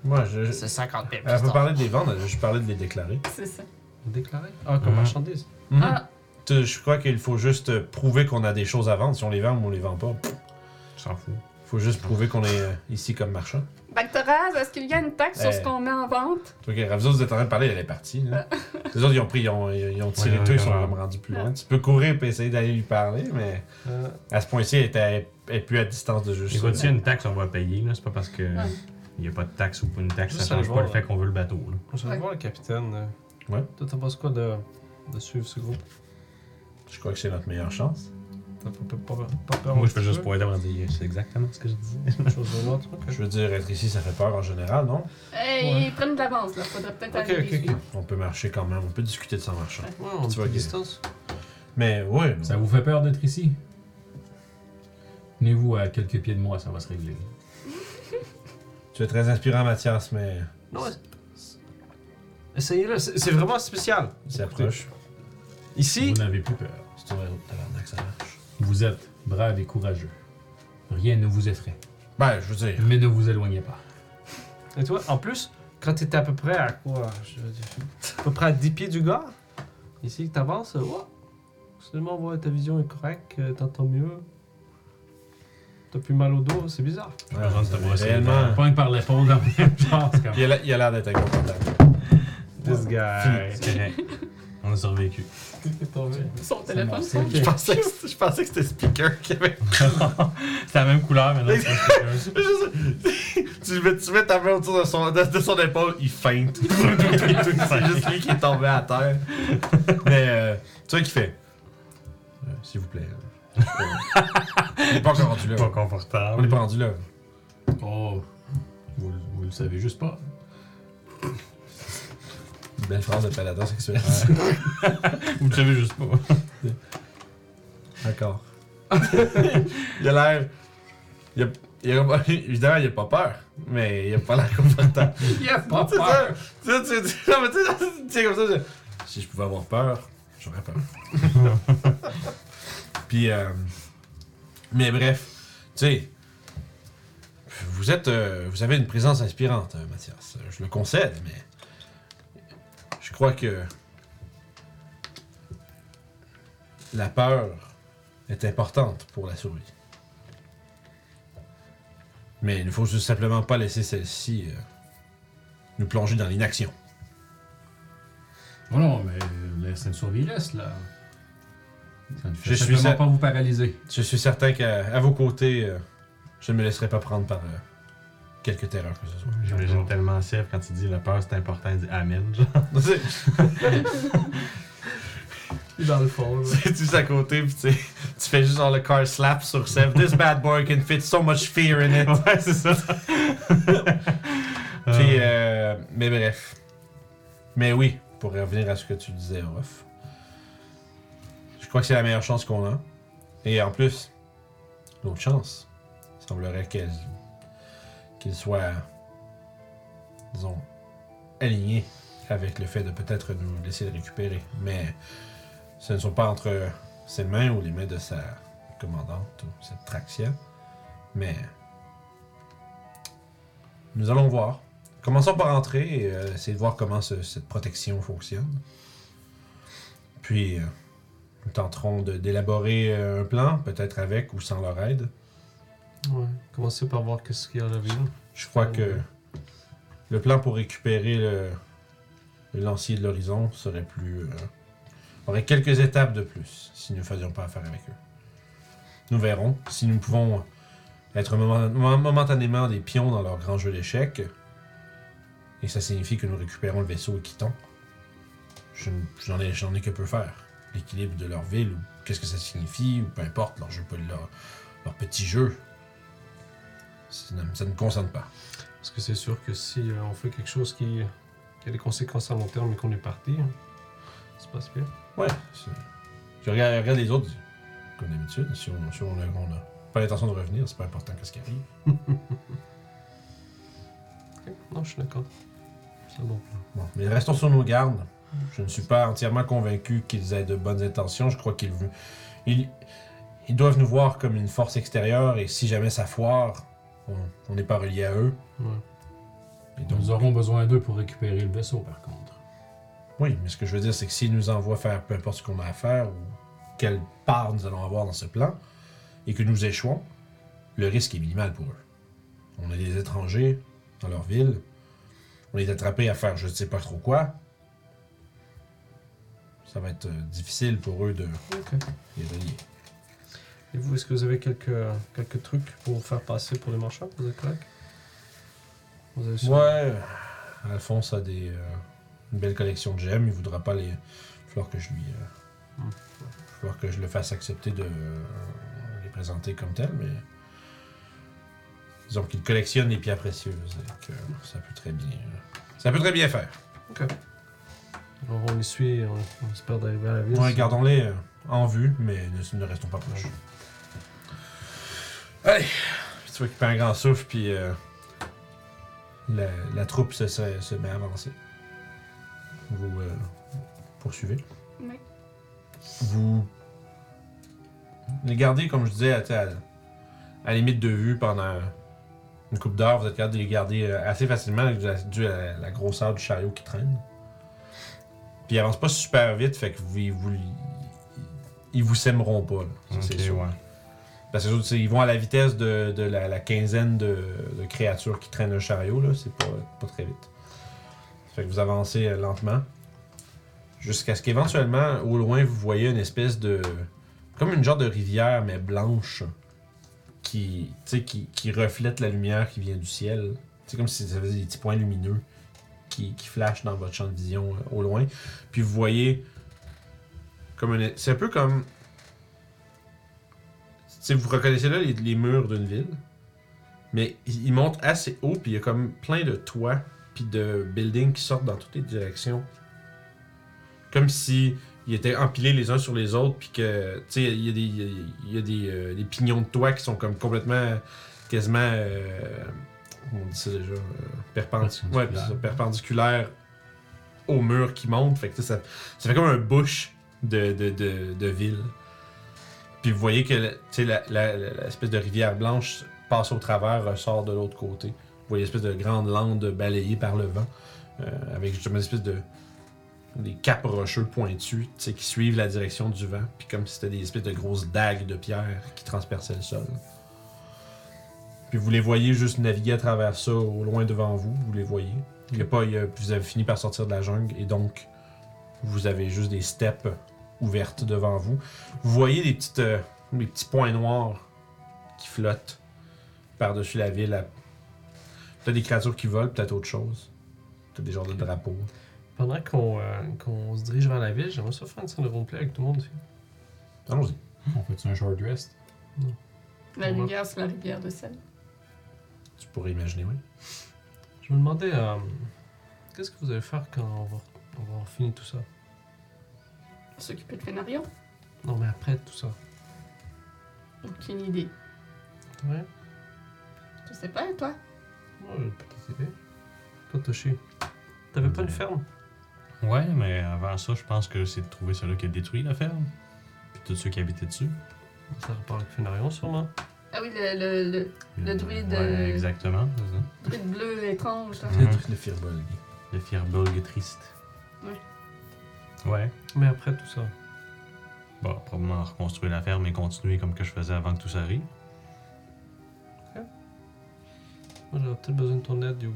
Moi, je. je-
C'est 50 000
Elle peut
piastres.
parler des ventes, je parlais de les déclarer.
C'est ça.
Déclaré. Ah, comme
Mhm.
marchandise.
Ah,
Tu- Je crois qu'il faut juste euh, prouver qu'on a des choses à vendre. Si on les vend ou on les vend pas,
Je s'en fous.
faut juste prouver qu'on est euh, ici comme marchand.
Bactoraz, est-ce qu'il y a une taxe sur
Eh.
ce qu'on met en vente?
Toi, okay, vous autres, vous êtes en train de parler, elle est partie. Là. les autres, ils ont pris, ils ont, ils ont tiré
Ouais,
tout, ils
ouais,
sont
ouais.
comme rendus plus loin. Tu peux courir et essayer d'aller lui parler, mais
Euh,
à ce point-ci, elle est, à- elle est plus à distance de juste.
Écoute, s'il y a une taxe, on va payer. là. C'est pas parce que
Ouais.
il n'y a pas de taxe ou pas une taxe,
Juste
ça
aller
change pas
voir,
le fait qu'on veut le bateau. là.
je vais
Ouais.
voir le capitaine. euh.
Ouais.
Toi, t'en penses quoi de, de suivre ce groupe
Je crois que c'est notre meilleure chance.
T'as pas, pas- pas- pas peur
Moi,
un
je fais
petit
juste
peu?
pointer avant de dire c'est exactement ce que je dis.
Une chose ou une autre. ok.
Je veux dire, être ici, ça fait peur en général, non
Eh,
Ouais.
Ils prennent de l'avance, là. Faudrait peut-être
Ok,
aller
ok,
les
ok.
suivre.
On peut marcher quand même, on peut discuter de son marchand.
Ouais, on
Tu
est
vas
à
guérir.
distance.
Mais ouais,
Ça vous fait peur d'être ici? Tenez-vous à quelques pieds de moi, ça va se régler.
tu es très inspirant, Mathias, mais
Non, ouais. essayez-le. C'est c'est vraiment spécial.
il s'approche.
Ici,
Vous n'avez plus peur.
C'est vrai, tabarnak, ça marche.
Vous êtes brave et courageux. Rien ne vous effraie.
Ben, je veux dire.
Mais ne vous éloignez pas.
Et toi, en plus, quand t'étais à peu près à quoi je veux dire, À peu près à 10 pieds du gars, ici que t'avances, euh, oh, seulement ouais, ta vision est correcte, euh, t'entends mieux. T'as plus mal au dos, c'est bizarre.
Avant de te brosser les
réellement.
dents.
Pogne par l'épaule dans le même genre, c'est comme-
Il a l'air- il a l'air d'être inconfortable.
This guy.
C'est correct. On a survécu.
Son
Ah,
téléphone.
C'est
Je pensais que c'était- je pensais que c'était le speaker qui avait.
c'est la même
Ah,
couleur, mais là, c'est pas sûr.
tu, mets, tu mets ta main autour de son, de, de son épaule, il feinte. c'est juste lui qui est tombé à terre. Mais euh, tu vois qui fait Euh, S'il vous plaît. euh, On n'est pas encore rendu là.
pas
On n'est
confortable.
pas rendu là.
Oh, vous, le- vous le savez juste pas.
Belle phrase de paladin sexuel.
Vous le savez juste pas.
D'accord. il a l'air. Il a, il a- évidemment, il a pas peur, mais il a pas l'air confortable.
Il a
C'est ça. Tu sais, tu- tu- non, mais tu sais, tu sais, comme ça, je- si je pouvais avoir peur, j'aurais peur. Puis, euh, mais bref, tu sais, vous êtes, euh, vous avez une présence inspirante, euh, Mathias. Je le concède, mais je crois que la peur est importante pour la survie. Mais il ne faut juste simplement pas laisser celle-ci euh, nous plonger dans l'inaction.
Oh Non, non, mais l'instinct de survie reste là. Ça ne fait
Je suis
simplement
à-
pas vous paralyser.
Je suis certain qu'à à vos côtés, euh, je ne me laisserai pas prendre par euh, quelque terreur que ce soit.
J'imagine tellement Sèvres quand il dit la peur c'est important, il dit Amen. genre.
C'est-
Dans le fond, là.
c'est juste à côté, puis tu, sais, tu fais juste genre le car slap sur Seb. This bad boy can fit so much fear in it.
Ouais, c'est ça.
Puis, euh, mais bref. Mais oui, pour revenir à ce que tu disais, Ruff. Je crois que c'est la meilleure chance qu'on a. Et en plus, l'autre chance, il semblerait qu'elle qu'il soit, disons, aligné avec le fait de peut-être nous laisser le récupérer. Mais ce ne sont pas entre ses mains ou les mains de sa commandante ou cette Traxia. Mais nous allons voir. Commençons par entrer et euh, essayer de voir comment ce- cette protection fonctionne. Puis, euh, nous tenterons de- d'élaborer euh, un plan, peut-être avec ou sans leur aide.
Ouais. Commencez par voir qu'est-ce qu'il y en a là.
Je crois que le plan pour récupérer le, le lancier de l'horizon serait plus. euh, aurait quelques étapes de plus si nous ne faisions pas affaire avec eux. Nous verrons si nous pouvons être moment- mo- momentanément des pions dans leur grand jeu d'échecs. Et ça signifie que nous récupérons le vaisseau et quittons. Je n- J'en ai, j'en ai que peu faire. L'équilibre de leur ville, ou qu'est-ce que ça signifie, ou peu importe, leur, jeu, leur, leur petit jeu. Ça ne- ça ne me concerne pas.
Parce que c'est sûr que si euh, on fait quelque chose qui, qui a des conséquences à long terme et qu'on est parti, hein, ça se passe bien.
Ouais. c'est- Je regarde, je regarde les autres, comme d'habitude, si on si on a- on a pas l'intention de revenir, c'est pas important qu'est-ce qui arrive.
Ok. Non, je suis d'accord. C'est un bon plan.
Bon, mais restons sur nos gardes. Je ne suis pas entièrement convaincu qu'ils aient de bonnes intentions. Je crois qu'ils veu- ils, ils doivent nous voir comme une force extérieure et si jamais ça foire, on- on n'est pas relié à eux.
Ouais.
Et donc,
Nous aurons besoin d'eux pour récupérer le vaisseau, par contre.
Oui, mais ce que je veux dire, c'est que s'ils nous envoient faire peu importe ce qu'on a à faire ou quelle part nous allons avoir dans ce plan, et que nous échouons, le risque est minimal pour eux. On est des étrangers dans leur ville. On est attrapés à faire je ne sais pas trop quoi. Ça va être euh, difficile pour eux de les relier.
Et vous, est-ce que vous avez quelques, quelques trucs pour vous faire passer pour les marchands Vous êtes correct Vous avez
Ouais,
sûrement-
euh, Alphonse a des, euh, une belle collection de gemmes. Il voudra pas les. Il va falloir que je lui.
Mm.
euh, il va falloir que je le fasse accepter de euh, les présenter comme telles, mais. Disons qu'il collectionne les pierres précieuses et que ça peut très bien. euh, Ça peut très bien faire.
Alors on les suit et on, on espère d'arriver à la ville.
Ouais, gardons-les euh, en vue, mais ne, ne restons pas proches. Allez! Puis tu vois qu'il prend un grand souffle, puis euh, la, la troupe se, se, se met à avancer. Vous euh, poursuivez.
Ouais.
Vous les gardez, comme je disais, à, à, à la limite de vue pendant une coupe d'heure, vous êtes capable de les garder euh, assez facilement dû à, dû à la grosseur du chariot qui traîne. Puis ils avancent pas super vite, fait que vous, ils vous, ils vous sèmeront pas, là. Ça,
Ok,
c'est sûr.
ouais.
Parce que les autres, c'est- ils vont à la vitesse de, de la, la quinzaine de, de créatures qui traînent le chariot, là. C'est pas, pas très vite. Fait que vous avancez euh, lentement. Jusqu'à ce qu'éventuellement, au loin, vous voyez une espèce de. Comme une genre de rivière, mais blanche. Qui, tu sais, qui, qui reflète la lumière qui vient du ciel. C'est comme si ça faisait des petits points lumineux qui, qui flashent dans votre champ de vision euh, au loin. Puis vous voyez. comme une- C'est un peu comme. Tu sais, vous reconnaissez là les, les murs d'une ville, mais ils ils montent assez haut, puis il y a comme plein de toits, puis de buildings qui sortent dans toutes les directions. Comme si ils étaient empilés les uns sur les autres, puis que, tu sais, il y a, des, il y a des, euh, des pignons de toits qui sont comme complètement, quasiment, euh, comment on dit ça déjà, euh, perpendic- ouais,
Perpendiculaire.
c'est ça, perpendiculaires au mur qui monte. Fait que tu sais, ça, ça fait comme un bush de, de, de, de ville. Puis vous voyez que tu sais, la- la- la- l'espèce de rivière blanche passe au travers, ressort de l'autre côté. Vous voyez l'espèce de grande lande balayée par le vent, euh, avec justement une espèce de des capes rocheux pointus tu sais, qui suivent la direction du vent, puis comme si c'était des espèces de grosses dagues de pierre qui transperçaient le sol. Puis vous les voyez juste naviguer à travers ça au loin devant vous, vous les voyez. Il y a pas, il y a- vous avez fini par sortir de la jungle et donc vous avez juste des steppes ouvertes devant vous. Vous voyez des, petites, euh, des petits points noirs qui flottent par-dessus la ville. à- Peut-être des créatures qui volent, peut-être autre chose. Peut-être des genres de drapeaux.
Pendant qu'on euh, qu'on se dirige vers la ville, j'aimerais ça faire une scène de roleplay avec tout le monde. ici.
Allons-y.
On fait-tu un short rest?
La
Ouais.
rivière, c'est la rivière de sel.
Tu pourrais imaginer, oui.
Je me demandais, euh, qu'est-ce que vous allez faire quand on va, on va avoir fini tout ça
S'occuper de Fénarion?
Non, mais après tout ça.
Aucune idée.
Ouais,
Je sais pas, et toi?
moi j'ai une petite idée. Toi, Toshi, t'avais pas une ferme
Ouais, mais avant ça, je pense que c'est de trouver celui qui a détruit la ferme. Puis tous ceux qui habitaient dessus.
Ça repart avec Fenarion, sûrement.
Ah oui, le, le, le Le druide, euh,
Ouais, exactement.
truc bleu étrange, là.
Mhm.
Le fireball.
Le Firbolg triste. Ouais.
Mais après tout ça.
Bon, probablement reconstruire la ferme et continuer comme que je faisais avant que tout ça arrive.
Moi, j'aurais peut-être besoin de ton aide, Youb.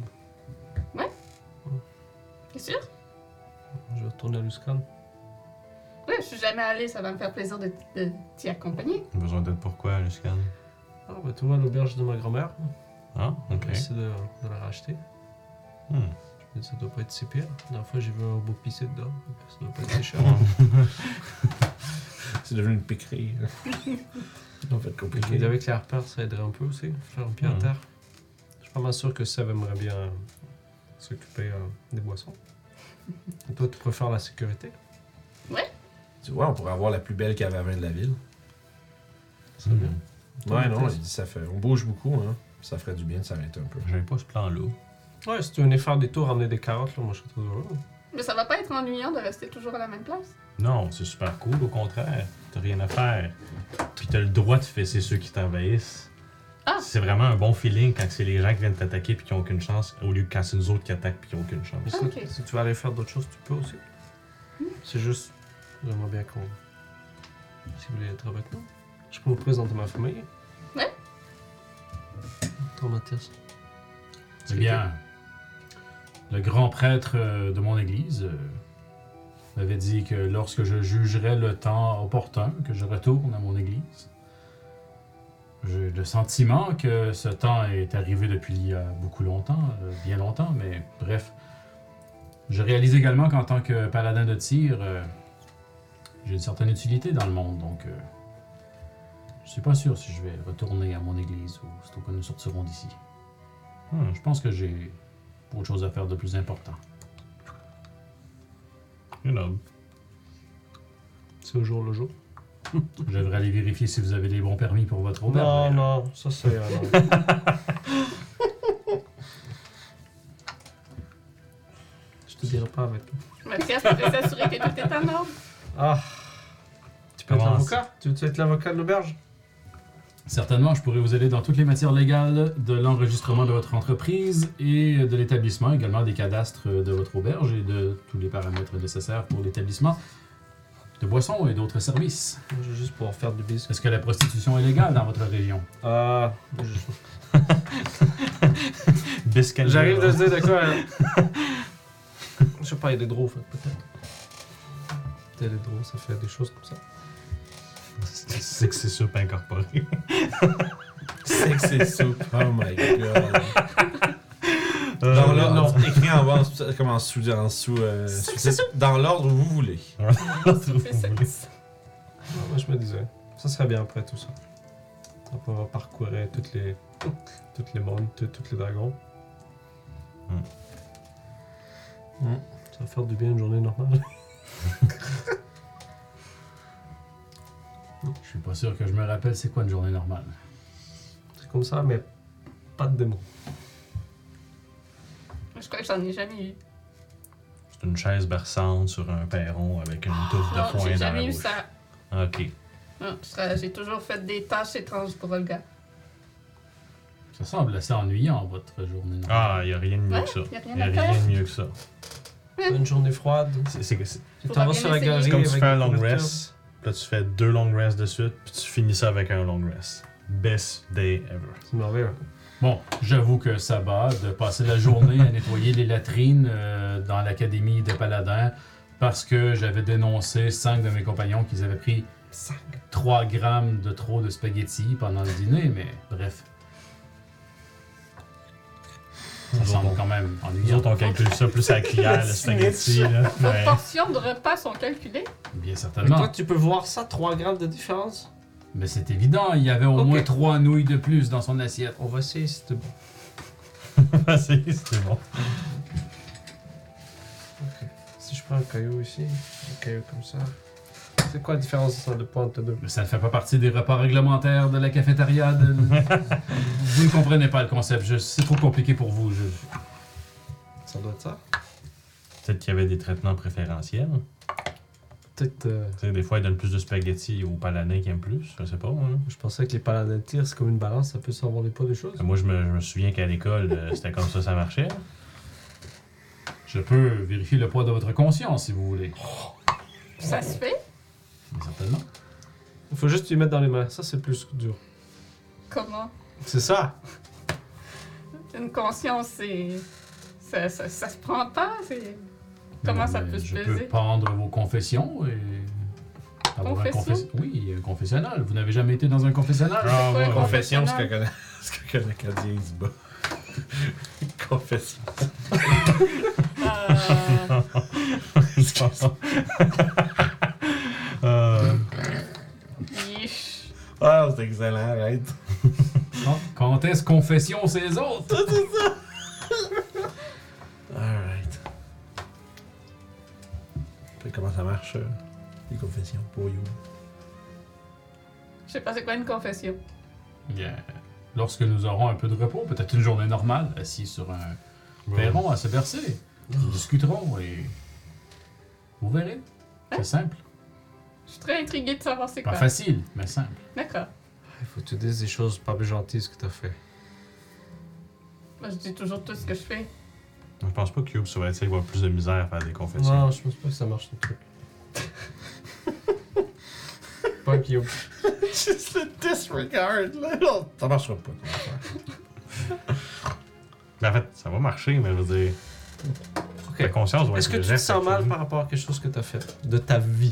T'es sûr?
Je vais retourner à Luskan.
Oui, je suis jamais allée, ça va me faire plaisir de, de t'y accompagner.
Besoin d'aide pourquoi, Luscan?
Ah, bah, tu vois, l'auberge de ma grand-mère,
Ah, ok.
j'ai essayé de, de la racheter.
Hmm.
Mais ça doit pas être si pire. La dernière fois, j'ai vu un beau pisser dedans. donc Ça doit pas être si cher.
C'est devenu une piquerie. en fait,
Je me
compliqué.
dis avec les harpeurs, ça aiderait un peu aussi. Faire un pied à
Mhm.
terre. Je suis pas mal sûr que Seb aimerait bien euh, s'occuper euh, des boissons. Et toi, tu préfères la sécurité
Tu vois, on pourrait avoir la plus belle caverne de la ville.
Ça
Hmm.
bien.
Ouais, non, il dit, ça fait. On bouge beaucoup, hein. Ça ferait du bien de s'arrêter un peu.
J'avais pas ce plan-là.
Ouais, si tu venais faire des tours, ramener des carottes, là, moi je serais très heureux.
Mais ça va pas être ennuyant de rester toujours à la même place.
Non, c'est super cool, au contraire. T'as rien à faire. Puis t'as le droit de fesser ceux qui t'envahissent.
Ah!
C'est vraiment un bon feeling quand c'est les gens qui viennent t'attaquer puis qui ont aucune chance, au lieu que quand c'est nous autres qui attaquent puis qui ont aucune
Mais
chance.
ça,
Ah, Ok. Hmm.
si tu veux aller faire d'autres choses, tu peux aussi. C'est juste, j'aimerais bien qu'on. Si vous voulez être avec nous, je peux vous présenter ma famille.
Ouais.
Toi, Mathias.
Eh bien, le grand prêtre euh, de mon église euh, m'avait dit que lorsque je jugerais le temps opportun, que je retourne à mon église. J'ai le sentiment que ce temps est arrivé depuis il y a beaucoup longtemps, euh, bien longtemps, mais bref. Je réalise également qu'en tant que paladin de tir, euh, j'ai une certaine utilité dans le monde, donc euh, je suis pas sûr si je vais retourner à mon église ou c'est que nous sortirons d'ici.
Hmm.
Je pense que j'ai autre chose à faire de plus important.
Ah!
You know.
C'est au jour le jour.
Je devrais aller vérifier si vous avez les bons permis pour votre auberge.
Non,
d'ailleurs.
non, ça c'est. euh, non. Je te dirai pas avec.
Mathias, tu peux s'assurer que tout est en ordre.
Ah Tu peux être
Commence.
l'avocat Tu veux être l'avocat de l'auberge
Certainement, je pourrais vous aider dans toutes les matières légales de l'enregistrement de votre entreprise et de l'établissement, également des cadastres de votre auberge et de tous les paramètres nécessaires pour l'établissement de boissons et d'autres services.
Moi, je vais juste pouvoir faire du business.
Est-ce que la prostitution est légale dans votre région?
Ah, je-
Biscalier.
J'arrive de se dire de quoi. hein. Je sais pas, il y a des drôles, fait, peut-être. Peut-être des drôles, ça fait des choses comme ça.
C'est que c'est super incorporé.
Sexy soup. Oh my god.
Euh,
Dans l'ordre, non, écrit en bas, en sous- comme en sous, en sous, euh,
Sexy
sous- dans l'ordre où vous voulez.
C'est ça.
Ah, Moi, je me disais, ça serait bien après tout ça. On pourra parcourir toutes les, toutes les mondes, tout- toutes les dragons. Hmm. Ça va faire du bien une journée normale.
Je suis pas sûr que je me rappelle c'est quoi une journée normale.
C'est comme ça, mais pas de démons.
Je crois que j'en ai jamais eu.
C'est une chaise berçante sur un perron avec une touffe de
Non, Ah, j'ai
foin dans la
jamais eu
bouche.
ça.
Ok.
Non, je serais- J'ai toujours fait des tâches étranges pour Olga.
Ça semble assez ennuyant, votre journée normale.
Ah, y a rien de mieux
Ouais,
que ça.
y a rien
Y a
à faire.
rien de mieux que ça.
Une journée froide.
C'est- c'est- C'est
Tu
Faudra
t'en vas
bien
sur la
essayer.
galerie.
c'est comme tu
avec
fais un
des
long
couvertures.
rest, puis là tu fais deux long rests de suite, puis tu finis ça avec un long rest. Best day ever.
C'est merveilleux.
Bon, j'avoue que ça va de passer la journée à nettoyer les latrines euh, dans l'académie de Paladin parce que j'avais dénoncé cinq de mes compagnons qu'ils avaient pris 3 grammes de trop de spaghettis pendant le dîner, mais bref. Ça semble quand même
Nous
ennuyant.
autres, on calcule ça plus à la cuillère, le spaghetti, là.
Vos
Ouais.
portions de repas sont calculées.
Bien
Mais toi,
certainement.
tu peux voir ça, 3 grammes de différence.
Mais c'est évident, il y avait au
Ok.
moins trois nouilles de plus dans son assiette.
On va essayer si c'était bon.
C'est c'est bon.
Si je prends un caillou ici, un caillou comme ça. C'est quoi la différence entre de pointe de deux
Mais ça ne fait pas partie des repas réglementaires de la cafétéria. de- vous ne comprenez pas le concept, je- c'est trop compliqué pour vous. je-
Ça doit être ça.
Peut-être qu'il y avait des traitements préférentiels.
Peut-être. euh,
Tu sais, des fois, ils donnent plus de spaghettis aux paladins qui aiment plus. Je sais pas, hein. moi. là.
je pensais que les paladins de tir, c'est comme une balance, ça peut savoir les poids des choses.
Moi, je me, je me souviens qu'à l'école, euh, c'était comme ça, ça marchait.
Je peux vérifier le poids de votre conscience si vous voulez.
Ça se fait.
Mais certainement.
Il faut juste lui mettre dans les mains, ça c'est plus dur.
Comment
C'est ça
Une conscience, c'est. Ça, ça, ça se prend pas. c'est- Comment ça
Mais
peut se
Je peux
peser
pendre vos confessions et. avoir un
Confession? Ah.
confes- Oui, un confessionnal. Vous n'avez jamais été dans un confessionnal?
C'est quoi, un
Confession, ce que
confessionnal?
conna- ce que qu'un Acadien il se bat. Confession.
Euh,
Euh,
yeesh.
Ah, c'est excellent, arrête.
Quand- Quand est-ce confession ces autres?
Alright. Fait comment ça marche, euh, les confessions pour You?
Je sais pas c'est quoi une confession.
Bien. Lorsque nous aurons un peu de repos, peut-être une journée normale, assis sur un perron à se bercer,
Ah.
nous discuterons et. Vous verrez.
Ah,
C'est simple.
Je suis très intriguée de savoir c'est
Pas
quoi.
facile, mais simple.
D'accord.
Il faut que tu dises des choses pas gentilles ce que t'as fait.
Moi, je dis toujours tout ce que je fais.
je pense pas que Cube, ça va essayer d'avoir plus de misère à faire des confessions.
Non, je pense pas que ça marche ton truc. pas qui
Juste le disregard, là. Non, Ça marchera pas.
Mais Ben, en fait, ça va marcher, mais je veux dire.
Ok.
Ta conscience va
Est-ce que
être
tu te
légère,
sens
fait
mal
que-
par rapport à quelque chose que t'as fait de ta vie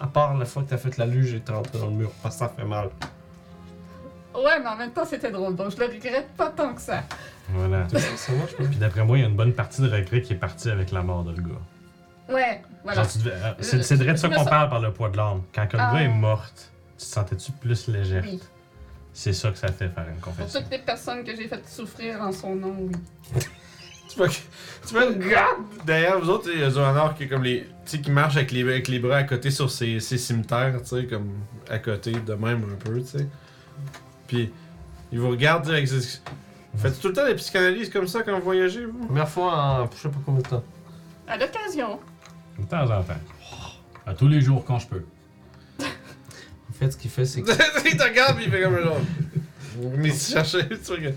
À part la fois que t'as fait la luge et t'es rentré dans le mur, Ah, ça fait mal.
Ouais, mais en même temps, c'était drôle, donc je le regrette pas tant que ça.
Voilà.
Ça marche pas.
Puis d'après moi, il y a une bonne partie de regret qui est partie avec la mort de le gars.
Ouais, voilà.
Genre, tu devais- euh, c'est c'est vrai de ça
Je me
qu'on
sens-
parle par le poids de l'âme. Quand que le
Ah.
gars est morte, tu te sentais-tu plus légère?
Oui.
C'est ça que ça fait faire une
Pour
confession.
toutes les personnes que j'ai faites souffrir en son nom, oui.
Tu vois, que- tu vois le gars derrière vous autres, il y a Zoanor qui est comme les. Tu sais, qui marche avec les, avec les bras à côté sur ses, ses cimetières, tu sais, comme à côté de même un peu, tu sais. Puis, il vous regarde dire avec ses- Faites-tu tout le temps des psychanalyses comme ça quand vous voyagez, vous
Première fois en je sais pas combien de temps.
À l'occasion,
De temps en temps.
À tous les jours quand je peux.
En fait, ce qu'il fait, c'est que
Il te regarde, puis il fait comme un genre. Mais si je cherchais, tu vois que.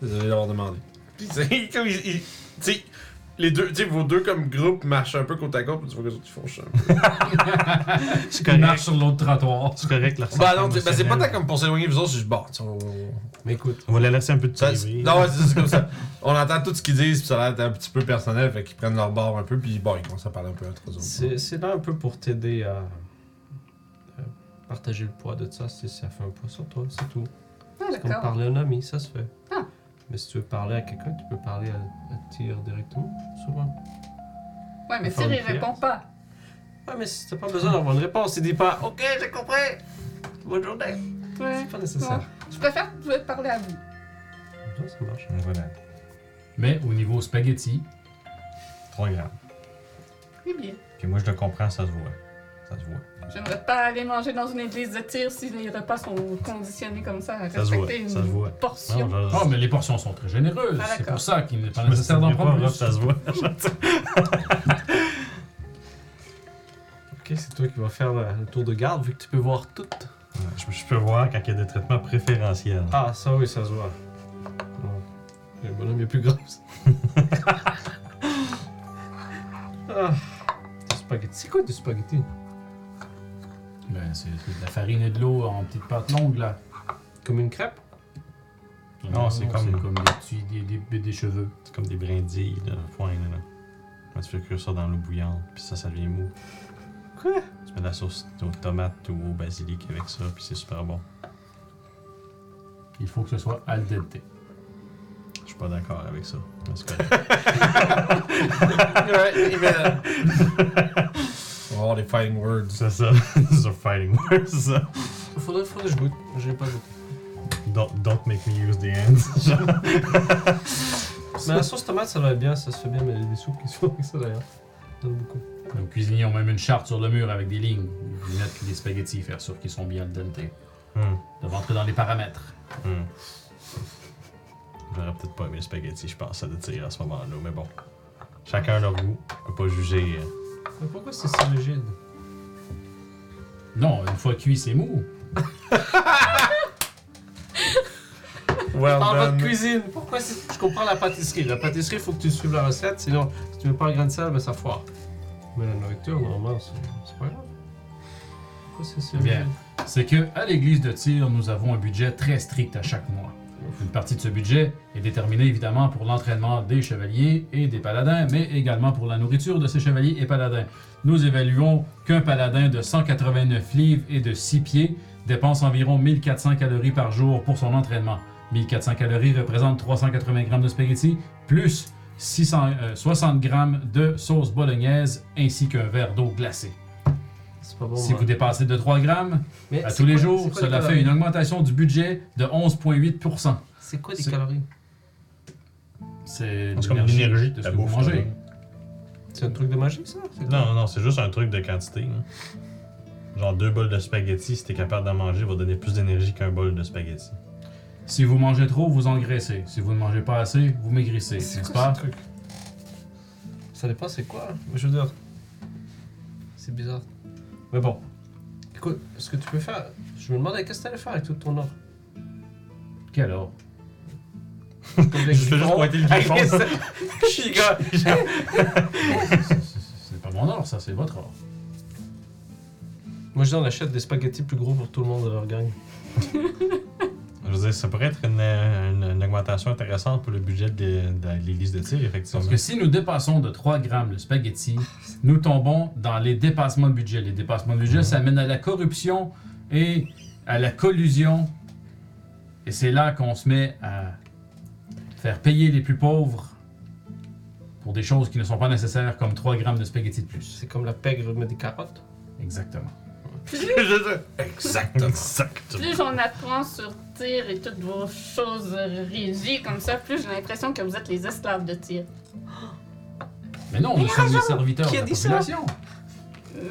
Désolé d'avoir demandé. Puis c'est comme. ils- ils- Tu sais, les deux, tu sais, vos deux comme groupe marchent un peu côte à côte, puis tu vois que les autres ils font chier un peu.
C'est
Il
correct.
marche sur l'autre trottoir.
C'est correct, leur
Bah
sens
non, tu sais, bah, c'est pas
émotionnel.
tant comme pour s'éloigner, vous autres, je suis bon, tu sais, on- on-
Mais écoute,
On va la laisser un peu de
ça-
TV.
Non, ouais, c'est c'est comme ça. On entend tout ce qu'ils disent, puis ça a l'air un petit peu personnel, fait qu'ils prennent leur bord un peu, puis bon, ils commencent à parler un peu entre eux autres.
c'est c'est là un peu pour t'aider à euh, partager le poids de ça. Si ça fait un poids sur toi, c'est tout.
Ah,
C'est comme
d'accord.
parler à un ami, ça se fait.
Ah.
Mais si tu veux parler à quelqu'un, tu peux parler à, à Tyr directement, souvent.
Ouais, mais
Enfin,
Tyr, il
une pierre.
répond pas.
Ouais, mais si t'as pas besoin d'avoir une réponse, il dit pas Ok, j'ai compris, bonne journée.
Ouais.
C'est pas nécessaire.
Je préfère que vous puissiez parler à vous.
Comme ça, ça marche.
Voilà.
Mais au niveau spaghetti,
Trop grave.
Eh bien,
Puis moi, je le comprends, ça se voit. Ça se voit.
j'aimerais pas aller manger dans une église de Tyr si les repas sont conditionnés comme ça à
Ça se voit,
respecter
ça se
une
voit. Ah,
portion.
Non,
oh, mais les portions sont très généreuses.
Ah,
c'est
d'accord.
pour ça qu'il n'est pas
je me
nécessaire d'en
souviens
prendre
pas, là,
plus.
ça se voit.
Ok, c'est toi qui vas faire le le tour de garde vu que tu peux voir tout.
Je, je peux voir quand il y a des traitements préférentiels.
Ah, ça oui, ça se voit. Bon. Le bonhomme est plus gros. ah, du spaghetti. C'est quoi du spaghetti
Ben, c'est c'est de la farine et de l'eau en petites pâtes longues, là.
Comme une crêpe
Ah, Non, c'est comme-
des, petits- des, des- des- des cheveux.
C'est comme des brindilles, là, foin, là. là. Quand tu fais cuire ça dans l'eau bouillante, puis ça, ça devient mou.
Quoi?
Tu mets de la sauce aux tomates ou au basilic avec ça, puis c'est super bon.
Il faut que ce soit al dente.
Je suis pas d'accord avec ça. mais c'est correct.
ouais, il met- On va avoir des fighting words.
c'est ça. These are fighting words, c'est ça.
Faudrait, faudrait que je goûte. J'ai pas goûté.
Don't, don't make me use the hands. Genre,
Mais la sauce tomate, ça va bien, ça se fait bien, mais il y a des soupes qui se font avec ça d'ailleurs. J'aime beaucoup.
Nos cuisiniers ont même une charte sur le mur avec des lignes. Ils mettent des spaghettis, faire sûr qu'ils sont bien al dente.
Hmm,
De rentrer dans les paramètres.
hmm. J'aurais peut-être pas aimé le spaghetti, je pense, à le tirer à ce moment-là, mais bon. Chacun leur goût. On peut pas juger. euh,
Mais pourquoi c'est si rigide
Non, une fois cuit, c'est mou.
Well
Dans votre
done.
cuisine, pourquoi c'est... Je comprends la pâtisserie. La pâtisserie, faut que tu suives la recette, sinon, si tu mets pas un grain de sel, ben ça foire. Mais la nourriture, normalement, c'est, c'est pas grave. Pourquoi c'est si
Bien.
rigide
C'est que, à l'église de Tyr, nous avons un budget très strict à chaque mois. Une partie de ce budget est déterminée évidemment pour l'entraînement des chevaliers et des paladins, mais également pour la nourriture de ces chevaliers et paladins. Nous évaluons qu'un paladin de 189 livres et de 6 pieds dépense environ 1400 calories par jour pour son entraînement. 1400 calories représentent 380 grammes de spaghettis, plus 660 grammes de sauce bolognaise, ainsi qu'un verre d'eau glacée.
C'est pas bon.
Si
hein.
vous dépassez de 3 grammes,
Mais
à
Eh, c'est
tous les
quoi-
jours,
c'est quoi les
cela fait
calories?
une augmentation du budget de 11,8
C'est quoi des
C'est-
calories
C'est
C'est comme l'énergie de
de
la
ce que vous
bouffe,
mangez.
C'est un truc de magie, ça C'est quoi?
Non, non, c'est juste un truc de quantité. hein. Genre deux bols de spaghettis, si t'es capable d'en manger, va donner plus d'énergie qu'un bol de spaghettis.
Si vous mangez trop, vous engraissez. Si vous ne mangez pas assez, vous maigrissez,
C'est
n'est-ce
quoi
pas?
ce truc Ça dépend, c'est quoi hein? Je veux dire. C'est bizarre. Mais bon. Écoute, ce que tu peux faire, je me demandais qu'est-ce que t'allais faire avec tout ton or.
Quel or?
Comme les
Je fais juste
griffons.
pointer le
Ah,
griffon.
qu'est-ce que- Chica.
C'est- c'est- C'est pas mon or, ça, c'est votre or.
Moi, je dis, on achète des spaghettis plus gros pour tout le monde de leur gang.
Je veux dire, ça pourrait être une, une- une augmentation intéressante pour le budget de, de l'église de tir, effectivement.
Parce que si nous dépassons de 3 grammes le spaghetti, nous tombons dans les dépassements de budget. Les dépassements de budget, ça mène à la corruption et à la collusion. Et c'est là qu'on se met à faire payer les plus pauvres pour des choses qui ne sont pas nécessaires, comme 3 grammes de spaghetti de plus.
C'est comme la pègre met des carottes.
Exactement.
Exactement.
Plus on apprend sur Tyr et toutes vos choses rigides comme ça, plus j'ai l'impression que vous êtes les esclaves de Tyr.
Mais non, nous sommes les serviteurs de la population.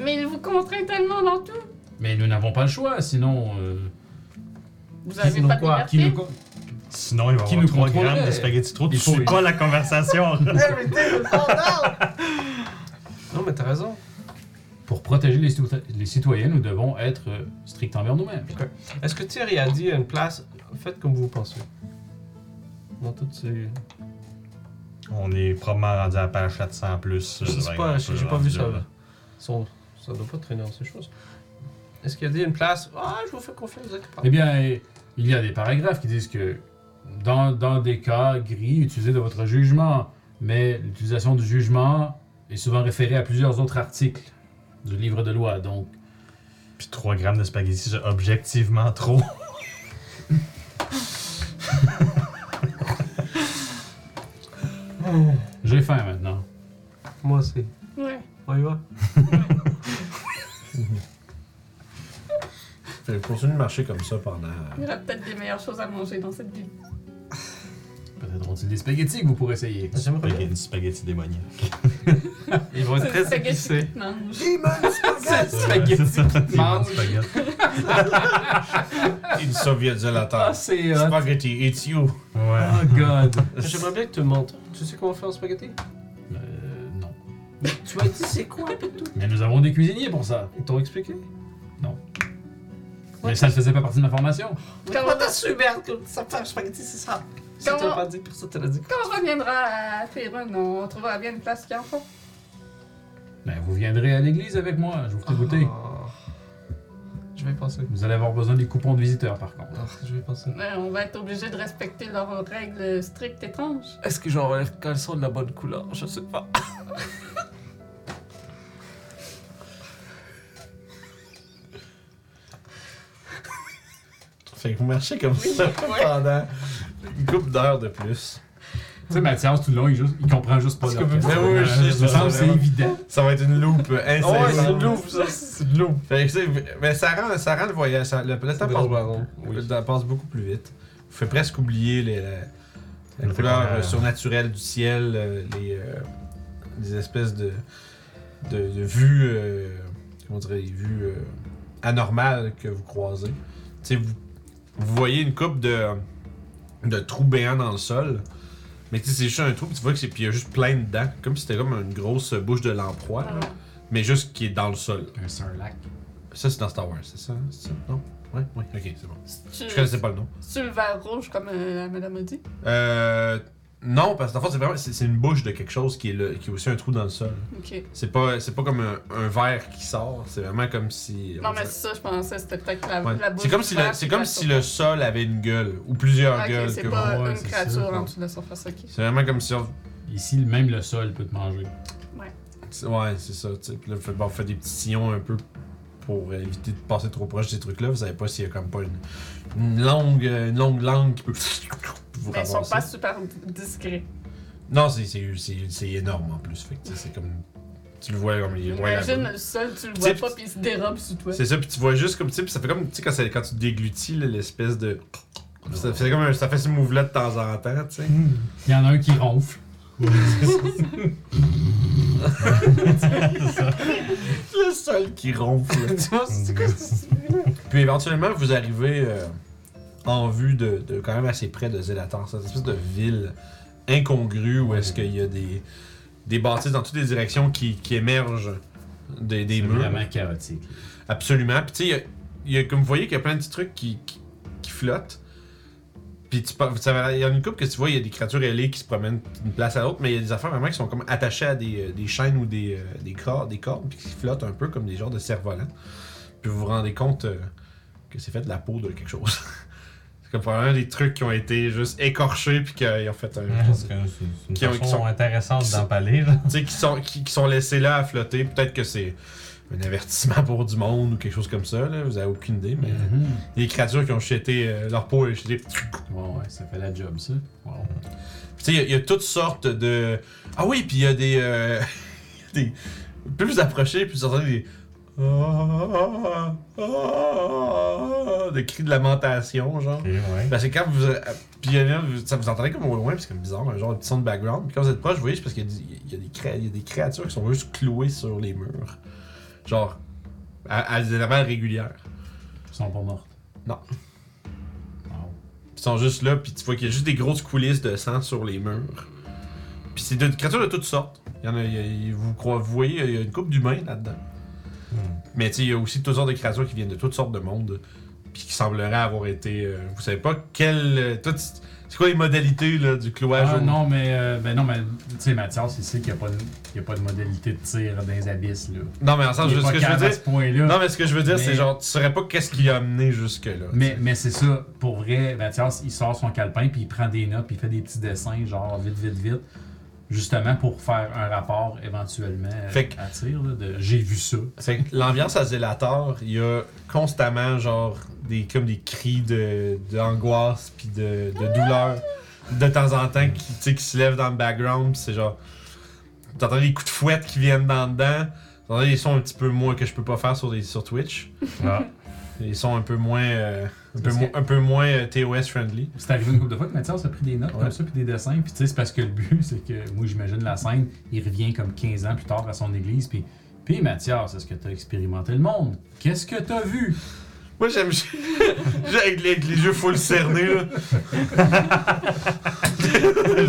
Mais ils vous contraint tellement dans tout.
Mais nous n'avons pas le choix, sinon... euh,
Vous
qui
avez
nous
pas
quoi-
de
qui nous
liberté.
co-
Sinon, il va y
Qui
avoir
nous
3
contrôlerait?
grammes de spaghettis trop. Tu
Il faut-
suis pas la conversation.
Non, mais t'as raison.
Pour protéger les, citoy- les citoyens, nous devons être euh, stricts envers nous-mêmes.
Est-ce que Thierry a dit à une place Faites comme vous pensez. Dans toutes ces.
On est probablement rendu à la page 400 plus.
Je sais pas, j'ai j'ai pas vu ça. Son- Ça doit pas traîner dans ces choses. Est-ce qu'il y a dit une place Ah, je vous fais confiance, vous êtes
Eh bien, eh, il y a des paragraphes qui disent que dans, dans des cas gris, utilisez de votre jugement, mais l'utilisation du jugement est souvent référée à plusieurs autres articles du livre de loi. Donc,
Puis 3 grammes de spaghettis, c'est objectivement trop.
j'ai faim maintenant.
Moi aussi.
Ouais.
On y va
Fait que Continue de marcher comme ça pendant.
Il y aura peut-être des meilleures choses à manger dans cette ville.
Peut-être ont-ils des spaghettis que vous pourrez essayer.
J'aimerais bien.
Spaghetti, spaghetti démoniaque.
Ils vont être
C'est
très
spaghetti
épicés.
qui te mange.
C'est ça, des
mange.
monstres spaghettis.
Il soviète de la
Ah,
terre.
c'est. hot.
Spaghetti, it's you.
Ouais.
Oh god. J'aimerais bien que tu me montres. Tu sais comment faire un spaghetti
Euh, non.
Tu m'as dit c'est quoi pis tout
Mais nous avons des cuisiniers pour ça.
Ils t'ont expliqué
Mais ça ne faisait pas partie de ma formation.
Quand on,
su, merde, que ça fait un spaghetti, c'est ça Si
Comment-
t'as pas dit, personne te l'a dit.
quand on reviendra à Férun, on trouvera bien une place qui en font.
Ben, vous viendrez à l'église avec moi, je vous ferai goûter.
Ah. Je vais y penser.
Vous allez avoir besoin des coupons de visiteurs, par contre.
Ah, je vais y penser.
Mais Euh, on va être obligé de respecter leurs règles strictes étranges.
Est-ce que j'envoie les caleçons de la bonne couleur Je sais pas.
Fait que vous marchez comme ça pendant une couple d'heures de plus.
Tu sais, Mathias, tout le long, il, juste, il comprend juste pas
Parce
leur
que-
question.
Mais oui, je sais,
Ça
je sais
me semble, c'est
vraiment.
évident.
Ça va être une loupe
Ah ouais,
incessante.
c'est une loupe, ça. C'est une loupe.
Fait que, tu sais, mais ça rend, ça rend le voyage. ça- le, le temps passe,
drôle, pardon.
beaucoup- le temps passe beaucoup plus vite. Vous fait presque oublier les, la- la
Le fait
couleur
qu'on a-
euh, surnaturelle du ciel, euh, les, euh, les espèces de, de, de vues, euh, comment dirait, les vues euh, anormales que vous croisez. Tu sais, vous, vous voyez une coupe de, de trous béants dans le sol. Mais tu sais, c'est juste un trou, puis tu vois que c'est puis il y a juste plein de dents, comme si c'était comme une grosse bouche de lamproie,
Ah.
là, mais juste qui est dans le sol.
Un sarlac.
Ça, c'est dans Star Wars, c'est ça? C'est ça? Non? Ouais, ouais. Ok, c'est bon.
C'est-tu
Je connaissais pas le nom.
c'est-tu le verre rouge comme euh, la madame a dit?
Euh. Non, parce que dans le fond, c'est vraiment. C'est c'est une bouche de quelque chose qui est, là- qui est aussi un trou dans le sol.
Ok.
C'est pas, c'est pas comme un, un verre qui sort, c'est vraiment comme si. on
Non, mais
dirait-
c'est ça, je pensais, c'était peut-être la,
Ouais.
la bouche.
C'est comme si,
du
le,
verre
c'est
qui
comme
passe
si
au-
le sol avait une gueule, ou plusieurs
Ok,
gueules que
c'est
vous-
pas
Ouais,
une
c'est
créature
ça.
en dessous de la surface, ok.
C'est vraiment comme si on.
Ici, même le sol peut te manger.
Ouais, c'est ça, tu sais. Puis là, vous faites- bon, vous faites des petits sillons un peu pour éviter de passer trop proche de ces trucs-là. Vous savez pas s'il y a comme pas une, une longue, une longue langue qui peut. Vous
Mais ils sont
ramasser.
pas super d- discrets.
Non, c'est- c'est c'est- c'est énorme en plus. Fait que tu sais, c'est comme. Tu le vois comme il est loin
Imagine
là-bas.
le sol, tu le
Tu
vois
sais,
pas, puis il se dérobe sous toi.
C'est ça, puis tu vois juste comme. Tu sais, puis ça fait comme. Tu sais, quand, ça- quand tu déglutis, là, l'espèce de. Ça fait comme un- ça fait ce move-là de temps en temps, tu sais.
Il y en a un qui ronfle.
Le sol qui ronfle. tu vois, c'est quoi ce bruit-là? Puis éventuellement, vous arrivez euh, en vue de, de quand même assez près de Zélator. C'est une espèce de ville incongrue où est-ce qu'il y a des, des bâtisses dans toutes les directions qui, qui émergent des, des
C'est
murs.
vraiment chaotique.
Absolument. Puis tu sais, il y a- il y a- comme vous voyez qu'il y a plein de petits trucs qui, qui, qui flottent. Puis tu pas- ça va- il y en a une coupe que tu vois, il y a des créatures ailées qui se promènent d'une place à l'autre, mais il y a des affaires vraiment qui sont comme attachées à des, euh, des chaînes ou des, euh, des cordes, des cordes, puis qui flottent un peu comme des genres de cerfs-volants. Puis vous vous rendez compte euh, que c'est fait de la peau de quelque chose. c'est comme probablement des trucs qui ont été juste écorchés puis qu'ils ont fait un.
Parce que c'est c'est une
Qui ont- qui
façon
sont-
intéressante
qui sont-
d'empaler, là.
Tu sais, qui sont, qui, qui sont laissés là à flotter. Peut-être que c'est un avertissement pour du monde ou quelque chose comme ça, là. Vous avez aucune idée, mais.
Mhm.
Les créatures qui ont jeté euh, leur peau et jeté. Puis
Ouais, ouais, ça fait la job, ça. Wow.
tu sais, il y a- il y, a toutes sortes de. Ah oui, puis il y a des. euh, des... Plus vous approchez, plus vous entendez des. Des cris de lamentation, genre.
Ok, ouais.
Parce que quand vous. euh, Puis il y en a- vous- ça vous entendez comme au loin, parce que c'est bizarre, un genre de petit son de background. Puis quand vous êtes proche, vous voyez, c'est parce qu'il y, a du- il y a des cré- il y a des créatures qui sont juste clouées sur les murs. Genre, à, à des intervalles réguliers.
Ils sont pas mortes.
Non.
Wow.
Ils sont juste là, puis tu vois qu'il y a juste des grosses coulisses de sang sur les murs. Puis c'est de des créatures de toutes sortes. Il y en a, il y a- il- vous, croyez, vous voyez, il y a une coupe d'humains là-dedans.
Hmm.
Mais tu sais, il y a aussi toutes sortes de créatures qui viennent de toutes sortes de mondes. puis qui semblerait avoir été. euh, vous savez pas quelle. euh, toi, tu- c'est quoi les modalités là, du clouage
Ah
au-
non, mais, euh, ben non, mais tu sais, Mathias, il sait qu'il n'y a, pas de- il y a pas de modalité de tir dans les abysses. Là.
Non, mais en sens,
Il est
je- ce
pas
que je veux
calme à
dire.
ce point-là.
Non, mais ce que je veux dire, c'est
Mais-
genre, tu saurais pas qu'est-ce qui a amené jusque-là.
Mais, mais c'est ça, pour vrai, Mathias, il sort son calepin, puis il prend des notes, puis il fait des petits dessins, genre vite, vite, vite, justement pour faire un rapport éventuellement
Fait que-
à tir, là, de j'ai vu ça.
Fait que l'ambiance à Zelator, il y a constamment genre des comme des cris de d'angoisse puis de, de douleur de temps en temps qui, tu sais, qui se lèvent dans le background, pis c'est genre t'entends des coups de fouette qui viennent dans dedans. T'entends des sons un petit peu moins que je peux pas faire sur des sur Twitch.
Ah.
Des sons un peu moins euh, un, peu
Parce
moins- un peu moins euh, TOS friendly.
C'est arrivé une couple de fois que Mathias a pris des notes
Ouais.
comme ça, puis des dessins, puis tu sais, c'est parce que le but, c'est que, moi, j'imagine la scène, il revient comme 15 ans plus tard à son église, puis. Puis Mathias, est-ce que t'as expérimenté le monde? Qu'est-ce que t'as vu?
Moi j'aime avec les, avec les yeux full cernés là.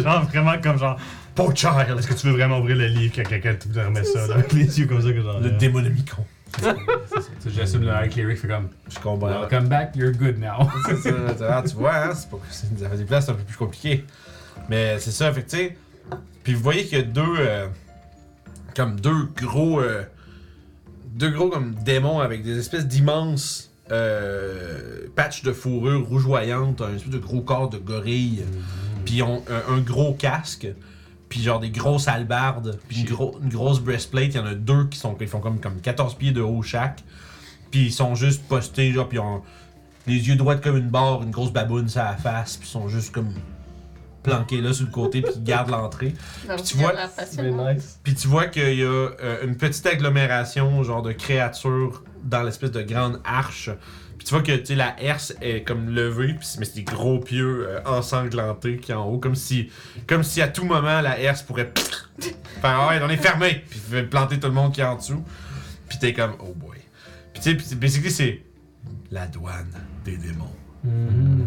genre vraiment comme genre.
Poor child,
Est-ce que tu veux vraiment ouvrir le livre quand quelqu'un te remet ça, là, avec les yeux comme ça que genre.
le
là.
démonomicon.
C'est ça. Tu sais, J'assume le high cleric fait comme
Je comprends.
Welcome back, you're good now.
C'est ça, ah, tu vois, hein, c'est pas c'est- ça fait des places c'est un peu plus compliqué. Mais c'est ça, fait que tu sais. Puis vous voyez qu'il y a deux. euh, comme deux gros. euh, deux gros comme démons avec des espèces d'immenses. euh, patchs de fourrure rougeoyante, un espèce de gros corps de gorille, puis ils ont un, un gros casque, puis genre des grosses halbardes, puis une, gros- une grosse breastplate, il y en a deux qui sont, ils font comme, comme 14 pieds de haut chaque, puis ils sont juste postés, genre, puis ils ont les yeux droits comme une barre, une grosse baboune sur la face, puis ils sont juste comme planqués là sur le côté, puis ils gardent l'entrée. tu vois-
C'est nice.
Puis tu vois qu'il y a euh, une petite agglomération, genre de créatures, dans l'espèce de grande arche. Puis tu vois que tu sais, la herse est comme levée, puis c'est- mais c'est des gros pieux euh, ensanglantés qui est en haut, comme si, comme si à tout moment la herse pourrait faire ouais, on est fermé, puis fait planter tout le monde qui est en dessous. Puis t'es comme oh boy. Puis tu sais, puis c'est- basically c'est la douane des démons.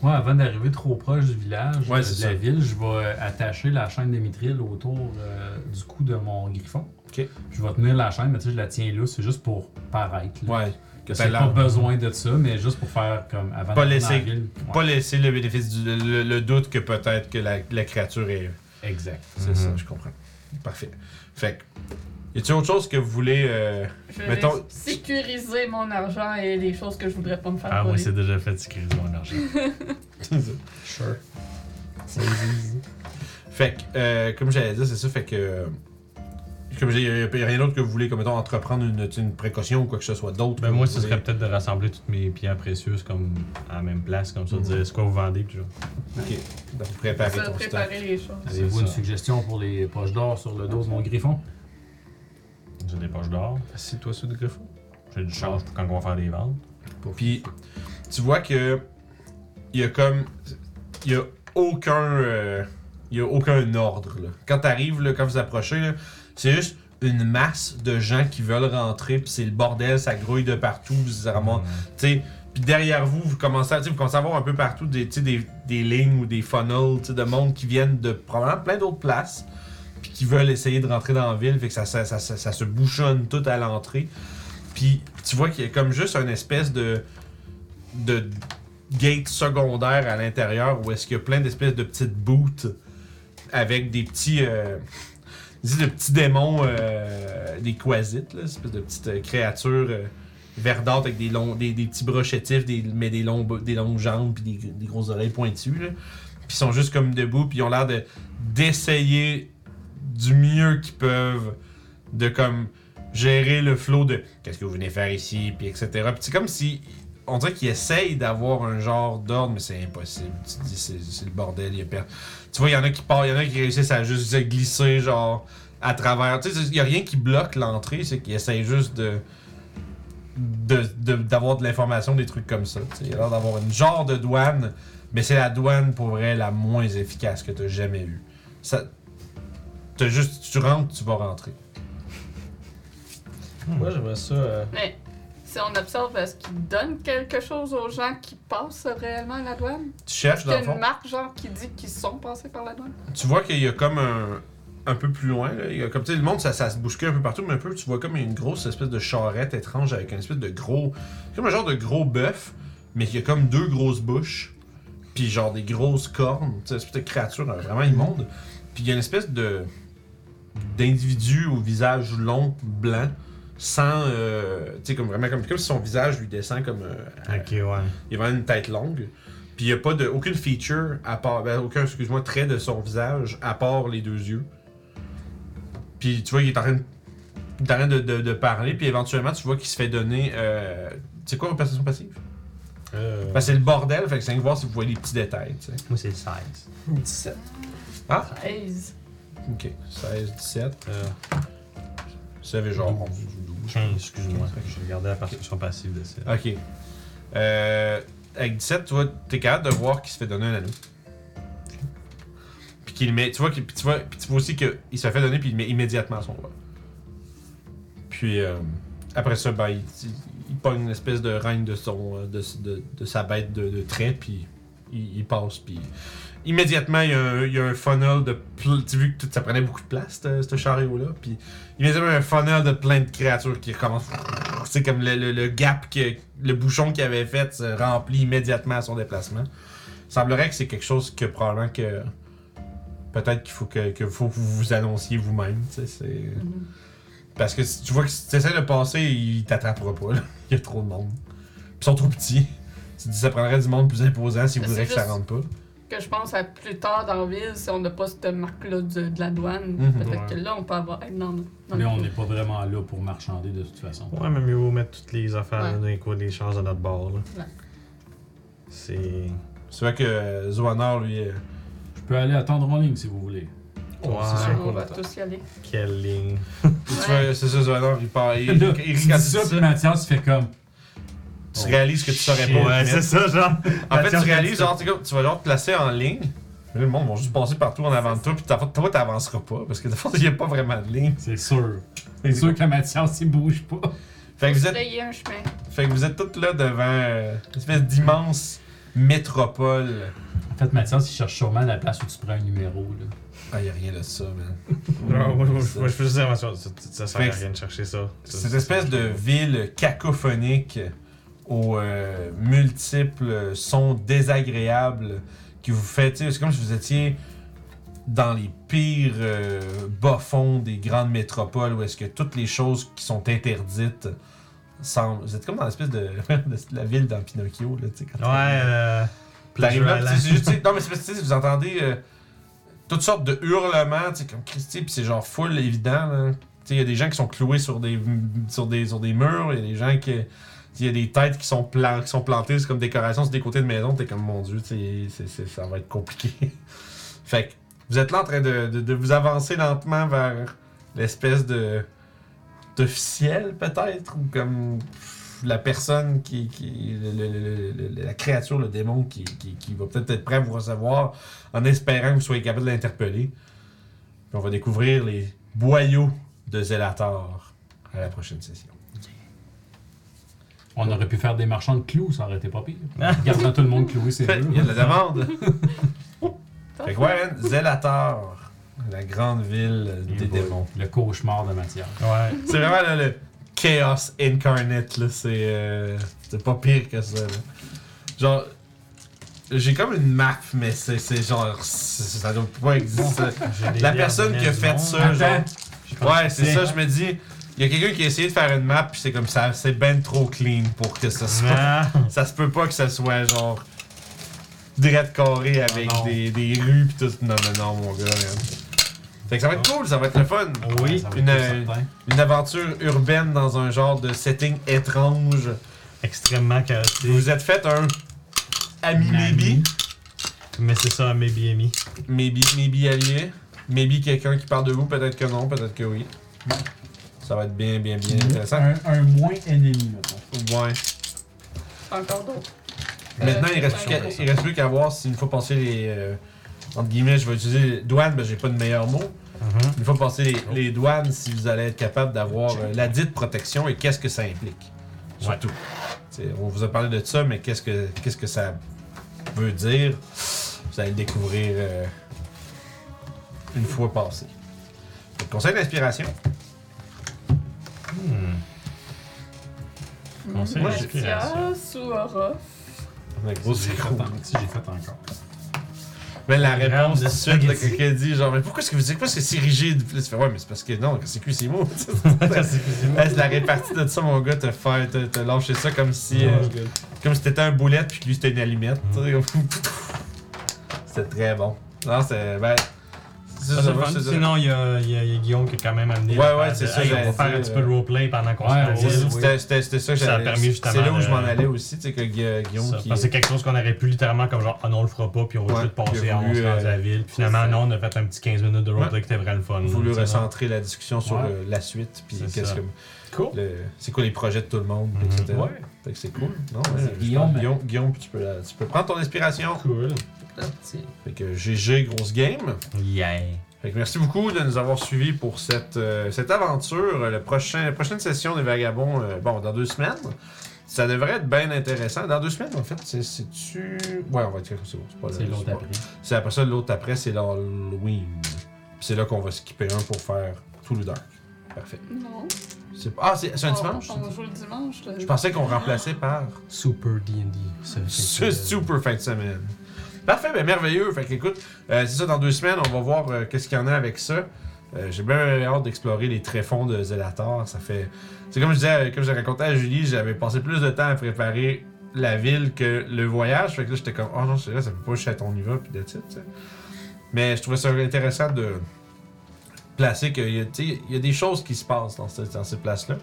Moi, avant d'arriver trop proche du village,
Hmm. Ouais,
euh, de la
c'est ça.
ville, je vais attacher la chaîne de mithril autour euh, du cou de mon griffon.
Ok.
Je vais tenir la chaîne, mais tu sais, je la tiens là, c'est juste pour paraître. là.
Ouais. Que
C'est pas besoin de ça, mais juste pour faire comme avant
Pas
d'arriver dans
laisser-
la ville. Ouais,
Pas laisser le bénéfice du le, le doute que peut-être que la, la créature est
Exact.
C'est ça, je comprends. Parfait. Fait que, y a-t-il autre chose que vous voulez. euh,
Je vais
Mettons-
sécuriser mon argent et les choses que je voudrais pas me faire
Ah, moi,
voler.
c'est déjà fait sécuriser mon argent.
Sure.
Fait que, euh, comme j'allais dire, c'est ça, fait que. euh, Comme j'ai y a rien d'autre que vous voulez, comme mettons, entreprendre une, une précaution ou quoi que ce soit d'autre.
Ben,
que
moi,
vous
ce
voulez.
serait peut-être de rassembler toutes mes pierres précieuses comme à la même place, comme ça, de dire c'est quoi vous vendez, puis genre.
Donc, préparer
Ça,
ton stock.
préparer les choses.
Avez-vous
C'est
une
ça.
suggestion pour les poches d'or sur le dos de mon griffon?
J'ai des poches d'or,
C'est toi, ceux de Griffon.
j'ai du change pour quand on va faire des ventes.
Puis, tu vois que. Il y a comme. Il y a aucun. euh, Il y a aucun ordre, là. Quand t'arrives, là, quand vous approchez, là, c'est juste une masse de gens qui veulent rentrer, puis c'est le bordel, ça grouille de partout, vous ramassez- Tu sais, Puis derrière vous, vous commencez, à, tu sais, vous commencez à voir un peu partout des, tu sais, des, des lignes ou des funnels tu sais, de monde qui viennent de probablement plein d'autres places, puis qui veulent essayer de rentrer dans la ville, fait que ça, ça, ça, ça- ça se bouchonne tout à l'entrée. Puis tu vois qu'il y a comme juste une espèce de, de gate secondaire à l'intérieur où est-ce qu'il y a plein d'espèces de petites boots avec des petits. euh, des espèces de petits démons, euh, des quasites, là, espèces de petites euh, créatures. euh, verdâtre avec des longs des, des petits bras chétifs, des, mais des, longs, bo- des longues jambes puis des, des grosses oreilles pointues. là. Puis ils sont juste comme debout, puis ils ont l'air de- d'essayer du mieux qu'ils peuvent de comme gérer le flot de qu'est-ce que vous venez faire ici, puis etc. Puis c'est comme si on dirait qu'ils essayent d'avoir un genre d'ordre, mais c'est impossible. Tu te dis, c'est c'est le bordel, il y a per- Tu vois, il y en a qui partent, il y en a qui réussissent à juste se glisser, genre, à travers. Tu sais, il y a rien qui bloque l'entrée, c'est qu'ils essayent juste de de- de- d'avoir de, l'information, des trucs comme ça. tu sais. Il a l'air d'avoir une genre de douane, mais c'est la douane pour vrai la moins efficace que t'as jamais eue. Ça, t'as juste, tu rentres, tu vas rentrer.
Moi, j'aimerais ça. euh,
Mais si on observe, est-ce qu'ils donnent quelque chose aux gens qui passent réellement à la douane?
Tu cherches
Qu'il y
dans
a
le
une
fond.
marque genre qui dit qu'ils sont passés par la douane?
Tu vois qu'il y a comme un, un peu plus loin, là, il y a comme tu sais, le monde, ça, ça se bouscule un peu partout, mais un peu, tu vois comme une grosse espèce de charrette étrange avec une espèce de gros, comme un genre de gros bœuf mais il y a comme deux grosses bouches, puis genre des grosses cornes, tu sais, c'est une créature euh, vraiment immonde. Puis il y a une espèce de d'individu au visage long, blanc, sans, euh, tu sais, comme vraiment comme, comme si son visage lui descend comme euh, à-
Ok, ouais.
il a vraiment une tête longue. Puis il n'y a pas de, aucune feature, à part, ben, aucun, excuse-moi, trait de son visage, à part les deux yeux. Puis tu vois, il est en train de, il est en train de, de- de parler, puis éventuellement, tu vois qu'il se fait donner. euh, c'est quoi une perception passive
Euh,
Ben, C'est le bordel, fait que c'est rien que voir si vous voyez les petits détails, tu sais.
moi, c'est le 16.
17.
13.
Ok, 16, 17.
Euh,
Vous savez, genre 11
15, excuse-moi. Fait que Je regardais la perception passive de ça.
Ok. Euh, avec 17, tu vois, t'es capable de voir qu'il se fait donner un anneau. Puis qu'il met. Tu vois, qu'il- puis tu vois, puis tu vois aussi qu'il se fait donner, puis il le met immédiatement à son doigt. Puis euh, après ça, ben, il, il, il pogne une espèce de règne de, son, euh, de, de, de sa bête de, de trait, puis il, il passe, puis. Immédiatement, il y, a un, il y a un funnel de. pl- Tu as vu que tout- ça prenait beaucoup de place, ce ce chariot-là. Puis immédiatement, il y a un funnel de plein de créatures qui recommencent c'est comme le, le- le gap que le bouchon qu'il avait fait se remplit immédiatement à son déplacement. Semblerait que c'est quelque chose que probablement que peut-être qu'il faut que, que faut que vous vous annonciez vous-même. tu sais, c'est
Mm-hmm.
parce que si tu vois que si tu essaies de passer, il t'attrapera pas. là. Il y a trop de monde. Ils sont trop petits. Tu te dis ça prendrait du monde plus imposant s'il
Mais
voudrait que
c'est
ça
juste-
rentre pas.
Que je pense à plus tard dans la ville, si on n'a pas cette marque-là de, de la douane,
Mhm.
peut-être
Ouais.
que là, on peut avoir. être dans, dans
Mais
le-
on n'est pas vraiment là pour marchander de toute façon.
Ouais, mais mieux vaut mettre toutes les affaires
Ouais.
dans les coins des chances de notre bord, là.
Ouais.
C'est.
C'est vrai que euh, Zoanor, lui. euh,
Je peux aller attendre en ligne si vous voulez.
Ouais.
Ah, on va tous y aller.
Quelle ligne.
tu
Ouais.
vois, C'est ça, Zoanor, il part. Il,
Et
il,
là,
il-
tu dis
quand tu dis
ça,
ça,
puis Mathias fait comme.
tu réalises que tu saurais pas.
Ouais,
où le mettre.
c'est ça, genre.
En fait,
Mathias,
tu réalises,
quand
genre, tu comme- tu vas genre te placer en ligne. Mais là, le monde va juste passer partout en avant de toi, puis t'as- toi, t'avanceras pas, parce que de fois, il n'y a pas vraiment de ligne.
C'est sûr. C'est sûr que Mathias, il bouge pas.
Fait que vous
Là,
êtes,
il y a un chemin.
fait que vous êtes toutes là devant euh, une espèce d'immense métropole.
En fait, Mathias, il cherche sûrement la place où tu prends un numéro. Là.
Ah, y a rien de ça, man.
Non, moi, moi, moi, je fais juste l'invention. Ça, ça sert à
Fait que-
rien de chercher ça. Ça,
Cette
ça,
espèce
ça,
de ville cacophonique aux euh, multiples sons désagréables qui vous fait, tu sais, c'est comme si vous étiez dans les pires euh, bas-fonds des grandes métropoles où est-ce que toutes les choses qui sont interdites semblent... Vous êtes comme dans l'espèce de, de la ville dans Pinocchio, là, tu sais. quand
Ouais, euh.
T'arrives là, pis
Pleasure Island.
c'est juste, tu sais, non mais c'est parce que tu sais, vous entendez euh, toutes sortes de hurlements, tu sais, comme Christy, puis c'est genre full évident, là. Tu sais, il y a des gens qui sont cloués sur des, sur des, sur des murs, il y a des gens qui... Il y a des têtes qui sont, plan- qui sont plantées c'est comme décoration sur des côtés de maison, t'es comme mon dieu, tu sais, c'est- c'est- ça va être compliqué. fait que vous êtes là en train de, de- de vous avancer lentement vers l'espèce de d'officiel peut-être, ou comme pff, la personne qui, qui le- le- le- le- le- la créature, le démon qui, qui- qui va peut-être être prêt à vous recevoir en espérant que vous soyez capable de l'interpeller. Puis on va découvrir les boyaux de Zelator à la prochaine session.
On aurait pu faire des marchands de clous, ça aurait été pas pire. Gardant tout le monde cloué, c'est
Il y a
mieux.
de la demande! fait que ouais, man, Zelator, la grande ville des démons.
Le cauchemar de Mathias.
Ouais.
C'est vraiment là, le chaos incarnate, là. C'est, euh, c'est pas pire que ça, là. Genre, j'ai comme une map, mais c'est, c'est genre, c'est- ça doit pas exister.
J'ai des
La
liens
personne
de
qui a
liens
fait
du
ça,
monde.
genre.
Je pense
Ouais,
que
c'est ça, je me dis. Il y a quelqu'un qui a essayé de faire une map, puis c'est comme ça, c'est ben trop clean pour que ça soit.
Non.
Ça se peut pas que ça soit genre. Direct carré avec
non.
des, des rues pis tout. Non, non, non, mon gars, man. Fait que ça va être cool, ça va être le fun.
Oui.
Ça va être
Une,
plus
euh,
certain.
Une aventure urbaine dans un genre de setting étrange.
Extrêmement chaotique.
Vous vous êtes fait un ami maybe,
Ami.
Mais c'est ça, maybe Amy.
maybe, maybe allié, maybe quelqu'un qui parle de vous, peut-être que non, peut-être que oui. Ça va être bien, bien, bien intéressant.
Un, un moins ennemi, mettons.
Mm. Ouais.
Encore d'autres.
Maintenant, il reste
Euh,
plus qu'à- il reste plus qu'à voir si une fois passé les euh, entre guillemets, je vais utiliser douane, mais j'ai pas de meilleur mot. Une fois passé les, les douanes, si vous allez être capable d'avoir euh, la dite protection et qu'est-ce que ça implique. Surtout. T'sais, On vous a parlé de ça, mais qu'est-ce que qu'est-ce que ça veut dire? Vous allez le découvrir euh, une fois passé. Le conseil d'inspiration.
Hmm. Conseil
Mathias ou Aura?
La
J'ai
grosse
fait,
crotte.
en- si j'ai fait encore.
Mais Ben, la réponse
de
tout de suite, là,
spaghetti.
quelqu'un dit genre, mais pourquoi est-ce que vous dites pourquoi est-ce que c'est rigide? Puis là, tu fais, ouais, mais c'est parce que non, que c'est cuit, c'est mou. Ouais, c'est la répartie de ça, mon gars, te faire, te, te lâcher ça comme
Oh,
si, euh, comme si t'étais un boulette puis que lui c'était une allumette. tu sais, comme- C'était très bon. Non, c'est, ben, c'est
Mm. Ça,
ça,
c'est le
moi,
fun.
je te dirais.
Sinon, il y, a- il y a il y a Guillaume qui a quand même amené.
Ouais,
l'affaire
ouais,
de,
c'est ça,
Hey,
j'allais
On va faire un
dire,
petit peu de roleplay pendant qu'on
Ouais,
se parle.
ouais.
C'était, c'était, c'était ça que
Ça a
j'allais-
permis justement
C'est là où
de-
je m'en allais aussi, tu sais, que Gui- Guillaume
Ça,
qui.
parce que c'est quelque chose qu'on aurait pu littéralement comme genre ah non on le fera pas puis on va
Ouais,
juste
puis
passer
a
à on
voulu,
se rend à
euh,
la ville puis finalement non on a fait un petit 15 minutes de roleplay qui était vraiment le fun.
voulu
tu sais,
recentrer la discussion sur
Ouais.
euh, la suite, puis
C'est
qu'est-ce
ça.
que.
Cool.
le- c'est quoi les projets de tout le monde,
Mhm.
etc.
Ouais. Mhm. Euh,
Fait que c'est cool. Non,
C'est
ouais, je
Guillaume.
pense- Guillaume, Guillaume, tu peux, la- tu peux prendre ton inspiration.
Cool.
Fait que GG, grosse game.
Yeah.
Fait que merci beaucoup de nous avoir suivis pour cette, euh, cette aventure. Euh, Le prochain, la prochaine session des Vagabonds, euh, bon, dans deux semaines. Ça devrait être bien intéressant. Dans deux semaines, en fait, c'est- c'est-tu. Ouais, on va être c'est bon, c'est pas
C'est
le-
l'autre
pas-
après.
C'est après ça, l'autre après, c'est l'Halloween. Puis c'est là qu'on va skipper un pour faire tout le dark. Parfait.
Non.
C'est- Ah, c'est c'est un
On-
dimanche?
Oh, On joue le dimanche. là.
Je pensais qu'on remplaçait par
Super D&D. ça,
ce
c'est-
super fin de semaine. Parfait, ben merveilleux. Fait que, écoute, euh, c'est ça, dans deux semaines, on va voir euh, qu'est-ce qu'il y en a avec ça. Euh, j'ai bien hâte d'explorer les tréfonds de Zelator. Ça fait. C'est comme je disais, comme j'ai raconté à Julie, j'avais passé plus de temps à préparer la ville que le voyage. Fait que là, j'étais comme, oh non, c'est vrai, ça peut pas juste être on y va, puis de titre, tu sais. Mais je trouvais ça intéressant de placer qu'il y, a- tu sais, il y a des choses qui se passent dans, ce- dans ces places-là.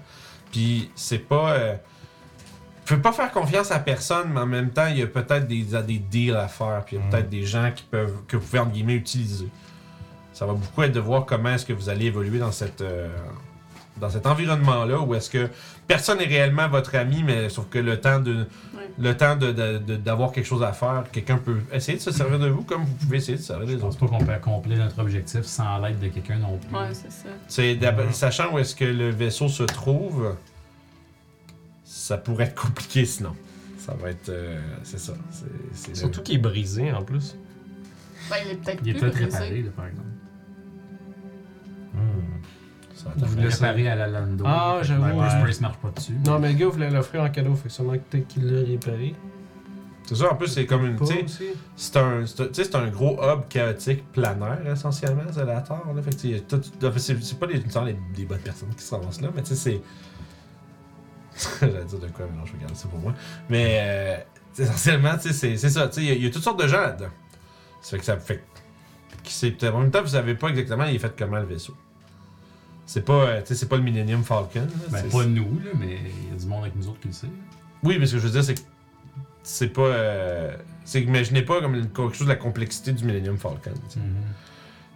Puis c'est pas. euh, je peux pas faire confiance à personne, mais en même temps, il y a peut-être des, des deals à faire, puis il y a
Mm.
peut-être des gens qui peuvent, que vous pouvez, entre guillemets, utiliser. Ça va beaucoup être de voir comment est-ce que vous allez évoluer dans cette. euh, dans cet environnement-là, où est-ce que personne n'est réellement votre ami, mais sauf que le temps de
Ouais.
le temps de- de- de- d'avoir quelque chose à faire, quelqu'un peut essayer de se servir de vous comme vous pouvez essayer de se servir des
Je
autres.
pense pas qu'on peut accomplir notre objectif sans l'aide de quelqu'un non plus.
Ouais, c'est ça.
C'est d'ab- sachant où est-ce que le vaisseau se trouve, ça pourrait être compliqué sinon. Ça va être, euh, c'est ça. C'est, c'est-
Surtout qu'il est brisé en plus.
Ben, il est peut-être
Il est
plus
peut-être
brisé.
réparé, là, par exemple.
ça va
Je
être-
voulais réparer à la Lando.
Ah, j'avoue.
Ben,
Ouais.
Le spray se marche pas dessus.
Non, mais le gars voulait l'offrir en cadeau, fait que sûrement que peut-être qu'il l'a réparé.
C'est ça. En plus, c'est comme une,
Pas
tu sais,
aussi.
c'est un, c'est un- tu sais, c'est un gros hub chaotique planaire essentiellement, Zelator. Là, fait que tu sais, tout- en fait, c'est, c'est pas les, nécessairement les, les bonnes personnes qui se ramassent là, mais tu sais, c'est. J'allais dire de quoi, mais non, je vais garder ça pour moi. Mais euh, essentiellement, tu sais, c'est, c'est ça. tu sais, Il y, a- il y a toutes sortes de gens là-dedans. Ça fait que ça fait que- qui c'est peut-être- En même temps, vous savez pas exactement il est fait comment le vaisseau. C'est pas, euh, tu sais, c'est pas le Millennium Falcon. là,
Ben,
c'est-
pas nous, là, mais il y a du monde avec nous autres qui le sait.
oui, mais ce que je veux dire, c'est que c'est pas. euh, c'est que imaginez pas comme une- quelque chose de la complexité du Millennium Falcon. tu sais.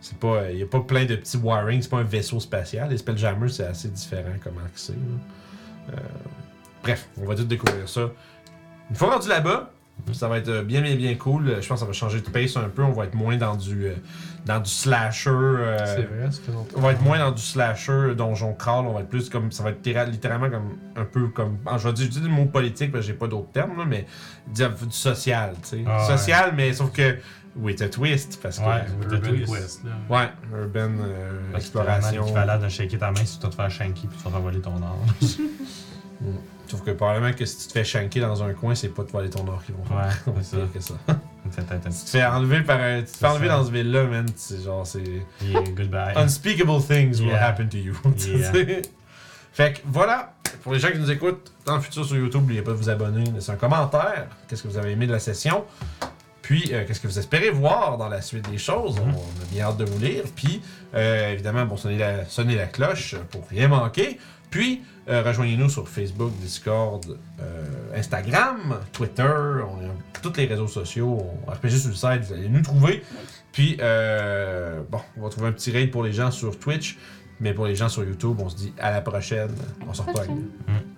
C'est pas. Il y a pas plein de petits wirings, c'est pas un vaisseau spatial. Les Spelljammer, c'est assez différent comment que c'est. là. Euh, bref, on va tout découvrir ça. Une fois rendu là-bas, ça va être euh, bien, bien, bien cool. Euh, Je pense que ça va changer de pace un peu. On va être moins dans du. euh, dans du slasher. euh,
C'est vrai, ça fait longtemps.
on va être moins dans du slasher, donjon crawl, on va être plus comme. Ça va être littéra- littéralement comme. Un peu comme. ah, je vais dire, je dis le mot politique parce que j'ai pas d'autres termes, là, mais. dire Du social, tu sais.
Ah ouais.
social, mais sauf que. With a twist, parce que.
Ouais.
Urban
Urban
Quest,
Quest,
là.
Ouais, urban euh, exploration.
Exploration. l'air de shaker ta main si tu vas te faire shanky puis tu vas te faire voler ton or.
Sauf que probablement que si tu te fais shanker dans un coin, c'est pas de voler ton or qui vont faire.
Ouais, c'est ça.
Pire que ça.
Fais ta- ta
tu te fais enlever par un- Tu te fais
C'est
enlever
ça.
dans ce ville-là, man. C'est genre, c'est.
Yeah, goodbye.
Unspeakable things will
Yeah.
happen to you.
Yeah.
fait que voilà, pour les gens qui nous écoutent dans le futur sur YouTube, n'oubliez pas de vous abonner, laissez un commentaire, qu'est-ce que vous avez aimé de la session, puis euh, qu'est-ce que vous espérez voir dans la suite des choses.
Mm-hmm.
On a bien hâte de vous lire, puis euh, évidemment, bon, sonnez la, sonnez la cloche pour rien manquer, puis euh, rejoignez-nous sur Facebook, Discord, euh, Instagram, Twitter, on est sur tous les réseaux sociaux, on RPG sur le site, vous allez nous trouver. Puis, euh, bon, on va trouver un petit raid pour les gens sur Twitch, mais pour les gens sur YouTube, on se dit à la prochaine. On sort pas avec.
Prochaine.
Mm.